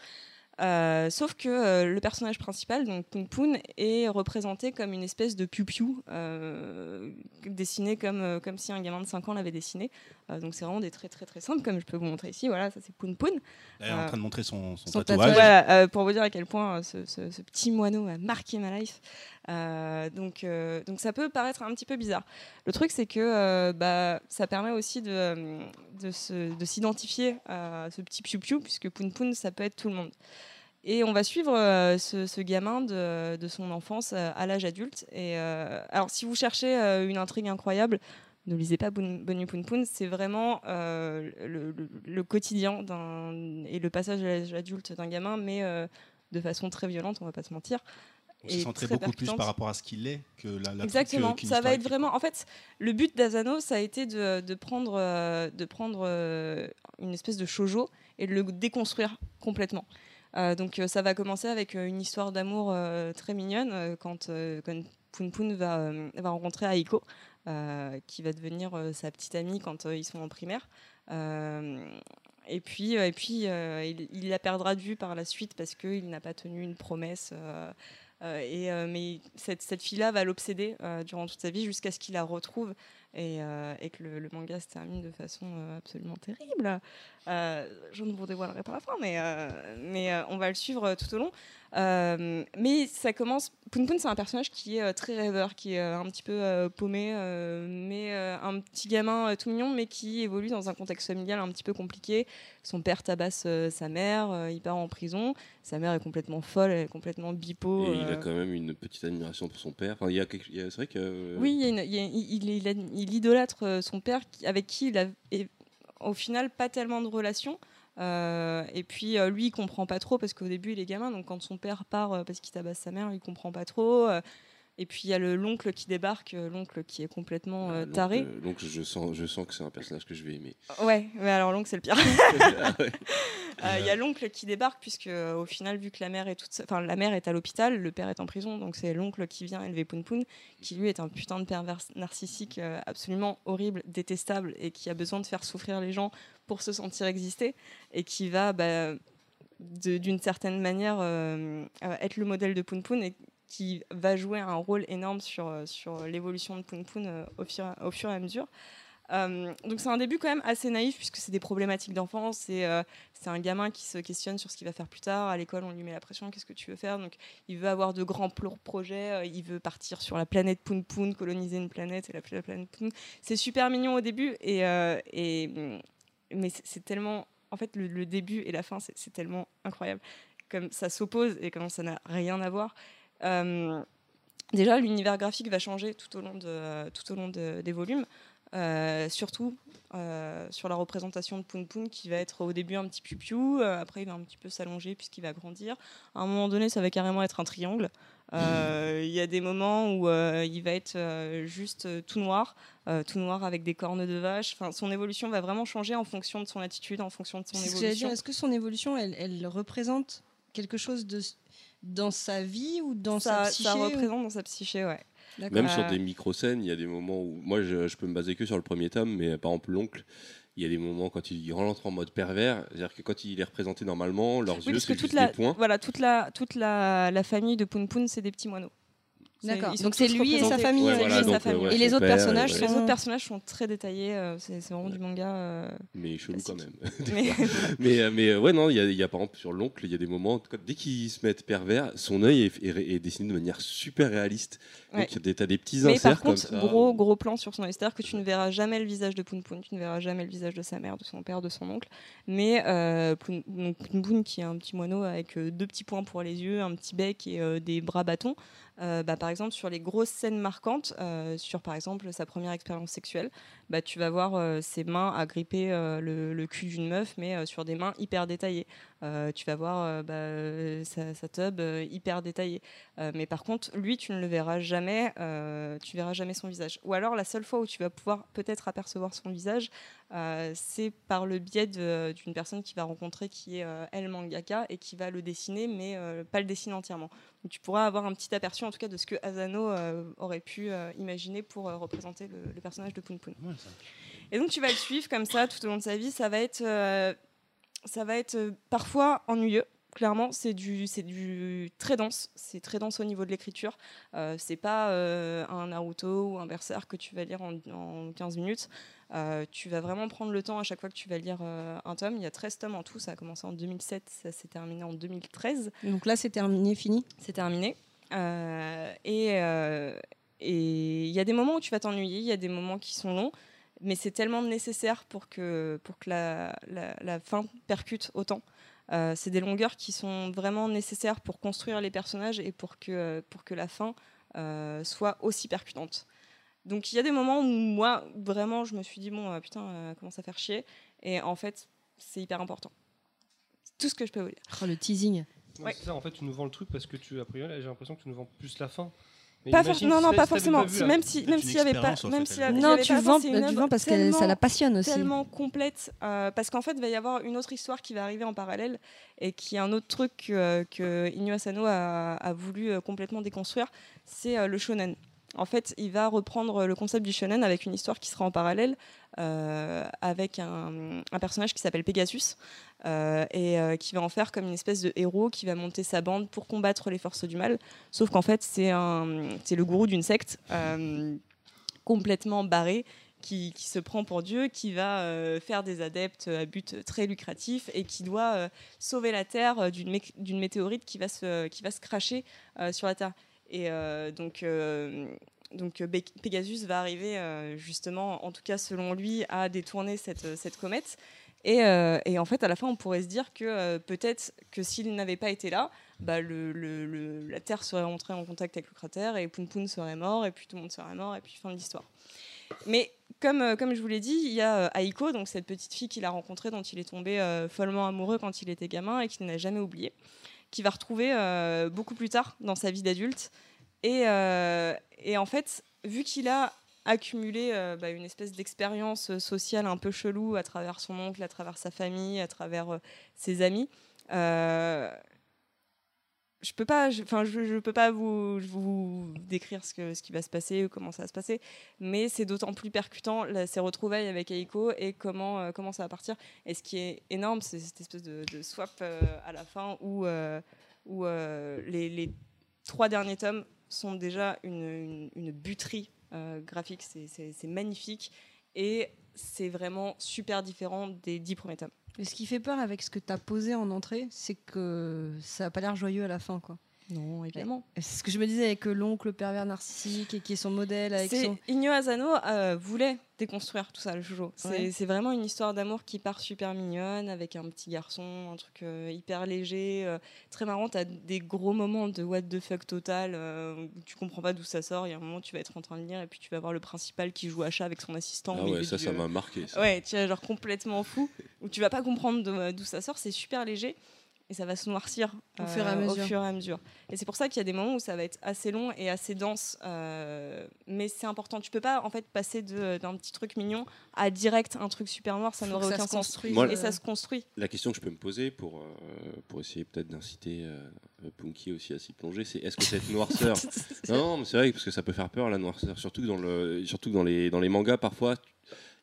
[SPEAKER 2] Euh, sauf que euh, le personnage principal, donc Poon Poon, est représenté comme une espèce de piou-piou, euh, dessiné comme, euh, comme si un gamin de 5 ans l'avait dessiné. Euh, donc c'est vraiment des traits très très simples, comme je peux vous montrer ici. Voilà, ça c'est Poon Poon.
[SPEAKER 5] Elle est en
[SPEAKER 2] Euh,
[SPEAKER 5] train de montrer son, son
[SPEAKER 6] son
[SPEAKER 5] tatouage.
[SPEAKER 6] tatouage.
[SPEAKER 2] Voilà, euh, pour vous dire à quel point euh, ce, ce- ce petit moineau a marqué ma life. Euh, donc, euh, donc ça peut paraître un petit peu bizarre. Le truc, c'est que euh, bah, ça permet aussi de, euh, de se- de s'identifier à ce petit piou-piou, puisque Poun Poun, ça peut être tout le monde. Et on va suivre euh, ce, ce gamin de, de son enfance euh, à l'âge adulte. Et, euh, alors, si vous cherchez euh, une intrigue incroyable, ne lisez pas Bun- Bunny Poon Poon. C'est vraiment euh, le, le- le quotidien d'un- et le passage à l'âge adulte d'un gamin, mais euh, de façon très violente, on va pas se mentir.
[SPEAKER 5] On se
[SPEAKER 2] Et
[SPEAKER 5] centrait
[SPEAKER 2] très
[SPEAKER 5] beaucoup plus
[SPEAKER 2] percutante.
[SPEAKER 5] par rapport à ce qu'il est que la, euh, la
[SPEAKER 2] Exactement.
[SPEAKER 5] que- qu'une
[SPEAKER 2] ça va
[SPEAKER 5] histoire
[SPEAKER 2] être
[SPEAKER 5] écrite.
[SPEAKER 2] vraiment. En fait, le but d'Asano, ça a été de, de prendre, euh, de prendre euh, une espèce de shojo et de le déconstruire complètement. Euh, donc, euh, ça va commencer avec euh, une histoire d'amour euh, très mignonne euh, quand, euh, quand Poon Poon va, euh, va rencontrer Aiko, euh, qui va devenir euh, sa petite amie quand euh, ils sont en primaire. Euh, et puis, euh, et puis euh, il, il la perdra de vue par la suite parce qu'il n'a pas tenu une promesse. euh, euh, et, euh, mais cette, cette fille-là va l'obséder euh, durant toute sa vie jusqu'à ce qu'il la retrouve et, euh, et que le, le manga se termine de façon euh, absolument terrible. Euh, je ne vous dévoilerai pas la fin, mais, euh, mais euh, on va le suivre euh, tout au long. Euh, mais ça commence. Poun Poun, c'est un personnage qui est euh, très rêveur, qui est euh, un petit peu euh, paumé, euh, mais euh, un petit gamin euh, tout mignon, mais qui évolue dans un contexte familial un petit peu compliqué. Son père tabasse euh, sa mère, euh, il part en prison. Sa mère est complètement folle, elle est complètement bipo.
[SPEAKER 7] Et il a
[SPEAKER 2] euh,
[SPEAKER 7] quand même une petite admiration pour son père. Enfin, il y a quelque- il y a- C'est vrai que. euh,
[SPEAKER 2] Oui, il, y a une- il y a- il- il- il ad- il idolâtre euh, son père qui- avec qui il a et au final pas tellement de relations. Euh, et puis euh, lui, il comprend pas trop parce qu'au début il est gamin, donc quand son père part euh, parce qu'il tabasse sa mère, il comprend pas trop. Euh, et puis il y a le l'oncle qui débarque, euh, l'oncle qui est complètement euh,
[SPEAKER 7] donc,
[SPEAKER 2] taré.
[SPEAKER 7] euh, donc je sens, je sens que c'est un personnage que je vais aimer.
[SPEAKER 2] Ouais, mais alors l'oncle c'est le pire.
[SPEAKER 7] Ah
[SPEAKER 2] Euh,
[SPEAKER 7] ouais.
[SPEAKER 2] Il y a l'oncle qui débarque puisque euh, au final vu que la mère est toute seule- enfin la mère est à l'hôpital, le père est en prison, donc c'est l'oncle qui vient élever Poun Poun, qui lui est un putain de pervers narcissique euh, absolument horrible, détestable et qui a besoin de faire souffrir les gens pour se sentir exister et qui va bah, de- d'une certaine manière euh, euh, être le modèle de Poun Poun et qui va jouer un rôle énorme sur, euh, sur l'évolution de Poun Poun euh, au, fur, au fur et à mesure. Euh, donc c'est un début quand même assez naïf puisque c'est des problématiques d'enfance et euh, c'est un gamin qui se questionne sur ce qu'il va faire plus tard. À l'école, on lui met la pression, qu'est-ce que tu veux faire Donc, il veut avoir de grands plo- projets, euh, il veut partir sur la planète Poun Poun, coloniser une planète et l'appeler la planète Poun. C'est super mignon au début, et, euh, et, mm, mais c'est- c'est tellement... En fait, le, le début et la fin, c'est c'est tellement incroyable. Comme ça s'oppose et comment ça n'a rien à voir. Euh, déjà, l'univers graphique va changer tout au long, de, tout au long de- des volumes. Euh, surtout euh, sur la représentation de Poun Poun qui va être au début un petit pupiou, euh, après il va un petit peu s'allonger puisqu'il va grandir. À un moment donné, ça va carrément être un triangle. Euh, Il y a des moments où euh, il va être euh, juste euh, tout noir, euh, tout noir avec des cornes de vache. Enfin, son évolution va vraiment changer en fonction de son attitude, en fonction de son
[SPEAKER 6] C'est ce que j'allais
[SPEAKER 2] évolution.
[SPEAKER 6] dire. Est-ce que son évolution, elle, elle représente quelque chose de dans sa vie ou dans
[SPEAKER 2] ça,
[SPEAKER 6] sa
[SPEAKER 2] ça
[SPEAKER 6] psyché ou-
[SPEAKER 2] représente dans sa psyché, ouais.
[SPEAKER 6] D'accord.
[SPEAKER 7] Même
[SPEAKER 2] Euh,
[SPEAKER 7] sur des micro-scènes, il y a des moments où. Moi, je, je peux me baser que sur le premier tome, mais euh, par exemple, l'oncle, il y a des moments quand il rentre en mode pervers, c'est-à-dire que quand il est représenté normalement, leurs
[SPEAKER 2] Oui,
[SPEAKER 7] yeux,
[SPEAKER 2] parce que
[SPEAKER 7] c'est
[SPEAKER 2] toute
[SPEAKER 7] juste
[SPEAKER 2] la,
[SPEAKER 7] des points.
[SPEAKER 2] voilà, toute la, toute la, la famille de Poun Poun, c'est des petits moineaux. C'est-
[SPEAKER 6] D'accord.
[SPEAKER 2] ils sont
[SPEAKER 6] Donc c'est
[SPEAKER 2] tous
[SPEAKER 6] lui et sa
[SPEAKER 2] représentés.
[SPEAKER 6] famille.
[SPEAKER 7] Ouais,
[SPEAKER 6] c'est
[SPEAKER 7] voilà,
[SPEAKER 6] lui et sa
[SPEAKER 7] donc, euh,
[SPEAKER 6] famille.
[SPEAKER 7] ouais,
[SPEAKER 6] et les
[SPEAKER 7] son
[SPEAKER 6] autres
[SPEAKER 7] père,
[SPEAKER 6] personnages
[SPEAKER 7] ouais.
[SPEAKER 2] Les
[SPEAKER 6] sont.
[SPEAKER 2] autres personnages sont très détaillés, euh, c'est c'est vraiment du manga. euh,
[SPEAKER 7] Mais chelou quand même.
[SPEAKER 2] Classique. mais
[SPEAKER 7] mais, euh, mais euh, ouais, non, il y, a- il y a par exemple sur l'oncle, il y a des moments, quand- dès qu'ils se mettent pervers, son œil est, est- est dessiné de manière super réaliste.
[SPEAKER 2] Ouais.
[SPEAKER 7] Donc, il y a des- t'as des petits
[SPEAKER 2] Mais
[SPEAKER 7] inserts
[SPEAKER 2] par contre,
[SPEAKER 7] comme ça.
[SPEAKER 2] gros, gros plan sur son cest que tu ne verras jamais le visage de Poun Poun, tu ne verras jamais le visage de sa mère, de son père, de son oncle. Mais euh, Poun, donc Poun Poun, qui est un petit moineau avec euh, deux petits points pour les yeux, un petit bec et euh, des bras bâtons, euh, bah, par exemple sur les grosses scènes marquantes, euh, sur par exemple sa première expérience sexuelle, bah, tu vas voir euh, ses mains agripper euh, le, le cul d'une meuf, mais euh, sur des mains hyper détaillées. Euh, tu vas voir euh, bah, euh, sa, sa tub euh, hyper détaillée. Euh, mais par contre, lui, tu ne le verras jamais, euh, tu verras jamais son visage. Ou alors la seule fois où tu vas pouvoir peut-être apercevoir son visage, euh, c'est par le biais de- d'une personne qui va rencontrer qui est euh, elle mangaka et qui va le dessiner, mais euh, pas le dessiner entièrement. Donc, tu pourras avoir un petit aperçu en tout cas de ce que Asano euh, aurait pu euh, imaginer pour euh, représenter le, le personnage de Poun Poun.
[SPEAKER 5] Ouais, ça.
[SPEAKER 2] Et donc tu vas le suivre comme ça tout au long de sa vie. Ça va être, euh, ça va être euh, parfois ennuyeux. Clairement, c'est du, c'est du très dense. C'est très dense au niveau de l'écriture. Euh, c'est pas euh, un Naruto ou un Berserk que tu vas lire en, en 15 minutes. Euh, tu vas vraiment prendre le temps à chaque fois que tu vas lire euh, un tome. Il y a 13 tomes en tout. Ça a commencé en 2007, ça s'est terminé en 2013
[SPEAKER 6] Donc là, c'est terminé, fini.
[SPEAKER 2] c'est terminé. Euh, et euh, et il y a des moments où tu vas t'ennuyer, il y a des moments qui sont longs, mais c'est tellement nécessaire pour que, pour que la, la, la fin percute autant. Euh, c'est des longueurs qui sont vraiment nécessaires pour construire les personnages et pour que, pour que la fin euh, soit aussi percutante. Donc il y a des moments où moi, vraiment, je me suis dit, bon, euh, putain, euh, comment ça faire chier Et en fait, c'est hyper important. C'est tout ce que je peux vous dire.
[SPEAKER 6] Oh, le teasing.
[SPEAKER 4] Non,
[SPEAKER 2] Ouais.
[SPEAKER 4] C'est ça, en fait, tu nous vends le truc parce que tu, a priori, là, j'ai l'impression que tu nous vends plus la fin. Mais
[SPEAKER 2] Pas
[SPEAKER 4] imagine
[SPEAKER 2] forc- non,
[SPEAKER 4] si
[SPEAKER 2] non,
[SPEAKER 4] t'as-
[SPEAKER 2] pas
[SPEAKER 4] si t'avais
[SPEAKER 2] forcément.
[SPEAKER 4] vu hein.
[SPEAKER 2] Si-
[SPEAKER 4] la-
[SPEAKER 2] même si, même s'il y avait pas,
[SPEAKER 5] expérience, en
[SPEAKER 2] même
[SPEAKER 5] fait,
[SPEAKER 2] si
[SPEAKER 5] elle.
[SPEAKER 2] il y
[SPEAKER 6] Non,
[SPEAKER 2] avait
[SPEAKER 6] tu
[SPEAKER 2] Ah, pas-
[SPEAKER 6] vends,
[SPEAKER 2] c'est une
[SPEAKER 6] tu
[SPEAKER 2] œuvre
[SPEAKER 6] vends parce que ça la
[SPEAKER 2] tellement-
[SPEAKER 6] passionne aussi.
[SPEAKER 2] tellement complète euh, parce qu'en fait il va y avoir une autre histoire qui va arriver en parallèle et qui est un autre truc euh, que Inu Asano a, a voulu euh, complètement déconstruire, c'est euh, le shonen. En fait, il va reprendre le concept du shonen avec une histoire qui sera en parallèle euh, avec un, un personnage qui s'appelle Pegasus euh, et euh, qui va en faire comme une espèce de héros qui va monter sa bande pour combattre les forces du mal. Sauf qu'en fait, c'est un- c'est le gourou d'une secte euh, complètement barré qui, qui se prend pour Dieu, qui va euh, faire des adeptes à but très lucratif et qui doit euh, sauver la Terre euh, d'une mé- d'une météorite qui va se, qui va se cracher euh, sur la Terre. Et euh, donc, euh, donc euh, Bé- Pegasus va arriver, euh, justement, en tout cas selon lui, à détourner cette, euh, cette comète. Et, euh, et en fait, à la fin, on pourrait se dire que euh, peut-être que s'il n'avait pas été là, bah, le, le- le- la Terre serait entrée en contact avec le cratère et Poun Poun serait mort, et puis tout le monde serait mort, et puis fin de l'histoire. Mais comme, euh, comme je vous l'ai dit, il y a euh, Aiko, donc cette petite fille qu'il a rencontrée, dont il est tombé euh, follement amoureux quand il était gamin et qu'il n'a jamais oublié, qu'il va retrouver euh, beaucoup plus tard dans sa vie d'adulte. Et, euh, et en fait, vu qu'il a accumulé euh, bah, une espèce d'expérience euh, sociale un peu chelou à travers son oncle, à travers sa famille, à travers euh, ses amis, euh, je peux pas, je- enfin, je, je peux pas vous, vous décrire ce, que, ce qui va se passer ou comment ça va se passer mais c'est d'autant plus percutant là, ces retrouvailles avec Aiko et comment, euh, comment ça va partir. Et ce qui est énorme, c'est cette espèce de, de swap euh, à la fin où, euh, où euh, les, les trois derniers tomes sont déjà une, une- une buterie euh, graphique, c'est- c'est c'est magnifique et c'est vraiment super différent des dix premiers tomes.
[SPEAKER 6] Mais ce qui fait peur avec ce que tu as posé en entrée, c'est que ça n'a pas l'air joyeux à la fin. quoi.
[SPEAKER 2] Non,
[SPEAKER 6] évidemment. Et C'est ce que je me disais avec euh, l'oncle pervers narcissique et qui est son modèle. avec
[SPEAKER 2] C'est-
[SPEAKER 6] son...
[SPEAKER 2] Inyo Asano euh, voulait déconstruire tout ça, le shoujo. C'est
[SPEAKER 6] Ouais.
[SPEAKER 2] c'est vraiment une histoire d'amour qui part super mignonne, avec un petit garçon, un truc euh, hyper léger, euh, très marrant. T'as des gros moments de what the fuck total, euh, où tu comprends pas d'où ça sort. Il y a un moment, tu vas être en train de lire, et puis tu vas voir le principal qui joue à chat avec son assistant.
[SPEAKER 7] Ah
[SPEAKER 2] au milieu
[SPEAKER 7] ouais, ça,
[SPEAKER 2] du-
[SPEAKER 7] ça m'a marqué. ça.
[SPEAKER 2] Ouais, tu es genre complètement fou, où tu vas pas comprendre d'o- d'où ça sort, c'est super léger et ça va se noircir euh,
[SPEAKER 6] Au fur et à mesure.
[SPEAKER 2] fur et à mesure. Et c'est pour ça qu'il y a des moments où ça va être assez long et assez dense, euh, mais c'est important. Tu peux pas en fait passer de- d'un petit truc mignon à direct un truc super noir, ça
[SPEAKER 6] Faut
[SPEAKER 2] n'aurait
[SPEAKER 6] que
[SPEAKER 2] aucun
[SPEAKER 6] se
[SPEAKER 2] sens.
[SPEAKER 6] construise,
[SPEAKER 7] Moi-
[SPEAKER 2] Et
[SPEAKER 6] euh,
[SPEAKER 2] ça se construit.
[SPEAKER 7] La question que je peux me poser pour, euh, pour essayer peut-être d'inciter euh, Punky aussi à s'y plonger, c'est est-ce que cette noirceur. non, non, mais c'est vrai, parce que ça peut faire peur la noirceur, surtout que dans, le, surtout que dans, les, dans les mangas parfois. tu-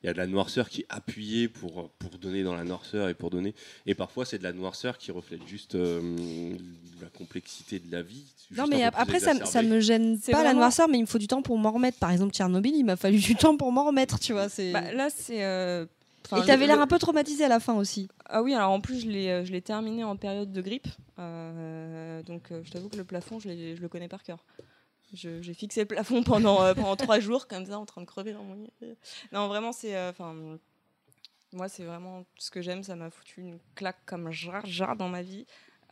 [SPEAKER 7] Il y a de la noirceur qui est appuyée pour, pour donner dans la noirceur et pour donner. Et parfois, c'est de la noirceur qui reflète juste euh, la complexité de la vie.
[SPEAKER 6] Non,
[SPEAKER 7] juste
[SPEAKER 6] mais
[SPEAKER 7] un peu plus
[SPEAKER 6] après, ça, me- ça
[SPEAKER 7] exacerbée.
[SPEAKER 6] me gêne
[SPEAKER 2] C'est
[SPEAKER 6] pas la
[SPEAKER 2] vraiment-
[SPEAKER 6] noirceur, mais il me faut du temps pour m'en remettre. Par exemple, Tchernobyl, il m'a fallu du temps pour m'en remettre, tu vois. c'est-
[SPEAKER 2] Bah, là, c'est. euh, enfin,
[SPEAKER 6] et t'avais
[SPEAKER 2] le-
[SPEAKER 6] l'air
[SPEAKER 2] le-
[SPEAKER 6] un peu traumatisé à la fin aussi.
[SPEAKER 2] Ah oui, alors en plus, je l'ai, euh, je l'ai terminé en période de grippe. Euh, donc, euh, je t'avoue que le plafond, je, l'ai- je le connais par cœur. Je- j'ai fixé le plafond pendant, euh, pendant trois jours, comme ça, en train de crever dans mon lit. Non, vraiment, c'est. euh, Enfin. moi, c'est vraiment ce que j'aime. Ça m'a foutu une claque comme jar jar dans ma vie.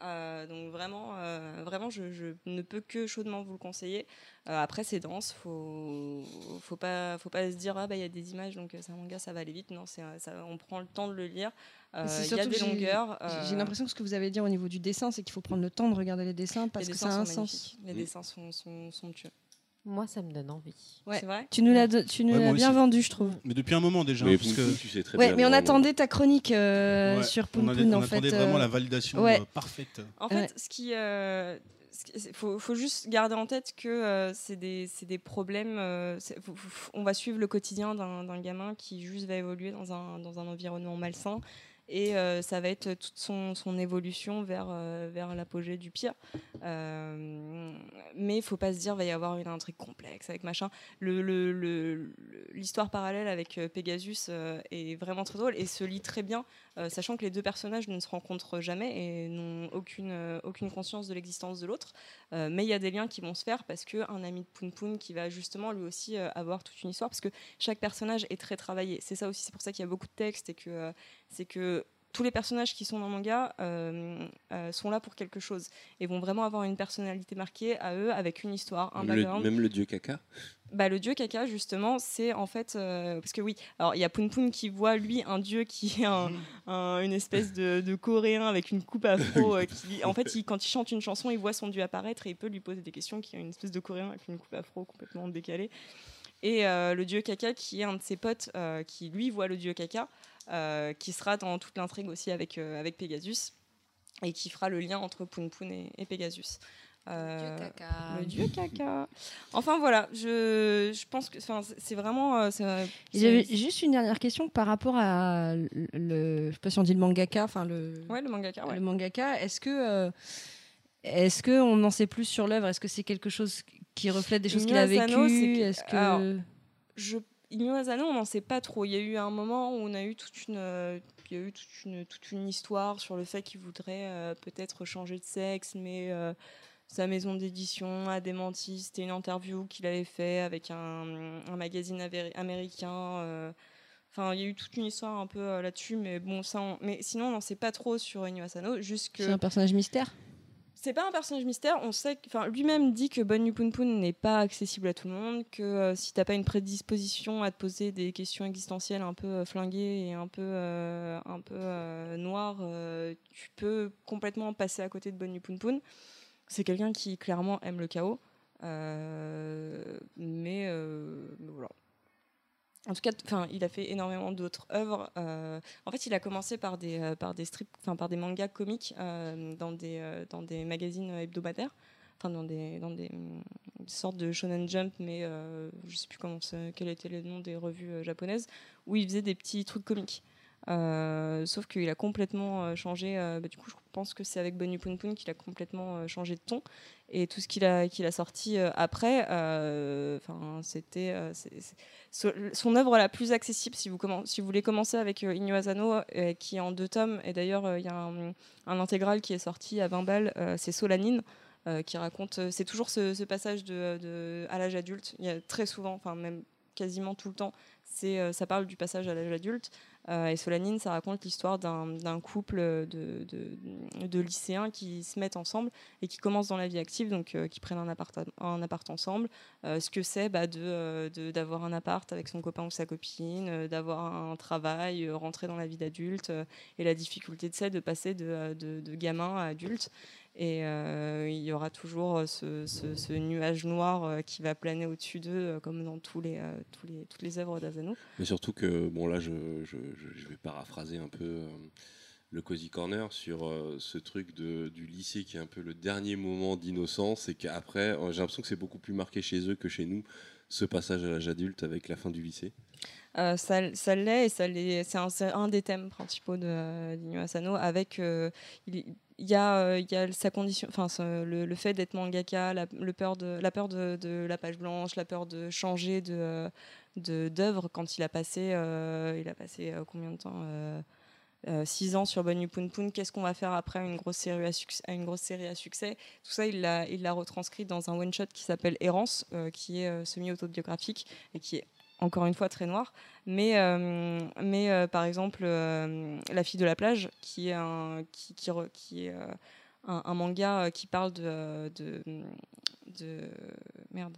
[SPEAKER 2] Euh, donc vraiment, euh, vraiment je, je ne peux que chaudement vous le conseiller. Euh, après, c'est dense, faut, faut pas, faut pas se dire ah bah il y a des images donc c'est un manga, ça va aller vite. Non, c'est, un- ça- on prend le temps de le lire. Euh,
[SPEAKER 9] C'est
[SPEAKER 2] Il y a
[SPEAKER 9] surtout
[SPEAKER 2] des
[SPEAKER 9] que j'ai-
[SPEAKER 2] longueurs.
[SPEAKER 9] j'ai- J'ai
[SPEAKER 2] euh,
[SPEAKER 9] l'impression que ce que vous avez dit au niveau du dessin, c'est qu'il faut prendre le temps de regarder les dessins
[SPEAKER 2] les
[SPEAKER 9] parce que
[SPEAKER 2] dessins
[SPEAKER 9] ça a un
[SPEAKER 2] sont
[SPEAKER 9] sens.
[SPEAKER 2] magnifiques. Les
[SPEAKER 7] Mm.
[SPEAKER 2] dessins sont, sont, somptueux.
[SPEAKER 3] Moi, ça me donne envie.
[SPEAKER 9] Ouais.
[SPEAKER 2] C'est vrai.
[SPEAKER 9] Tu
[SPEAKER 6] Mm.
[SPEAKER 9] nous l'as, tu nous
[SPEAKER 5] Ouais, moi
[SPEAKER 9] l'as bien
[SPEAKER 5] aussi.
[SPEAKER 9] vendu, je trouve.
[SPEAKER 5] Mais depuis un moment déjà, hein,
[SPEAKER 7] Mais
[SPEAKER 5] parce
[SPEAKER 7] Poun
[SPEAKER 5] que
[SPEAKER 7] Poun, tu sais très
[SPEAKER 9] Ouais,
[SPEAKER 7] bien,
[SPEAKER 9] mais on
[SPEAKER 7] non,
[SPEAKER 9] attendait ta chronique euh,
[SPEAKER 5] ouais,
[SPEAKER 9] sur
[SPEAKER 5] on,
[SPEAKER 9] Poun
[SPEAKER 5] a-
[SPEAKER 9] Poun
[SPEAKER 5] on
[SPEAKER 9] en fait.
[SPEAKER 5] attendait
[SPEAKER 9] euh,
[SPEAKER 5] vraiment la validation
[SPEAKER 9] ouais.
[SPEAKER 5] euh, parfaite.
[SPEAKER 2] En
[SPEAKER 9] Ouais.
[SPEAKER 2] fait, ce qui, euh, ce qui- c'est- faut, faut juste garder en tête que euh, c'est des, c'est des problèmes. euh, c'est- faut- faut- on va suivre le quotidien d'un d'un gamin qui juste va évoluer dans un, dans un environnement malsain. Et euh, ça va être toute son, son évolution vers, euh, vers l'apogée du pire. Euh, mais il faut pas se dire va y avoir une intrigue complexe avec machin. Le- le- le- le- L'histoire parallèle avec euh, Pegasus euh, est vraiment très drôle et se lit très bien euh, sachant que les deux personnages ne se rencontrent jamais et n'ont aucune, euh, aucune conscience de l'existence de l'autre. Euh, mais il y a des liens qui vont se faire parce qu'un ami de Poun Poun qui va justement lui aussi euh, avoir toute une histoire, parce que chaque personnage est très travaillé. C'est ça aussi, c'est pour ça qu'il y a beaucoup de textes et que euh, c'est que tous les personnages qui sont dans le manga euh, euh, sont là pour quelque chose et vont vraiment avoir une personnalité marquée à eux avec une histoire, un
[SPEAKER 7] Même le,
[SPEAKER 2] background.
[SPEAKER 7] même le dieu caca.
[SPEAKER 2] Bah, le dieu caca, justement, c'est en fait. euh, parce que oui, alors il y a Poun Poun qui voit, lui, un dieu qui est un, un- une espèce de, de coréen avec une coupe afro. euh, qui, en fait, il- quand il chante une chanson, il voit son dieu apparaître et il peut lui poser des questions qui est une espèce de coréen avec une coupe afro complètement décalée. Et euh, le dieu caca, qui est un de ses potes euh, qui, lui, voit le dieu caca, euh, qui sera dans toute l'intrigue aussi avec, euh, avec Pegasus et qui fera le lien entre Poun Poun et, et Pegasus. Euh, le dieu caca. Enfin voilà, je, je pense que enfin, c'est- c'est vraiment. euh, c'est-
[SPEAKER 9] J'avais
[SPEAKER 2] c'est-
[SPEAKER 9] juste une dernière question par rapport à le, le- je sais pas si on dit le mangaka, enfin le,
[SPEAKER 2] Ouais, le mangaka, ouais.
[SPEAKER 9] le mangaka. Est-ce que, euh, est-ce que on en sait plus sur l'œuvre Est-ce que c'est quelque chose qui reflète des choses qu'il a
[SPEAKER 2] Miyazano, c'est
[SPEAKER 9] vécues
[SPEAKER 2] que-
[SPEAKER 9] Est-ce que
[SPEAKER 2] alors, Je... Inyo Asano, on n'en sait pas trop. Il y a eu un moment où on a eu toute une, euh, il y a eu toute une, toute une histoire sur le fait qu'il voudrait euh, peut-être changer de sexe, mais euh, sa maison d'édition a démenti. C'était une interview qu'il avait fait avec un, un magazine avéri- américain. euh, Enfin, il y a eu toute une histoire un peu euh, là-dessus, mais bon, ça. on- Mais sinon, on n'en sait pas trop sur Inyo Asano, juste que
[SPEAKER 9] c'est un personnage mystère
[SPEAKER 2] c'est pas un personnage mystère. On sait, que- enfin, lui-même dit que Bonne Poon Poon n'est pas accessible à tout le monde, que euh, si t'as pas une prédisposition à te poser des questions existentielles un peu euh, flinguées et un peu, euh, un peu euh, noires, euh, tu peux complètement passer à côté de Bonne Poon Poon. C'est quelqu'un qui clairement aime le chaos, Euh, mais euh, voilà. En tout cas, enfin, il a fait énormément d'autres œuvres. euh, en fait, il a commencé par des, euh, par des strips, enfin par des mangas comiques euh, dans, des, euh, dans des magazines hebdomadaires, enfin dans des, dans des hum, sortes de shonen jump, mais euh, je sais plus comment ça- quel était le nom des revues euh, japonaises, où il faisait des petits trucs comiques. Euh, sauf qu'il a complètement euh, changé. euh, bah, du coup, je pense que c'est avec Bonnie Poon Poon qu'il a complètement euh, changé de ton. Et tout ce qu'il a, qu'il a sorti euh, après, euh, enfin, c'était euh, c'est- c'est- so- son œuvre la plus accessible si vous, commen- si vous voulez commencer avec euh, Inyo Asano, euh, qui est en deux tomes. Et d'ailleurs, euh, il y a un, un intégral qui est sorti à 20 balles, euh, c'est Solanine. euh, qui raconte, euh, c'est toujours ce, ce passage de, de- à l'âge adulte. Il y a très souvent, enfin même quasiment tout le temps, c'est euh, ça parle du passage à l'âge adulte. Euh, et Solanine, ça raconte l'histoire d'un d'un couple de, de, de lycéens qui se mettent ensemble et qui commencent dans la vie active, donc euh, qui prennent un appart, un appart ensemble. Euh, ce que c'est bah, de, euh, de- d'avoir un appart avec son copain ou sa copine, euh, d'avoir un travail, euh, rentrer dans la vie d'adulte, euh, et la difficulté de ça, de passer de, euh, de- de gamin à adulte. Et euh, il y aura toujours euh, ce, ce- ce nuage noir euh, qui va planer au-dessus d'eux, euh, comme dans tous les, euh, tous les, toutes les œuvres d'Asano.
[SPEAKER 7] Mais surtout que, bon, là, je, je, je- je vais paraphraser un peu euh, le Cozy Corner sur euh, ce truc de, du lycée qui est un peu le dernier moment d'innocence et qu'après, euh, j'ai l'impression que c'est beaucoup plus marqué chez eux que chez nous, ce passage à l'âge adulte avec la fin du lycée.
[SPEAKER 2] Euh, ça, ça l'est et ça l'est- c'est un, c'est un des thèmes principaux de euh, d'Inyo Asano avec euh, il il y a euh, il y a sa condition enfin ce- le, le fait d'être mangaka la, le peur de la peur de, de la page blanche la peur de changer de euh, de- d'œuvre quand il a passé euh, il a passé euh, combien de temps Euh, euh, six ans sur Bonnie Poon Poon, qu'est-ce qu'on va faire après une grosse série à succès, à une grosse série à succès Tout ça, il l'a il l'a retranscrit dans un one-shot qui s'appelle Errance, euh, qui est euh, semi-autobiographique et qui est encore une fois très noir. Mais, euh, mais euh, par exemple, euh, La fille de la plage, qui est, un, qui, qui re- qui est, euh, un, un manga euh, qui parle de, euh, de, de- merde,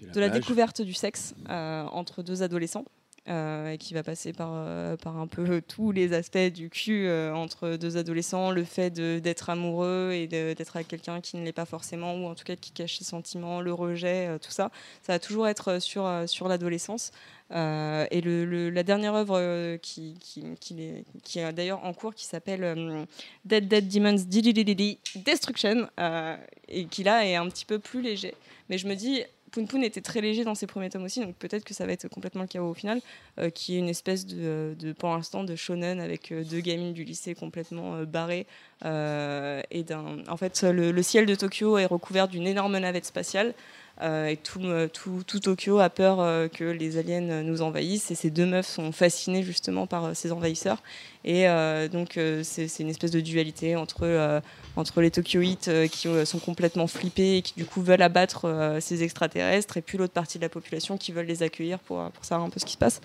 [SPEAKER 2] de la
[SPEAKER 7] plage.
[SPEAKER 2] découverte du sexe euh, entre deux adolescents. euh, et qui va passer par, euh, par un peu tous les aspects du cul euh, entre deux adolescents, le fait de- d'être amoureux et de- d'être avec quelqu'un qui ne l'est pas forcément, ou en tout cas qui cache ses sentiments, le rejet, euh, tout ça. Ça va toujours être euh, sur, euh, sur l'adolescence. Euh, et le, le- la dernière œuvre euh, qui, qui, qui l'est- qui est d'ailleurs en cours, qui s'appelle euh, Dead Dead Demons Dididididi Destruction, euh, et qui là est un petit peu plus léger. Mais je me dis, Poon Poon était très léger dans ses premiers tomes aussi, donc peut-être que ça va être complètement le chaos au final, euh, qui est une espèce de, de pour l'instant, de shonen avec euh, deux gamines du lycée complètement euh, barrées. euh, et d'un, en fait, le, le ciel de Tokyo est recouvert d'une énorme navette spatiale. euh, et tout, euh, tout, tout Tokyo a peur euh, que les aliens euh, nous envahissent. Et ces deux meufs sont fascinées justement par euh, ces envahisseurs. Et euh, donc, euh, c'est c'est une espèce de dualité entre euh, entre les Tokyoïtes euh, qui euh, sont complètement flippés et qui du coup veulent abattre euh, ces extraterrestres et puis l'autre partie de la population qui veulent les accueillir pour, euh, pour savoir un peu ce qui se passe.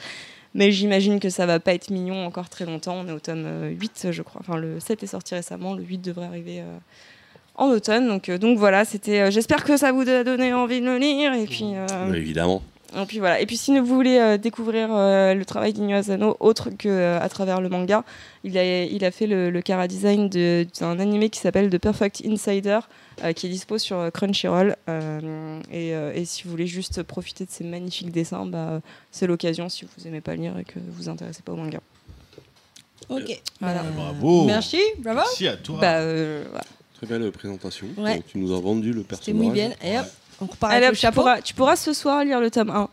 [SPEAKER 2] Mais j'imagine que ça va pas être mignon encore très longtemps. On est au tome euh, 8, je crois. Enfin, le 7 est sorti récemment, le 8 devrait arriver euh, en automne. Donc, euh, donc voilà, c'était. euh, J'espère que ça vous a donné envie de le lire. Et puis, euh,
[SPEAKER 7] Mais évidemment.
[SPEAKER 2] et puis voilà. Et puis si vous voulez euh, découvrir euh, le travail d'Inyo Asano autre que euh, à travers le manga, il a, il a fait le, le chara design de- d'un animé qui s'appelle The Perfect Insider, euh, qui est dispo sur euh, Crunchyroll. Euh, et, euh, et si vous voulez juste profiter de ces magnifiques dessins, bah, euh, c'est l'occasion si vous aimez pas lire et que vous vous intéressez pas au manga.
[SPEAKER 6] Ok.
[SPEAKER 2] Voilà.
[SPEAKER 5] Euh,
[SPEAKER 4] Euh,
[SPEAKER 5] Bravo.
[SPEAKER 6] Merci, bravo.
[SPEAKER 5] Merci à toi.
[SPEAKER 2] Bah, euh, voilà.
[SPEAKER 7] Très belle présentation.
[SPEAKER 6] Ouais.
[SPEAKER 7] Donc, tu nous as vendu le
[SPEAKER 6] C'était
[SPEAKER 7] personnage.
[SPEAKER 6] muy bien. Et hop, on repart
[SPEAKER 2] Allez,
[SPEAKER 6] avec
[SPEAKER 2] hop,
[SPEAKER 6] le
[SPEAKER 2] tu,
[SPEAKER 6] chapeau.
[SPEAKER 2] pourras, tu pourras ce soir lire le tome 1.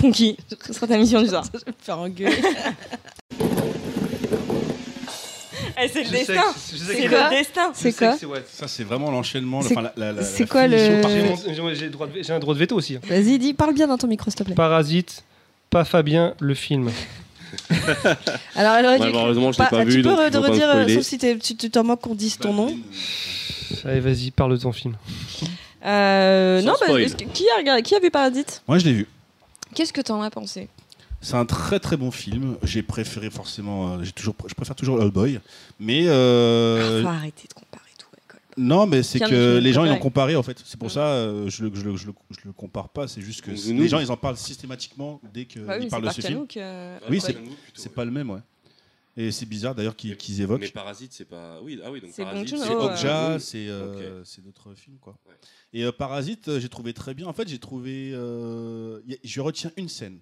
[SPEAKER 2] Ponky, ce sera ta mission du soir.
[SPEAKER 6] Je vais me faire engueuler.
[SPEAKER 2] Eh, c'est le
[SPEAKER 4] Je sais
[SPEAKER 2] destin
[SPEAKER 4] que- je sais
[SPEAKER 2] C'est
[SPEAKER 4] que-
[SPEAKER 2] le destin
[SPEAKER 4] je
[SPEAKER 9] C'est
[SPEAKER 4] sais que
[SPEAKER 9] quoi
[SPEAKER 4] ouais.
[SPEAKER 5] Ça, c'est vraiment l'enchaînement.
[SPEAKER 9] C'est-
[SPEAKER 5] enfin, la- la- la-
[SPEAKER 9] c'est
[SPEAKER 5] la
[SPEAKER 9] quoi le-
[SPEAKER 5] finition
[SPEAKER 4] J'ai
[SPEAKER 2] Euh,
[SPEAKER 5] parfaite.
[SPEAKER 4] mon- j'ai- j'ai le droit de- j'ai un droit de veto aussi. hein.
[SPEAKER 6] Vas-y, dis, parle bien dans ton micro, s'il te plaît.
[SPEAKER 4] Parasite, pas Fabien, le film.
[SPEAKER 6] Alors, elle aurait
[SPEAKER 7] Ouais,
[SPEAKER 6] dû-
[SPEAKER 7] malheureusement, je l'ai
[SPEAKER 2] ah,
[SPEAKER 7] pas
[SPEAKER 6] tu
[SPEAKER 7] vu,
[SPEAKER 6] peux
[SPEAKER 7] donc je peux pas me
[SPEAKER 6] redire, euh,
[SPEAKER 7] spoiler.
[SPEAKER 6] sauf si t'es- tu tu t'en moques qu'on dise
[SPEAKER 5] Bah,
[SPEAKER 6] ton nom.
[SPEAKER 4] Allez, vas-y, parle de ton film.
[SPEAKER 2] Euh,
[SPEAKER 7] Sans
[SPEAKER 2] non, bah,
[SPEAKER 7] spoil.
[SPEAKER 2] est-ce que- qui, a regardé, qui a vu Paradite
[SPEAKER 5] Moi, je l'ai vu.
[SPEAKER 2] Qu'est-ce que t'en as pensé
[SPEAKER 5] C'est un très très bon film. J'ai préféré forcément. euh, J'ai toujours, je préfère toujours Hellboy. Mais euh,
[SPEAKER 2] Ah, Faut arrêter de comparer tout à l'école.
[SPEAKER 5] non, mais c'est
[SPEAKER 2] Tiens, mais je
[SPEAKER 5] que
[SPEAKER 2] vais
[SPEAKER 5] les gens ils l'ont
[SPEAKER 2] comparer.
[SPEAKER 5] comparé en fait. C'est pour ça euh, je, le, je, le, je, le, je le compare pas. C'est juste que
[SPEAKER 7] Nous,
[SPEAKER 5] c'est-
[SPEAKER 7] nous.
[SPEAKER 5] les gens ils en parlent systématiquement dès qu'ils
[SPEAKER 2] Bah
[SPEAKER 5] parlent de ce film.
[SPEAKER 2] euh,
[SPEAKER 5] Oui, c'est- C'est pas le même, ouais. Et c'est bizarre d'ailleurs qu'ils qu'ils
[SPEAKER 7] Mais
[SPEAKER 5] évoquent.
[SPEAKER 7] Parasite, c'est pas. Oui, ah oui, donc
[SPEAKER 2] C'est
[SPEAKER 7] Parasite.
[SPEAKER 2] Bong
[SPEAKER 5] C'est
[SPEAKER 2] Joon-ho,
[SPEAKER 5] Okja,
[SPEAKER 7] Ah Oui.
[SPEAKER 5] c'est euh, c'est d'autres films quoi.
[SPEAKER 7] Ouais.
[SPEAKER 5] Et euh, Parasite, euh, j'ai trouvé très bien. En fait, j'ai trouvé. euh, y a- je retiens une scène.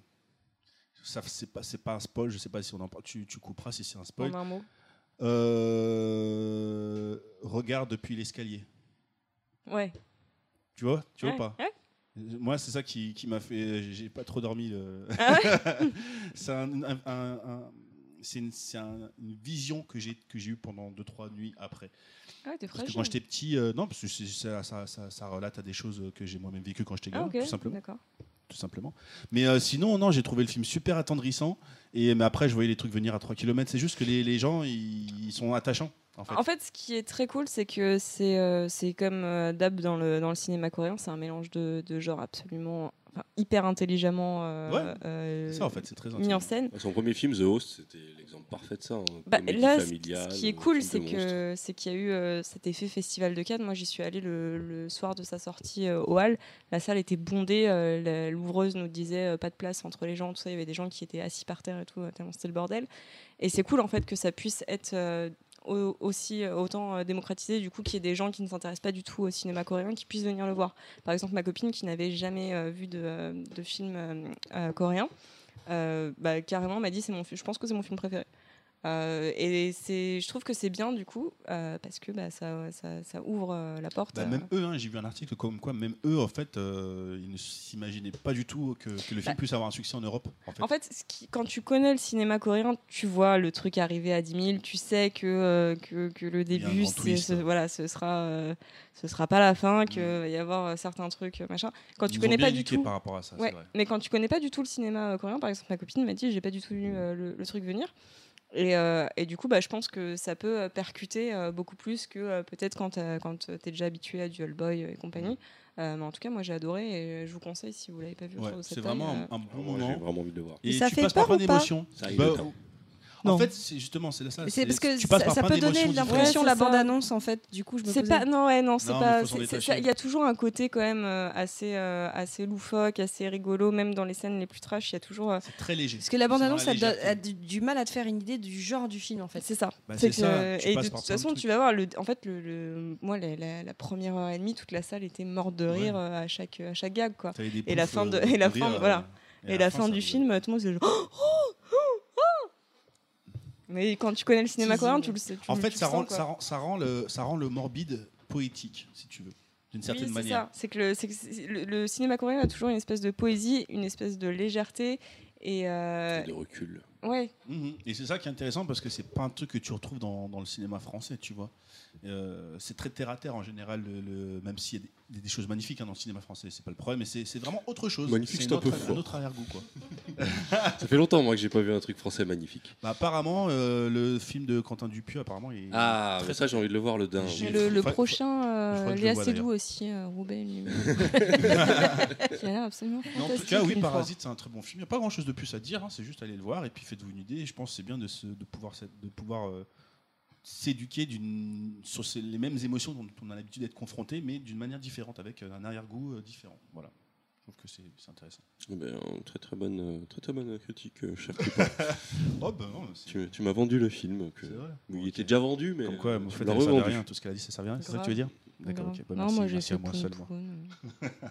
[SPEAKER 5] Ça, c'est pas, c'est pas un spoil. Je sais pas si on en parle. Tu, tu couperas si c'est un spoil.
[SPEAKER 2] En un mot.
[SPEAKER 5] Euh, regarde depuis l'escalier.
[SPEAKER 2] Ouais.
[SPEAKER 5] Tu vois Tu vois
[SPEAKER 2] Ouais,
[SPEAKER 5] pas
[SPEAKER 2] ouais.
[SPEAKER 5] Moi, c'est ça qui, qui m'a fait. J'ai pas trop dormi. le-
[SPEAKER 2] Ah
[SPEAKER 5] c'est un- un- un- un- c'est une, c'est un- une vision que j'ai que j'ai eue pendant 2-3 nuits après.
[SPEAKER 2] Ouais, t'es
[SPEAKER 5] Parce que
[SPEAKER 2] fragile.
[SPEAKER 5] quand j'étais petit, euh, non, parce que c'est- ça, ça- ça- ça relate à des choses que j'ai moi-même vécues quand j'étais gamin,
[SPEAKER 2] Ah, ok.
[SPEAKER 5] hein, tout simplement.
[SPEAKER 2] D'accord.
[SPEAKER 5] Tout simplement. Mais euh, sinon, non, j'ai trouvé le film super attendrissant. Et mais après, je voyais les trucs venir à 3 km. C'est juste que les, les gens, ils, ils sont attachants. En fait.
[SPEAKER 2] En fait, ce qui est très cool, c'est que c'est euh, c'est comme euh, d'hab dans le, dans le cinéma coréen, c'est un mélange de, de genres absolument enfin, hyper intelligemment euh,
[SPEAKER 5] Ouais,
[SPEAKER 2] euh,
[SPEAKER 5] C'est ça, en fait, c'est très
[SPEAKER 2] mis en
[SPEAKER 5] intelligent.
[SPEAKER 2] scène.
[SPEAKER 7] Son premier film, The Host, c'était l'exemple parfait de ça. hein.
[SPEAKER 2] Bah,
[SPEAKER 7] Comédie
[SPEAKER 2] là, c-
[SPEAKER 7] familiale,
[SPEAKER 2] ce qui est
[SPEAKER 7] euh,
[SPEAKER 2] cool, c'est
[SPEAKER 7] film de monstre.
[SPEAKER 2] que c'est qu'il y a eu euh, cet effet festival de Cannes. Moi, j'y suis allée le, le soir de sa sortie euh, au Hall. La salle était bondée. euh, la- L'ouvreuse nous disait euh, pas de place entre les gens. Tout ça, il y avait des gens qui étaient assis par terre et tout. euh, tellement c'était le bordel. Et c'est cool en fait que ça puisse être euh, au- aussi euh, autant euh, démocratisé. Du coup, qu'il y ait des gens qui ne s'intéressent pas du tout au cinéma coréen qui puissent venir le voir. Par exemple, ma copine qui n'avait jamais euh, vu de, euh, de film euh, euh, coréen, euh, bah, carrément m'a dit c'est mon, fi- je pense que c'est mon film préféré. Euh, et c'est, je trouve que c'est bien du coup euh, parce que bah, ça, ça, ça ouvre euh, la porte.
[SPEAKER 5] Bah,
[SPEAKER 2] euh.
[SPEAKER 5] même eux, hein, j'ai vu un article comme quoi, même eux, en fait, euh, ils ne s'imaginaient pas du tout que, que le film
[SPEAKER 2] Bah.
[SPEAKER 5] puisse avoir un succès en Europe. En fait.
[SPEAKER 2] En fait, ce qui- quand tu connais le cinéma coréen, tu vois le truc arriver à 10 000, tu sais que, euh, que, que le
[SPEAKER 5] y a un
[SPEAKER 2] début,
[SPEAKER 5] grand
[SPEAKER 2] c'est-
[SPEAKER 5] twist. Mm.
[SPEAKER 2] ce, voilà, ce sera, euh, ce sera pas la fin, qu'il va y avoir euh, certains trucs, euh, machin. Quand
[SPEAKER 5] Ils
[SPEAKER 2] tu
[SPEAKER 5] nous
[SPEAKER 2] connais
[SPEAKER 5] ont bien
[SPEAKER 2] pas du
[SPEAKER 5] éduqués
[SPEAKER 2] tout,
[SPEAKER 5] par rapport à ça,
[SPEAKER 2] Ouais,
[SPEAKER 5] c'est vrai.
[SPEAKER 2] mais quand tu connais pas du tout le cinéma euh, coréen, par exemple, ma copine m'a dit j'ai pas du tout lu
[SPEAKER 5] Mm.
[SPEAKER 2] euh, le, le truc venir. Et, euh, et du coup, bah, je pense que ça peut euh, percuter euh, beaucoup plus que euh, peut-être quand, t'as- quand tu es déjà habitué à du Hellboy euh, et compagnie. Euh, mais en tout cas, moi j'ai adoré et euh, je vous conseille si vous l'avez pas vu.
[SPEAKER 5] Mm. Ouais,
[SPEAKER 2] autour de cette
[SPEAKER 5] c'est vraiment
[SPEAKER 2] taille, euh,
[SPEAKER 5] un, un
[SPEAKER 7] Ah,
[SPEAKER 5] bon
[SPEAKER 7] moi, J'ai
[SPEAKER 5] moment.
[SPEAKER 7] vraiment envie de le voir.
[SPEAKER 5] Et
[SPEAKER 6] Ça
[SPEAKER 5] tu
[SPEAKER 6] fait
[SPEAKER 5] passes
[SPEAKER 6] peur
[SPEAKER 5] par plein
[SPEAKER 6] ou pas
[SPEAKER 5] d'émotions.
[SPEAKER 7] Ça arrive
[SPEAKER 5] Bah,
[SPEAKER 7] de temps.
[SPEAKER 6] Non.
[SPEAKER 5] En fait, c'est justement, c'est ça.
[SPEAKER 6] C'est parce que
[SPEAKER 5] tu passes
[SPEAKER 6] ça,
[SPEAKER 5] par
[SPEAKER 6] ça
[SPEAKER 5] plein
[SPEAKER 6] peut donner
[SPEAKER 5] d'émotions
[SPEAKER 6] l'impression,
[SPEAKER 2] différentes.
[SPEAKER 6] la
[SPEAKER 2] Ouais, c'est ça.
[SPEAKER 6] bande-annonce, en fait. Du coup, je me
[SPEAKER 2] C'est
[SPEAKER 6] posais-
[SPEAKER 2] pas non ouais non c'est
[SPEAKER 5] Non, mais
[SPEAKER 2] pas
[SPEAKER 5] faut s'en
[SPEAKER 2] c'est- c'est-
[SPEAKER 5] détacher.
[SPEAKER 2] il y a toujours un côté quand même euh, assez euh, assez loufoque assez rigolo même dans les scènes les plus trash il y a toujours euh,
[SPEAKER 5] C'est très léger.
[SPEAKER 6] Parce que la
[SPEAKER 5] C'est dans
[SPEAKER 6] bande-annonce, elle do-
[SPEAKER 5] légèreté.
[SPEAKER 6] a du, du mal à te faire une idée du genre du film, en fait.
[SPEAKER 2] c'est ça
[SPEAKER 5] Bah,
[SPEAKER 2] C'est
[SPEAKER 5] c'est ça,
[SPEAKER 2] que-
[SPEAKER 5] tu
[SPEAKER 2] et
[SPEAKER 5] passes
[SPEAKER 2] de
[SPEAKER 5] par
[SPEAKER 2] toute
[SPEAKER 5] plein de
[SPEAKER 2] façon
[SPEAKER 5] trucs.
[SPEAKER 2] tu vas voir le en fait le, le- moi la, la- la première heure et demie toute la salle était morte de rire euh, à chaque à chaque gag quoi
[SPEAKER 5] T'avais des
[SPEAKER 2] et la
[SPEAKER 5] bouffes,
[SPEAKER 2] fin de-
[SPEAKER 5] euh,
[SPEAKER 2] et la
[SPEAKER 5] de
[SPEAKER 2] fin,
[SPEAKER 5] rire,
[SPEAKER 2] voilà.
[SPEAKER 5] euh,
[SPEAKER 2] Et, la, fin,
[SPEAKER 5] ça
[SPEAKER 2] du
[SPEAKER 5] me-
[SPEAKER 2] film, tout le monde se dit Oh, oh, oh Mais quand tu connais le cinéma
[SPEAKER 6] Si, si,
[SPEAKER 2] coréen,
[SPEAKER 6] mais-
[SPEAKER 2] tu le sais. tu-
[SPEAKER 5] En
[SPEAKER 2] tu
[SPEAKER 5] fait,
[SPEAKER 2] le
[SPEAKER 5] ça
[SPEAKER 2] sens,
[SPEAKER 5] rend,
[SPEAKER 2] quoi.
[SPEAKER 5] ça, rend, ça, rend le, ça rend le morbide poétique, si tu veux, d'une
[SPEAKER 2] Oui,
[SPEAKER 5] certaine
[SPEAKER 2] c'est
[SPEAKER 5] manière.
[SPEAKER 2] ça. C'est que, le, c'est que c'est- le- le cinéma coréen a toujours une espèce de poésie, une espèce de légèreté. Et euh,
[SPEAKER 7] de recul.
[SPEAKER 2] ouais,
[SPEAKER 5] Mhm. Et c'est ça qui est intéressant parce que c'est pas un truc que tu retrouves dans, dans le cinéma français, tu vois. Euh, c'est très terre à terre en général, le, le- même s'il y a des, des choses magnifiques hein, dans le cinéma français, c'est pas le problème, mais c'est c'est vraiment autre chose.
[SPEAKER 7] Magnifique,
[SPEAKER 5] une
[SPEAKER 7] c'est un peu
[SPEAKER 5] autre-
[SPEAKER 7] fort.
[SPEAKER 5] un autre arrière-goût, quoi.
[SPEAKER 7] Ça fait longtemps moi que j'ai pas vu un truc français magnifique.
[SPEAKER 5] Bah, apparemment, euh, le film de Quentin Dupieux, apparemment, il
[SPEAKER 7] Ah,
[SPEAKER 5] très
[SPEAKER 7] mais ça j'ai envie de le voir le dingue.
[SPEAKER 2] mais
[SPEAKER 5] J'ai- Il
[SPEAKER 2] le,
[SPEAKER 5] faut-
[SPEAKER 2] le
[SPEAKER 5] faut-
[SPEAKER 2] prochain,
[SPEAKER 5] je crois
[SPEAKER 2] euh,
[SPEAKER 5] que je
[SPEAKER 2] Léa
[SPEAKER 5] le vois,
[SPEAKER 2] Seydoux aussi, euh, Roubaix, lui. qui a l'air absolument
[SPEAKER 5] Mais en tout
[SPEAKER 2] fantastique.
[SPEAKER 5] cas, oui,
[SPEAKER 2] une fois.
[SPEAKER 5] Parasite, c'est un très bon film. Il n'y a pas grand chose de plus à dire, hein, c'est juste aller le voir et puis faites-vous une idée. Et Je pense que c'est bien de, se- de pouvoir, s'être- de pouvoir euh, s'éduquer d'une- sur ces- les mêmes émotions dont on a l'habitude d'être confronté, mais d'une manière différente, avec euh, un arrière-goût euh, différent. Voilà. Je trouve que c'est c'est intéressant.
[SPEAKER 7] Eh ben, très très bonne, euh, très très bonne critique, euh, cher.
[SPEAKER 5] Oh, ben non, mais c'est
[SPEAKER 7] tu tu m'as vendu le film. Que...
[SPEAKER 5] c'est vrai.
[SPEAKER 7] Il
[SPEAKER 5] Ok.
[SPEAKER 7] était déjà vendu, mais
[SPEAKER 5] Comme quoi,
[SPEAKER 7] euh,
[SPEAKER 5] en
[SPEAKER 7] tu
[SPEAKER 5] fait,
[SPEAKER 7] l'as
[SPEAKER 5] elle servait à
[SPEAKER 7] revendu.
[SPEAKER 5] rien. Tout ce qu'elle a dit, ça servait à rien, c'est ça que tu veux
[SPEAKER 2] Grave.
[SPEAKER 5] dire D'accord, ok. Bah,
[SPEAKER 2] non,
[SPEAKER 5] merci,
[SPEAKER 2] moi j'ai
[SPEAKER 5] merci
[SPEAKER 2] fait
[SPEAKER 5] à moi
[SPEAKER 2] Poun
[SPEAKER 5] seulement.
[SPEAKER 2] Poun.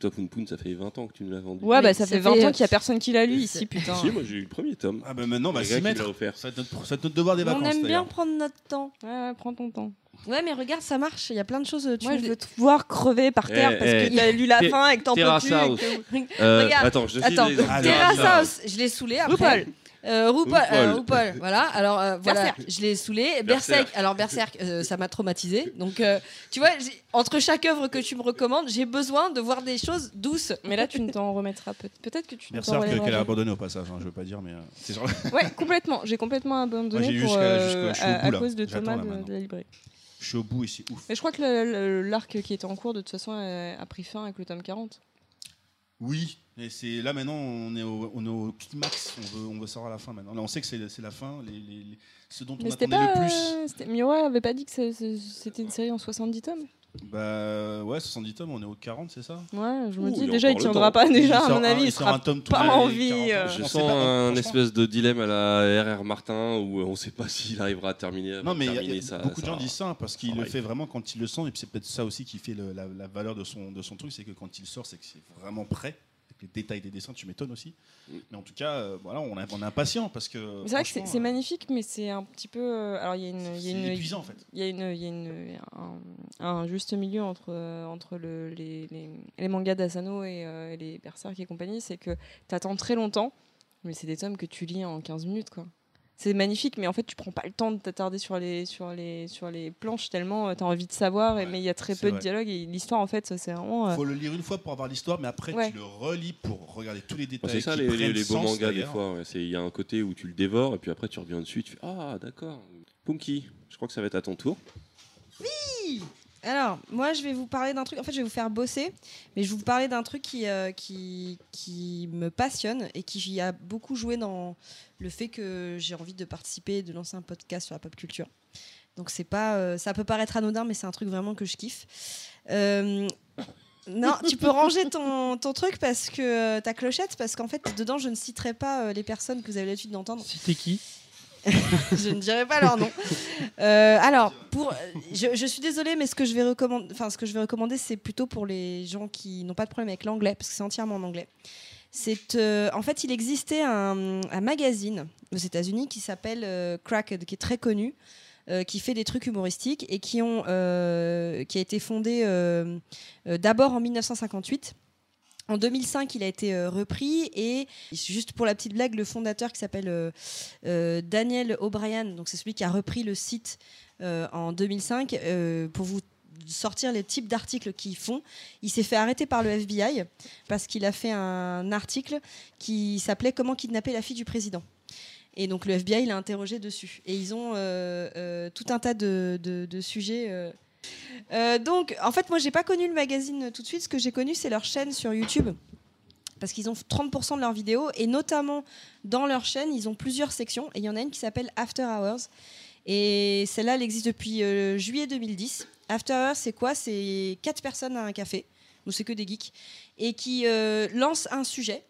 [SPEAKER 7] Toi, Poun Poun, ça fait 20 ans que tu nous l'as vendu.
[SPEAKER 2] Ouais, bah
[SPEAKER 9] Oui,
[SPEAKER 2] ça
[SPEAKER 9] ça
[SPEAKER 2] fait 20
[SPEAKER 9] fait-
[SPEAKER 2] ans qu'il y a personne qui l'a lu ici,
[SPEAKER 9] Si,
[SPEAKER 2] putain.
[SPEAKER 7] Si, moi j'ai eu le premier tome.
[SPEAKER 5] Ah, ben maintenant, on va
[SPEAKER 7] Le gars
[SPEAKER 5] s'y
[SPEAKER 7] qui me
[SPEAKER 5] mettre.
[SPEAKER 7] l'a offert.
[SPEAKER 5] Ça va être notre- ça va être notre devoir des
[SPEAKER 6] Mais on
[SPEAKER 5] vacances.
[SPEAKER 6] aime bien
[SPEAKER 5] d'ailleurs.
[SPEAKER 6] prendre notre temps.
[SPEAKER 2] Ouais, ouais, prends ton temps.
[SPEAKER 6] Ouais, mais regarde, ça marche. Il y a plein de choses. euh, Tu
[SPEAKER 2] Moi,
[SPEAKER 6] nous
[SPEAKER 2] je
[SPEAKER 6] les-
[SPEAKER 2] veux te voir crever par
[SPEAKER 7] Eh,
[SPEAKER 2] terre parce
[SPEAKER 7] eh.
[SPEAKER 2] que t'as lu la
[SPEAKER 7] Ter-
[SPEAKER 2] fin et que t'en peux
[SPEAKER 7] Terrace
[SPEAKER 2] plus. et
[SPEAKER 7] House.
[SPEAKER 2] que-
[SPEAKER 7] Euh,
[SPEAKER 6] Regarde.
[SPEAKER 7] attends, je te
[SPEAKER 6] Attends,
[SPEAKER 7] cite les exemples.
[SPEAKER 5] Allez,
[SPEAKER 6] Terrace
[SPEAKER 7] Attends.
[SPEAKER 6] House, je l'ai saoulé après.
[SPEAKER 2] RuPaul.
[SPEAKER 6] Euh, RuPaul, euh,
[SPEAKER 7] RuPaul.
[SPEAKER 6] RuPaul, voilà. Alors euh, voilà,
[SPEAKER 2] Berserk.
[SPEAKER 6] je l'ai saoulé.
[SPEAKER 7] Berserk.
[SPEAKER 6] Berserk. Alors Berserk, euh, ça m'a traumatisé. Donc euh, tu vois, j'ai- entre chaque œuvre que tu me recommandes, j'ai besoin de voir des choses douces.
[SPEAKER 2] Mais là, tu ne t'en remettras peut- peut-être que tu ne
[SPEAKER 5] Merci
[SPEAKER 2] t'en
[SPEAKER 5] à elle qu'elle a
[SPEAKER 2] relèveras.
[SPEAKER 5] abandonné au passage, hein, je veux pas dire, mais euh, c'est genre
[SPEAKER 2] jamais. Ouais, complètement. J'ai complètement
[SPEAKER 5] Moi, j'ai
[SPEAKER 2] abandonné
[SPEAKER 5] eu
[SPEAKER 2] pour,
[SPEAKER 5] jusqu'à-
[SPEAKER 2] euh,
[SPEAKER 5] jusqu'au- je suis au
[SPEAKER 2] à,
[SPEAKER 5] bout,
[SPEAKER 2] à
[SPEAKER 5] là.
[SPEAKER 2] cause de
[SPEAKER 5] J'attends,
[SPEAKER 2] Thomas
[SPEAKER 5] là,
[SPEAKER 2] de,
[SPEAKER 5] maintenant.
[SPEAKER 2] de la librairie.
[SPEAKER 5] je suis au bout et c'est ouf.
[SPEAKER 2] Mais je crois que le- le- l'arc qui était en cours, de toute façon, euh, a a pris fin avec le tome 40.
[SPEAKER 5] Oui, et c'est là maintenant on est au, on est au climax, on veut, on veut savoir la fin maintenant. Là on sait que c'est c'est la fin, les, les- les- ce dont
[SPEAKER 2] Mais
[SPEAKER 5] on
[SPEAKER 2] c'était
[SPEAKER 5] attendait
[SPEAKER 2] pas.
[SPEAKER 5] le plus.
[SPEAKER 2] euh, c'était- Miura avait pas dit que c'est- c'est- c'était une série en 70 tomes euh,
[SPEAKER 5] Bah ouais, 70 tomes, on est au 40, c'est ça
[SPEAKER 2] Ouais, je me
[SPEAKER 7] Ouh, il y
[SPEAKER 2] dis,
[SPEAKER 7] a
[SPEAKER 2] déjà, il
[SPEAKER 7] encore le
[SPEAKER 2] tiendra
[SPEAKER 7] temps.
[SPEAKER 2] pas. Déjà, à
[SPEAKER 5] sort
[SPEAKER 2] mon
[SPEAKER 5] un-
[SPEAKER 2] avis, il
[SPEAKER 5] sort
[SPEAKER 2] sera
[SPEAKER 5] un tome tous
[SPEAKER 2] pas
[SPEAKER 5] les
[SPEAKER 2] envie,
[SPEAKER 5] 40,
[SPEAKER 2] euh.
[SPEAKER 5] Ah, on
[SPEAKER 7] Je
[SPEAKER 5] sait
[SPEAKER 7] sens
[SPEAKER 5] pas,
[SPEAKER 7] un
[SPEAKER 5] franchement.
[SPEAKER 7] espèce de dilemme à la RR Martin où on sait pas s'il arrivera à terminer.
[SPEAKER 5] Non mais il y a- il
[SPEAKER 7] terminer
[SPEAKER 5] y a
[SPEAKER 7] ça-
[SPEAKER 5] beaucoup de
[SPEAKER 7] ça-
[SPEAKER 5] gens disent ça parce qu'il
[SPEAKER 7] ça
[SPEAKER 5] le
[SPEAKER 7] arrive.
[SPEAKER 5] fait vraiment quand il le sent et puis c'est peut-être ça aussi qui fait le- la, la valeur de son, de son truc, c'est que quand il sort c'est que c'est vraiment prêt. Avec les détails des dessins, tu m'étonnes aussi.
[SPEAKER 7] Mm.
[SPEAKER 5] Mais en tout cas, euh, voilà, on, est- on est impatient parce que.
[SPEAKER 2] Mais C'est vrai que c'est
[SPEAKER 5] franchement,
[SPEAKER 2] c'est
[SPEAKER 5] euh,
[SPEAKER 2] magnifique, mais c'est un petit peu. euh, Alors, il y a une. il y a
[SPEAKER 5] c'est
[SPEAKER 2] une-
[SPEAKER 5] épuisant en fait.
[SPEAKER 2] Il y a, une, il y a une- un, un juste milieu entre, euh, entre le- les, les- les mangas d'Asano et euh, les Berserk et compagnie, c'est que tu attends très longtemps, mais c'est des tomes que tu lis en 15 minutes. quoi. C'est magnifique, mais en fait, tu prends pas le temps de t'attarder sur les, sur, les, sur les planches tellement tu as envie de savoir, et-
[SPEAKER 5] Ouais,
[SPEAKER 2] mais il y a très
[SPEAKER 5] c'est
[SPEAKER 2] peu
[SPEAKER 5] vrai.
[SPEAKER 2] de dialogue et l'histoire, en fait, ça, c'est vraiment. euh,
[SPEAKER 5] faut le lire une fois pour avoir l'histoire, mais après
[SPEAKER 2] Ouais.
[SPEAKER 5] tu le relis pour regarder tous les
[SPEAKER 7] Bon,
[SPEAKER 5] détails.
[SPEAKER 7] c'est ça
[SPEAKER 5] qui
[SPEAKER 7] les,
[SPEAKER 5] prennent
[SPEAKER 7] les- les beaux
[SPEAKER 5] sens,
[SPEAKER 7] mangas des
[SPEAKER 5] d'ailleurs.
[SPEAKER 7] fois. ouais. C'est- Il y a un côté où tu le dévores et puis après tu reviens dessus. Tu fais Ah, d'accord. Punky, je crois que ça va être à ton tour.
[SPEAKER 6] Alors, moi, je vais vous parler d'un truc. En fait, je vais vous faire bosser, mais je vais vous parler d'un truc qui, euh, qui, qui me passionne et qui y a beaucoup joué dans le fait que j'ai envie de participer et de lancer un podcast sur la pop culture. Donc, c'est pas, euh, ça peut paraître anodin, mais c'est un truc vraiment que je kiffe. Euh, non, tu peux ranger ton, ton truc parce que euh, ta clochette, parce qu'en fait, dedans, je ne citerai pas euh, les personnes que vous avez l'habitude d'entendre
[SPEAKER 4] C'était qui
[SPEAKER 6] je ne dirai pas leur nom. Euh, alors, pour, je, je suis désolée, mais ce que je vais recommander, enfin, ce que je vais recommander, c'est plutôt pour les gens qui n'ont pas de problème avec l'anglais, parce que c'est entièrement en anglais. C'est, euh, en fait, il existait un, un magazine aux États-Unis qui s'appelle euh, Cracked, qui est très connu, euh, qui fait des trucs humoristiques et qui ont, euh, qui a été fondé euh, euh, d'abord en 1958. En 2005, il a été euh, repris et juste pour la petite blague, le fondateur qui s'appelle euh, euh, Daniel O'Brien, donc c'est celui qui a repris le site euh, en 2005 euh, pour vous sortir les types d'articles qu'ils font. Il s'est fait arrêter par le FBI parce qu'il a fait un article qui s'appelait Comment kidnapper la fille du président. Et donc le FBI l'a interrogé dessus. Et ils ont euh, euh, tout un tas de, de- de sujets. euh. Euh, donc en fait moi j'ai pas connu le magazine tout de suite. Ce que j'ai connu c'est leur chaîne sur YouTube parce qu'ils ont 30% de leurs vidéos et notamment dans leur chaîne, ils ont plusieurs sections et il y en a une qui s'appelle After Hours. Et celle-là, elle existe depuis euh, juillet 2010. After Hours, c'est quoi C'est quatre personnes à un café, donc c'est que des geeks, et qui euh, lancent un sujet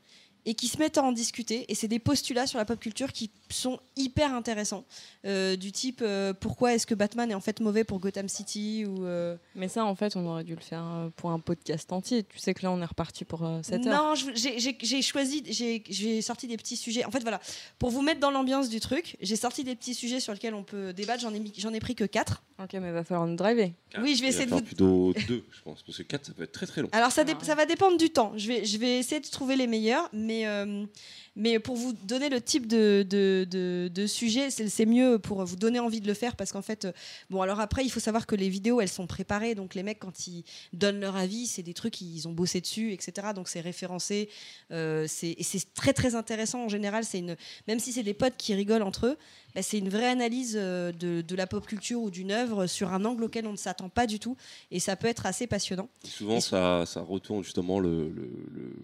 [SPEAKER 6] et qui se mettent à en discuter. Et c'est des postulats sur la pop culture qui sont hyper intéressants, euh, du type euh, pourquoi est-ce que Batman est en fait mauvais pour Gotham City ou euh,
[SPEAKER 2] Mais ça, en fait, on aurait dû le faire euh, pour un podcast entier. Tu sais que là, on est reparti pour euh, 7 heures.
[SPEAKER 6] Non, je- j'ai- j'ai j'ai choisi, j'ai- j'ai sorti des petits sujets. En fait, voilà, pour vous mettre dans l'ambiance du truc, j'ai sorti des petits sujets sur lesquels on peut débattre. J'en ai, mis- j'en ai pris que 4.
[SPEAKER 2] Ok, mais va falloir nous driver.
[SPEAKER 6] Oui, je vais
[SPEAKER 7] Il va
[SPEAKER 6] essayer de
[SPEAKER 7] falloir
[SPEAKER 6] vous.
[SPEAKER 7] plutôt deux, je pense, parce que quatre, ça peut être très très long.
[SPEAKER 6] Alors ça, dé-
[SPEAKER 2] Ah.
[SPEAKER 6] ça va dépendre du temps. Je vais, je vais essayer de trouver les meilleurs, mais, euh, mais pour vous donner le type de, de, de- de sujet, c'est c'est mieux pour vous donner envie de le faire parce qu'en fait, euh, bon alors après, il faut savoir que les vidéos, elles sont préparées, donc les mecs quand ils donnent leur avis, c'est des trucs ils ont bossé dessus, etc. Donc c'est référencé, euh, c'est et c'est très très intéressant en général. C'est une même si c'est des potes qui rigolent entre eux, bah, c'est une vraie analyse euh, de, de la pop culture ou d'une œuvre sur un angle auquel on ne s'attend pas du tout et ça peut être assez passionnant.
[SPEAKER 7] Et souvent, ça, ça retourne justement le, le- le-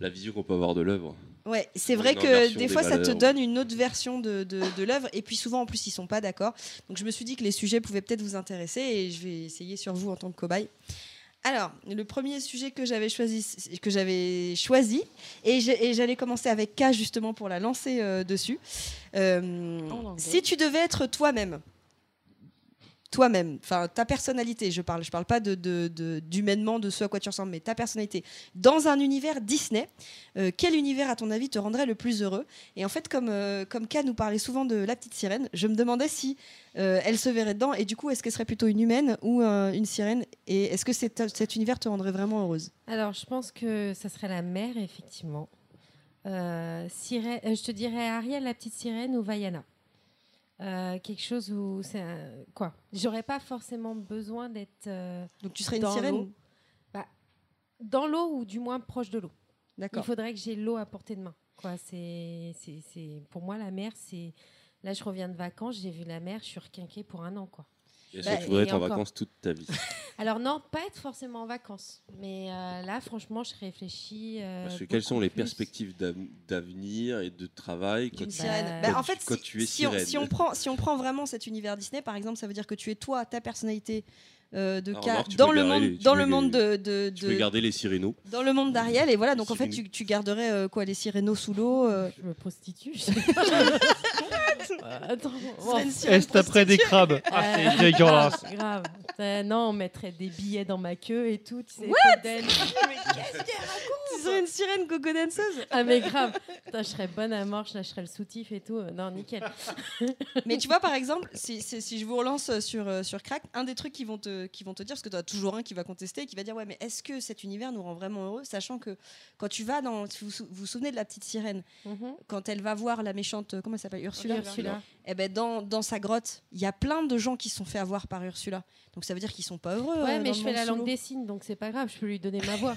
[SPEAKER 7] la vision qu'on peut avoir de l'œuvre.
[SPEAKER 6] Ouais, c'est
[SPEAKER 7] Une
[SPEAKER 6] vrai que
[SPEAKER 7] inversion
[SPEAKER 6] des
[SPEAKER 7] des
[SPEAKER 6] fois ça te
[SPEAKER 7] valeurs.
[SPEAKER 6] donne une autre version de, de, de l'œuvre et puis souvent en plus ils sont pas d'accord. Donc je me suis dit que les sujets pouvaient peut-être vous intéresser et je vais essayer sur vous en tant que cobaye. Alors, le premier sujet que j'avais choisi, que j'avais choisi et j'ai- et j'allais commencer avec K justement pour la lancer euh, dessus. Euh,
[SPEAKER 2] En anglais.
[SPEAKER 6] si tu devais être toi-même, toi-même, enfin ta personnalité, je parle, je parle pas de de- de- d'humainement de, ce à quoi tu ressembles, mais ta personnalité dans un univers Disney, euh, quel univers à ton avis te rendrait le plus heureux Et en fait, comme euh, comme K nous parlait souvent de la petite sirène, je me demandais si euh, elle se verrait dedans et du coup, est-ce qu'elle serait plutôt une humaine ou euh, une sirène Et est-ce que cet, cet univers te rendrait vraiment heureuse
[SPEAKER 3] Alors, je pense que ça serait la mère, effectivement. Euh, sirène- euh, je te dirais Ariel, la petite sirène, ou Vaiana. Euh, quelque chose où c'est un- quoi J'aurais pas forcément besoin d'être euh,
[SPEAKER 6] Donc tu serais une
[SPEAKER 3] Dans
[SPEAKER 6] sirène
[SPEAKER 3] l'eau. Bah, dans l'eau ou du moins proche de l'eau. Il
[SPEAKER 6] D'accord.
[SPEAKER 3] faudrait que j'ai l'eau à portée de main. Quoi, c'est, c'est, c'est- pour moi la mer, c'est là je reviens de vacances, j'ai vu la mer, je suis requinquée pour un an quoi.
[SPEAKER 7] Est-ce
[SPEAKER 3] Bah,
[SPEAKER 7] que tu voudrais
[SPEAKER 3] et
[SPEAKER 7] être en
[SPEAKER 3] encore.
[SPEAKER 7] vacances toute ta vie
[SPEAKER 3] Alors non, pas être forcément en vacances, mais euh, là franchement je réfléchis. euh,
[SPEAKER 7] Parce que quelles sont
[SPEAKER 3] beaucoup
[SPEAKER 7] les
[SPEAKER 3] plus.
[SPEAKER 7] perspectives d'am- d'avenir et de travail
[SPEAKER 6] Une
[SPEAKER 7] quand-
[SPEAKER 6] sirène.
[SPEAKER 3] Bah,
[SPEAKER 6] Bah, en
[SPEAKER 7] quand
[SPEAKER 6] fait,
[SPEAKER 7] tu- quand
[SPEAKER 6] si,
[SPEAKER 7] tu es
[SPEAKER 6] si on,
[SPEAKER 7] sirène.
[SPEAKER 6] si on prend, si on prend vraiment cet univers Disney, par exemple, ça veut dire que tu es toi, ta personnalité euh, de
[SPEAKER 7] Ah,
[SPEAKER 6] K
[SPEAKER 7] remarque, tu
[SPEAKER 6] dans
[SPEAKER 7] peux
[SPEAKER 6] le
[SPEAKER 7] garder
[SPEAKER 6] monde,
[SPEAKER 7] les- tu
[SPEAKER 6] dans
[SPEAKER 7] peux
[SPEAKER 6] le
[SPEAKER 7] les-
[SPEAKER 6] monde de, de-
[SPEAKER 7] Tu
[SPEAKER 6] de-
[SPEAKER 7] peux garder les Cyrénos.
[SPEAKER 6] dans le monde d'Ariel. Et voilà, donc en fait,
[SPEAKER 7] Sirène.
[SPEAKER 6] tu, tu garderais euh, quoi, les sirénos sous l'eau. euh,
[SPEAKER 3] Je me prostitue. Attends. bon.
[SPEAKER 6] Sirène- sirène
[SPEAKER 4] Est après des crabes. Ah,
[SPEAKER 3] Euh,
[SPEAKER 4] c'est dégueulasse.
[SPEAKER 3] grave, grave. Euh, non, on mettrait des billets dans ma queue et tout. Tu sais, Codel.
[SPEAKER 6] Tu serais une sirène gogo danseuse
[SPEAKER 3] Ah mais grave, Putain, je serais bonne à mort, je lâcherais le soutif et tout. Euh, Non, nickel.
[SPEAKER 6] Mais tu vois, par exemple, si, si- si je vous relance sur, euh, sur Crack, un des trucs qui vont te, qui vont te dire, parce que tu as toujours un qui va contester, qui va dire Ouais, mais est-ce que cet univers nous rend vraiment heureux Sachant que quand tu vas dans. si Vous sou- vous vous souvenez de la petite sirène Quand elle va voir la méchante. euh, Comment elle s'appelle Ursula.
[SPEAKER 3] Ursula.
[SPEAKER 6] Eh ben, dans, dans sa grotte, il y a plein de gens qui se sont fait avoir par Ursula. Donc ça veut dire qu'ils sont pas heureux.
[SPEAKER 3] Ouais,
[SPEAKER 6] euh,
[SPEAKER 3] mais
[SPEAKER 6] dans
[SPEAKER 3] je fais
[SPEAKER 6] le monde
[SPEAKER 3] la
[SPEAKER 6] sous
[SPEAKER 3] langue
[SPEAKER 6] l'eau.
[SPEAKER 3] des signes, donc c'est pas grave, je peux lui donner ma voix.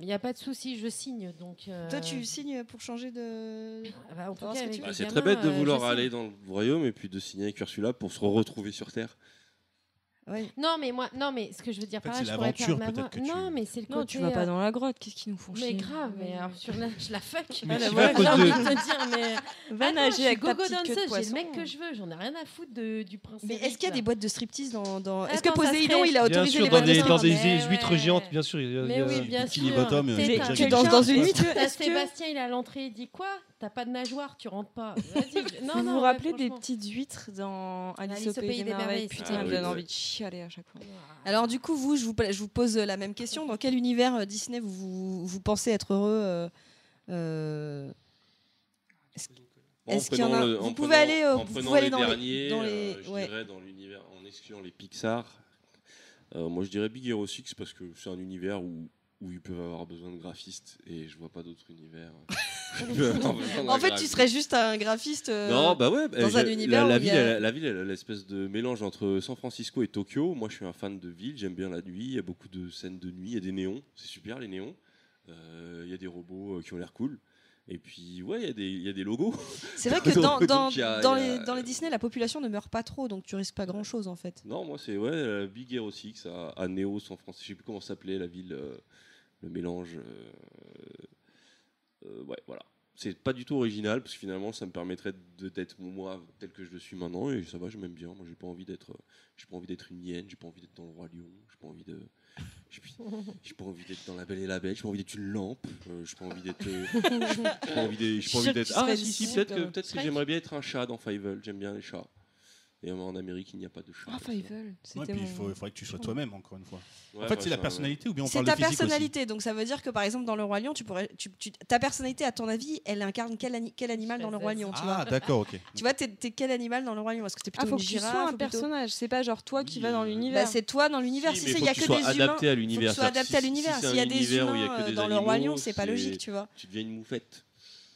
[SPEAKER 3] Il n'y a pas de souci, je signe. Donc, euh,
[SPEAKER 6] Toi, tu signes pour changer de.
[SPEAKER 3] ah bah, en tout
[SPEAKER 6] Comment
[SPEAKER 3] cas,
[SPEAKER 6] est-ce que
[SPEAKER 3] avec
[SPEAKER 6] tu-
[SPEAKER 7] Bah,
[SPEAKER 3] les
[SPEAKER 7] c'est
[SPEAKER 3] gamins,
[SPEAKER 7] très bête de
[SPEAKER 3] euh, je
[SPEAKER 7] vouloir
[SPEAKER 3] signe.
[SPEAKER 7] aller dans le royaume et puis de signer avec Ursula pour se retrouver sur Terre.
[SPEAKER 6] Ouais.
[SPEAKER 3] Non, mais moi, non, mais ce que je veux dire
[SPEAKER 5] fait,
[SPEAKER 3] par là,
[SPEAKER 5] c'est
[SPEAKER 3] je pourrais faire
[SPEAKER 5] l'aventure,
[SPEAKER 3] ma voix.
[SPEAKER 5] peut-être que tu-
[SPEAKER 3] Non, mais c'est le
[SPEAKER 2] Non,
[SPEAKER 3] côté.
[SPEAKER 2] tu vas pas
[SPEAKER 3] euh,
[SPEAKER 2] dans la grotte, qu'est-ce qu'ils nous font
[SPEAKER 3] Mais
[SPEAKER 2] chier
[SPEAKER 3] grave, mais euh, alors sur la, je la fuck.
[SPEAKER 4] Mais
[SPEAKER 3] Ah, la
[SPEAKER 4] tu vas
[SPEAKER 3] voilà,
[SPEAKER 4] à cause
[SPEAKER 3] j'ai
[SPEAKER 4] de-
[SPEAKER 3] envie de te dire, mais
[SPEAKER 2] Va
[SPEAKER 3] Ah, non, je
[SPEAKER 2] nager
[SPEAKER 3] suis
[SPEAKER 2] avec ta
[SPEAKER 3] gogo
[SPEAKER 2] petite queue de
[SPEAKER 3] danseuse, J'ai
[SPEAKER 2] poisson.
[SPEAKER 3] le mec que je veux, j'en ai rien à foutre de- du prince.
[SPEAKER 6] Mais
[SPEAKER 3] Eric,
[SPEAKER 6] est-ce qu'il y a
[SPEAKER 3] là.
[SPEAKER 6] des boîtes de striptease dans. dans... Est-ce que
[SPEAKER 3] Attends, ça
[SPEAKER 6] Poséidon,
[SPEAKER 3] serait-
[SPEAKER 6] il a
[SPEAKER 4] Bien
[SPEAKER 6] autorisé
[SPEAKER 4] sûr,
[SPEAKER 6] les
[SPEAKER 4] dans
[SPEAKER 6] boîtes de
[SPEAKER 4] des, dans
[SPEAKER 6] striptease
[SPEAKER 4] des
[SPEAKER 3] Mais
[SPEAKER 4] huîtres
[SPEAKER 3] ouais.
[SPEAKER 4] géantes, bien sûr. il y a-
[SPEAKER 3] Mais
[SPEAKER 4] il y a-
[SPEAKER 3] oui, bien
[SPEAKER 5] Euh, Bikini
[SPEAKER 3] sûr.
[SPEAKER 5] Bottom,
[SPEAKER 3] T'es-
[SPEAKER 5] Jack
[SPEAKER 3] t'as-
[SPEAKER 5] Jack
[SPEAKER 6] Tu
[SPEAKER 3] quelqu'un-
[SPEAKER 6] danses dans une
[SPEAKER 3] T'as
[SPEAKER 6] huître Est-ce que.
[SPEAKER 3] Sébastien, il est à l'entrée, il dit quoi T'as pas de nageoire, tu rentres pas. Vas-y. Non,
[SPEAKER 2] vous
[SPEAKER 3] non,
[SPEAKER 2] vous
[SPEAKER 3] ouais,
[SPEAKER 2] rappelez des
[SPEAKER 3] franchement.
[SPEAKER 2] petites huîtres dans Alice, au pays, des, merveilles, Putain,
[SPEAKER 7] Ah
[SPEAKER 2] elle
[SPEAKER 7] oui,
[SPEAKER 2] donne
[SPEAKER 7] ouais.
[SPEAKER 2] envie de chialer à chaque fois.
[SPEAKER 3] Ah,
[SPEAKER 6] Alors du coup, vous, je vous, je vous pose euh, la même question. Dans quel univers euh, Disney vous, vous, vous pensez être heureux euh, euh, Est-ce
[SPEAKER 7] En
[SPEAKER 6] qu'il y en
[SPEAKER 7] prenant
[SPEAKER 6] a-
[SPEAKER 7] le-
[SPEAKER 6] vous
[SPEAKER 7] en
[SPEAKER 6] pouvez
[SPEAKER 7] prenant-
[SPEAKER 6] aller, euh, vous
[SPEAKER 7] en prenant
[SPEAKER 6] pouvez aller
[SPEAKER 7] les
[SPEAKER 6] dans les-
[SPEAKER 7] derniers,
[SPEAKER 6] dans
[SPEAKER 7] euh,
[SPEAKER 6] les-
[SPEAKER 7] je
[SPEAKER 6] ouais.
[SPEAKER 7] dirais dans l'univers en excluant les Pixar. euh, moi, je dirais Big Hero 6 parce que c'est un univers où où ils peuvent avoir besoin de graphistes et je vois pas d'autres univers. Ils peuvent avoir besoin
[SPEAKER 4] Oh
[SPEAKER 7] d'un
[SPEAKER 6] En fait, tu
[SPEAKER 7] graphiste.
[SPEAKER 6] serais juste un graphiste. euh,
[SPEAKER 7] Non, bah ouais, bah,
[SPEAKER 6] dans
[SPEAKER 7] j'ai-
[SPEAKER 6] un univers
[SPEAKER 7] la, la
[SPEAKER 6] où il y
[SPEAKER 7] ville,
[SPEAKER 6] a-
[SPEAKER 7] elle a- la ville, elle a l'espèce de mélange entre San Francisco et Tokyo. Moi, je suis un fan de ville, j'aime bien la nuit. Il y a beaucoup de scènes de nuit, il y a des néons, c'est super les néons. Euh, Il y a des robots euh, qui ont l'air cool. Et puis, ouais, il y a des- il y, a des logos.
[SPEAKER 6] C'est vrai que dans,
[SPEAKER 7] Donc,
[SPEAKER 6] dans,
[SPEAKER 7] il y a-
[SPEAKER 6] dans
[SPEAKER 7] il y a-
[SPEAKER 6] les, dans les Disney, la population ne meurt pas trop, donc tu risques pas grand-chose en fait.
[SPEAKER 7] Non, moi, c'est ouais, euh, Big Hero 6 à, à Neo, San Francisco. Je sais plus comment ça s'appelait la ville. euh, le mélange. euh, euh, ouais, voilà. C'est pas du tout original parce que finalement ça me permettrait de- d'être moi tel que je le suis maintenant et ça va, je m'aime bien. Moi j'ai pas envie d'être, euh, j'ai pas envie d'être une hyène, j'ai pas envie d'être dans le roi lion, j'ai pas envie de, j'ai pas- j'ai pas envie d'être dans la belle et la belle, j'ai pas envie d'être une lampe, euh, j'ai pas envie d'être, euh, j'ai pas envie d'être, j'ai pas envie
[SPEAKER 9] Sûr
[SPEAKER 7] d'être.
[SPEAKER 9] qu'il
[SPEAKER 7] Ah
[SPEAKER 9] serait
[SPEAKER 7] si
[SPEAKER 9] du
[SPEAKER 7] si,
[SPEAKER 9] type,
[SPEAKER 7] peut-être que
[SPEAKER 9] euh,
[SPEAKER 7] peut-être que
[SPEAKER 9] Shrek.
[SPEAKER 7] j'aimerais bien être un chat dans Five j'aime bien les chats. Et en Amérique il n'y a pas de chat.
[SPEAKER 2] Ah, Fievel,
[SPEAKER 5] Ouais,
[SPEAKER 2] c'était
[SPEAKER 5] puis il
[SPEAKER 2] mon-
[SPEAKER 5] faut- il faudrait que tu sois toi-même, encore une fois.
[SPEAKER 7] Ouais,
[SPEAKER 5] en fait,
[SPEAKER 7] ouais,
[SPEAKER 5] c'est la
[SPEAKER 7] ça,
[SPEAKER 5] personnalité ou bien on
[SPEAKER 6] C'est
[SPEAKER 5] parle
[SPEAKER 6] ta
[SPEAKER 5] de physique
[SPEAKER 6] personnalité, donc ça veut dire que par exemple dans le roi lion, tu pourrais, tu- tu- ta personnalité à ton avis, elle incarne quel, ani- quel animal dans le roi lion,
[SPEAKER 5] aussi
[SPEAKER 6] tu
[SPEAKER 5] Ah,
[SPEAKER 6] vois
[SPEAKER 5] d'accord, ok.
[SPEAKER 6] Tu vois, t'es t'es quel animal dans le roi lion Est-ce que t'es
[SPEAKER 2] Ah,
[SPEAKER 6] plutôt
[SPEAKER 2] faut
[SPEAKER 6] une
[SPEAKER 2] que tu
[SPEAKER 6] girafe
[SPEAKER 2] sois
[SPEAKER 6] ou
[SPEAKER 2] un
[SPEAKER 6] plutôt-
[SPEAKER 2] personnage. C'est pas genre toi qui
[SPEAKER 7] Oui,
[SPEAKER 2] vas dans
[SPEAKER 7] euh,
[SPEAKER 2] l'univers.
[SPEAKER 6] Bah, c'est toi dans l'univers.
[SPEAKER 7] Si,
[SPEAKER 6] Si,
[SPEAKER 7] mais
[SPEAKER 6] c'est- il
[SPEAKER 7] faut
[SPEAKER 6] y a
[SPEAKER 7] que tu
[SPEAKER 6] que
[SPEAKER 7] sois
[SPEAKER 6] des humains.
[SPEAKER 1] adapté à
[SPEAKER 6] Faut que
[SPEAKER 1] l'univers.
[SPEAKER 6] tu sois adapté
[SPEAKER 1] Si-
[SPEAKER 6] à
[SPEAKER 1] si
[SPEAKER 6] l'univers.
[SPEAKER 1] c'est
[SPEAKER 6] S'il y a
[SPEAKER 1] un
[SPEAKER 6] des
[SPEAKER 1] univers où il y a
[SPEAKER 6] humains
[SPEAKER 1] que
[SPEAKER 6] euh,
[SPEAKER 1] des
[SPEAKER 6] dans le roi
[SPEAKER 7] animaux,
[SPEAKER 6] lion, c'est pas
[SPEAKER 7] c'est-
[SPEAKER 6] logique, tu vois.
[SPEAKER 7] Tu deviens une moufette.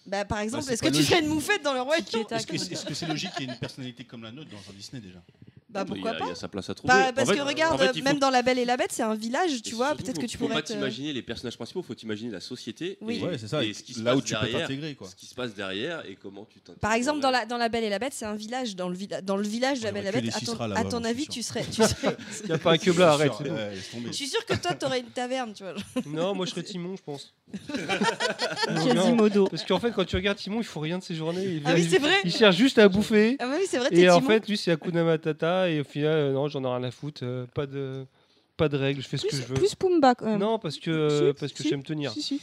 [SPEAKER 6] Bah, par exemple,
[SPEAKER 5] c'est
[SPEAKER 6] est-ce que
[SPEAKER 5] pas
[SPEAKER 6] tu
[SPEAKER 5] logique.
[SPEAKER 6] fais une moufette dans le roi lion
[SPEAKER 2] J'étais à
[SPEAKER 5] Est-ce que est-ce que c'est logique qu'il y ait une personnalité comme la nôtre dans un Disney déjà
[SPEAKER 6] Bah
[SPEAKER 7] Mais il y
[SPEAKER 6] pourquoi
[SPEAKER 7] a-
[SPEAKER 6] pas
[SPEAKER 7] Il y a sa place à trouver.
[SPEAKER 6] Bah,
[SPEAKER 7] En
[SPEAKER 6] parce
[SPEAKER 7] fait-
[SPEAKER 6] que regarde,
[SPEAKER 7] en fait,
[SPEAKER 6] euh,
[SPEAKER 7] il faut
[SPEAKER 6] même dans La Belle et la Bête, c'est un village, tu
[SPEAKER 7] Et
[SPEAKER 6] vois.
[SPEAKER 7] surtout,
[SPEAKER 6] Peut-être
[SPEAKER 7] faut-
[SPEAKER 6] que tu
[SPEAKER 7] faut
[SPEAKER 6] pourrais
[SPEAKER 7] pas
[SPEAKER 6] être, euh,
[SPEAKER 7] t'imaginer les personnages principaux, faut t'imaginer la société.
[SPEAKER 6] Oui.
[SPEAKER 7] et-
[SPEAKER 5] Ouais, c'est ça.
[SPEAKER 7] Et ce qui se
[SPEAKER 5] là où
[SPEAKER 7] passe
[SPEAKER 5] tu peux
[SPEAKER 7] derrière.
[SPEAKER 5] t'intégrer, quoi.
[SPEAKER 7] Ce qui se passe derrière et comment tu t'intègres.
[SPEAKER 6] Par exemple, dans
[SPEAKER 7] là.
[SPEAKER 6] la, dans la Belle et la Bête, c'est un village. Dans le, villa- dans le village de la
[SPEAKER 5] Il y aurait
[SPEAKER 6] Belle et la
[SPEAKER 5] que
[SPEAKER 6] Bête,
[SPEAKER 5] des
[SPEAKER 6] à ton,
[SPEAKER 5] Cissras
[SPEAKER 6] à
[SPEAKER 5] là-bas,
[SPEAKER 6] ton
[SPEAKER 5] moi, je
[SPEAKER 6] avis,
[SPEAKER 5] suis
[SPEAKER 6] tu
[SPEAKER 5] sûr.
[SPEAKER 6] serais, tu serais-
[SPEAKER 4] Il n'y a pas un que bleu, arrête.
[SPEAKER 5] Sûr,
[SPEAKER 4] c'est bon.
[SPEAKER 5] ouais, laisse tomber.
[SPEAKER 6] Je suis sûr que toi, t'aurais une taverne, tu vois.
[SPEAKER 4] Non, moi je serais Timon, je pense.
[SPEAKER 5] Euh,
[SPEAKER 4] Non, non,
[SPEAKER 9] Quasimodo.
[SPEAKER 4] Parce qu'en fait, quand tu regardes Timon, il faut rien de ses journées. Il,
[SPEAKER 6] Ah oui, c'est vrai.
[SPEAKER 4] il cherche juste à bouffer.
[SPEAKER 6] Ah bah oui, c'est vrai, t'es
[SPEAKER 4] Et en
[SPEAKER 6] Timon.
[SPEAKER 4] fait, lui, c'est Hakuna Matata. Et au final, euh, non, j'en ai rien à foutre. euh, pas de, pas de règles. Je fais ce que
[SPEAKER 2] Plus,
[SPEAKER 4] je veux.
[SPEAKER 2] plus Pumba quand même.
[SPEAKER 4] Non, parce que, euh,
[SPEAKER 2] Si,
[SPEAKER 4] parce que
[SPEAKER 2] si,
[SPEAKER 4] je sais me tenir.
[SPEAKER 2] Si, si.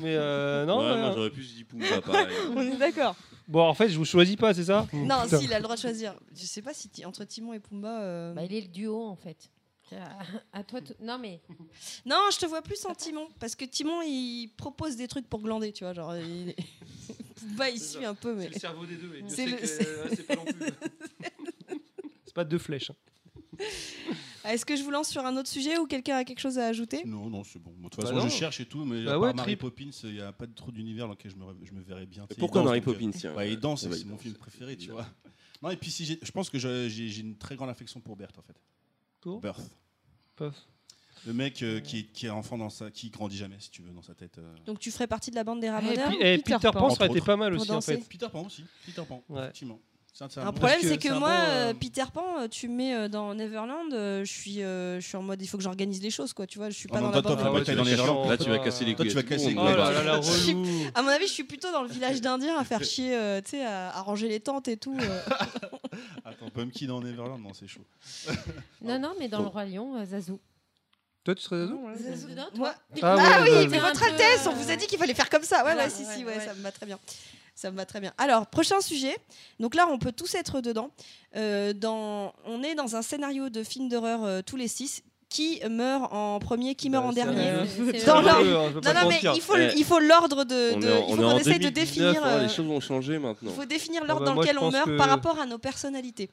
[SPEAKER 4] Mais euh, non.
[SPEAKER 7] Ouais,
[SPEAKER 4] euh,
[SPEAKER 7] moi j'aurais plus dit Pumba pareil.
[SPEAKER 2] On est d'accord.
[SPEAKER 4] bon, en fait, je vous choisis pas, c'est ça
[SPEAKER 6] Non,
[SPEAKER 4] Putain.
[SPEAKER 6] si, il a le droit de choisir. Je sais pas si ti- entre Timon et Pumba. euh,
[SPEAKER 3] Bah, il est le duo en fait. À, à Ah, toi, tout- non mais
[SPEAKER 4] Oh.
[SPEAKER 6] Non, je te vois plus en Timon. Parce que Timon, il propose des trucs pour glander, tu vois. Genre, il... Pumba, il suit un peu, mais.
[SPEAKER 4] cerveau des deux.
[SPEAKER 6] Dieu C'est sait le- que, euh,
[SPEAKER 4] c'est pas non plus. C'est pas deux flèches. hein.
[SPEAKER 6] Ah, Est-ce que je vous lance sur un autre sujet ou quelqu'un a quelque chose à ajouter
[SPEAKER 5] Non, non, c'est bon. De toute
[SPEAKER 4] Bah
[SPEAKER 5] façon,
[SPEAKER 4] non.
[SPEAKER 5] je cherche et tout, mais
[SPEAKER 4] Bah
[SPEAKER 5] à
[SPEAKER 4] ouais,
[SPEAKER 5] part Mary
[SPEAKER 4] trip.
[SPEAKER 5] Poppins, il n'y a pas de- trop d'univers dans lequel je me, re- je me verrais bien.
[SPEAKER 7] Et
[SPEAKER 5] C'est
[SPEAKER 7] Pourquoi
[SPEAKER 5] Danse,
[SPEAKER 7] Mary
[SPEAKER 5] donc, euh,
[SPEAKER 7] Poppins tiens
[SPEAKER 5] Bah, il danse,
[SPEAKER 7] Ah bah,
[SPEAKER 5] c'est
[SPEAKER 7] il
[SPEAKER 5] mon
[SPEAKER 7] danse.
[SPEAKER 5] film préféré, tu
[SPEAKER 7] Évidemment.
[SPEAKER 5] vois. Non, et puis si j'ai- je pense que je- j'ai j'ai une très grande affection pour Bert, en fait.
[SPEAKER 4] Pour
[SPEAKER 5] Bert.
[SPEAKER 4] Puff.
[SPEAKER 5] Le mec euh, qui, est- qui est enfant dans sa, qui grandit jamais, si tu veux, dans sa tête. euh.
[SPEAKER 6] Donc, tu ferais partie de la bande des
[SPEAKER 4] Et
[SPEAKER 6] ramoneurs
[SPEAKER 4] puis, eh,
[SPEAKER 2] Peter
[SPEAKER 4] Peter,
[SPEAKER 2] Pan.
[SPEAKER 4] Pan, ça aurait
[SPEAKER 5] Entre
[SPEAKER 4] été pas mal
[SPEAKER 6] Pour
[SPEAKER 4] aussi, en fait.
[SPEAKER 6] danser.
[SPEAKER 5] Peter Pan aussi. Peter Pan,
[SPEAKER 4] Ouais.
[SPEAKER 5] effectivement. C'est c'est
[SPEAKER 6] Un
[SPEAKER 5] bon-
[SPEAKER 6] problème,
[SPEAKER 4] parce que
[SPEAKER 6] c'est que,
[SPEAKER 4] c'est un
[SPEAKER 6] moi,
[SPEAKER 4] bon,
[SPEAKER 6] euh,
[SPEAKER 4] euh,
[SPEAKER 6] Peter Pan, euh, tu me mets euh, dans Neverland, euh, je suis, euh, je suis en mode, il faut que j'organise les choses, quoi. Tu vois, je suis
[SPEAKER 5] En
[SPEAKER 6] pas
[SPEAKER 5] même
[SPEAKER 6] dans la
[SPEAKER 5] temps, toi,
[SPEAKER 6] bande.
[SPEAKER 5] faut
[SPEAKER 4] Ah
[SPEAKER 5] pas
[SPEAKER 4] ouais,
[SPEAKER 5] que t'ailles
[SPEAKER 4] tu
[SPEAKER 5] dans
[SPEAKER 4] vas
[SPEAKER 5] les
[SPEAKER 4] chercher
[SPEAKER 5] rangs.
[SPEAKER 4] en-
[SPEAKER 7] Là, tu vas casser les
[SPEAKER 4] Toi,
[SPEAKER 7] couilles.
[SPEAKER 5] tu vas
[SPEAKER 7] à tout le
[SPEAKER 5] casser les
[SPEAKER 7] monde.
[SPEAKER 4] Oh là là, la
[SPEAKER 6] Je suis-
[SPEAKER 4] relou.
[SPEAKER 6] À mon avis, je suis plutôt dans le village d'Indiens à faire chier, euh, tu sais, à, à ranger les tentes et tout. euh.
[SPEAKER 5] Attends, Pumpkin dans Neverland, non, c'est chaud.
[SPEAKER 3] non non mais dans
[SPEAKER 5] Bon.
[SPEAKER 3] le roi lion, euh, Zazu.
[SPEAKER 4] Toi, tu serais Zazu
[SPEAKER 3] Non,
[SPEAKER 6] Moi-
[SPEAKER 4] Ah
[SPEAKER 6] ah
[SPEAKER 4] ouais,
[SPEAKER 6] oui,
[SPEAKER 4] Zazu.
[SPEAKER 6] mais
[SPEAKER 3] Un
[SPEAKER 6] votre
[SPEAKER 3] peu,
[SPEAKER 6] Altesse, on
[SPEAKER 3] euh,
[SPEAKER 6] vous a dit qu'il fallait faire comme ça. Ouais,
[SPEAKER 3] Voilà,
[SPEAKER 6] ouais, si, si,
[SPEAKER 3] ouais,
[SPEAKER 6] ouais,
[SPEAKER 3] ouais.
[SPEAKER 6] ça me va très bien. Ça me va très bien. Alors, prochain sujet. Donc là, on peut tous être dedans. Euh, dans, on est dans un scénario de film d'horreur euh, tous les six. Qui meurt en premier, qui meurt
[SPEAKER 4] Bah,
[SPEAKER 6] en
[SPEAKER 4] ça,
[SPEAKER 6] dernier
[SPEAKER 4] euh,
[SPEAKER 3] C'est- c'est-
[SPEAKER 6] Dans
[SPEAKER 4] Ah,
[SPEAKER 6] l'ordre.
[SPEAKER 4] oui, hein, je veux
[SPEAKER 6] Non,
[SPEAKER 4] pas te
[SPEAKER 6] non, mais
[SPEAKER 4] mentir.
[SPEAKER 6] il faut,
[SPEAKER 7] Eh,
[SPEAKER 6] il faut l'ordre de.
[SPEAKER 7] On
[SPEAKER 6] de-
[SPEAKER 7] est en-
[SPEAKER 6] il
[SPEAKER 7] on
[SPEAKER 6] faut
[SPEAKER 7] est
[SPEAKER 6] qu'on
[SPEAKER 7] en
[SPEAKER 6] essaye de
[SPEAKER 7] 2019,
[SPEAKER 6] définir.
[SPEAKER 7] ouais,
[SPEAKER 6] euh,
[SPEAKER 7] hein, Les choses ont changé
[SPEAKER 6] Il
[SPEAKER 7] maintenant.
[SPEAKER 6] faut définir
[SPEAKER 4] Ah
[SPEAKER 6] l'ordre
[SPEAKER 4] bah
[SPEAKER 6] dans
[SPEAKER 4] moi,
[SPEAKER 6] lequel
[SPEAKER 4] je
[SPEAKER 6] on
[SPEAKER 4] pense
[SPEAKER 6] meurt
[SPEAKER 4] que-
[SPEAKER 6] par rapport à nos personnalités.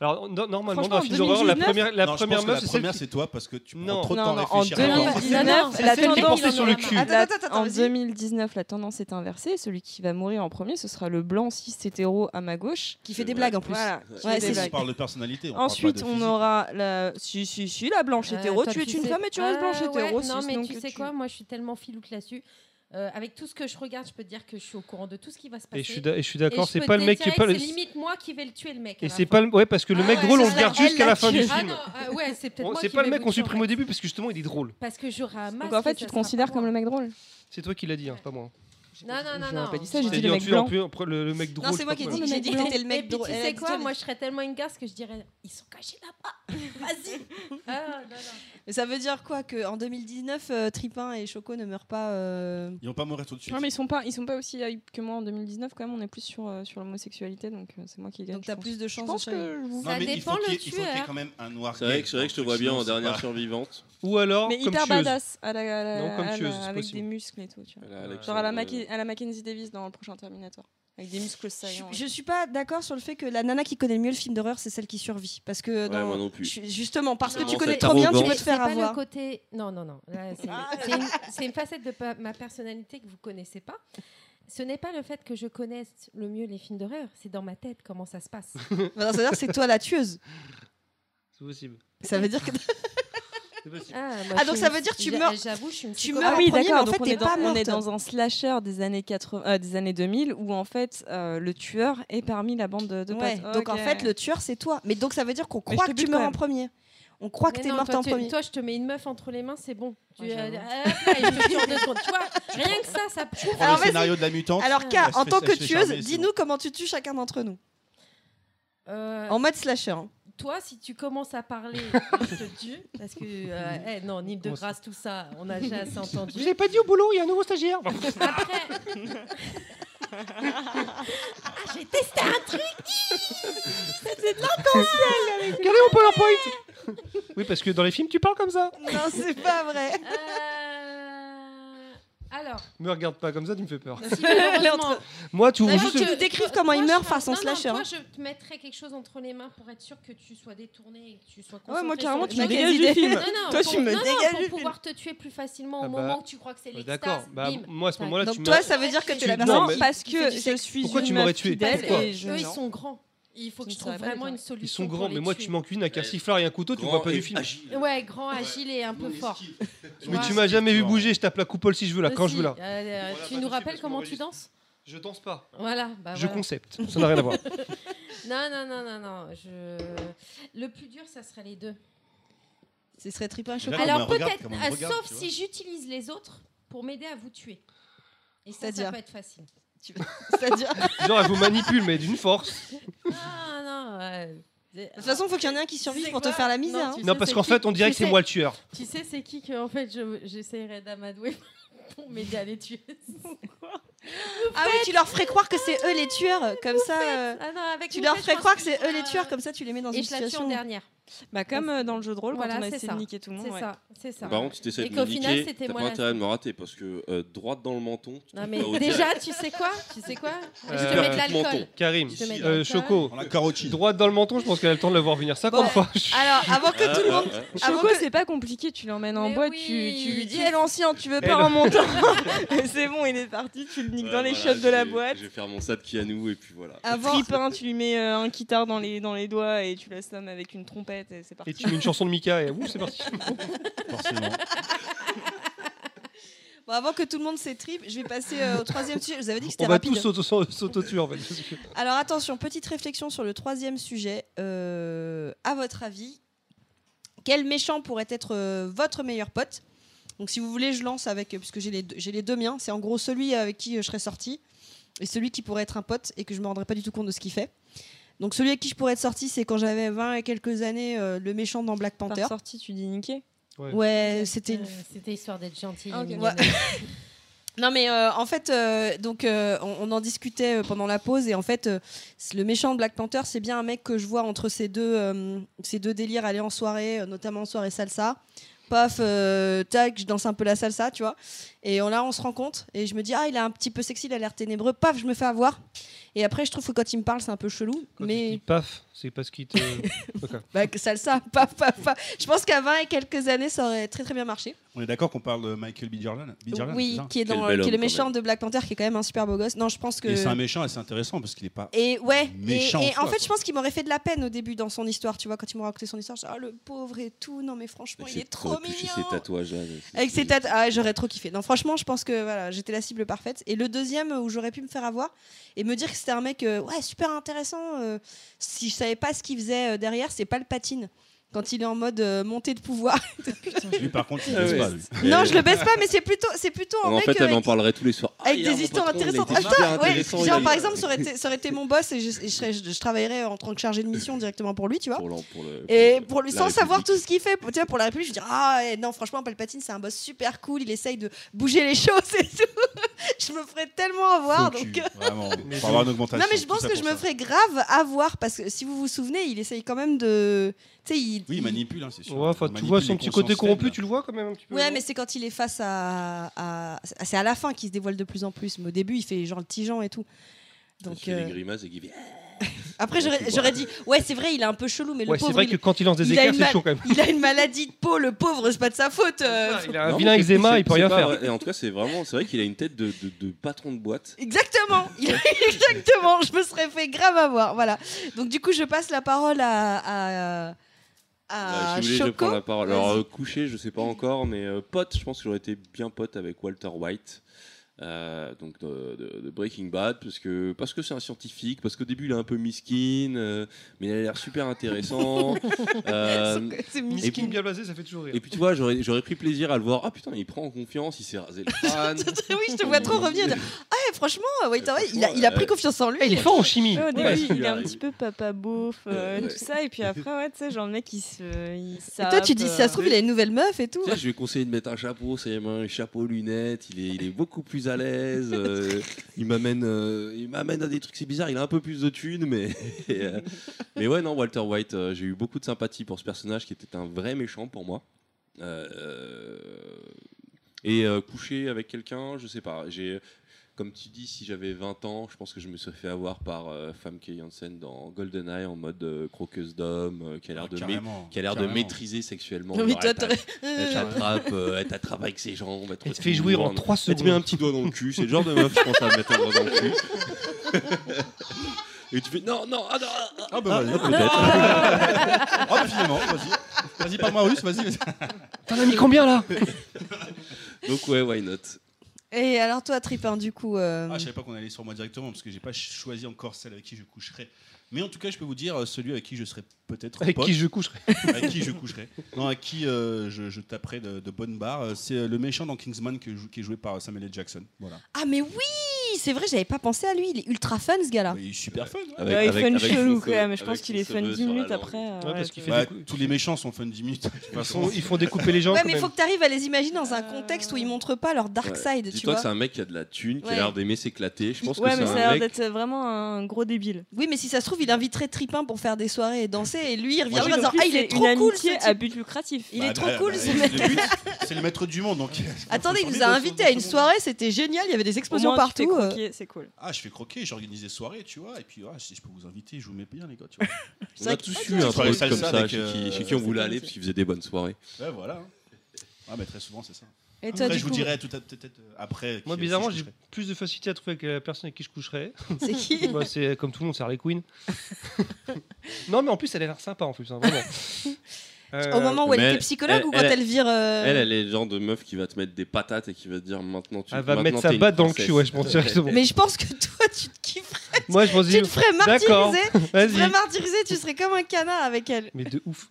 [SPEAKER 4] Alors, no- normalement, dans
[SPEAKER 2] Franchement,
[SPEAKER 4] un
[SPEAKER 2] en
[SPEAKER 4] film d'horreur, la
[SPEAKER 2] 2019,
[SPEAKER 4] première, la
[SPEAKER 5] Non, je
[SPEAKER 4] première
[SPEAKER 5] pense que
[SPEAKER 4] meuf,
[SPEAKER 5] la
[SPEAKER 4] c'est celle
[SPEAKER 5] première,
[SPEAKER 4] qui-
[SPEAKER 5] c'est toi, parce que tu prends
[SPEAKER 4] Non.
[SPEAKER 5] trop de
[SPEAKER 2] Non,
[SPEAKER 5] temps
[SPEAKER 2] non,
[SPEAKER 5] à
[SPEAKER 2] en
[SPEAKER 5] réfléchir.
[SPEAKER 2] deux-
[SPEAKER 5] avant.
[SPEAKER 2] en
[SPEAKER 3] c'est
[SPEAKER 2] 2019,
[SPEAKER 3] celle
[SPEAKER 2] la
[SPEAKER 3] qui est
[SPEAKER 2] tendance-
[SPEAKER 3] portée
[SPEAKER 2] il en
[SPEAKER 3] sur
[SPEAKER 4] le
[SPEAKER 3] a
[SPEAKER 4] cul.
[SPEAKER 3] marre.
[SPEAKER 6] Attends, attends, attends,
[SPEAKER 2] En
[SPEAKER 6] vas-y.
[SPEAKER 2] 2019, la tendance est inversée. Celui qui va mourir en premier, ce sera le blanc cis hétéro à ma gauche.
[SPEAKER 6] Qui fait
[SPEAKER 7] C'est
[SPEAKER 6] des
[SPEAKER 7] vrai.
[SPEAKER 6] blagues en plus.
[SPEAKER 2] Voilà.
[SPEAKER 7] Ouais.
[SPEAKER 2] qui
[SPEAKER 6] Ouais,
[SPEAKER 2] fait des
[SPEAKER 6] c'est
[SPEAKER 5] on
[SPEAKER 6] vrai.
[SPEAKER 2] blagues.
[SPEAKER 5] parle de personnalité. on parle pas de
[SPEAKER 2] Ensuite, on
[SPEAKER 5] physique.
[SPEAKER 2] aura la. Si, si, si, la blanche
[SPEAKER 3] Euh,
[SPEAKER 2] hétéro.
[SPEAKER 3] toi,
[SPEAKER 2] Tu es une
[SPEAKER 3] sais-
[SPEAKER 2] femme et tu restes blanche
[SPEAKER 3] Ah,
[SPEAKER 2] hétéro.
[SPEAKER 3] ouais, Non,
[SPEAKER 2] cis,
[SPEAKER 3] mais
[SPEAKER 2] donc
[SPEAKER 3] tu sais quoi, moi je suis tellement filoute là-dessus. Euh, avec tout ce que je regarde, je peux te dire que je suis au courant de tout ce qui va se passer.
[SPEAKER 4] Et je suis d'a- et je suis
[SPEAKER 3] Et
[SPEAKER 4] d'accord,
[SPEAKER 3] je
[SPEAKER 4] c'est
[SPEAKER 3] peux
[SPEAKER 4] pas
[SPEAKER 3] te
[SPEAKER 4] le mec qui est
[SPEAKER 3] dire
[SPEAKER 4] pas
[SPEAKER 3] que
[SPEAKER 4] le.
[SPEAKER 3] C'est limite moi qui vais le tuer, le mec. à
[SPEAKER 4] Et
[SPEAKER 3] la
[SPEAKER 4] c'est
[SPEAKER 3] fin.
[SPEAKER 4] pas le. Ouais, parce que le
[SPEAKER 3] Ah
[SPEAKER 4] mec
[SPEAKER 3] ouais,
[SPEAKER 4] drôle, on
[SPEAKER 3] c'est
[SPEAKER 4] le garde
[SPEAKER 3] ça,
[SPEAKER 4] jusqu'à
[SPEAKER 3] elle
[SPEAKER 4] la
[SPEAKER 3] l'a
[SPEAKER 4] fin du
[SPEAKER 3] tué. Ah
[SPEAKER 4] film.
[SPEAKER 3] non, euh, ouais, c'est peut-être
[SPEAKER 4] On-
[SPEAKER 3] moi
[SPEAKER 4] C'est
[SPEAKER 3] qui
[SPEAKER 4] pas
[SPEAKER 3] vais
[SPEAKER 4] le mec
[SPEAKER 3] vous
[SPEAKER 4] qu'on
[SPEAKER 3] tuer, en
[SPEAKER 4] supprime au
[SPEAKER 3] fait.
[SPEAKER 4] début parce que justement il est drôle.
[SPEAKER 3] Parce que je ramasse.
[SPEAKER 2] Donc Bah, en fait,
[SPEAKER 3] et
[SPEAKER 2] tu
[SPEAKER 3] ça
[SPEAKER 2] te
[SPEAKER 3] sera
[SPEAKER 2] considères
[SPEAKER 3] pas
[SPEAKER 2] comme
[SPEAKER 3] moi.
[SPEAKER 2] le mec drôle
[SPEAKER 4] C'est toi qui l'as dit, hein, pas moi.
[SPEAKER 3] Non, non, non,
[SPEAKER 2] J'aurais
[SPEAKER 3] non.
[SPEAKER 2] pas dit ça, j'ai
[SPEAKER 4] T'as
[SPEAKER 2] dit
[SPEAKER 4] dit
[SPEAKER 2] le
[SPEAKER 4] en
[SPEAKER 2] mec
[SPEAKER 4] plus, en
[SPEAKER 2] blanc.
[SPEAKER 4] plus, en plus, le le mec drôle.
[SPEAKER 6] c'est moi qui ai
[SPEAKER 4] pas
[SPEAKER 6] dit-
[SPEAKER 4] moi.
[SPEAKER 6] j'ai
[SPEAKER 2] mec
[SPEAKER 6] dit que
[SPEAKER 2] blanc.
[SPEAKER 6] t'étais le
[SPEAKER 3] Et
[SPEAKER 6] mec
[SPEAKER 3] puis
[SPEAKER 6] drôle. Eh,
[SPEAKER 3] tu
[SPEAKER 6] Elle a
[SPEAKER 3] sais
[SPEAKER 6] dit,
[SPEAKER 3] quoi,
[SPEAKER 6] toi,
[SPEAKER 3] moi je serais tellement une garce que je dirais ils sont cachés là-bas. Vas-y. Ah, non, non.
[SPEAKER 6] Mais Ça veut dire quoi que en 2019, euh, Tripin et Choco ne meurent pas. euh,
[SPEAKER 5] Ils vont pas mourir tout de suite.
[SPEAKER 2] Non, mais ils sont pas, ils sont pas aussi hype que moi en 2019. Quand même, on est plus sur, euh, sur l'homosexualité, donc euh, c'est moi qui gagne.
[SPEAKER 6] Donc t'as
[SPEAKER 2] je pense.
[SPEAKER 6] plus de
[SPEAKER 2] Je
[SPEAKER 6] chances.
[SPEAKER 2] pense
[SPEAKER 6] de survivre.
[SPEAKER 2] que je vous-
[SPEAKER 5] Non,
[SPEAKER 3] Ça
[SPEAKER 5] mais
[SPEAKER 3] dépend
[SPEAKER 5] il faut
[SPEAKER 3] le
[SPEAKER 5] qu'il y ait- il faut qu'il y ait
[SPEAKER 3] tueur.
[SPEAKER 5] quand même un noir
[SPEAKER 7] C'est vrai
[SPEAKER 5] gay
[SPEAKER 7] que c'est vrai que je te
[SPEAKER 5] dans le
[SPEAKER 7] vois
[SPEAKER 5] truc,
[SPEAKER 7] bien
[SPEAKER 5] sinon,
[SPEAKER 7] en
[SPEAKER 5] c'est
[SPEAKER 7] dernière
[SPEAKER 5] pas-
[SPEAKER 7] survivante.
[SPEAKER 4] Ou alors,
[SPEAKER 2] Mais
[SPEAKER 4] comme
[SPEAKER 2] hyper
[SPEAKER 4] tueuse.
[SPEAKER 2] badass à la, à la-
[SPEAKER 4] Non, comme
[SPEAKER 2] à la-
[SPEAKER 4] tueuse, c'est
[SPEAKER 2] avec
[SPEAKER 4] possible.
[SPEAKER 2] des muscles et tout. Tu vois.
[SPEAKER 7] Elle a Alex-
[SPEAKER 2] Genre à la,
[SPEAKER 7] euh,
[SPEAKER 2] Macke-
[SPEAKER 3] hein,
[SPEAKER 2] à la Mackenzie Davis dans le prochain Terminator. Avec des muscles
[SPEAKER 6] Je,
[SPEAKER 2] saillants.
[SPEAKER 6] je suis pas d'accord sur le fait que la nana qui connaît le mieux le film d'horreur, c'est celle qui survit. Parce que
[SPEAKER 7] Ouais,
[SPEAKER 6] dans-
[SPEAKER 7] moi non plus.
[SPEAKER 6] je- justement, parce que
[SPEAKER 3] Non,
[SPEAKER 6] tu connais
[SPEAKER 7] cette
[SPEAKER 6] trop bien, tu
[SPEAKER 7] arrogance.
[SPEAKER 6] peux
[SPEAKER 3] Mais
[SPEAKER 6] te
[SPEAKER 3] c'est
[SPEAKER 6] faire
[SPEAKER 3] pas le
[SPEAKER 6] avoir.
[SPEAKER 3] côté. Non, non, non. Là, c'est-
[SPEAKER 6] Ah.
[SPEAKER 3] C'est une, c'est une facette de pa- ma personnalité que vous connaissez pas. Ce n'est pas le fait que je connaisse le mieux les films d'horreur, c'est dans ma tête comment ça se passe.
[SPEAKER 6] Bah, non, ça veut dire que c'est toi la tueuse.
[SPEAKER 4] C'est possible.
[SPEAKER 6] Ça veut dire que
[SPEAKER 4] C'est
[SPEAKER 3] Ah,
[SPEAKER 4] possible.
[SPEAKER 3] moi,
[SPEAKER 6] Ah,
[SPEAKER 3] je
[SPEAKER 6] donc
[SPEAKER 3] suis
[SPEAKER 6] ça
[SPEAKER 3] une-
[SPEAKER 6] veut dire tu
[SPEAKER 3] j'a-
[SPEAKER 6] meurs-
[SPEAKER 3] J'avoue, je suis une
[SPEAKER 6] tu
[SPEAKER 3] psychopathe.
[SPEAKER 6] meurs
[SPEAKER 2] Ah oui,
[SPEAKER 6] premier, mais
[SPEAKER 2] d'accord.
[SPEAKER 6] en fait,
[SPEAKER 2] donc on
[SPEAKER 6] t'es
[SPEAKER 2] est, dans,
[SPEAKER 6] pas
[SPEAKER 2] on est
[SPEAKER 6] morte.
[SPEAKER 2] dans un slasher des années 80, euh, des années 2000 où en fait euh, le tueur est parmi la bande de. de
[SPEAKER 6] Ouais,
[SPEAKER 2] potes.
[SPEAKER 6] Donc en
[SPEAKER 2] Ok.
[SPEAKER 6] fait, le tueur, c'est toi. Mais donc ça veut dire qu'on
[SPEAKER 2] Mais
[SPEAKER 6] croit
[SPEAKER 2] je
[SPEAKER 6] que
[SPEAKER 2] te
[SPEAKER 6] tu
[SPEAKER 2] bute
[SPEAKER 6] meurs
[SPEAKER 2] quand
[SPEAKER 6] en
[SPEAKER 2] même.
[SPEAKER 6] premier. on croit que
[SPEAKER 3] Mais
[SPEAKER 6] t'es
[SPEAKER 3] non,
[SPEAKER 6] morte
[SPEAKER 3] toi,
[SPEAKER 6] en
[SPEAKER 3] tu-
[SPEAKER 6] premier. Oh,
[SPEAKER 3] Toi, je te mets une meuf entre les mains, c'est bon. Tu,
[SPEAKER 9] Ouais,
[SPEAKER 3] euh,
[SPEAKER 9] j'avoue.
[SPEAKER 3] hop là, et je te tire de compte. Tu vois, rien que ça, ça prouve.
[SPEAKER 5] Prends
[SPEAKER 6] Alors,
[SPEAKER 5] le
[SPEAKER 6] vas-y.
[SPEAKER 5] scénario de la mutante.
[SPEAKER 6] Alors, K,
[SPEAKER 5] Elle se
[SPEAKER 6] en
[SPEAKER 5] fait-
[SPEAKER 6] tant
[SPEAKER 5] elle
[SPEAKER 6] que
[SPEAKER 5] se fait charmer,
[SPEAKER 6] tueuse,
[SPEAKER 5] c'est
[SPEAKER 6] dis-nous comment tu tues chacun d'entre nous.
[SPEAKER 3] Euh,
[SPEAKER 6] En mode slasher. hein.
[SPEAKER 3] Toi, si tu commences à parler, je te tue. Parce que, euh, eh, non, Nîmes de grâce, tout ça, on a déjà assez entendu.
[SPEAKER 4] l'ai pas dit au boulot, il y a un nouveau stagiaire.
[SPEAKER 3] Après. Ah, J'ai testé un truc
[SPEAKER 4] Regardez mon PowerPoint. oui, parce que dans les films, tu parles comme ça.
[SPEAKER 6] Non, c'est pas vrai.
[SPEAKER 3] Euh, Alors,
[SPEAKER 4] Me regarde pas comme ça, tu me fais peur.
[SPEAKER 3] si
[SPEAKER 6] L'autre.
[SPEAKER 3] malheureusement,
[SPEAKER 4] Moi, tu
[SPEAKER 6] Bah,
[SPEAKER 4] ouvres
[SPEAKER 6] faut
[SPEAKER 4] juste
[SPEAKER 6] que
[SPEAKER 4] le-
[SPEAKER 6] tu nous décrives comment il
[SPEAKER 3] Moi,
[SPEAKER 6] meurt
[SPEAKER 3] je-
[SPEAKER 6] façon
[SPEAKER 3] non, non,
[SPEAKER 6] slasher.
[SPEAKER 2] hein.
[SPEAKER 3] Moi, je te mettrais quelque chose entre les mains pour être sûr que tu sois détourné et que tu sois concentré.
[SPEAKER 2] Ouais, moi
[SPEAKER 3] sur
[SPEAKER 2] carrément,
[SPEAKER 3] le
[SPEAKER 2] tu me
[SPEAKER 3] truc.
[SPEAKER 6] Quelles
[SPEAKER 2] dégages du
[SPEAKER 6] idées.
[SPEAKER 2] film.
[SPEAKER 3] Non, non,
[SPEAKER 2] Toi,
[SPEAKER 3] pour,
[SPEAKER 2] tu me
[SPEAKER 3] non, non,
[SPEAKER 6] dégages
[SPEAKER 3] pour
[SPEAKER 6] du
[SPEAKER 3] pouvoir te tuer plus facilement au
[SPEAKER 4] Ah bah,
[SPEAKER 3] moment où tu crois que c'est
[SPEAKER 4] Euh,
[SPEAKER 3] l'extase.
[SPEAKER 4] D'accord. Bah,
[SPEAKER 3] bim.
[SPEAKER 4] moi, à ce moment-là, tu
[SPEAKER 6] Donc,
[SPEAKER 4] me.
[SPEAKER 6] toi, ça veut dire que t'es la
[SPEAKER 4] Non,
[SPEAKER 6] personne.
[SPEAKER 2] Non,
[SPEAKER 4] mais-
[SPEAKER 2] parce
[SPEAKER 3] Il fait
[SPEAKER 2] que
[SPEAKER 3] du
[SPEAKER 2] je
[SPEAKER 3] sexe.
[SPEAKER 2] suis
[SPEAKER 4] Pourquoi
[SPEAKER 2] une
[SPEAKER 4] tu
[SPEAKER 2] meuf
[SPEAKER 4] m'aurais tué
[SPEAKER 2] fidèle
[SPEAKER 4] Pourquoi
[SPEAKER 2] et je
[SPEAKER 3] Eux, ils
[SPEAKER 2] mens.
[SPEAKER 3] sont grands. Il faut que
[SPEAKER 2] Je
[SPEAKER 3] je
[SPEAKER 2] ne
[SPEAKER 3] trouve
[SPEAKER 2] savais pas,
[SPEAKER 3] vraiment
[SPEAKER 2] les
[SPEAKER 3] une
[SPEAKER 2] gens.
[SPEAKER 3] solution.
[SPEAKER 4] Ils sont
[SPEAKER 3] pour
[SPEAKER 4] grands,
[SPEAKER 3] les
[SPEAKER 4] mais moi,
[SPEAKER 3] tuer.
[SPEAKER 4] tu manques une avec un
[SPEAKER 7] Ouais.
[SPEAKER 4] siffleur et un couteau, tu
[SPEAKER 7] Grand
[SPEAKER 4] vois pas
[SPEAKER 7] et
[SPEAKER 4] du film.
[SPEAKER 7] agile.
[SPEAKER 3] Ouais, grand, agile et un peu fort.
[SPEAKER 4] Mais
[SPEAKER 3] Ouais.
[SPEAKER 4] tu m'as jamais vu bouger, je tape la coupole si je veux, là, quand je veux, là.
[SPEAKER 3] Aussi, euh,
[SPEAKER 5] Voilà,
[SPEAKER 3] tu
[SPEAKER 5] pas
[SPEAKER 3] nous
[SPEAKER 5] de
[SPEAKER 3] rappelles
[SPEAKER 5] souci,
[SPEAKER 3] comment
[SPEAKER 5] parce
[SPEAKER 3] tu
[SPEAKER 5] qu'on
[SPEAKER 3] danses
[SPEAKER 4] Je danse pas.
[SPEAKER 3] Voilà.
[SPEAKER 6] Ah
[SPEAKER 3] Bah,
[SPEAKER 4] Je
[SPEAKER 3] voilà.
[SPEAKER 4] concepte. Ça n'a rien à voir.
[SPEAKER 3] Non, non, non, non, non. Je... Le plus dur, ça serait les deux.
[SPEAKER 6] Ce serait triple un
[SPEAKER 5] Là,
[SPEAKER 4] Ah,
[SPEAKER 6] chocolat.
[SPEAKER 5] comment
[SPEAKER 3] Alors
[SPEAKER 5] elle regarde,
[SPEAKER 3] peut-être,
[SPEAKER 5] comment elle
[SPEAKER 3] euh,
[SPEAKER 5] regarde,
[SPEAKER 3] sauf
[SPEAKER 5] tu
[SPEAKER 3] si j'utilise les autres pour m'aider à vous tuer. Et ça, ça
[SPEAKER 6] C'est-à-dire
[SPEAKER 3] peut être facile.
[SPEAKER 6] C'est-à-dire. De
[SPEAKER 4] Non, elle vous manipule, mais d'une force.
[SPEAKER 3] Ah non. euh, De
[SPEAKER 6] toute façon, faut qu'il y en ait un qui survive pour te faire la misère. hein.
[SPEAKER 4] Non, parce qu'en fait, on dirait que c'est moi le tueur.
[SPEAKER 3] Tu sais, c'est qui que en fait, je- j'essaierai d'amadouer pour m'aider à les tuer.
[SPEAKER 6] Ah oui, tu leur ferais croire que c'est eux les tueurs. Comme ça. euh,
[SPEAKER 3] Ah non, avec
[SPEAKER 6] Tu
[SPEAKER 3] mon
[SPEAKER 6] leur
[SPEAKER 3] fait, je
[SPEAKER 6] ferais
[SPEAKER 3] pense
[SPEAKER 6] croire que c'est
[SPEAKER 3] je
[SPEAKER 6] eux les
[SPEAKER 3] pourrais,
[SPEAKER 6] tueurs,
[SPEAKER 3] euh,
[SPEAKER 6] comme ça tu les mets dans
[SPEAKER 3] Et
[SPEAKER 6] une
[SPEAKER 3] je la tue
[SPEAKER 6] situation.
[SPEAKER 3] en dernière.
[SPEAKER 2] Bah, comme euh, dans le jeu de rôle,
[SPEAKER 3] Voilà,
[SPEAKER 2] quand on a
[SPEAKER 3] c'est
[SPEAKER 2] essayé
[SPEAKER 3] ça.
[SPEAKER 2] de niquer tout le monde.
[SPEAKER 3] C'est
[SPEAKER 2] ouais.
[SPEAKER 3] ça, c'est
[SPEAKER 4] Bah,
[SPEAKER 3] ça.
[SPEAKER 7] Par contre, si t'essaies
[SPEAKER 3] Et
[SPEAKER 7] de
[SPEAKER 3] qu'au
[SPEAKER 7] me
[SPEAKER 3] final,
[SPEAKER 7] niquer,
[SPEAKER 3] c'était
[SPEAKER 7] t'as
[SPEAKER 3] moi
[SPEAKER 7] pas
[SPEAKER 3] la-
[SPEAKER 7] intérêt de me rater parce que euh, droite dans le menton. tu
[SPEAKER 3] Non,
[SPEAKER 7] te
[SPEAKER 3] mais
[SPEAKER 7] fais Bah, au direct.
[SPEAKER 3] déjà, tu sais quoi Tu sais quoi Je
[SPEAKER 4] Euh,
[SPEAKER 3] te mets de
[SPEAKER 7] Menton.
[SPEAKER 3] l'alcool.
[SPEAKER 4] Karim,
[SPEAKER 3] Je te mets de
[SPEAKER 4] euh,
[SPEAKER 3] l'alcool.
[SPEAKER 4] Choco,
[SPEAKER 5] vois. On la carotide.
[SPEAKER 4] droite dans le menton, je pense qu'elle a le temps de le voir venir 50
[SPEAKER 6] Ouais.
[SPEAKER 4] fois.
[SPEAKER 6] Alors, avant que
[SPEAKER 7] Ah,
[SPEAKER 6] tout le
[SPEAKER 4] Euh,
[SPEAKER 6] monde.
[SPEAKER 7] ah,
[SPEAKER 6] Avant
[SPEAKER 2] Choco,
[SPEAKER 6] que-
[SPEAKER 2] c'est pas compliqué, tu l'emmènes en
[SPEAKER 3] Mais
[SPEAKER 2] boîte,
[SPEAKER 3] oui,
[SPEAKER 2] tu, tu lui dis
[SPEAKER 3] tu-
[SPEAKER 2] Eh l'ancien, tu veux
[SPEAKER 4] Eh,
[SPEAKER 2] pas
[SPEAKER 4] le-
[SPEAKER 2] en montant Et c'est bon, il est parti, tu le niques
[SPEAKER 7] Ouais,
[SPEAKER 2] dans les
[SPEAKER 7] voilà,
[SPEAKER 2] chiottes de la
[SPEAKER 7] je vais-
[SPEAKER 2] boîte.
[SPEAKER 7] Je vais faire mon sad Kianou et puis voilà.
[SPEAKER 6] Avant,
[SPEAKER 2] Tripin, tu lui mets euh, un guitare dans les, dans les doigts et tu l'assommes avec une trompette et c'est
[SPEAKER 4] Et
[SPEAKER 2] parti.
[SPEAKER 4] tu mets une chanson de Mika et ouh, c'est parti.
[SPEAKER 5] Forcément.
[SPEAKER 6] bon, avant que tout le monde s'étripe, je vais passer euh, au troisième sujet. Je vous avais dit que c'était
[SPEAKER 4] On va
[SPEAKER 6] rapide.
[SPEAKER 4] tous s'auto- s'auto-tuer en fait. parce que-
[SPEAKER 6] Alors attention, petite réflexion sur le troisième sujet. Euh, à votre avis, quel méchant pourrait être euh, votre meilleur pote Donc si vous voulez, je lance avec, euh, puisque j'ai les, deux- j'ai les deux miens. C'est en gros celui avec qui euh, je serais sorti et celui qui pourrait être un pote et que je me rendrais pas du tout compte de ce qu'il fait. Donc celui avec qui je pourrais être sorti, c'est quand j'avais 20 et quelques années, euh, le méchant dans Black
[SPEAKER 2] Par
[SPEAKER 6] Panther.
[SPEAKER 2] sortie, tu dis niquer.
[SPEAKER 6] Ouais, c'était une
[SPEAKER 3] Euh, C'était Ah, histoire d'être gentil. et
[SPEAKER 2] Ok.
[SPEAKER 3] mignonne.
[SPEAKER 6] Ouais. Non mais euh, en fait euh, donc euh, on, on en discutait euh, pendant la pause et en fait euh, c- le méchant de Black Panther c'est bien un mec que je vois entre ces deux euh, ces deux délires aller en soirée euh, notamment en soirée salsa paf euh, tac je danse un peu la salsa tu vois et on, là on se rend compte et je me dis ah il a un petit peu sexy il a l'air ténébreux paf je me fais avoir et après je trouve que quand il me parle c'est un peu chelou
[SPEAKER 4] Quand il dit
[SPEAKER 6] mais
[SPEAKER 4] paf, c'est parce qu'il te. Ok.
[SPEAKER 6] bah, que salsa paf paf paf je pense qu'à 20 et quelques années ça aurait très très bien marché
[SPEAKER 5] On est d'accord qu'on parle de Michael B. Jordan B. Jordan, c'est
[SPEAKER 6] oui
[SPEAKER 5] ça
[SPEAKER 6] qui est
[SPEAKER 7] Quel
[SPEAKER 6] dans
[SPEAKER 7] bel
[SPEAKER 6] qui est
[SPEAKER 7] homme,
[SPEAKER 6] le
[SPEAKER 7] quand
[SPEAKER 6] méchant de Black Panther qui est quand même un super beau gosse non je pense que
[SPEAKER 5] Et c'est un méchant assez intéressant parce qu'il est pas.
[SPEAKER 6] Et ouais,
[SPEAKER 5] Méchant,
[SPEAKER 6] et, et en
[SPEAKER 5] quoi.
[SPEAKER 6] fait, je pense qu'il m'aurait fait de la peine au début dans son histoire, tu vois, quand il m'aurait raconté son histoire, je dis, ah le pauvre et tout, non mais
[SPEAKER 3] Oh,
[SPEAKER 6] franchement, il
[SPEAKER 7] J'ai
[SPEAKER 6] est trop
[SPEAKER 7] touché
[SPEAKER 6] mignon.
[SPEAKER 7] ses tatouages. là, c'est-
[SPEAKER 6] Avec ses têtes, ah, j'aurais trop kiffé. Non, franchement, je pense que voilà, j'étais la cible parfaite. Et le deuxième euh, où j'aurais pu me faire avoir et me dire que c'était un mec, euh, ouais, super intéressant. euh, si je savais pas ce qu'il faisait euh, derrière, c'est pas le patine. Quand il est en mode euh, montée de pouvoir.
[SPEAKER 5] Lui, par contre, il
[SPEAKER 7] Ah
[SPEAKER 5] baisse
[SPEAKER 7] ouais.
[SPEAKER 5] pas, lui.
[SPEAKER 7] Et-
[SPEAKER 6] non, je le baisse pas, mais c'est plutôt, c'est plutôt un
[SPEAKER 7] En
[SPEAKER 6] mec.
[SPEAKER 7] fait, elle
[SPEAKER 6] euh,
[SPEAKER 7] en parlerait tous les soirs. Ah,
[SPEAKER 6] avec
[SPEAKER 7] hier,
[SPEAKER 6] des
[SPEAKER 7] mon
[SPEAKER 6] histoires
[SPEAKER 7] patron, il a été
[SPEAKER 6] intéressantes. Ah,
[SPEAKER 7] super
[SPEAKER 6] putain, ouais,
[SPEAKER 7] intéressant, il
[SPEAKER 6] genre,
[SPEAKER 7] a-
[SPEAKER 6] par exemple, ça aurait été, ça aurait été mon boss et je, et je serais- je- je travaillerais en tant que chargé de mission directement pour lui, tu vois.
[SPEAKER 7] Pour l'en- pour le-
[SPEAKER 6] Et
[SPEAKER 7] le-
[SPEAKER 6] pour lui,
[SPEAKER 7] la
[SPEAKER 6] sans savoir
[SPEAKER 7] République.
[SPEAKER 6] tout ce qu'il fait, pour, tu vois, pour la République, je dis ah eh, non franchement Palpatine c'est un boss super cool, il essaye de bouger les choses et tout. je me ferais tellement avoir
[SPEAKER 5] Faut
[SPEAKER 6] donc. euh,
[SPEAKER 5] que tu- Vraiment.
[SPEAKER 4] Mais
[SPEAKER 5] Faut avoir une augmentation.
[SPEAKER 6] Non mais je
[SPEAKER 5] tout
[SPEAKER 6] pense
[SPEAKER 5] ça
[SPEAKER 6] que je
[SPEAKER 5] pour ça.
[SPEAKER 6] me ferais grave avoir parce que si vous vous souvenez, il essaye quand même de, tu sais il.
[SPEAKER 5] Oui, il
[SPEAKER 6] il-
[SPEAKER 5] manipule, hein, c'est sûr.
[SPEAKER 4] Ouais, enfin,
[SPEAKER 5] Il
[SPEAKER 4] tu
[SPEAKER 5] manipule
[SPEAKER 4] vois
[SPEAKER 5] les
[SPEAKER 4] son petit côté
[SPEAKER 5] consciences
[SPEAKER 4] corrompu,
[SPEAKER 5] faibles.
[SPEAKER 4] tu le vois quand même un petit peu.
[SPEAKER 6] Ouais,
[SPEAKER 4] non
[SPEAKER 6] mais c'est quand il est face à, à- c'est à la fin qu'il se dévoile de plus en plus. Mais au début, il fait genre le petit Jean et tout.
[SPEAKER 7] Il
[SPEAKER 6] Donc
[SPEAKER 7] fait
[SPEAKER 6] euh,
[SPEAKER 7] des grimaces et qui fait-
[SPEAKER 6] après, j'aurais j'aurais dit ouais, c'est vrai, il est un peu chelou, mais le
[SPEAKER 4] Ouais, c'est
[SPEAKER 6] pauvre,
[SPEAKER 4] vrai
[SPEAKER 6] il,
[SPEAKER 4] que quand il lance des
[SPEAKER 6] il
[SPEAKER 4] éclairs,
[SPEAKER 6] a une
[SPEAKER 4] c'est
[SPEAKER 6] mal-
[SPEAKER 4] chaud quand même.
[SPEAKER 6] il a une maladie de peau, le pauvre, c'est pas de sa faute. euh,
[SPEAKER 4] Il a un
[SPEAKER 7] Non,
[SPEAKER 4] vilain
[SPEAKER 7] mais c'est-
[SPEAKER 4] eczéma,
[SPEAKER 7] c'est-
[SPEAKER 4] il peut
[SPEAKER 7] c'est
[SPEAKER 4] rien
[SPEAKER 7] pas
[SPEAKER 4] faire.
[SPEAKER 7] vrai. Et en tout cas, c'est vraiment, c'est vrai qu'il a une tête de, de- de patron de boîte.
[SPEAKER 6] Exactement, il- exactement, je me serais fait grave avoir, voilà. Donc du coup, je passe la parole à, à, à
[SPEAKER 7] Euh, si vous voulez, je
[SPEAKER 6] Ah, Choco.
[SPEAKER 7] prends la parole. Alors,
[SPEAKER 6] Vas-y.
[SPEAKER 7] euh, couché, je sais pas encore, mais euh, pote, je pense que j'aurais été bien pote avec Walter White. euh, donc de, de- de Breaking Bad, parce que parce que c'est un scientifique, parce qu'au début il est un peu miskin, euh, mais il a l'air super intéressant. Euh,
[SPEAKER 6] C'est
[SPEAKER 7] et puis-
[SPEAKER 4] Miskin bien blasé, ça fait toujours rire.
[SPEAKER 7] et puis tu vois, j'aurais j'aurais pris plaisir à le voir. Ah putain, il prend confiance, il s'est rasé le crâne.
[SPEAKER 6] oui, je te vois trop revenir. et dire, Ah, franchement, Wait, Wait, il a, il a pris confiance en lui.
[SPEAKER 4] Eh, Ah, il est fort en chimie.
[SPEAKER 2] Ouais, au début,
[SPEAKER 7] Ouais,
[SPEAKER 2] il- il est
[SPEAKER 7] celui-là,
[SPEAKER 2] un
[SPEAKER 7] il-
[SPEAKER 2] petit peu papa beauf, euh,
[SPEAKER 7] Ouais, ouais.
[SPEAKER 2] tout ça. Et puis après, ouais, tu sais, genre le mec, il se. Il
[SPEAKER 6] Et toi, tu dis, si ça se trouve, il a une nouvelle meuf et tout.
[SPEAKER 7] Tu sais, je lui ai conseillé de mettre un chapeau, c'est un chapeau, lunettes. Il est, il est beaucoup plus à l'aise. euh, il m'amène, euh, il m'amène à des trucs c'est bizarre. Il a un peu plus de thunes, mais et, euh, mais ouais non, Walter White. euh, j'ai eu beaucoup de sympathie pour ce personnage qui était un vrai méchant pour moi. Euh, euh, et euh, coucher avec quelqu'un, je sais pas. J'ai comme tu dis, si j'avais 20 ans, je pense que je me serais fait avoir par euh, Famke Janssen dans GoldenEye en mode euh, croqueuse d'homme, euh, qui a
[SPEAKER 5] Ah,
[SPEAKER 7] l'air de, mé- qui a l'air de maîtriser sexuellement.
[SPEAKER 6] Oui,
[SPEAKER 7] Genre,
[SPEAKER 6] toi,
[SPEAKER 7] elle t'a-
[SPEAKER 6] t'aurais-
[SPEAKER 7] elle t'attrape, euh, elle t'attrape avec ses jambes. Elle
[SPEAKER 4] Elle te
[SPEAKER 7] retrouve
[SPEAKER 4] fait jouir en
[SPEAKER 7] loin.
[SPEAKER 4] 3
[SPEAKER 7] Elle te met un
[SPEAKER 4] secondes.
[SPEAKER 7] petit doigt dans le cul. C'est le genre de meuf, je pense, à mettre un doigt dans le cul. Et tu fais non, non, ah non, ah,
[SPEAKER 5] Ah bah vas-y.
[SPEAKER 7] peut-être.
[SPEAKER 5] Ah, finalement, vas-y. Vas-y, parle-moi russe, vas-y. vas-y.
[SPEAKER 4] T'en as mis combien là
[SPEAKER 7] ah. Donc, ouais, why not
[SPEAKER 6] Et alors, toi, Tripin, du coup. euh,
[SPEAKER 5] Ah, je savais pas qu'on allait sur moi directement parce que j'ai pas ch- choisi encore celle avec qui je coucherai. Mais en tout cas, je peux vous dire euh, celui avec qui je serai peut-être
[SPEAKER 4] Avec
[SPEAKER 5] pote,
[SPEAKER 4] qui je coucherai
[SPEAKER 5] avec qui je coucherai. Non, à qui euh, je, je taperai de, de bonnes barres. Euh, C'est euh, le méchant dans Kingsman que jou- qui est joué par euh, Samuel L. Jackson. Voilà.
[SPEAKER 6] Ah, mais oui, c'est vrai, j'avais pas pensé à lui. Il est ultra fun, ce gars-là.
[SPEAKER 5] Mais il est super fun. ouais.
[SPEAKER 2] euh, Ouais, il est fun chelou
[SPEAKER 7] son
[SPEAKER 2] quand même. Je
[SPEAKER 7] avec
[SPEAKER 2] pense
[SPEAKER 7] son
[SPEAKER 2] qu'il est fun
[SPEAKER 7] cheveu
[SPEAKER 2] 10
[SPEAKER 7] sur la
[SPEAKER 2] minutes
[SPEAKER 7] langue.
[SPEAKER 2] après. euh,
[SPEAKER 4] Ouais, parce
[SPEAKER 2] ouais,
[SPEAKER 4] qu'il fait
[SPEAKER 5] Bah,
[SPEAKER 4] des coups-
[SPEAKER 5] tous les méchants sont fun 10 minutes. De toute
[SPEAKER 4] ils font,
[SPEAKER 5] façon,
[SPEAKER 4] ils font découper les gens.
[SPEAKER 6] Ouais,
[SPEAKER 4] quand
[SPEAKER 6] mais
[SPEAKER 4] même.
[SPEAKER 6] faut que tu arrives à les imaginer dans un contexte où ils montrent pas leur dark side, tu vois.
[SPEAKER 7] Dis-toi que c'est un mec qui a de la thune, qui
[SPEAKER 6] Ouais.
[SPEAKER 7] a l'air d'aimer s'éclater. Je pense
[SPEAKER 2] Ouais,
[SPEAKER 7] que
[SPEAKER 2] mais ça
[SPEAKER 7] c'est
[SPEAKER 2] a
[SPEAKER 7] un
[SPEAKER 2] l'air
[SPEAKER 7] mec.
[SPEAKER 2] d'être vraiment un gros débile.
[SPEAKER 6] Oui, mais si ça se trouve, il inviterait Tripin pour faire des soirées et danser, et lui, il
[SPEAKER 2] Moi,
[SPEAKER 6] reviendrait
[SPEAKER 2] j'ai
[SPEAKER 6] en disant
[SPEAKER 2] compris,
[SPEAKER 6] Ah, il
[SPEAKER 2] c'est
[SPEAKER 6] est
[SPEAKER 2] une
[SPEAKER 6] trop cool,
[SPEAKER 2] amitié
[SPEAKER 6] ce
[SPEAKER 2] à
[SPEAKER 6] type.
[SPEAKER 2] but lucratif.
[SPEAKER 6] Il
[SPEAKER 5] Bah,
[SPEAKER 6] est trop
[SPEAKER 5] bah,
[SPEAKER 6] cool,
[SPEAKER 5] bah,
[SPEAKER 6] ce
[SPEAKER 5] le
[SPEAKER 6] mec.
[SPEAKER 5] but, C'est le maître du monde, donc. euh,
[SPEAKER 6] Attendez, il nous a invités à une soirée, c'était génial, il y avait des
[SPEAKER 2] Au
[SPEAKER 6] explosions
[SPEAKER 2] moins, tu t'es
[SPEAKER 6] partout. euh.
[SPEAKER 2] croqué, c'est cool.
[SPEAKER 5] Ah, je fais croquer, j'ai organisé soirée, tu vois. Et puis, ah, si je peux vous inviter, je vous mets bien, les gars, tu vois.
[SPEAKER 7] On a
[SPEAKER 5] Ah,
[SPEAKER 7] tous
[SPEAKER 5] tiens,
[SPEAKER 7] eu un
[SPEAKER 5] je parlais
[SPEAKER 7] truc
[SPEAKER 5] de
[SPEAKER 7] comme
[SPEAKER 5] salsa
[SPEAKER 7] ça
[SPEAKER 5] avec,
[SPEAKER 7] chez qui-
[SPEAKER 5] euh,
[SPEAKER 7] chez qui on voulait
[SPEAKER 2] c'est
[SPEAKER 7] aller
[SPEAKER 2] ça.
[SPEAKER 7] parce qu'il faisait des bonnes soirées.
[SPEAKER 5] Ouais, Ben, voilà. Ah, mais très souvent, c'est ça.
[SPEAKER 6] Et toi,
[SPEAKER 5] Après,
[SPEAKER 6] du
[SPEAKER 5] je vous
[SPEAKER 6] coup,
[SPEAKER 5] dirai tout à- peut-être euh, après.
[SPEAKER 4] Moi,
[SPEAKER 5] qui-
[SPEAKER 4] bizarrement,
[SPEAKER 5] qui je
[SPEAKER 4] j'ai plus de facilité à trouver avec la personne avec qui je coucherais.
[SPEAKER 6] c'est qui
[SPEAKER 4] Moi, c'est euh, comme tout le monde, c'est Harley Quinn. non, mais en plus, elle a l'air sympa en plus, hein, vraiment. Euh,
[SPEAKER 6] Au moment où elle
[SPEAKER 7] mais
[SPEAKER 6] était
[SPEAKER 7] elle-
[SPEAKER 6] psychologue ou
[SPEAKER 7] elle-
[SPEAKER 6] quand
[SPEAKER 7] elle-
[SPEAKER 6] elle vire. euh,
[SPEAKER 7] Elle, elle est le genre de meuf qui va te mettre des patates et qui va te dire maintenant tu
[SPEAKER 4] Elle va
[SPEAKER 7] maintenant,
[SPEAKER 4] mettre sa
[SPEAKER 7] t'es une
[SPEAKER 4] batte dans le cul,
[SPEAKER 7] princesse.
[SPEAKER 4] ouais, je pense directement.
[SPEAKER 6] Mais je pense que toi, tu te kifferais.
[SPEAKER 4] Moi, je pense
[SPEAKER 6] Tu te ferais
[SPEAKER 4] D'accord.
[SPEAKER 6] martyriser. Tu te ferais
[SPEAKER 4] vas-y.
[SPEAKER 6] martyriser, tu serais comme un canard avec elle.
[SPEAKER 4] Mais de ouf.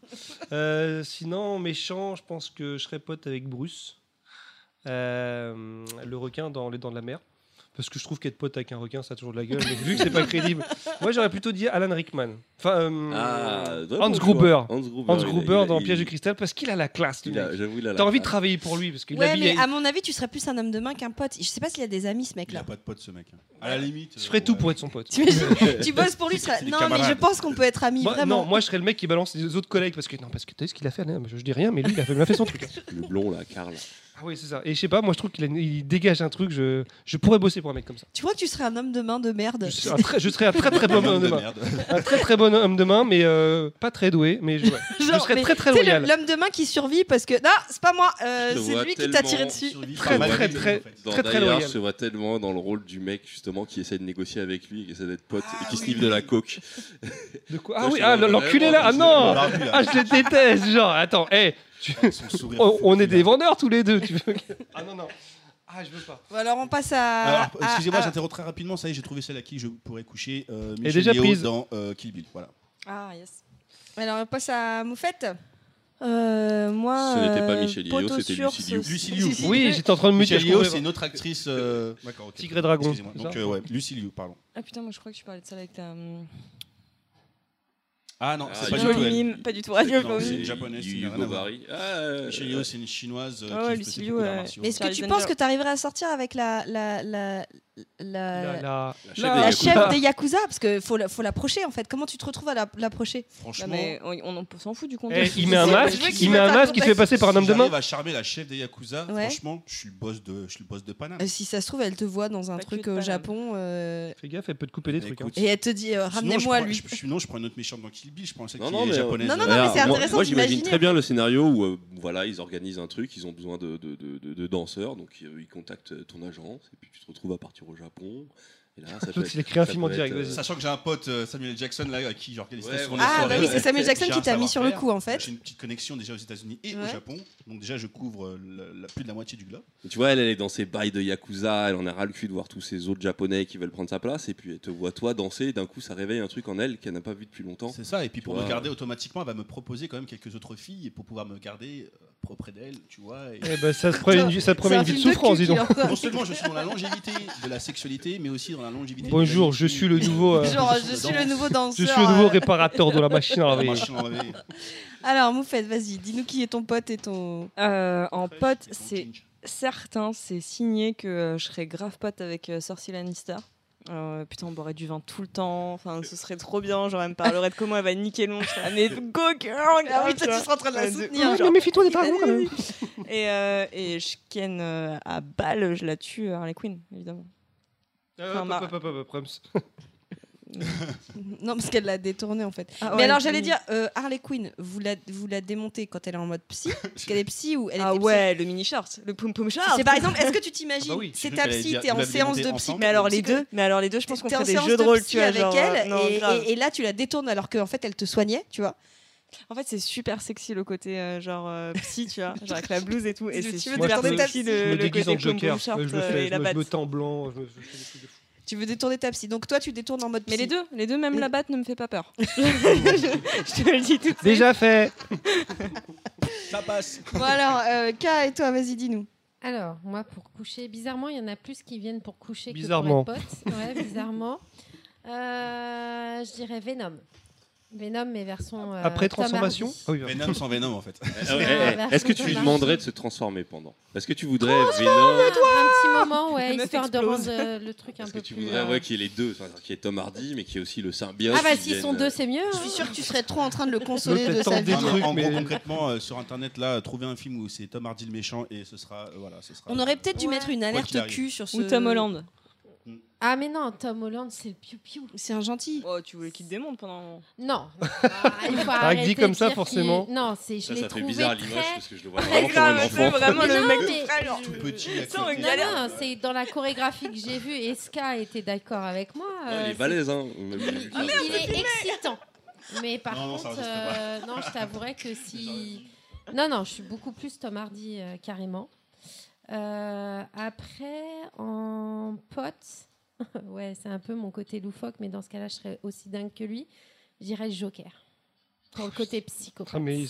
[SPEAKER 4] Euh, sinon, méchant, je pense que je serais pote avec Bruce, euh, le requin dans Les Dents de la Mer. Parce que je trouve qu'être pote avec un requin, ça a toujours de la gueule. Mais vu que c'est pas crédible, moi j'aurais plutôt dit Alan Rickman. Enfin, euh,
[SPEAKER 7] Ah, ouais,
[SPEAKER 4] Hans
[SPEAKER 7] bon
[SPEAKER 4] Gruber.
[SPEAKER 7] choix. Hans Gruber.
[SPEAKER 4] Hans
[SPEAKER 7] il a-
[SPEAKER 4] Gruber
[SPEAKER 7] il a-
[SPEAKER 4] dans
[SPEAKER 7] il-
[SPEAKER 4] Piège de cristal parce qu'il a la classe, le
[SPEAKER 7] il a-
[SPEAKER 4] mec.
[SPEAKER 7] J'avoue, il a la
[SPEAKER 4] T'as envie de
[SPEAKER 7] classe.
[SPEAKER 4] travailler pour lui parce que la
[SPEAKER 6] Ouais,
[SPEAKER 4] vie,
[SPEAKER 6] mais
[SPEAKER 4] il-
[SPEAKER 6] à mon avis, tu serais plus un homme de main qu'un pote. Je sais pas s'il a des amis, ce
[SPEAKER 5] Il a
[SPEAKER 6] mec-là.
[SPEAKER 5] pas de pote, ce mec. hein. À la limite. euh,
[SPEAKER 4] je ferais tout pour être son pote.
[SPEAKER 6] T'imagines Tu bosses pour lui, tu serais-
[SPEAKER 5] C'est des
[SPEAKER 6] Non, mais
[SPEAKER 5] camarades.
[SPEAKER 6] je pense qu'on peut être amis,
[SPEAKER 4] Moi,
[SPEAKER 6] vraiment.
[SPEAKER 4] non, moi je serais le mec qui balance les autres collègues parce que non, parce que tu sais ce qu'il a fait, non, mais je, je dis rien, mais lui il a fait, il a fait son truc. hein.
[SPEAKER 7] Le blond, là, Karl.
[SPEAKER 4] Ah oui, c'est ça. Et je sais pas, moi je trouve qu'il a une- il dégage un truc, je, je pourrais bosser pour un mec comme ça.
[SPEAKER 6] Tu crois que tu serais un homme de main de merde
[SPEAKER 4] Je serais un très, je serais un très très bon homme de main.
[SPEAKER 5] merde.
[SPEAKER 4] Un très très bon homme de main, mais euh, pas très doué. Mais je, ouais. Je
[SPEAKER 6] Genre,
[SPEAKER 4] serais
[SPEAKER 6] mais
[SPEAKER 4] très très
[SPEAKER 6] tu sais, le-
[SPEAKER 4] loyal.
[SPEAKER 6] L'homme de main qui survit parce que. Non, c'est pas moi, euh,
[SPEAKER 7] Je le
[SPEAKER 6] c'est
[SPEAKER 7] vois
[SPEAKER 6] lui qui t'a tiré
[SPEAKER 7] tellement
[SPEAKER 6] dessus.
[SPEAKER 4] Très, très, très-
[SPEAKER 7] Dans
[SPEAKER 4] Très, très
[SPEAKER 7] Die Hard,
[SPEAKER 4] loyal.
[SPEAKER 7] se voit tellement dans le rôle du mec, justement, qui essaie de négocier avec lui, qui essaie d'être pote
[SPEAKER 5] Ah
[SPEAKER 7] et qui
[SPEAKER 5] oui.
[SPEAKER 7] sniffe de la coke.
[SPEAKER 4] De quoi
[SPEAKER 7] Toi,
[SPEAKER 4] Ah
[SPEAKER 7] je
[SPEAKER 4] oui,
[SPEAKER 7] te
[SPEAKER 4] ah,
[SPEAKER 7] vois
[SPEAKER 4] l'enculé là Ah
[SPEAKER 7] vraiment,
[SPEAKER 4] non Ah, je le déteste Genre, attends, hé on, on est des vendeurs tous les deux. Tu veux... Ah non, non. Ah, je veux pas.
[SPEAKER 6] Bon, alors on passe à.
[SPEAKER 5] Alors, excusez-moi,
[SPEAKER 6] à-
[SPEAKER 5] j'interromps très rapidement. Ça y est, j'ai trouvé celle à qui je pourrais coucher. Euh,
[SPEAKER 4] est
[SPEAKER 5] Michel
[SPEAKER 4] déjà
[SPEAKER 5] Yeo
[SPEAKER 4] prise.
[SPEAKER 5] dans euh, Kill Bill. Voilà.
[SPEAKER 6] Ah, yes. Alors on passe à Moufette.
[SPEAKER 2] Euh, moi.
[SPEAKER 7] Ce n'était pas
[SPEAKER 2] euh,
[SPEAKER 7] Michel Yeo,
[SPEAKER 2] poteau
[SPEAKER 7] c'était
[SPEAKER 2] sur
[SPEAKER 7] Lucy Liu.
[SPEAKER 2] ce-
[SPEAKER 5] Lucy Liu.
[SPEAKER 6] Si, si.
[SPEAKER 4] Oui, j'étais en train de me dire.
[SPEAKER 5] Michel
[SPEAKER 4] je
[SPEAKER 5] Yeo,
[SPEAKER 4] comprends
[SPEAKER 5] c'est
[SPEAKER 4] pas.
[SPEAKER 5] une autre actrice. euh, D'accord. ok.
[SPEAKER 4] Tigre et dragon.
[SPEAKER 5] Excusez-moi. Donc,
[SPEAKER 4] Ça
[SPEAKER 5] euh, ouais, Lucy Liu, pardon.
[SPEAKER 2] Ah putain, moi je crois que tu parlais de ça avec ta. hum,
[SPEAKER 5] Ah non,
[SPEAKER 7] Ah,
[SPEAKER 5] c'est
[SPEAKER 7] il-
[SPEAKER 5] pas du
[SPEAKER 7] Jolie
[SPEAKER 5] tout
[SPEAKER 2] Jolie
[SPEAKER 5] elle.
[SPEAKER 2] mime, pas du tout.
[SPEAKER 5] C'est-
[SPEAKER 2] Radio
[SPEAKER 5] non,
[SPEAKER 2] Jolie.
[SPEAKER 5] c'est- japonaise, c'est
[SPEAKER 7] Hugo
[SPEAKER 5] rien à voir.
[SPEAKER 7] Barry. Ah, euh,
[SPEAKER 5] Michel Yeo, c'est une chinoise euh,
[SPEAKER 2] Ah ouais,
[SPEAKER 5] qui
[SPEAKER 2] Lucy
[SPEAKER 5] fait
[SPEAKER 2] Liu,
[SPEAKER 5] beaucoup d'arts
[SPEAKER 2] ouais.
[SPEAKER 5] martiaux.
[SPEAKER 6] Mais est-ce que
[SPEAKER 2] Charlie
[SPEAKER 6] tu
[SPEAKER 2] Danger.
[SPEAKER 6] penses que tu arriverais à sortir avec la. la, la, la-
[SPEAKER 4] La, la-
[SPEAKER 7] La
[SPEAKER 4] la-
[SPEAKER 7] des
[SPEAKER 6] la
[SPEAKER 7] Yakuza.
[SPEAKER 6] chef des Yakuza Parce qu'il faut la- faut l'approcher en fait. Comment tu te retrouves à la- l'approcher
[SPEAKER 2] Non,
[SPEAKER 5] Franchement,
[SPEAKER 2] mais on, on- on s'en fout du
[SPEAKER 4] Eh,
[SPEAKER 2] contexte.
[SPEAKER 4] il met un
[SPEAKER 6] Je veux
[SPEAKER 4] masque,
[SPEAKER 6] qu'il
[SPEAKER 4] il met
[SPEAKER 6] mette
[SPEAKER 4] un
[SPEAKER 6] un
[SPEAKER 4] masque qui fait
[SPEAKER 6] contexte.
[SPEAKER 4] passer par un homme
[SPEAKER 5] si
[SPEAKER 4] de main.
[SPEAKER 5] j'arrive à charmer la chef des Yakuza,
[SPEAKER 6] Ouais.
[SPEAKER 5] franchement, je suis le boss de, je suis le boss de Paname.
[SPEAKER 4] Ah,
[SPEAKER 6] Euh, Si ça se trouve, elle te voit dans un
[SPEAKER 2] Pas
[SPEAKER 6] truc
[SPEAKER 2] que de
[SPEAKER 6] au
[SPEAKER 2] banane.
[SPEAKER 6] Japon euh,
[SPEAKER 4] Fais gaffe, elle peut te couper des
[SPEAKER 5] Mais
[SPEAKER 4] trucs. hein.
[SPEAKER 5] écoute,
[SPEAKER 6] et elle te dit
[SPEAKER 5] Sinon,
[SPEAKER 6] euh,
[SPEAKER 5] je
[SPEAKER 6] ramenez-moi à
[SPEAKER 5] prends-
[SPEAKER 6] lui.
[SPEAKER 5] je- je- non, je prends une autre méchante dans Kill Bill, je prends celle
[SPEAKER 7] Non,
[SPEAKER 5] qui
[SPEAKER 7] non,
[SPEAKER 5] est
[SPEAKER 7] mais- euh,
[SPEAKER 5] japonaise.
[SPEAKER 6] Non, non, non,
[SPEAKER 7] Alors,
[SPEAKER 6] mais c'est
[SPEAKER 7] moi-
[SPEAKER 6] intéressant
[SPEAKER 7] Moi, j'imagine
[SPEAKER 6] d'imaginer.
[SPEAKER 7] très bien le scénario où euh, voilà, ils organisent un truc, ils ont besoin de, de- de- de- de danseurs, donc euh, ils contactent euh, ton agence, et puis tu te retrouves à partir au Japon. Et là, ça peut
[SPEAKER 4] L'autre,
[SPEAKER 7] être-
[SPEAKER 4] il a créé un
[SPEAKER 7] ça
[SPEAKER 4] film
[SPEAKER 7] peut
[SPEAKER 4] en direct,
[SPEAKER 7] être, euh,
[SPEAKER 4] vas-y.
[SPEAKER 10] Sachant que j'ai un pote euh, Samuel Jackson là à qui j'organise
[SPEAKER 7] Ouais,
[SPEAKER 10] soirée.
[SPEAKER 7] voilà.
[SPEAKER 6] Ah bah oui, c'est Samuel
[SPEAKER 10] J'ai un
[SPEAKER 6] Jackson qui t'a mis sur le
[SPEAKER 10] savoir-faire.
[SPEAKER 6] coup en fait.
[SPEAKER 10] J'ai une petite connexion déjà aux États-Unis et au
[SPEAKER 6] Ouais.
[SPEAKER 10] Japon. Donc déjà, je couvre euh, la- la- plus de la moitié du globe.
[SPEAKER 7] Tu vois, elle, elle est dans ses bails de Yakuza, elle en a ras le cul de voir tous ces autres japonais qui veulent prendre sa place, et puis elle te voit toi danser, et d'un coup ça réveille un truc en elle qu'elle n'a pas vu depuis longtemps.
[SPEAKER 10] C'est ça. Et puis pour
[SPEAKER 7] vois.
[SPEAKER 10] me garder automatiquement, elle va me proposer quand même quelques autres filles et pour pouvoir me garder euh, auprès d'elle, tu vois. et-
[SPEAKER 4] Eh ben, ça te promet une, vie- ça te
[SPEAKER 9] C'est
[SPEAKER 4] promet une
[SPEAKER 9] un
[SPEAKER 4] vie de
[SPEAKER 9] film
[SPEAKER 4] souffrance,
[SPEAKER 9] cul
[SPEAKER 4] dis donc.
[SPEAKER 9] qui leur-
[SPEAKER 10] Non seulement je suis dans la longévité de la sexualité, mais aussi dans la longévité.
[SPEAKER 4] Bonjour,
[SPEAKER 10] de la
[SPEAKER 4] je suis le nouveau. euh,
[SPEAKER 6] Genre, je suis le nouveau danseur.
[SPEAKER 4] je suis le nouveau
[SPEAKER 6] euh.
[SPEAKER 4] réparateur de la machine à laver.
[SPEAKER 6] Alors, Moufette, vas-y, dis-nous qui est ton pote et ton.
[SPEAKER 2] Euh, en pote, c'est certain, c'est signé que euh, je serais grave pote avec euh, Cersei Lannister. Euh, putain, on boirait du vin tout le temps. Enfin, ce serait trop bien. Genre, elle me parlerait de comment elle va niquer Londres. Je serais là, mais go girl!
[SPEAKER 6] Ah oui,
[SPEAKER 2] tu
[SPEAKER 6] toi, tu
[SPEAKER 2] vois.
[SPEAKER 6] seras en train de Ah, la
[SPEAKER 2] Ouais, de
[SPEAKER 6] soutenir.
[SPEAKER 2] ouf,
[SPEAKER 6] genre.
[SPEAKER 4] méfie-toi des
[SPEAKER 2] Et, euh, et je ken euh, à balle, je la tue euh, Harley Quinn, évidemment.
[SPEAKER 4] Hop, hop, hop, hop, hop, Prums.
[SPEAKER 6] Non, parce qu'elle l'a détourné en fait.
[SPEAKER 2] Ah
[SPEAKER 6] Mais
[SPEAKER 2] ouais,
[SPEAKER 6] alors, j'allais
[SPEAKER 2] oui.
[SPEAKER 6] dire, euh, Harley Quinn, vous la, vous la démontez quand elle est en mode psy Parce qu'elle est psy ou elle
[SPEAKER 2] Ah
[SPEAKER 6] était psy
[SPEAKER 2] ouais, le mini short, le poum poum short.
[SPEAKER 6] C'est par exemple, est-ce que tu t'imagines
[SPEAKER 4] Ah bah oui,
[SPEAKER 6] C'est
[SPEAKER 10] je
[SPEAKER 6] ta
[SPEAKER 10] veux qu'elle
[SPEAKER 6] psy,
[SPEAKER 10] aille
[SPEAKER 6] t'es
[SPEAKER 10] dire,
[SPEAKER 6] en
[SPEAKER 10] vous la
[SPEAKER 6] séance de
[SPEAKER 10] démontez
[SPEAKER 6] psy.
[SPEAKER 10] ensemble
[SPEAKER 2] Mais alors les
[SPEAKER 6] Parce que
[SPEAKER 2] deux, mais alors les deux, je pense qu'on
[SPEAKER 6] t'es en
[SPEAKER 2] ferait des
[SPEAKER 6] séance
[SPEAKER 2] jeux de rôle,
[SPEAKER 6] psy
[SPEAKER 2] tu vois,
[SPEAKER 6] avec
[SPEAKER 2] genre, euh,
[SPEAKER 6] elle,
[SPEAKER 2] non,
[SPEAKER 6] et,
[SPEAKER 2] grave.
[SPEAKER 6] et- et là tu la détournes alors qu'en fait elle te soignait, tu vois.
[SPEAKER 2] En fait, c'est super sexy le côté euh, genre euh, psy, tu vois, genre avec la blouse et tout. Et
[SPEAKER 6] Tu
[SPEAKER 2] c'est
[SPEAKER 6] veux
[SPEAKER 2] super
[SPEAKER 4] détourner ta
[SPEAKER 2] sexy
[SPEAKER 6] psy
[SPEAKER 4] Je
[SPEAKER 2] le,
[SPEAKER 4] me
[SPEAKER 2] le
[SPEAKER 4] déguise
[SPEAKER 2] côté
[SPEAKER 4] en
[SPEAKER 2] poum
[SPEAKER 4] Joker.
[SPEAKER 2] poum short
[SPEAKER 4] Ouais, je le
[SPEAKER 2] euh,
[SPEAKER 4] fais,
[SPEAKER 2] et la
[SPEAKER 4] je me- je
[SPEAKER 2] batte.
[SPEAKER 4] me teins blanc. je me- je fais des trucs de fou.
[SPEAKER 6] Tu veux détourner ta psy. Donc toi tu détournes en mode
[SPEAKER 2] Mais
[SPEAKER 6] psy.
[SPEAKER 2] les deux, les deux, même
[SPEAKER 6] Et-
[SPEAKER 2] la batte ne me fait pas peur. je, je te le dis tout de suite.
[SPEAKER 4] Déjà fait
[SPEAKER 10] Ça passe.
[SPEAKER 6] Bon alors, euh, K et toi, vas-y dis-nous.
[SPEAKER 3] Alors, moi, pour coucher, bizarrement, il y en a plus qui viennent pour coucher
[SPEAKER 4] Bizarrement.
[SPEAKER 3] que pour être potes. Ouais, bizarrement. Euh, je dirais Venom. Venom, mais version. euh,
[SPEAKER 4] Après
[SPEAKER 3] Tom
[SPEAKER 4] transformation
[SPEAKER 3] Hardy.
[SPEAKER 4] Ah oui,
[SPEAKER 10] Venom sans Venom en fait.
[SPEAKER 7] Eh,
[SPEAKER 3] ouais.
[SPEAKER 7] eh, Est-ce que tu lui
[SPEAKER 3] Transforme-toi.
[SPEAKER 7] demanderais de se transformer pendant Est-ce que tu voudrais Venom
[SPEAKER 3] Ah, Un petit moment, ouais,
[SPEAKER 2] Le mec
[SPEAKER 3] histoire de
[SPEAKER 2] explose.
[SPEAKER 3] rendre euh, le truc un
[SPEAKER 7] Est-ce que
[SPEAKER 3] peu
[SPEAKER 7] tu
[SPEAKER 3] plus.
[SPEAKER 7] voudrais
[SPEAKER 3] euh,
[SPEAKER 7] ouais, qu'il y ait les deux, enfin, qu'il y ait Tom Hardy, mais qu'il y ait aussi le symbiote
[SPEAKER 3] Ah bah
[SPEAKER 7] qui euh.
[SPEAKER 3] s'ils
[SPEAKER 7] vienne,
[SPEAKER 3] sont deux, c'est mieux. hein.
[SPEAKER 6] Je suis sûre que tu serais trop en train de le
[SPEAKER 4] Le
[SPEAKER 6] consoler de
[SPEAKER 4] temps
[SPEAKER 6] sa
[SPEAKER 4] des
[SPEAKER 10] Non,
[SPEAKER 6] vie.
[SPEAKER 10] mais
[SPEAKER 4] trucs,
[SPEAKER 10] en
[SPEAKER 4] mais-
[SPEAKER 10] gros, concrètement, euh, sur internet, là, trouver un film où c'est Tom Hardy le méchant et ce sera. euh, voilà, ce sera
[SPEAKER 6] On aurait peut-être dû
[SPEAKER 3] Ouais.
[SPEAKER 6] mettre une alerte
[SPEAKER 10] qu'il arrive.
[SPEAKER 6] cul sur ce.
[SPEAKER 2] Ou Tom Holland.
[SPEAKER 3] Ah mais non, Tom Holland, c'est le piou-piou.
[SPEAKER 6] C'est un gentil.
[SPEAKER 2] Oh, tu voulais qu'il te démonte pendant.
[SPEAKER 3] Non. Ah, il faut arrêter
[SPEAKER 4] dit
[SPEAKER 3] de
[SPEAKER 4] comme ça,
[SPEAKER 3] dire qu'il-
[SPEAKER 4] forcément.
[SPEAKER 3] Non, c'est je
[SPEAKER 7] Ça,
[SPEAKER 3] l'ai
[SPEAKER 7] ça fait
[SPEAKER 3] trouvé
[SPEAKER 7] bizarre à
[SPEAKER 3] très...
[SPEAKER 7] l'image parce que je le vois
[SPEAKER 2] C'est
[SPEAKER 7] vraiment comme un
[SPEAKER 2] grave, c'est
[SPEAKER 7] enfant.
[SPEAKER 2] vraiment
[SPEAKER 3] Mais
[SPEAKER 2] le
[SPEAKER 3] non,
[SPEAKER 2] mec
[SPEAKER 3] mais-
[SPEAKER 2] tout frais, genre.
[SPEAKER 10] tout petit.
[SPEAKER 2] Ça, on
[SPEAKER 10] accepté.
[SPEAKER 2] galère.
[SPEAKER 3] Non, non, c'est dans la chorégraphie que j'ai vue. et Ska était d'accord avec moi.
[SPEAKER 10] Oh,
[SPEAKER 7] Ouais, Il
[SPEAKER 3] euh, Ah,
[SPEAKER 7] est balèze, hein. Même
[SPEAKER 3] Il,
[SPEAKER 7] lui,
[SPEAKER 3] il- il est excitant. Mais par
[SPEAKER 10] Non, non, ça
[SPEAKER 3] contre,
[SPEAKER 10] reste
[SPEAKER 3] euh, non, je t'avouerais que si. Non, non, je suis beaucoup plus Tom Hardy, euh, carrément. Euh, après, en pote, ouais, c'est un peu mon côté loufoque, mais dans ce cas-là, je serais aussi dingue que lui. Je dirais Joker. Pour le côté psychopathe.
[SPEAKER 4] Ah, mais il-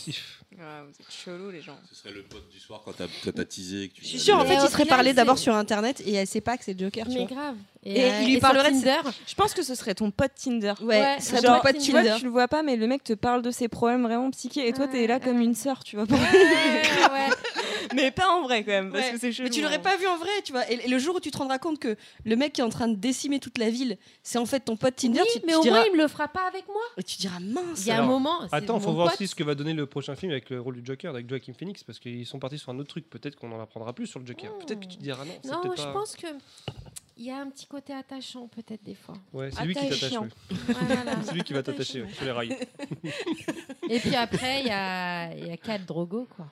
[SPEAKER 2] Ah, vous êtes chelous, les gens.
[SPEAKER 7] Ce serait le pote du soir quand t'as- quand t'as teasé. et que tu
[SPEAKER 6] Je suis
[SPEAKER 7] vas
[SPEAKER 6] sûre, en
[SPEAKER 7] aller,
[SPEAKER 6] fait,
[SPEAKER 7] euh,
[SPEAKER 3] Mais
[SPEAKER 6] il
[SPEAKER 3] au
[SPEAKER 6] serait
[SPEAKER 3] final,
[SPEAKER 6] parlé d'abord
[SPEAKER 3] c'est-
[SPEAKER 6] sur internet et elle sait pas que c'est Joker. tu
[SPEAKER 3] Mais
[SPEAKER 6] vois.
[SPEAKER 3] grave.
[SPEAKER 6] Et il lui parlerait de
[SPEAKER 3] de
[SPEAKER 6] ses-
[SPEAKER 3] Tinder.
[SPEAKER 2] Je pense que ce serait ton pote Tinder.
[SPEAKER 6] Ouais,
[SPEAKER 3] Ouais,
[SPEAKER 6] ce serait
[SPEAKER 2] genre,
[SPEAKER 6] ton pote
[SPEAKER 2] Tu vois,
[SPEAKER 6] Tinder.
[SPEAKER 2] tu le vois pas, mais le mec te parle de ses problèmes vraiment psychiques et toi, t'es là comme une sœur, tu vois.
[SPEAKER 3] Ouais, ouais.
[SPEAKER 2] mais pas en vrai, quand même, parce
[SPEAKER 6] Ouais.
[SPEAKER 2] que c'est chelou.
[SPEAKER 6] Mais tu l'aurais
[SPEAKER 2] hein.
[SPEAKER 6] pas vu en vrai, tu vois. Et et le jour où tu te rendras compte que le mec qui est en train de décimer toute la ville, c'est en fait ton pote Tinder,
[SPEAKER 3] Oui,
[SPEAKER 6] tu, tu
[SPEAKER 3] mais au
[SPEAKER 6] diras,
[SPEAKER 3] moins, il me le fera pas avec moi.
[SPEAKER 6] et tu diras
[SPEAKER 3] Il
[SPEAKER 6] mince.
[SPEAKER 3] y a un
[SPEAKER 4] Alors,
[SPEAKER 3] moment. c'est
[SPEAKER 4] Attends, faut
[SPEAKER 3] mon
[SPEAKER 4] voir
[SPEAKER 3] pote.
[SPEAKER 4] aussi ce que va donner le prochain film avec le rôle du Joker, avec Joaquin Phoenix, parce qu'ils sont partis sur un autre truc. Peut-être qu'on en apprendra plus sur le Joker.
[SPEAKER 3] Oh.
[SPEAKER 4] Peut-être que tu te diras non. c'est
[SPEAKER 3] Non,
[SPEAKER 4] peut-être
[SPEAKER 3] je
[SPEAKER 4] pas-
[SPEAKER 3] pense que il y a un petit côté attachant peut-être des fois.
[SPEAKER 4] Ouais, c'est lui qui t'attache.
[SPEAKER 2] Attachant.
[SPEAKER 4] ouais.
[SPEAKER 3] Ouais, voilà.
[SPEAKER 4] C'est lui qui va t'attacher ouais, sur les rails.
[SPEAKER 3] Et puis après, il y a, il y a quatre drogos quoi.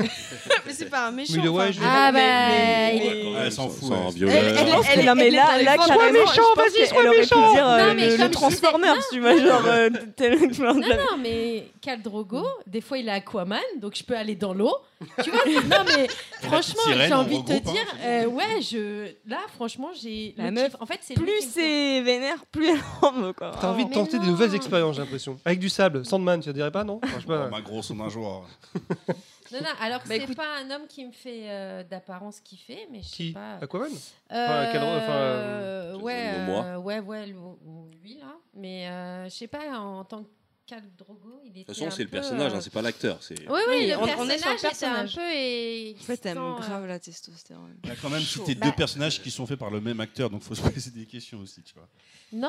[SPEAKER 6] mais c'est pas un méchant.
[SPEAKER 4] Mais le- ouais,
[SPEAKER 6] enfin,
[SPEAKER 4] je-
[SPEAKER 3] Ah bah,
[SPEAKER 7] Ouais,
[SPEAKER 3] il est-
[SPEAKER 7] quand
[SPEAKER 10] Ouais,
[SPEAKER 7] même,
[SPEAKER 10] elle s'en
[SPEAKER 7] sans-
[SPEAKER 10] fout,
[SPEAKER 7] sans
[SPEAKER 10] elle.
[SPEAKER 7] un
[SPEAKER 6] elle,
[SPEAKER 7] violeur.
[SPEAKER 5] Euh,
[SPEAKER 6] elle, elle, elle
[SPEAKER 2] non mais
[SPEAKER 6] est dans
[SPEAKER 2] là,
[SPEAKER 6] les
[SPEAKER 2] là
[SPEAKER 6] grands-
[SPEAKER 2] carrément,
[SPEAKER 3] méchant,
[SPEAKER 2] je pense
[SPEAKER 3] vas-y, sois
[SPEAKER 2] qu'elle aurait pu
[SPEAKER 3] méchant.
[SPEAKER 2] dire euh,
[SPEAKER 3] Non, mais
[SPEAKER 2] le,
[SPEAKER 3] comme
[SPEAKER 2] le
[SPEAKER 3] je
[SPEAKER 2] Transformers, tu vois, genre euh, tellement de
[SPEAKER 3] Non,
[SPEAKER 2] la-
[SPEAKER 3] non, mais Khal Drogo, des fois il est Aquaman, donc je peux aller dans l'eau. Tu vois Non, mais franchement,
[SPEAKER 10] sirène,
[SPEAKER 3] j'ai
[SPEAKER 10] on
[SPEAKER 3] envie de te
[SPEAKER 10] regroupe, hein,
[SPEAKER 3] dire,
[SPEAKER 10] c'est
[SPEAKER 3] euh, ouais, je là, franchement, j'ai
[SPEAKER 2] La
[SPEAKER 3] le
[SPEAKER 2] meuf,
[SPEAKER 3] kiff. En fait, c'est lui
[SPEAKER 2] Plus
[SPEAKER 3] qui me
[SPEAKER 2] c'est vénère, plus elle en veut quoi.
[SPEAKER 4] T'as envie de
[SPEAKER 3] mais
[SPEAKER 4] tenter des
[SPEAKER 3] non.
[SPEAKER 4] nouvelles expériences, j'ai l'impression. Avec du sable, Sandman, tu dirais pas, non Enfin, je sais pas.
[SPEAKER 10] Oh, ma grosse, on a un joueur.
[SPEAKER 3] faut. Non, non, alors que
[SPEAKER 6] Bah,
[SPEAKER 3] c'est
[SPEAKER 6] écoute-
[SPEAKER 3] pas un homme qui me fait euh, d'apparence kiffer, mais je sais
[SPEAKER 4] Qui
[SPEAKER 3] pas.
[SPEAKER 4] Aquaman
[SPEAKER 3] Euh,
[SPEAKER 4] quel- enfin,
[SPEAKER 7] euh,
[SPEAKER 3] ouais,
[SPEAKER 7] le moi.
[SPEAKER 3] euh, ouais, ouais, le- ou lui là. Mais euh, je sais pas, en tant que Khal Drogo, il
[SPEAKER 7] De toute façon, c'est le
[SPEAKER 3] euh,
[SPEAKER 7] personnage, hein, c'est pas l'acteur. c'est-
[SPEAKER 3] Oui, oui,
[SPEAKER 6] Oui,
[SPEAKER 3] le
[SPEAKER 6] on- on est sur le
[SPEAKER 3] personnage, était
[SPEAKER 6] personnage.
[SPEAKER 3] un peu euh. et.
[SPEAKER 2] En fait, t'aimes grave la testostérone.
[SPEAKER 10] Il y a quand même
[SPEAKER 2] Chaud.
[SPEAKER 10] cité
[SPEAKER 3] Bah-
[SPEAKER 10] deux personnages qui sont faits par le même acteur, donc faut se poser des questions aussi, tu vois.
[SPEAKER 3] Non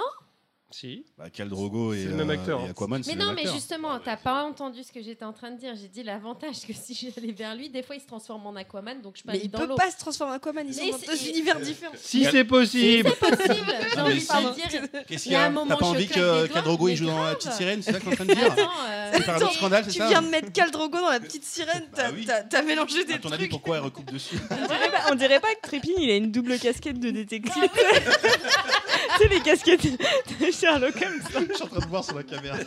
[SPEAKER 4] Si.
[SPEAKER 5] Bah, Khal Drogo et,
[SPEAKER 4] C'est le même
[SPEAKER 5] euh,
[SPEAKER 4] acteur,
[SPEAKER 5] et
[SPEAKER 4] hein.
[SPEAKER 5] Aquaman,
[SPEAKER 3] Mais
[SPEAKER 5] c'est le
[SPEAKER 3] non,
[SPEAKER 5] même
[SPEAKER 3] mais
[SPEAKER 5] acteur.
[SPEAKER 7] Oh,
[SPEAKER 3] justement, t'as pas entendu ce que j'étais en train de dire. J'ai dit l'avantage que si j'allais vers lui, des fois il se transforme en Aquaman, donc je peux
[SPEAKER 6] Mais
[SPEAKER 3] aller
[SPEAKER 6] il
[SPEAKER 3] dans
[SPEAKER 6] peut
[SPEAKER 3] l'eau.
[SPEAKER 6] pas se transformer en Aquaman, ils
[SPEAKER 3] Mais
[SPEAKER 6] sont dans
[SPEAKER 3] c'est-
[SPEAKER 6] deux univers différents.
[SPEAKER 4] Si c'est possible.
[SPEAKER 3] C'est possible, j'ai envie de
[SPEAKER 6] Pardon.
[SPEAKER 3] te dire.
[SPEAKER 5] Qu'est-ce
[SPEAKER 3] Il
[SPEAKER 5] qu'il
[SPEAKER 3] y
[SPEAKER 5] y
[SPEAKER 3] a un
[SPEAKER 5] a T'as
[SPEAKER 3] moment, je
[SPEAKER 5] pas envie
[SPEAKER 3] claque
[SPEAKER 5] que
[SPEAKER 3] des doigts,
[SPEAKER 5] Cadrogo il
[SPEAKER 3] mais
[SPEAKER 5] joue dans la
[SPEAKER 3] grave.
[SPEAKER 5] petite sirène, c'est ça que t'es en train de dire
[SPEAKER 3] Attends, euh,
[SPEAKER 5] C'est faire un autre scandale, c'est
[SPEAKER 6] Tu
[SPEAKER 5] ça
[SPEAKER 6] viens de mettre Khal Drogo dans la petite sirène, t'as
[SPEAKER 5] oui.
[SPEAKER 6] t'as- t'as mélangé des
[SPEAKER 5] À ton avis,
[SPEAKER 6] trucs.
[SPEAKER 5] pourquoi elle recoupe dessus
[SPEAKER 2] On dirait, pas, on dirait pas que Trépine il a une double casquette de détective. tu sais les casquettes de Sherlock Holmes.
[SPEAKER 5] Je suis en train de voir sur la caméra.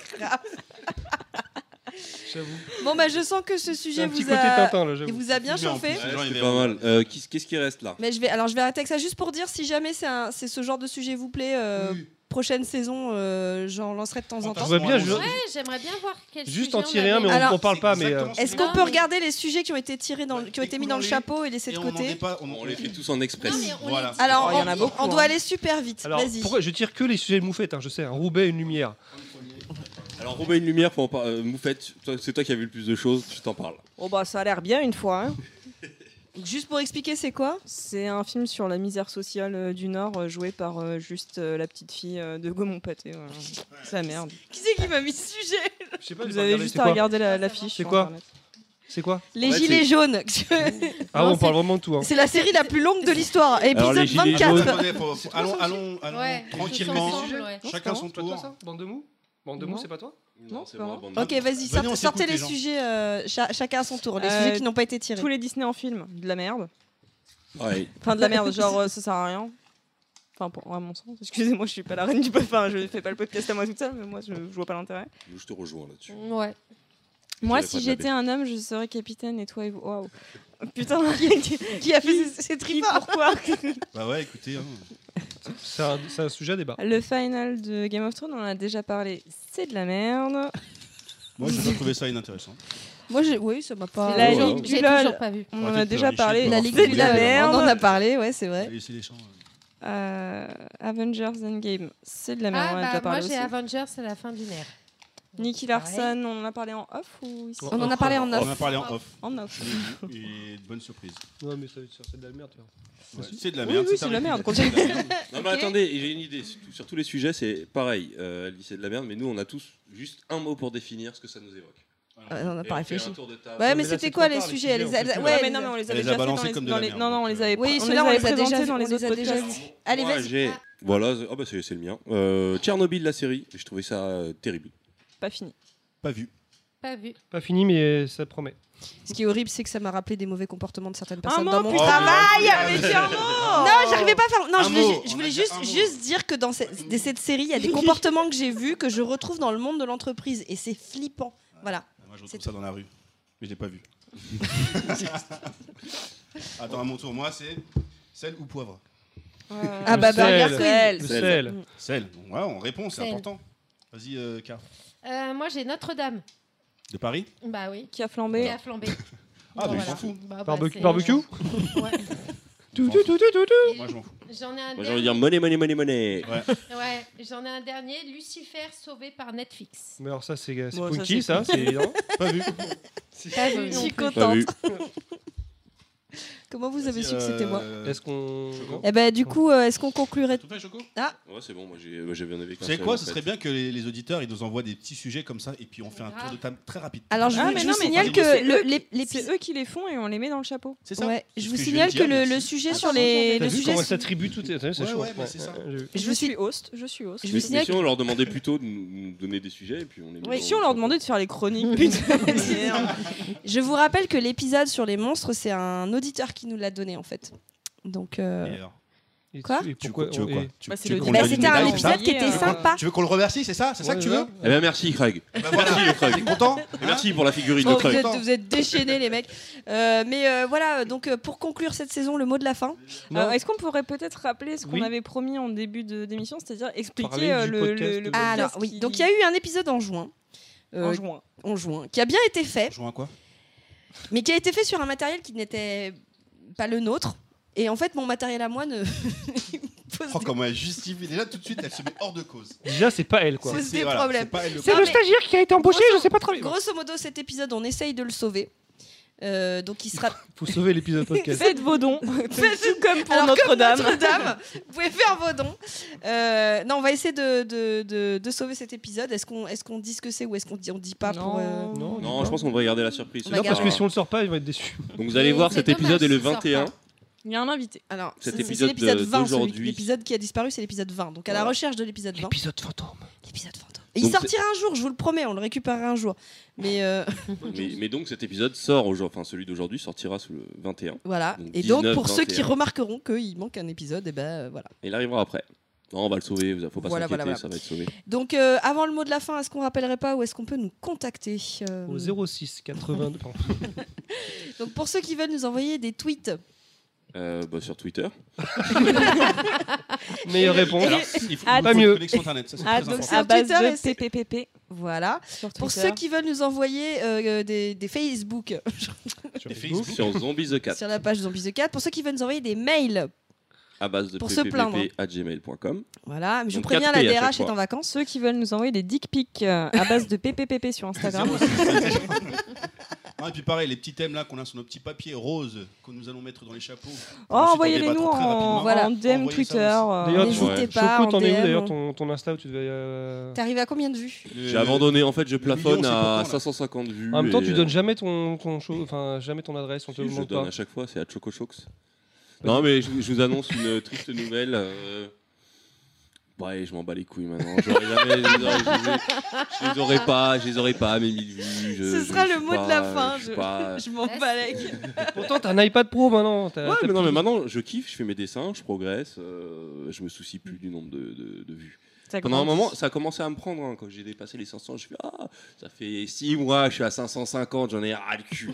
[SPEAKER 4] J'avoue.
[SPEAKER 6] Bon bah je sens que ce
[SPEAKER 4] J'ai
[SPEAKER 6] sujet
[SPEAKER 4] un petit
[SPEAKER 6] vous
[SPEAKER 4] côté
[SPEAKER 6] a...
[SPEAKER 4] Tintin là,
[SPEAKER 6] il
[SPEAKER 4] j'avoue.
[SPEAKER 6] vous a bien
[SPEAKER 5] Mais en plus,
[SPEAKER 6] chauffé.
[SPEAKER 5] les gens, ils
[SPEAKER 7] C'est
[SPEAKER 5] verront.
[SPEAKER 7] pas mal. Euh, Qu'est-ce qu'est-ce qui reste là
[SPEAKER 6] Mais je vais, alors je vais arrêter avec ça juste pour dire si jamais c'est un- c'est ce genre de sujet vous plaît, euh, prochaine saison, euh, j'en lancerai de temps en
[SPEAKER 5] Fantasme
[SPEAKER 6] temps.
[SPEAKER 4] voit bien, je-
[SPEAKER 5] amoureux.
[SPEAKER 3] Ouais, j'aimerais bien voir quel
[SPEAKER 4] Juste
[SPEAKER 3] sujet
[SPEAKER 4] en
[SPEAKER 3] on
[SPEAKER 4] tirer un,
[SPEAKER 3] avait.
[SPEAKER 4] mais on
[SPEAKER 6] Alors,
[SPEAKER 4] n'en parle pas.
[SPEAKER 5] c'est
[SPEAKER 4] Mais euh,
[SPEAKER 5] exactement ça.
[SPEAKER 6] Est-ce qu'on
[SPEAKER 3] Non,
[SPEAKER 6] peut
[SPEAKER 3] mais-
[SPEAKER 6] regarder les sujets qui ont été tirés dans, le- qui ont été mis dans le
[SPEAKER 5] Écoulons-les.
[SPEAKER 6] chapeau et laissés
[SPEAKER 5] Et
[SPEAKER 6] de
[SPEAKER 5] on n'en
[SPEAKER 6] côté
[SPEAKER 5] est pas- on-
[SPEAKER 7] On les fait tous en express.
[SPEAKER 3] Non, mais on les
[SPEAKER 5] Voilà.
[SPEAKER 3] dit.
[SPEAKER 6] Alors
[SPEAKER 2] Oh, il y en a
[SPEAKER 6] on-
[SPEAKER 2] beaucoup,
[SPEAKER 6] on
[SPEAKER 2] hein.
[SPEAKER 6] doit aller super vite.
[SPEAKER 4] alors,
[SPEAKER 6] Vas-y.
[SPEAKER 4] pourquoi je tire que les sujets de moufette hein, Je sais, un Roubaix, une lumière.
[SPEAKER 7] Alors, Robin, une lumière, faut en par- euh, Moufette, toi- c'est toi qui as vu le plus de choses, tu t'en parles.
[SPEAKER 2] Oh bah ça a l'air bien une fois. hein.
[SPEAKER 6] Juste pour expliquer c'est quoi
[SPEAKER 2] C'est un film sur la misère sociale euh, du Nord euh, joué par euh, juste euh, la petite fille euh, de Gaumont Pâté. voilà. Sa merde.
[SPEAKER 6] Qui c'est qui m'a mis ce sujet
[SPEAKER 4] Je sais pas, j'ai
[SPEAKER 2] Vous avez
[SPEAKER 4] pas regardé,
[SPEAKER 2] juste
[SPEAKER 4] c'est
[SPEAKER 2] à
[SPEAKER 4] quoi
[SPEAKER 2] regarder la- l'affiche.
[SPEAKER 4] C'est
[SPEAKER 2] sur
[SPEAKER 4] quoi
[SPEAKER 2] Internet.
[SPEAKER 4] C'est quoi
[SPEAKER 6] Les
[SPEAKER 7] En fait,
[SPEAKER 6] gilets
[SPEAKER 7] c'est-
[SPEAKER 6] jaunes.
[SPEAKER 4] Ah,
[SPEAKER 6] Non,
[SPEAKER 4] on parle vraiment de tout. hein.
[SPEAKER 6] C'est la série la plus longue de l'histoire.
[SPEAKER 7] Alors, les
[SPEAKER 6] Épisode
[SPEAKER 7] gilets
[SPEAKER 6] 24.
[SPEAKER 5] Attendez, faut- faut- Allons, allons, allons
[SPEAKER 3] Ouais, tous
[SPEAKER 5] tranquillement.
[SPEAKER 3] ensemble, ouais.
[SPEAKER 5] Chacun son
[SPEAKER 4] Pas toi
[SPEAKER 5] tour.
[SPEAKER 4] ça Bande de mous Bande de mous,
[SPEAKER 2] Non.
[SPEAKER 4] c'est pas toi
[SPEAKER 2] Non, c'est pas
[SPEAKER 7] bon.
[SPEAKER 6] Ok,
[SPEAKER 5] Venez,
[SPEAKER 6] vas-y,
[SPEAKER 5] on
[SPEAKER 6] sortez,
[SPEAKER 5] s'écoute,
[SPEAKER 6] sortez
[SPEAKER 5] les
[SPEAKER 6] les
[SPEAKER 5] gens.
[SPEAKER 6] sujets euh, cha- chacun à son tour, les
[SPEAKER 2] Euh,
[SPEAKER 6] sujets qui n'ont pas été tirés.
[SPEAKER 2] Tous les Disney en film, de la merde.
[SPEAKER 7] Ouais.
[SPEAKER 2] Enfin de la merde, genre euh, ça sert à rien. Enfin, pour, à mon sens, excusez-moi, je suis pas la reine du pop, enfin, je fais pas le podcast à moi toute seule, mais moi je, je vois pas l'intérêt.
[SPEAKER 7] Je te rejoins là-dessus.
[SPEAKER 3] Ouais.
[SPEAKER 2] Moi,
[SPEAKER 7] J'aurais
[SPEAKER 2] si
[SPEAKER 7] pas de
[SPEAKER 2] j'étais
[SPEAKER 7] la
[SPEAKER 2] un homme, je serais capitaine et toi, et vous- waouh. Putain,
[SPEAKER 6] Qui a fait ces- ces
[SPEAKER 2] qui,
[SPEAKER 6] tripes
[SPEAKER 2] pourquoi
[SPEAKER 5] Bah ouais, écoutez. hein.
[SPEAKER 4] C'est un, c'est un sujet à débat.
[SPEAKER 2] Le final de Game of Thrones, on en a déjà parlé, c'est de la merde.
[SPEAKER 5] Moi, j'ai pas trouvé ça inintéressant.
[SPEAKER 6] Moi, j'ai- oui, ça m'a pas.
[SPEAKER 2] La
[SPEAKER 5] ouais,
[SPEAKER 2] ligue
[SPEAKER 5] ouais.
[SPEAKER 2] du
[SPEAKER 3] J'ai
[SPEAKER 2] LOL, Ah,
[SPEAKER 3] toujours pas vu.
[SPEAKER 2] on en
[SPEAKER 5] Arrêtez
[SPEAKER 2] a
[SPEAKER 5] de
[SPEAKER 2] déjà
[SPEAKER 5] faire les
[SPEAKER 2] parlé,
[SPEAKER 5] chiffres,
[SPEAKER 6] La
[SPEAKER 5] alors,
[SPEAKER 6] Ligue
[SPEAKER 5] faut
[SPEAKER 2] c'est
[SPEAKER 6] des
[SPEAKER 5] le
[SPEAKER 2] de
[SPEAKER 5] dire.
[SPEAKER 2] la
[SPEAKER 6] Villas, on en a
[SPEAKER 2] merde.
[SPEAKER 6] parlé, ouais, c'est vrai.
[SPEAKER 5] Allez, c'est les champs.
[SPEAKER 2] Euh, Avengers Endgame, c'est de la merde,
[SPEAKER 3] Ah,
[SPEAKER 2] on en a
[SPEAKER 3] bah,
[SPEAKER 2] déjà
[SPEAKER 3] moi
[SPEAKER 2] parlé
[SPEAKER 3] j'ai
[SPEAKER 2] aussi.
[SPEAKER 3] Avengers, c'est la fin d'une ère.
[SPEAKER 2] Nicky Larson, on en a parlé en off ou ici
[SPEAKER 6] On en a parlé en
[SPEAKER 5] On en
[SPEAKER 6] off.
[SPEAKER 5] a parlé en off.
[SPEAKER 2] En off.
[SPEAKER 5] Et bonne surprise.
[SPEAKER 4] Ouais, mais ça veut dire c'est de la merde. tu vois.
[SPEAKER 5] Ouais, C'est de la
[SPEAKER 2] Oui,
[SPEAKER 5] merde.
[SPEAKER 2] oui, c'est de la merde,
[SPEAKER 5] terminé.
[SPEAKER 2] continue.
[SPEAKER 5] C'est de la merde.
[SPEAKER 7] Non, mais attendez, j'ai une idée. Sur- Sur tous les sujets, c'est pareil. Euh, elle dit c'est de la merde, mais nous, on a tous juste un mot pour définir ce que ça nous évoque.
[SPEAKER 6] Ouais, on n'a pas
[SPEAKER 7] Et fait
[SPEAKER 6] réfléchi.
[SPEAKER 7] un tour de table.
[SPEAKER 6] Ouais, bah,
[SPEAKER 4] mais
[SPEAKER 6] mais
[SPEAKER 4] là,
[SPEAKER 6] c'était
[SPEAKER 4] c'est
[SPEAKER 6] quoi
[SPEAKER 4] trop
[SPEAKER 6] les
[SPEAKER 4] tard, les
[SPEAKER 6] sujets
[SPEAKER 4] sujets, on peut
[SPEAKER 6] les-
[SPEAKER 4] plus.
[SPEAKER 6] Ouais,
[SPEAKER 2] mais non, mais on les
[SPEAKER 5] Elle
[SPEAKER 2] avait
[SPEAKER 5] les a
[SPEAKER 2] déjà fait dans
[SPEAKER 5] balancés
[SPEAKER 2] les,
[SPEAKER 5] comme de
[SPEAKER 2] dans
[SPEAKER 5] la
[SPEAKER 2] les-
[SPEAKER 5] merde,
[SPEAKER 2] non, non, on les avait,
[SPEAKER 6] Oui,
[SPEAKER 2] on
[SPEAKER 6] ceux-là,
[SPEAKER 2] les
[SPEAKER 6] on
[SPEAKER 2] avait
[SPEAKER 6] les a déjà
[SPEAKER 2] présentés
[SPEAKER 6] vus,
[SPEAKER 2] dans
[SPEAKER 6] on
[SPEAKER 2] les
[SPEAKER 6] les a
[SPEAKER 2] autres
[SPEAKER 6] déjà
[SPEAKER 2] podcasts.
[SPEAKER 6] vus. Allez,
[SPEAKER 7] Moi,
[SPEAKER 6] vas-y.
[SPEAKER 7] j'ai- Voilà, c'est- ah bah, c'est c'est le mien. Euh, Tchernobyl, la série, j'ai trouvé ça euh, terrible.
[SPEAKER 2] Pas fini.
[SPEAKER 5] Pas vu.
[SPEAKER 3] Pas vu.
[SPEAKER 4] Pas fini, mais ça promet.
[SPEAKER 6] Ce qui est horrible, c'est que ça m'a rappelé des mauvais comportements de certaines
[SPEAKER 2] Un
[SPEAKER 6] personnes dans
[SPEAKER 2] mot,
[SPEAKER 6] mon
[SPEAKER 2] putain,
[SPEAKER 6] travail.
[SPEAKER 2] travail avec un mot
[SPEAKER 6] Non, j'arrivais pas à faire. Non,
[SPEAKER 5] Un
[SPEAKER 6] je voulais,
[SPEAKER 5] mot,
[SPEAKER 6] ju- je
[SPEAKER 5] on
[SPEAKER 6] voulais
[SPEAKER 5] a déjà un
[SPEAKER 6] juste,
[SPEAKER 5] mot.
[SPEAKER 6] juste dire que dans cette, de cette série, il y a des comportements que j'ai vus que je retrouve dans le monde de l'entreprise et c'est flippant. Voilà.
[SPEAKER 5] Moi, je
[SPEAKER 6] C'est
[SPEAKER 5] retrouve ça dans la rue. Mais je l'ai pas vu. Attends, à mon tour. Moi, c'est sel ou poivre
[SPEAKER 6] Ah bah,
[SPEAKER 4] sel.
[SPEAKER 6] Burger
[SPEAKER 4] Le
[SPEAKER 6] Quiz.
[SPEAKER 4] Le
[SPEAKER 7] Sel.
[SPEAKER 4] sel.
[SPEAKER 5] Sel. Bon, voilà, on répond, c'est
[SPEAKER 3] Sel.
[SPEAKER 5] important. Vas-y, euh, Car.
[SPEAKER 3] Euh, moi j'ai Notre-Dame.
[SPEAKER 5] De Paris
[SPEAKER 3] Bah oui.
[SPEAKER 2] Qui a
[SPEAKER 3] Qui
[SPEAKER 2] flambé.
[SPEAKER 3] a flambé.
[SPEAKER 5] Ah,
[SPEAKER 3] Bon,
[SPEAKER 5] mais
[SPEAKER 3] voilà.
[SPEAKER 5] je m'en fous.
[SPEAKER 3] Bah, bah,
[SPEAKER 4] Barbe-
[SPEAKER 3] c'est-
[SPEAKER 4] barbecue
[SPEAKER 3] Ouais.
[SPEAKER 4] Tout, tout, tout, tout, tout, tout.
[SPEAKER 5] Moi, je m'en fous.
[SPEAKER 3] J'en ai un
[SPEAKER 7] Moi, j'ai envie de
[SPEAKER 3] dernier.
[SPEAKER 7] dire money, money, money, money.
[SPEAKER 3] Ouais, j'en ai un dernier. Lucifer sauvé par Netflix.
[SPEAKER 4] Mais alors, ça, c'est c'est
[SPEAKER 2] Bon, ça, c'est
[SPEAKER 4] funky, ça, c'est évident.
[SPEAKER 5] Pas vu.
[SPEAKER 3] Pas vu
[SPEAKER 6] Je
[SPEAKER 3] non
[SPEAKER 6] suis
[SPEAKER 3] plus.
[SPEAKER 7] Pas
[SPEAKER 6] contente.
[SPEAKER 7] vu.
[SPEAKER 6] Comment vous avez
[SPEAKER 5] Vas-y,
[SPEAKER 6] su que c'était
[SPEAKER 5] euh,
[SPEAKER 6] moi
[SPEAKER 4] Est-ce qu'on.
[SPEAKER 5] Choco.
[SPEAKER 6] Eh ben, du coup, euh, est-ce qu'on conclurait
[SPEAKER 5] Tout fait, Choco
[SPEAKER 7] Ouais, c'est bon, moi, j'ai moi, j'ai bien avec
[SPEAKER 5] Tu sais quoi, ce serait bien que les, les auditeurs ils nous envoient des petits sujets comme ça et puis on fait un
[SPEAKER 3] Grave.
[SPEAKER 5] tour de table très rapide.
[SPEAKER 6] Alors, je,
[SPEAKER 2] Ah,
[SPEAKER 6] vous-
[SPEAKER 2] mais
[SPEAKER 6] je
[SPEAKER 2] non,
[SPEAKER 6] vous
[SPEAKER 2] mais
[SPEAKER 6] signale
[SPEAKER 5] c'est-
[SPEAKER 6] que
[SPEAKER 2] c'est
[SPEAKER 6] le-
[SPEAKER 2] eux
[SPEAKER 6] l'ép-
[SPEAKER 2] C'est
[SPEAKER 6] l'épisode.
[SPEAKER 2] eux qui les font et on les met dans le chapeau.
[SPEAKER 5] C'est ça
[SPEAKER 6] Ouais,
[SPEAKER 5] C'est
[SPEAKER 6] je
[SPEAKER 5] ce
[SPEAKER 6] vous
[SPEAKER 5] que je
[SPEAKER 6] signale
[SPEAKER 5] viens
[SPEAKER 6] que
[SPEAKER 5] de dire,
[SPEAKER 6] le,
[SPEAKER 5] merci.
[SPEAKER 6] le sujet
[SPEAKER 2] Attends,
[SPEAKER 6] sur les.
[SPEAKER 2] j'avais
[SPEAKER 4] T'as
[SPEAKER 6] Le
[SPEAKER 4] vu
[SPEAKER 6] sujet
[SPEAKER 4] comment
[SPEAKER 6] sur-
[SPEAKER 4] ça attribue tout est- C'est
[SPEAKER 5] Ouais,
[SPEAKER 4] chaud.
[SPEAKER 5] ouais, bah, c'est ça.
[SPEAKER 4] J'ai vu.
[SPEAKER 6] Je
[SPEAKER 2] Je
[SPEAKER 6] vous
[SPEAKER 2] suis
[SPEAKER 6] signale-
[SPEAKER 2] host, je suis host.
[SPEAKER 6] Je vous
[SPEAKER 7] Mais, mais
[SPEAKER 6] signale
[SPEAKER 7] si on leur demandait plutôt de nous nous donner des sujets et puis on les met
[SPEAKER 6] Oui.
[SPEAKER 7] dans
[SPEAKER 2] Si on leur demandait de faire les chroniques, putain, merde.
[SPEAKER 6] Je vous rappelle que l'épisode sur les monstres, c'est un auditeur qui nous l'a donné en fait. Donc, euh,
[SPEAKER 5] Et alors
[SPEAKER 4] Et
[SPEAKER 6] Quoi
[SPEAKER 4] tu- et
[SPEAKER 5] tu,
[SPEAKER 4] Euh, pourquoi
[SPEAKER 5] tu veux quoi
[SPEAKER 4] et-
[SPEAKER 5] Tu-
[SPEAKER 2] Bah,
[SPEAKER 5] tu
[SPEAKER 2] c'est
[SPEAKER 5] veux
[SPEAKER 2] le
[SPEAKER 5] qu'on
[SPEAKER 2] débat,
[SPEAKER 5] lui donne une
[SPEAKER 6] c'était un
[SPEAKER 5] médaille,
[SPEAKER 2] on
[SPEAKER 6] épisode
[SPEAKER 2] va
[SPEAKER 6] qui
[SPEAKER 2] dire,
[SPEAKER 6] était
[SPEAKER 2] euh,
[SPEAKER 6] sympa.
[SPEAKER 5] Tu veux qu'on le remercie, c'est ça C'est ça que tu
[SPEAKER 4] Ouais,
[SPEAKER 5] veux
[SPEAKER 7] Eh bien, merci, Craig.
[SPEAKER 5] Eh ben voilà.
[SPEAKER 7] Merci, le Craig.
[SPEAKER 5] T'es content
[SPEAKER 7] Merci pour la figurine
[SPEAKER 6] Oh,
[SPEAKER 7] de
[SPEAKER 6] vous,
[SPEAKER 7] Craig.
[SPEAKER 6] êtes, vous êtes déchaînés les mecs. Euh, mais euh, voilà, donc euh, pour conclure cette saison, le mot de la fin.
[SPEAKER 4] Non.
[SPEAKER 2] Alors, Est-ce qu'on pourrait peut-être rappeler ce qu'on
[SPEAKER 4] Oui.
[SPEAKER 2] avait promis en début de- d'émission, c'est-à-dire
[SPEAKER 4] Parler
[SPEAKER 2] expliquer euh,
[SPEAKER 4] du
[SPEAKER 2] le,
[SPEAKER 4] podcast
[SPEAKER 2] le,
[SPEAKER 4] de-
[SPEAKER 2] le
[SPEAKER 4] Ah,
[SPEAKER 2] podcast
[SPEAKER 6] Alors oui,
[SPEAKER 2] qui-
[SPEAKER 6] donc il y a eu un épisode en juin. euh,
[SPEAKER 2] en juin.
[SPEAKER 6] en juin, qui a bien été fait,
[SPEAKER 5] Je vois quoi
[SPEAKER 6] mais qui a été fait sur un matériel qui n'était pas le nôtre. Et en fait, mon matériel à moi ne il me pose
[SPEAKER 5] Oh,
[SPEAKER 6] des-
[SPEAKER 5] comment elle justifie. Déjà, tout de suite, elle se met hors de cause.
[SPEAKER 4] Déjà, c'est pas elle, quoi.
[SPEAKER 6] C'est- des
[SPEAKER 5] voilà,
[SPEAKER 6] problèmes.
[SPEAKER 5] C'est pas elle le
[SPEAKER 6] C'est le
[SPEAKER 5] problème.
[SPEAKER 4] stagiaire qui a été
[SPEAKER 6] embauché, Grosso- je
[SPEAKER 4] sais pas trop.
[SPEAKER 6] Grosso modo, cet épisode, on essaye de le sauver. Euh, donc il sera
[SPEAKER 4] Faut sauver l'épisode podcast.
[SPEAKER 2] Faites vos dons, tout comme pour
[SPEAKER 6] Alors, comme
[SPEAKER 2] Notre-Dame.
[SPEAKER 6] Notre-Dame, vous pouvez faire vos dons. Euh, non, on va essayer de, de, de- de sauver cet épisode. Est-ce qu'on est qu'on dit ce que c'est ou est-ce qu'on dit, on dit pas pour, euh,
[SPEAKER 4] Non,
[SPEAKER 7] Non, je pense qu'on devrait garder la surprise.
[SPEAKER 6] On
[SPEAKER 4] Non,
[SPEAKER 6] va
[SPEAKER 4] parce que
[SPEAKER 6] garder.
[SPEAKER 4] si on le sort pas, ils vont être déçus.
[SPEAKER 7] Donc vous allez voir,
[SPEAKER 3] C'est
[SPEAKER 7] cet
[SPEAKER 3] dommage
[SPEAKER 7] épisode est le
[SPEAKER 3] qu'il sorte
[SPEAKER 7] 21.
[SPEAKER 3] pas.
[SPEAKER 2] Il y a un invité.
[SPEAKER 6] Alors,
[SPEAKER 7] Cet
[SPEAKER 6] c'est- c'est
[SPEAKER 7] épisode
[SPEAKER 6] l'épisode
[SPEAKER 7] de-
[SPEAKER 6] 20 celui-
[SPEAKER 7] d'aujourd'hui.
[SPEAKER 6] L'épisode qui a disparu, c'est l'épisode 20. Donc à la recherche de l'épisode 20.
[SPEAKER 4] Épisode fantôme.
[SPEAKER 6] L'épisode fantôme. Et il
[SPEAKER 7] Donc,
[SPEAKER 6] sortira un jour, je vous le promets, on le récupérera un jour. Mais euh,
[SPEAKER 7] Mais, mais donc cet épisode sort aujourd'hui, enfin celui d'aujourd'hui sortira sous le 21.
[SPEAKER 6] voilà.
[SPEAKER 7] Donc,
[SPEAKER 6] et donc
[SPEAKER 7] 19,
[SPEAKER 6] pour ceux qui
[SPEAKER 7] 21.
[SPEAKER 6] remarqueront qu'il manque un épisode, et ben euh, voilà.
[SPEAKER 7] Et il arrivera après. Non, on va le sauver, vous faut pas
[SPEAKER 6] Voilà,
[SPEAKER 7] s'inquiéter,
[SPEAKER 6] voilà, voilà.
[SPEAKER 7] ça va être sauvé.
[SPEAKER 6] Donc euh, avant le mot de la fin, est-ce qu'on rappellerait pas où est-ce qu'on peut nous contacter euh,
[SPEAKER 4] Au 06 82. pardon.
[SPEAKER 6] Donc pour ceux qui veulent nous envoyer des tweets,
[SPEAKER 7] Euh, bah, sur Twitter.
[SPEAKER 4] Meilleure réponse.
[SPEAKER 5] Alors, il faut,
[SPEAKER 2] Ah,
[SPEAKER 5] il faut une
[SPEAKER 4] mieux.
[SPEAKER 5] connexion internet, ça c'est
[SPEAKER 2] Ah,
[SPEAKER 5] très
[SPEAKER 2] donc
[SPEAKER 5] important.
[SPEAKER 2] c'est à
[SPEAKER 6] Sur
[SPEAKER 2] base
[SPEAKER 6] Twitter et
[SPEAKER 2] de
[SPEAKER 6] c'est-
[SPEAKER 2] PPPP.
[SPEAKER 6] voilà.
[SPEAKER 2] Sur Twitter.
[SPEAKER 6] Pour ceux qui veulent nous envoyer euh, des, des Facebook
[SPEAKER 4] Sur
[SPEAKER 5] Et
[SPEAKER 4] Facebook.
[SPEAKER 5] Facebook.
[SPEAKER 7] Sur Zombie the Cat.
[SPEAKER 6] sur la page Zombies the Cat, pour ceux qui veulent nous envoyer des mails,
[SPEAKER 7] À base de
[SPEAKER 6] Pour se plaindre. hein.
[SPEAKER 7] gmail.com.
[SPEAKER 6] voilà. Mais je vous
[SPEAKER 7] Donc,
[SPEAKER 6] préviens,
[SPEAKER 7] 4P
[SPEAKER 6] la
[SPEAKER 7] à chaque
[SPEAKER 6] DRH est
[SPEAKER 7] fois.
[SPEAKER 6] en vacances.
[SPEAKER 2] Ceux qui veulent nous envoyer des dick pics euh, à base de PPPP sur Instagram.
[SPEAKER 5] Ah, et puis pareil, les petits thèmes là qu'on a sur nos petits papiers roses que nous allons mettre dans les chapeaux.
[SPEAKER 2] Oh,
[SPEAKER 5] Ensuite, on
[SPEAKER 2] envoyez-les-nous
[SPEAKER 5] débattra très
[SPEAKER 2] en,
[SPEAKER 5] rapidement.
[SPEAKER 2] voilà.
[SPEAKER 6] Voilà.
[SPEAKER 2] en DM
[SPEAKER 5] Envoyez ça
[SPEAKER 2] Twitter.
[SPEAKER 5] aussi.
[SPEAKER 2] euh,
[SPEAKER 4] D'ailleurs,
[SPEAKER 6] N'hésitez
[SPEAKER 7] Ouais.
[SPEAKER 6] pas.
[SPEAKER 4] Choco,
[SPEAKER 6] en
[SPEAKER 4] t'en es où
[SPEAKER 6] DM.
[SPEAKER 4] d'ailleurs ton, ton Insta où tu devais. euh,
[SPEAKER 6] T'arrives à combien de vues
[SPEAKER 5] Le-
[SPEAKER 7] J'ai abandonné, en fait, je
[SPEAKER 5] le million,
[SPEAKER 7] plafonne
[SPEAKER 5] c'est pour quand,
[SPEAKER 7] à
[SPEAKER 5] là
[SPEAKER 7] 550 vues.
[SPEAKER 4] En même temps,
[SPEAKER 7] et,
[SPEAKER 4] tu
[SPEAKER 7] euh,
[SPEAKER 4] donnes jamais ton, ton show- enfin jamais ton adresse, on te
[SPEAKER 7] si, je
[SPEAKER 4] demande
[SPEAKER 7] donne
[SPEAKER 4] pas.
[SPEAKER 7] à chaque fois, c'est à Choco Chocs. Non, mais je, je vous annonce une triste nouvelle. euh, Ouais, je m'en bats les couilles maintenant. J'aurais jamais- je les aurais- je les- je les aurais pas, je les aurais pas, mes 1000 vues. je-
[SPEAKER 6] Ce
[SPEAKER 7] je
[SPEAKER 6] sera le
[SPEAKER 7] suis
[SPEAKER 6] mot de
[SPEAKER 7] pas-
[SPEAKER 6] la fin.
[SPEAKER 7] je
[SPEAKER 6] Je,
[SPEAKER 4] Bah,
[SPEAKER 7] suis pas-
[SPEAKER 6] je m'en
[SPEAKER 3] Ouais,
[SPEAKER 6] bats avec.
[SPEAKER 4] Pourtant, t'as un iPad Pro maintenant. t'as-
[SPEAKER 7] Ouais,
[SPEAKER 4] t'as
[SPEAKER 7] mais non,
[SPEAKER 4] plus-
[SPEAKER 7] mais maintenant, je kiffe, je fais mes dessins, je progresse, euh, je me soucie plus du nombre de, de- de vues.
[SPEAKER 2] ça
[SPEAKER 7] Pendant un
[SPEAKER 2] grandit.
[SPEAKER 7] moment, ça a commencé à me prendre, hein, quand j'ai dépassé les 500, je fais Ah, ça fait 6 mois, je suis à 550, j'en ai ras le cul.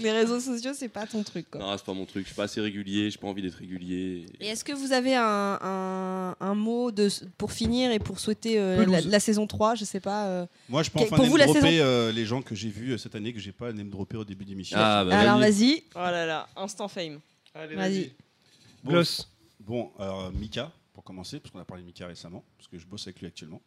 [SPEAKER 6] Les réseaux sociaux, c'est pas ton truc. Quoi.
[SPEAKER 7] non, c'est pas mon truc, je suis pas assez régulier, j'ai pas envie d'être régulier.
[SPEAKER 6] Et est-ce que vous avez un, un- un mot de, pour finir et pour souhaiter euh, la,
[SPEAKER 5] Pelouse.
[SPEAKER 6] la saison 3 Je sais pas. euh,
[SPEAKER 5] Moi, je peux
[SPEAKER 6] Que-
[SPEAKER 5] enfin
[SPEAKER 6] pour vous, la
[SPEAKER 5] name dropper
[SPEAKER 6] saison-
[SPEAKER 5] euh, les gens que j'ai vus euh, cette année que j'ai pas name droppé au début de l'émission.
[SPEAKER 1] Euh,
[SPEAKER 7] Ah, bah,
[SPEAKER 6] Alors
[SPEAKER 7] vas-y.
[SPEAKER 6] vas-y.
[SPEAKER 2] Oh là là, instant fame.
[SPEAKER 4] Allez,
[SPEAKER 6] Vas-y.
[SPEAKER 5] Bon,
[SPEAKER 4] Gloss.
[SPEAKER 5] Bon, alors Mika, pour commencer, parce qu'on a parlé de Mika récemment, parce que je bosse avec lui actuellement.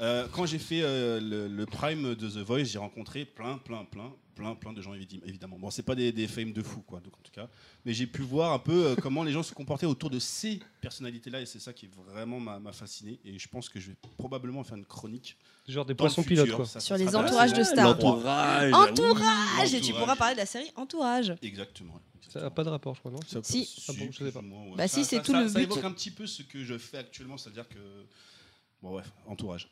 [SPEAKER 5] Euh, quand j'ai fait euh, le, le prime de The Voice, j'ai rencontré plein, plein, plein, plein, plein de gens évi- évidemment. Bon, c'est pas des, des fames de fou, quoi, donc en tout cas, mais j'ai pu voir un peu euh, comment les gens se comportaient autour de ces personnalités-là, et c'est ça qui vraiment m'a m'a fasciné. Et je pense que je vais probablement faire une chronique
[SPEAKER 4] Genre des
[SPEAKER 5] dans le
[SPEAKER 4] poissons
[SPEAKER 5] futur.
[SPEAKER 4] pilotes quoi.
[SPEAKER 5] Ça, ça
[SPEAKER 6] Sur
[SPEAKER 5] sera
[SPEAKER 6] les
[SPEAKER 5] dans la
[SPEAKER 6] entourages de
[SPEAKER 5] saison
[SPEAKER 6] stars.
[SPEAKER 5] trois.
[SPEAKER 7] Entourage
[SPEAKER 6] Entourage Et tu
[SPEAKER 5] Entourage.
[SPEAKER 6] pourras parler de la série Entourage.
[SPEAKER 5] Exactement.
[SPEAKER 4] Ça n'a pas de rapport, je crois, non
[SPEAKER 5] Ça peut-
[SPEAKER 6] Si.
[SPEAKER 4] Ah bon, je savais pas.
[SPEAKER 5] plus ou moins, ouais.
[SPEAKER 6] Bah si, c'est tout
[SPEAKER 5] ça-
[SPEAKER 6] le
[SPEAKER 5] ça
[SPEAKER 6] but.
[SPEAKER 5] évoque un petit peu ce que je fais actuellement, c'est-à-dire que. Bon, bref, entourage.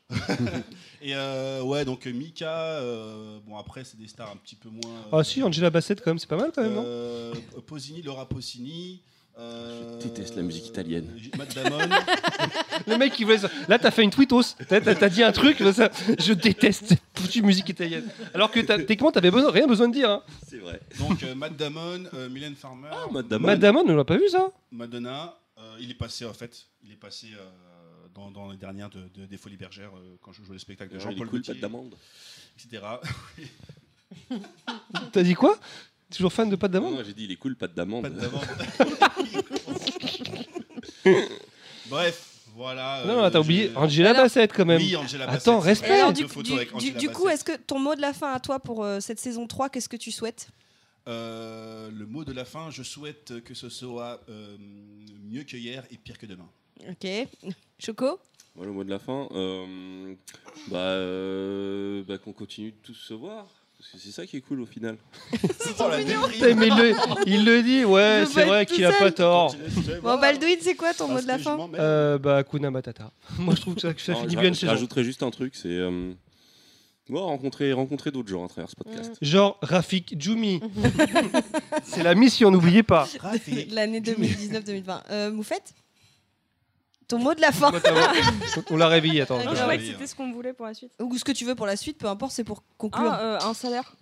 [SPEAKER 5] et euh, ouais, donc euh, Mika, euh, bon, après, c'est des stars un petit peu moins. euh,
[SPEAKER 4] Ah si, Angela Bassett quand même, c'est pas mal quand même, non
[SPEAKER 5] euh, Posini, Laura Posini. euh,
[SPEAKER 7] Je déteste la musique italienne.
[SPEAKER 5] euh, Matt Damon.
[SPEAKER 4] Le mec qui voulait. ça- Là, t'as fait une tweetos. T'as t'as- t'as dit un truc. ça- Je déteste cette foutue musique italienne. Alors que t'as- techniquement, t'avais besoin- rien besoin de dire. Hein.
[SPEAKER 7] C'est vrai.
[SPEAKER 5] donc euh, Matt Damon, euh, Mylène Farmer,
[SPEAKER 7] Ah, madame.
[SPEAKER 4] Madame, on ne l'a pas vu ça.
[SPEAKER 5] Madonna. euh, il est passé, en fait, il est passé euh, dans, dans les dernières de, de- des Folies Bergères euh, quand je jouais le spectacle de Jean-Paul
[SPEAKER 7] cool,
[SPEAKER 5] Gaultier,
[SPEAKER 7] pas d'amende.
[SPEAKER 5] etc.
[SPEAKER 4] T'as dit quoi Toujours fan de pâte d'amande
[SPEAKER 7] Non, j'ai dit il est cool, pas d'amende.
[SPEAKER 5] Pas de demande. Bref, voilà.
[SPEAKER 4] Non,
[SPEAKER 5] euh,
[SPEAKER 4] t'as
[SPEAKER 5] je-
[SPEAKER 4] oublié Angela
[SPEAKER 6] Alors-
[SPEAKER 4] Bassett quand même.
[SPEAKER 5] Oui, Angela Bassett.
[SPEAKER 4] Attends,
[SPEAKER 5] c'est
[SPEAKER 4] respect.
[SPEAKER 5] vrai,
[SPEAKER 6] Alors,
[SPEAKER 5] deux
[SPEAKER 6] du,
[SPEAKER 5] photos
[SPEAKER 6] du-
[SPEAKER 5] avec
[SPEAKER 6] du-
[SPEAKER 5] Angela
[SPEAKER 6] du coup,
[SPEAKER 5] Bassett.
[SPEAKER 6] est-ce que ton mot de la fin à toi pour euh, cette saison 3, qu'est-ce que tu souhaites
[SPEAKER 5] Euh, le mot de la fin, je souhaite que ce soit euh, mieux que hier et pire que demain.
[SPEAKER 6] Ok. Choco
[SPEAKER 7] Moi, le mot de la fin, euh, bah, euh, bah, qu'on continue de tous se voir. Parce que c'est ça qui est cool au final.
[SPEAKER 5] Oh, la déprime.
[SPEAKER 4] Putain, mais il le, il le dit, ouais,
[SPEAKER 6] Je
[SPEAKER 4] c'est
[SPEAKER 6] vais
[SPEAKER 4] vrai
[SPEAKER 6] être tout
[SPEAKER 4] qu'il a
[SPEAKER 6] seul.
[SPEAKER 4] pas tort.
[SPEAKER 6] Bon, Baldwin, c'est quoi ton
[SPEAKER 5] Parce
[SPEAKER 6] mot de la
[SPEAKER 5] que je
[SPEAKER 6] fin
[SPEAKER 5] m'emmerde.
[SPEAKER 4] Euh, bah, Kuna Matata. Moi, je trouve que ça, que ça
[SPEAKER 7] Non,
[SPEAKER 4] finit
[SPEAKER 7] je
[SPEAKER 4] bien une
[SPEAKER 7] raj- je
[SPEAKER 4] saison.
[SPEAKER 7] rajouterais juste un truc, c'est euh, ouais, rencontrer, rencontrer d'autres gens à travers ce podcast.
[SPEAKER 4] Genre Rafik Djoumi. c'est la mission, n'oubliez pas.
[SPEAKER 5] Raphaël.
[SPEAKER 6] de L'année 2019-2020. Euh, Moufette Ton mot de la fin
[SPEAKER 4] On l'a réveillé, attends.
[SPEAKER 2] Non, je
[SPEAKER 5] Ah,
[SPEAKER 2] croyais que
[SPEAKER 5] oui,
[SPEAKER 2] c'était
[SPEAKER 5] hein.
[SPEAKER 2] ce qu'on voulait pour la suite.
[SPEAKER 6] Ou ce que tu veux pour la suite, peu importe, c'est pour conclure.
[SPEAKER 2] Ah, euh, un salaire.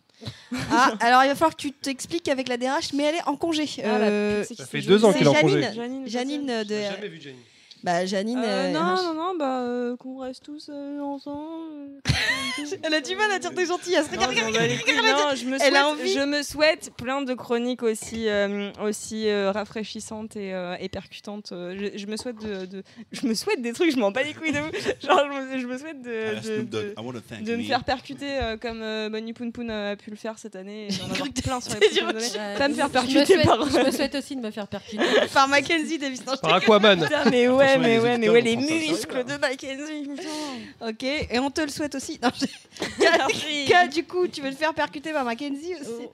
[SPEAKER 6] Ah, alors il va falloir que tu t'expliques avec la DRH, mais elle est en congé.
[SPEAKER 2] Ah, la
[SPEAKER 6] Euh,
[SPEAKER 2] pute, c'est qui
[SPEAKER 4] ça fait
[SPEAKER 2] c'est
[SPEAKER 4] deux ans
[SPEAKER 2] Janine.
[SPEAKER 4] qu'elle est en
[SPEAKER 6] c'est
[SPEAKER 4] congé.
[SPEAKER 6] Janine, Janine de
[SPEAKER 4] J'ai jamais vu Jenny.
[SPEAKER 6] Bah, Janine.
[SPEAKER 2] Euh,
[SPEAKER 6] euh,
[SPEAKER 2] non, non, non, bah, euh, qu'on reste tous euh, ensemble.
[SPEAKER 6] Elle a du mal à dire t'es gentille. Elle se
[SPEAKER 2] Non,
[SPEAKER 6] regarde,
[SPEAKER 2] je m'en
[SPEAKER 6] regarde,
[SPEAKER 2] bats les couilles.
[SPEAKER 6] regarde, regarde, regarde.
[SPEAKER 2] Non, je me
[SPEAKER 6] Elle a
[SPEAKER 2] souhaite-
[SPEAKER 6] envie.
[SPEAKER 2] je me souhaite plein de chroniques aussi, euh, aussi euh, rafraîchissantes et, euh, et percutantes. Euh, Je, je me souhaite de, de- je me souhaite des trucs, je m'en bats les couilles de vous. Genre, je me, je me souhaite
[SPEAKER 5] Ah,
[SPEAKER 2] de,
[SPEAKER 5] la
[SPEAKER 2] de-
[SPEAKER 5] Snoop Dogg,
[SPEAKER 2] de-
[SPEAKER 5] I wanna thank
[SPEAKER 2] de me
[SPEAKER 5] me.
[SPEAKER 2] faire percuter euh, comme euh, Bonnie Poon Poon euh, a pu le faire cette année. Et j'en avoir plein sur les
[SPEAKER 6] t'allais dire
[SPEAKER 2] prochaines
[SPEAKER 6] autre
[SPEAKER 2] années.
[SPEAKER 3] Euh,
[SPEAKER 2] Pas me faire
[SPEAKER 3] je
[SPEAKER 2] percuter
[SPEAKER 3] souhaite-
[SPEAKER 2] par.
[SPEAKER 3] Je me souhaite aussi de me faire percuter.
[SPEAKER 6] Par Mackenzie Davis. Non, je
[SPEAKER 4] Par Aquaman.
[SPEAKER 2] Putain, mais ouais,
[SPEAKER 5] Attention, il y
[SPEAKER 2] mais
[SPEAKER 5] a des
[SPEAKER 2] ouais, mais
[SPEAKER 5] auditeurs
[SPEAKER 2] ouais,
[SPEAKER 5] en
[SPEAKER 2] les
[SPEAKER 5] France, ça, ça,
[SPEAKER 2] muscles de Mackenzie.
[SPEAKER 6] t'ai- Ok, et on te le souhaite aussi. Non, je-
[SPEAKER 2] putain.
[SPEAKER 6] Ka, du coup, tu veux le faire percuter par Mackenzie aussi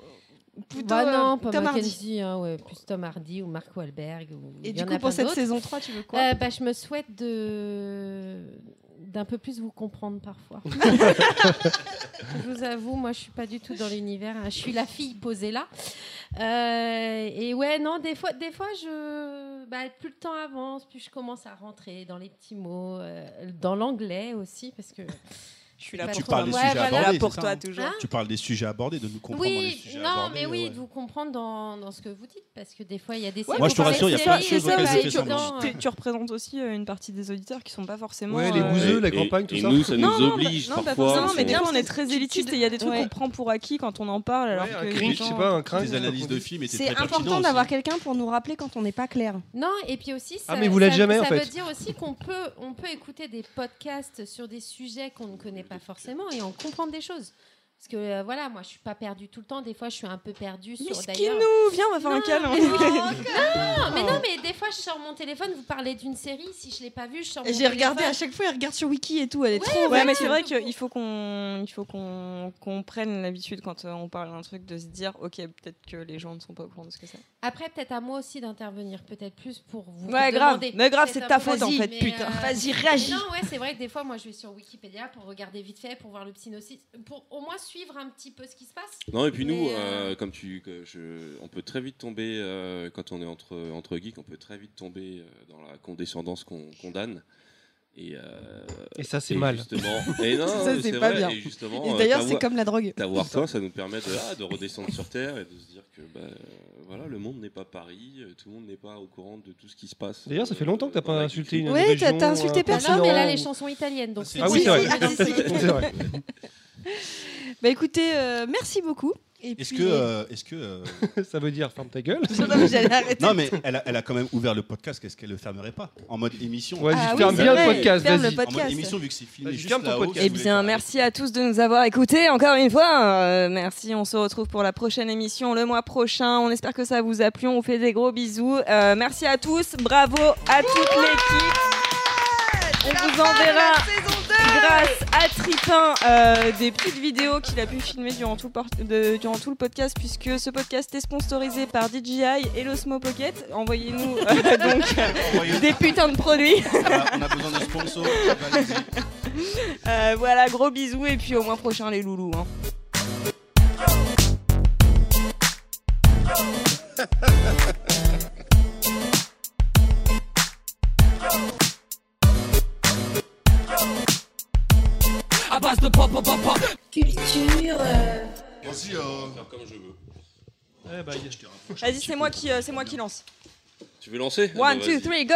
[SPEAKER 6] Plutôt
[SPEAKER 3] Bah non,
[SPEAKER 6] euh,
[SPEAKER 3] pas
[SPEAKER 6] Tom Hardy.
[SPEAKER 3] Mackenzie, hein, ouais, plus Tom Hardy ou Mark Wahlberg. Ou... il
[SPEAKER 6] Et
[SPEAKER 3] y
[SPEAKER 6] du
[SPEAKER 3] en a
[SPEAKER 6] coup, pour
[SPEAKER 3] plein
[SPEAKER 6] cette
[SPEAKER 3] d'autres.
[SPEAKER 6] saison 3, tu veux quoi
[SPEAKER 3] Euh, bah, Je me souhaite de d'un peu plus vous comprendre parfois. je vous avoue, moi, je suis pas du tout dans l'univers. hein. Je suis la fille posée là. Euh, et ouais, non, des fois, des fois, je, bah, plus le temps avance, plus je commence à rentrer dans les petits mots, euh, dans l'anglais aussi, parce que
[SPEAKER 2] Je suis là
[SPEAKER 3] Bah,
[SPEAKER 5] Tu
[SPEAKER 2] pour
[SPEAKER 3] trop-
[SPEAKER 5] parles des
[SPEAKER 3] ouais,
[SPEAKER 5] sujets
[SPEAKER 3] voilà.
[SPEAKER 5] abordés.
[SPEAKER 2] là pour
[SPEAKER 5] c'est ça,
[SPEAKER 2] toi
[SPEAKER 5] hein
[SPEAKER 2] toujours.
[SPEAKER 3] Hein
[SPEAKER 5] Tu parles des sujets abordés, de nous comprendre dans les
[SPEAKER 3] Oui,
[SPEAKER 5] sujets
[SPEAKER 3] non,
[SPEAKER 5] abordés,
[SPEAKER 3] mais oui,
[SPEAKER 5] ouais.
[SPEAKER 3] de vous comprendre dans, dans ce que vous dites, parce que des fois, il y a des
[SPEAKER 2] Ouais,
[SPEAKER 5] Moi, je te
[SPEAKER 3] séries,
[SPEAKER 5] rassure, il y a
[SPEAKER 3] des
[SPEAKER 5] plein de
[SPEAKER 3] séries,
[SPEAKER 5] choses auxquelles
[SPEAKER 3] des
[SPEAKER 5] j'ai
[SPEAKER 2] tu,
[SPEAKER 5] fait
[SPEAKER 3] étudiants,
[SPEAKER 5] semblant.
[SPEAKER 3] euh,
[SPEAKER 2] tu- tu représentes aussi euh, une partie des auditeurs qui sont pas forcément.
[SPEAKER 4] Ouais, les
[SPEAKER 2] euh,
[SPEAKER 4] bouseux, hein, la
[SPEAKER 7] Et-
[SPEAKER 4] campagne, tout
[SPEAKER 7] et
[SPEAKER 4] ça.
[SPEAKER 7] nous, ça
[SPEAKER 2] Non,
[SPEAKER 7] nous
[SPEAKER 2] non,
[SPEAKER 7] oblige
[SPEAKER 2] bah- non, bah,
[SPEAKER 7] parfois.
[SPEAKER 2] forcément, mais
[SPEAKER 7] on-
[SPEAKER 2] des
[SPEAKER 6] bien,
[SPEAKER 2] fois on est
[SPEAKER 6] tu-
[SPEAKER 2] très
[SPEAKER 6] tu-
[SPEAKER 2] élitiste
[SPEAKER 6] tu-
[SPEAKER 2] et il y a des trucs
[SPEAKER 6] ouais.
[SPEAKER 2] qu'on prend pour acquis quand on en parle. Alors
[SPEAKER 4] Ouais,
[SPEAKER 2] que
[SPEAKER 4] un cric, je sais pas, un cringe.
[SPEAKER 5] Des analyses de films étaient
[SPEAKER 6] C'est
[SPEAKER 5] très
[SPEAKER 6] important
[SPEAKER 5] pertinentes.
[SPEAKER 6] d'avoir quelqu'un pour nous rappeler quand on n'est pas clair.
[SPEAKER 3] Non, et puis aussi, ça,
[SPEAKER 4] Ah, mais vous l'êtes
[SPEAKER 3] ça-
[SPEAKER 4] jamais, en
[SPEAKER 3] ça
[SPEAKER 4] fait.
[SPEAKER 3] veut dire aussi qu'on peut, on peut écouter des podcasts sur des sujets qu'on ne connaît pas forcément et en comprendre des choses. Parce que euh, voilà, moi, je suis pas perdue tout le temps. Des fois, je suis un peu perdue sur d'ailleurs.
[SPEAKER 2] Miskinou, viens, on va faire un
[SPEAKER 3] Non,
[SPEAKER 2] câlin. Oh.
[SPEAKER 3] mais non, non, mais non, mais des fois, je sors mon téléphone, vous parlez d'une série, si je l'ai pas vue, je sors mon
[SPEAKER 6] J'ai regardé à
[SPEAKER 3] téléphone.
[SPEAKER 6] chaque fois, elle regarde sur Wiki et tout, elle est trop.
[SPEAKER 2] Ouais, mais c'est vrai qu'il faut qu'on il faut qu'on qu'on prenne l'habitude quand euh, on parle d'un truc de se dire ok peut-être que les gens ne sont pas au courant de ce que c'est.
[SPEAKER 3] Après, peut-être à moi aussi d'intervenir, peut-être plus pour vous
[SPEAKER 2] Ouais, grave.
[SPEAKER 3] demander.
[SPEAKER 2] Mais grave, c'est
[SPEAKER 3] un
[SPEAKER 2] ta
[SPEAKER 3] peu-
[SPEAKER 2] faute, en
[SPEAKER 3] Vas-y,
[SPEAKER 2] fait,
[SPEAKER 3] mais,
[SPEAKER 2] putain.
[SPEAKER 3] euh,
[SPEAKER 6] Vas-y,
[SPEAKER 3] Mais
[SPEAKER 6] réagis
[SPEAKER 3] Non, ouais, c'est vrai que des fois, moi, je vais sur Wikipédia pour regarder vite fait, pour voir le synopsis, pour au moins suivre un petit peu ce qui se passe.
[SPEAKER 7] Non, et puis nous,
[SPEAKER 3] Mais, euh,
[SPEAKER 7] euh, comme tu, que je- on peut très vite tomber, euh, quand on est entre, entre geeks, on peut très vite tomber euh, dans la condescendance qu'on condamne. Et, euh,
[SPEAKER 4] Et ça, c'est
[SPEAKER 7] et
[SPEAKER 4] mal.
[SPEAKER 7] Justement, et non,
[SPEAKER 6] Ça,
[SPEAKER 7] mais
[SPEAKER 6] c'est
[SPEAKER 7] c'est
[SPEAKER 6] pas
[SPEAKER 7] vrai,
[SPEAKER 6] bien.
[SPEAKER 7] Et justement,
[SPEAKER 6] Et
[SPEAKER 7] euh,
[SPEAKER 6] d'ailleurs,
[SPEAKER 7] t'as
[SPEAKER 6] c'est
[SPEAKER 7] voix-
[SPEAKER 6] comme la drogue.
[SPEAKER 7] D'avoir toi, ça nous permet de, ah, de redescendre sur Terre et de se dire que bah, euh, voilà, le monde n'est pas Paris, euh, tout le monde n'est pas au courant de tout ce qui se passe.
[SPEAKER 4] D'ailleurs, ça fait longtemps que t'as
[SPEAKER 7] euh, dans
[SPEAKER 4] pas
[SPEAKER 7] la
[SPEAKER 4] insulté
[SPEAKER 7] culture.
[SPEAKER 4] une.
[SPEAKER 6] Ouais, t'as-
[SPEAKER 4] région,
[SPEAKER 6] t'as insulté
[SPEAKER 4] un
[SPEAKER 6] personne.
[SPEAKER 3] non, mais là,
[SPEAKER 4] continent.
[SPEAKER 3] les chansons italiennes. Donc,
[SPEAKER 5] c'est-
[SPEAKER 4] Ah oui, c'est vrai.
[SPEAKER 6] Si, si, si, si.
[SPEAKER 4] C'est vrai.
[SPEAKER 6] Bah écoutez, euh, merci beaucoup. Et
[SPEAKER 5] Est-ce
[SPEAKER 6] puis-
[SPEAKER 5] que, euh, est-ce que, euh,
[SPEAKER 4] Ça veut dire ferme ta gueule.
[SPEAKER 6] Non, mais j'allais arrêter.
[SPEAKER 5] non mais elle a, elle a quand même ouvert le podcast. Qu'est-ce qu'elle le fermerait pas en mode émission
[SPEAKER 4] Vas-y,
[SPEAKER 6] Ah oui,
[SPEAKER 4] ferme
[SPEAKER 6] c'est
[SPEAKER 4] bien
[SPEAKER 6] vrai,
[SPEAKER 4] le podcast.
[SPEAKER 6] ferme le
[SPEAKER 4] Vas-y.
[SPEAKER 5] En mode
[SPEAKER 6] podcast.
[SPEAKER 5] émission vu que c'est filmé
[SPEAKER 4] Vas-y,
[SPEAKER 5] juste
[SPEAKER 4] ferme ton
[SPEAKER 5] là-haut.
[SPEAKER 4] podcast.
[SPEAKER 5] si
[SPEAKER 2] Eh
[SPEAKER 5] vous voulez
[SPEAKER 2] bien,
[SPEAKER 5] faire-
[SPEAKER 2] merci à tous de nous avoir écoutés encore une fois. Euh, merci, on se retrouve pour la prochaine émission le mois prochain. On espère que ça vous a plu. On vous fait des gros bisous. Euh, merci à tous. Bravo à toute l'équipe. On vous enverra grâce à Tripin euh, des petites vidéos qu'il a pu filmer durant tout, le por- de- durant tout le podcast puisque ce podcast est sponsorisé par DJI et l'Osmo Pocket. Envoyez-nous euh, donc
[SPEAKER 5] Envoyez-
[SPEAKER 2] des putains de produits.
[SPEAKER 5] Voilà, On a besoin de sponsors. Allez-y.
[SPEAKER 2] Euh, voilà, gros bisous et puis au mois prochain les loulous. hein.
[SPEAKER 5] Vas-y, euh,
[SPEAKER 7] Faire comme je veux.
[SPEAKER 4] Eh ben, il y a-
[SPEAKER 2] Vas-y, c'est moi qui, euh, c'est moi qui lance.
[SPEAKER 7] Tu veux lancer
[SPEAKER 2] One,
[SPEAKER 7] Ah bah,
[SPEAKER 2] two,
[SPEAKER 7] vas-y.
[SPEAKER 2] three, go.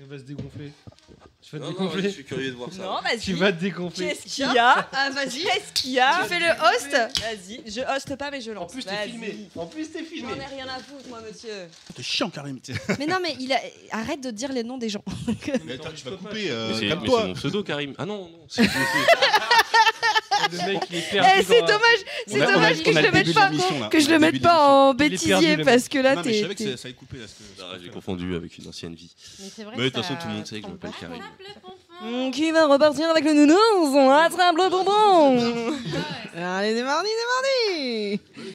[SPEAKER 4] Elle va se dégonfler. Tu vas te
[SPEAKER 7] Non, non, je
[SPEAKER 4] dégonfler.
[SPEAKER 7] suis curieux de voir ça. Euh,
[SPEAKER 2] Non, vas-y.
[SPEAKER 4] Tu vas te dégonfler.
[SPEAKER 2] Qu'est-ce qu'il y a
[SPEAKER 6] Ah, vas-y.
[SPEAKER 2] Qu'est-ce qu'il y a
[SPEAKER 6] Tu fais le host
[SPEAKER 2] Vas-y, je hoste pas mais je
[SPEAKER 4] En
[SPEAKER 2] lance.
[SPEAKER 4] plus, t'es
[SPEAKER 2] Vas-y.
[SPEAKER 4] filmé. En plus, t'es filmé.
[SPEAKER 2] J'en ai rien à foutre moi monsieur.
[SPEAKER 5] t'es chiant quand même. t'sais.
[SPEAKER 6] Mais non, mais il a... arrête de dire les noms des gens.
[SPEAKER 5] Mais attends, tu vas couper.
[SPEAKER 7] Mais
[SPEAKER 5] euh,
[SPEAKER 7] c'est mais
[SPEAKER 5] Comme
[SPEAKER 7] c'est
[SPEAKER 5] toi.
[SPEAKER 7] mon pseudo, Karim. Ah non, non. c'est-
[SPEAKER 4] Le mec, il est perdu.
[SPEAKER 6] Eh, c'est
[SPEAKER 4] dans la-
[SPEAKER 6] dommage,
[SPEAKER 5] On a-
[SPEAKER 6] c'est
[SPEAKER 5] on a-
[SPEAKER 6] dommage
[SPEAKER 5] on
[SPEAKER 6] que
[SPEAKER 5] a
[SPEAKER 6] je le
[SPEAKER 5] début de
[SPEAKER 6] mette pas,
[SPEAKER 5] l'émission, là.
[SPEAKER 6] que je
[SPEAKER 5] On a
[SPEAKER 6] le
[SPEAKER 5] début
[SPEAKER 6] mette
[SPEAKER 5] de
[SPEAKER 6] pas en
[SPEAKER 4] Il est perdu,
[SPEAKER 6] bêtisier
[SPEAKER 4] le mec.
[SPEAKER 6] parce que là,
[SPEAKER 5] Non, mais je
[SPEAKER 6] t'es.
[SPEAKER 5] savais que
[SPEAKER 6] t'es-
[SPEAKER 5] ça- ça allait couper là. ce que- ce
[SPEAKER 7] Ah,
[SPEAKER 5] qu'on
[SPEAKER 7] J'ai
[SPEAKER 5] fait.
[SPEAKER 7] confondu avec une ancienne vie.
[SPEAKER 3] Mais c'est vrai
[SPEAKER 7] Mais
[SPEAKER 3] que
[SPEAKER 7] de toute
[SPEAKER 3] ça
[SPEAKER 7] façon, tout le monde sait que je
[SPEAKER 3] prend
[SPEAKER 7] m'appelle
[SPEAKER 3] pas.
[SPEAKER 7] Karim.
[SPEAKER 3] Attrape le confort.
[SPEAKER 2] Hmm, Qui va repartir avec le hein, nounours On attrape le bonbon
[SPEAKER 3] Ouais,
[SPEAKER 6] Allez, c'est mardi, c'est mardi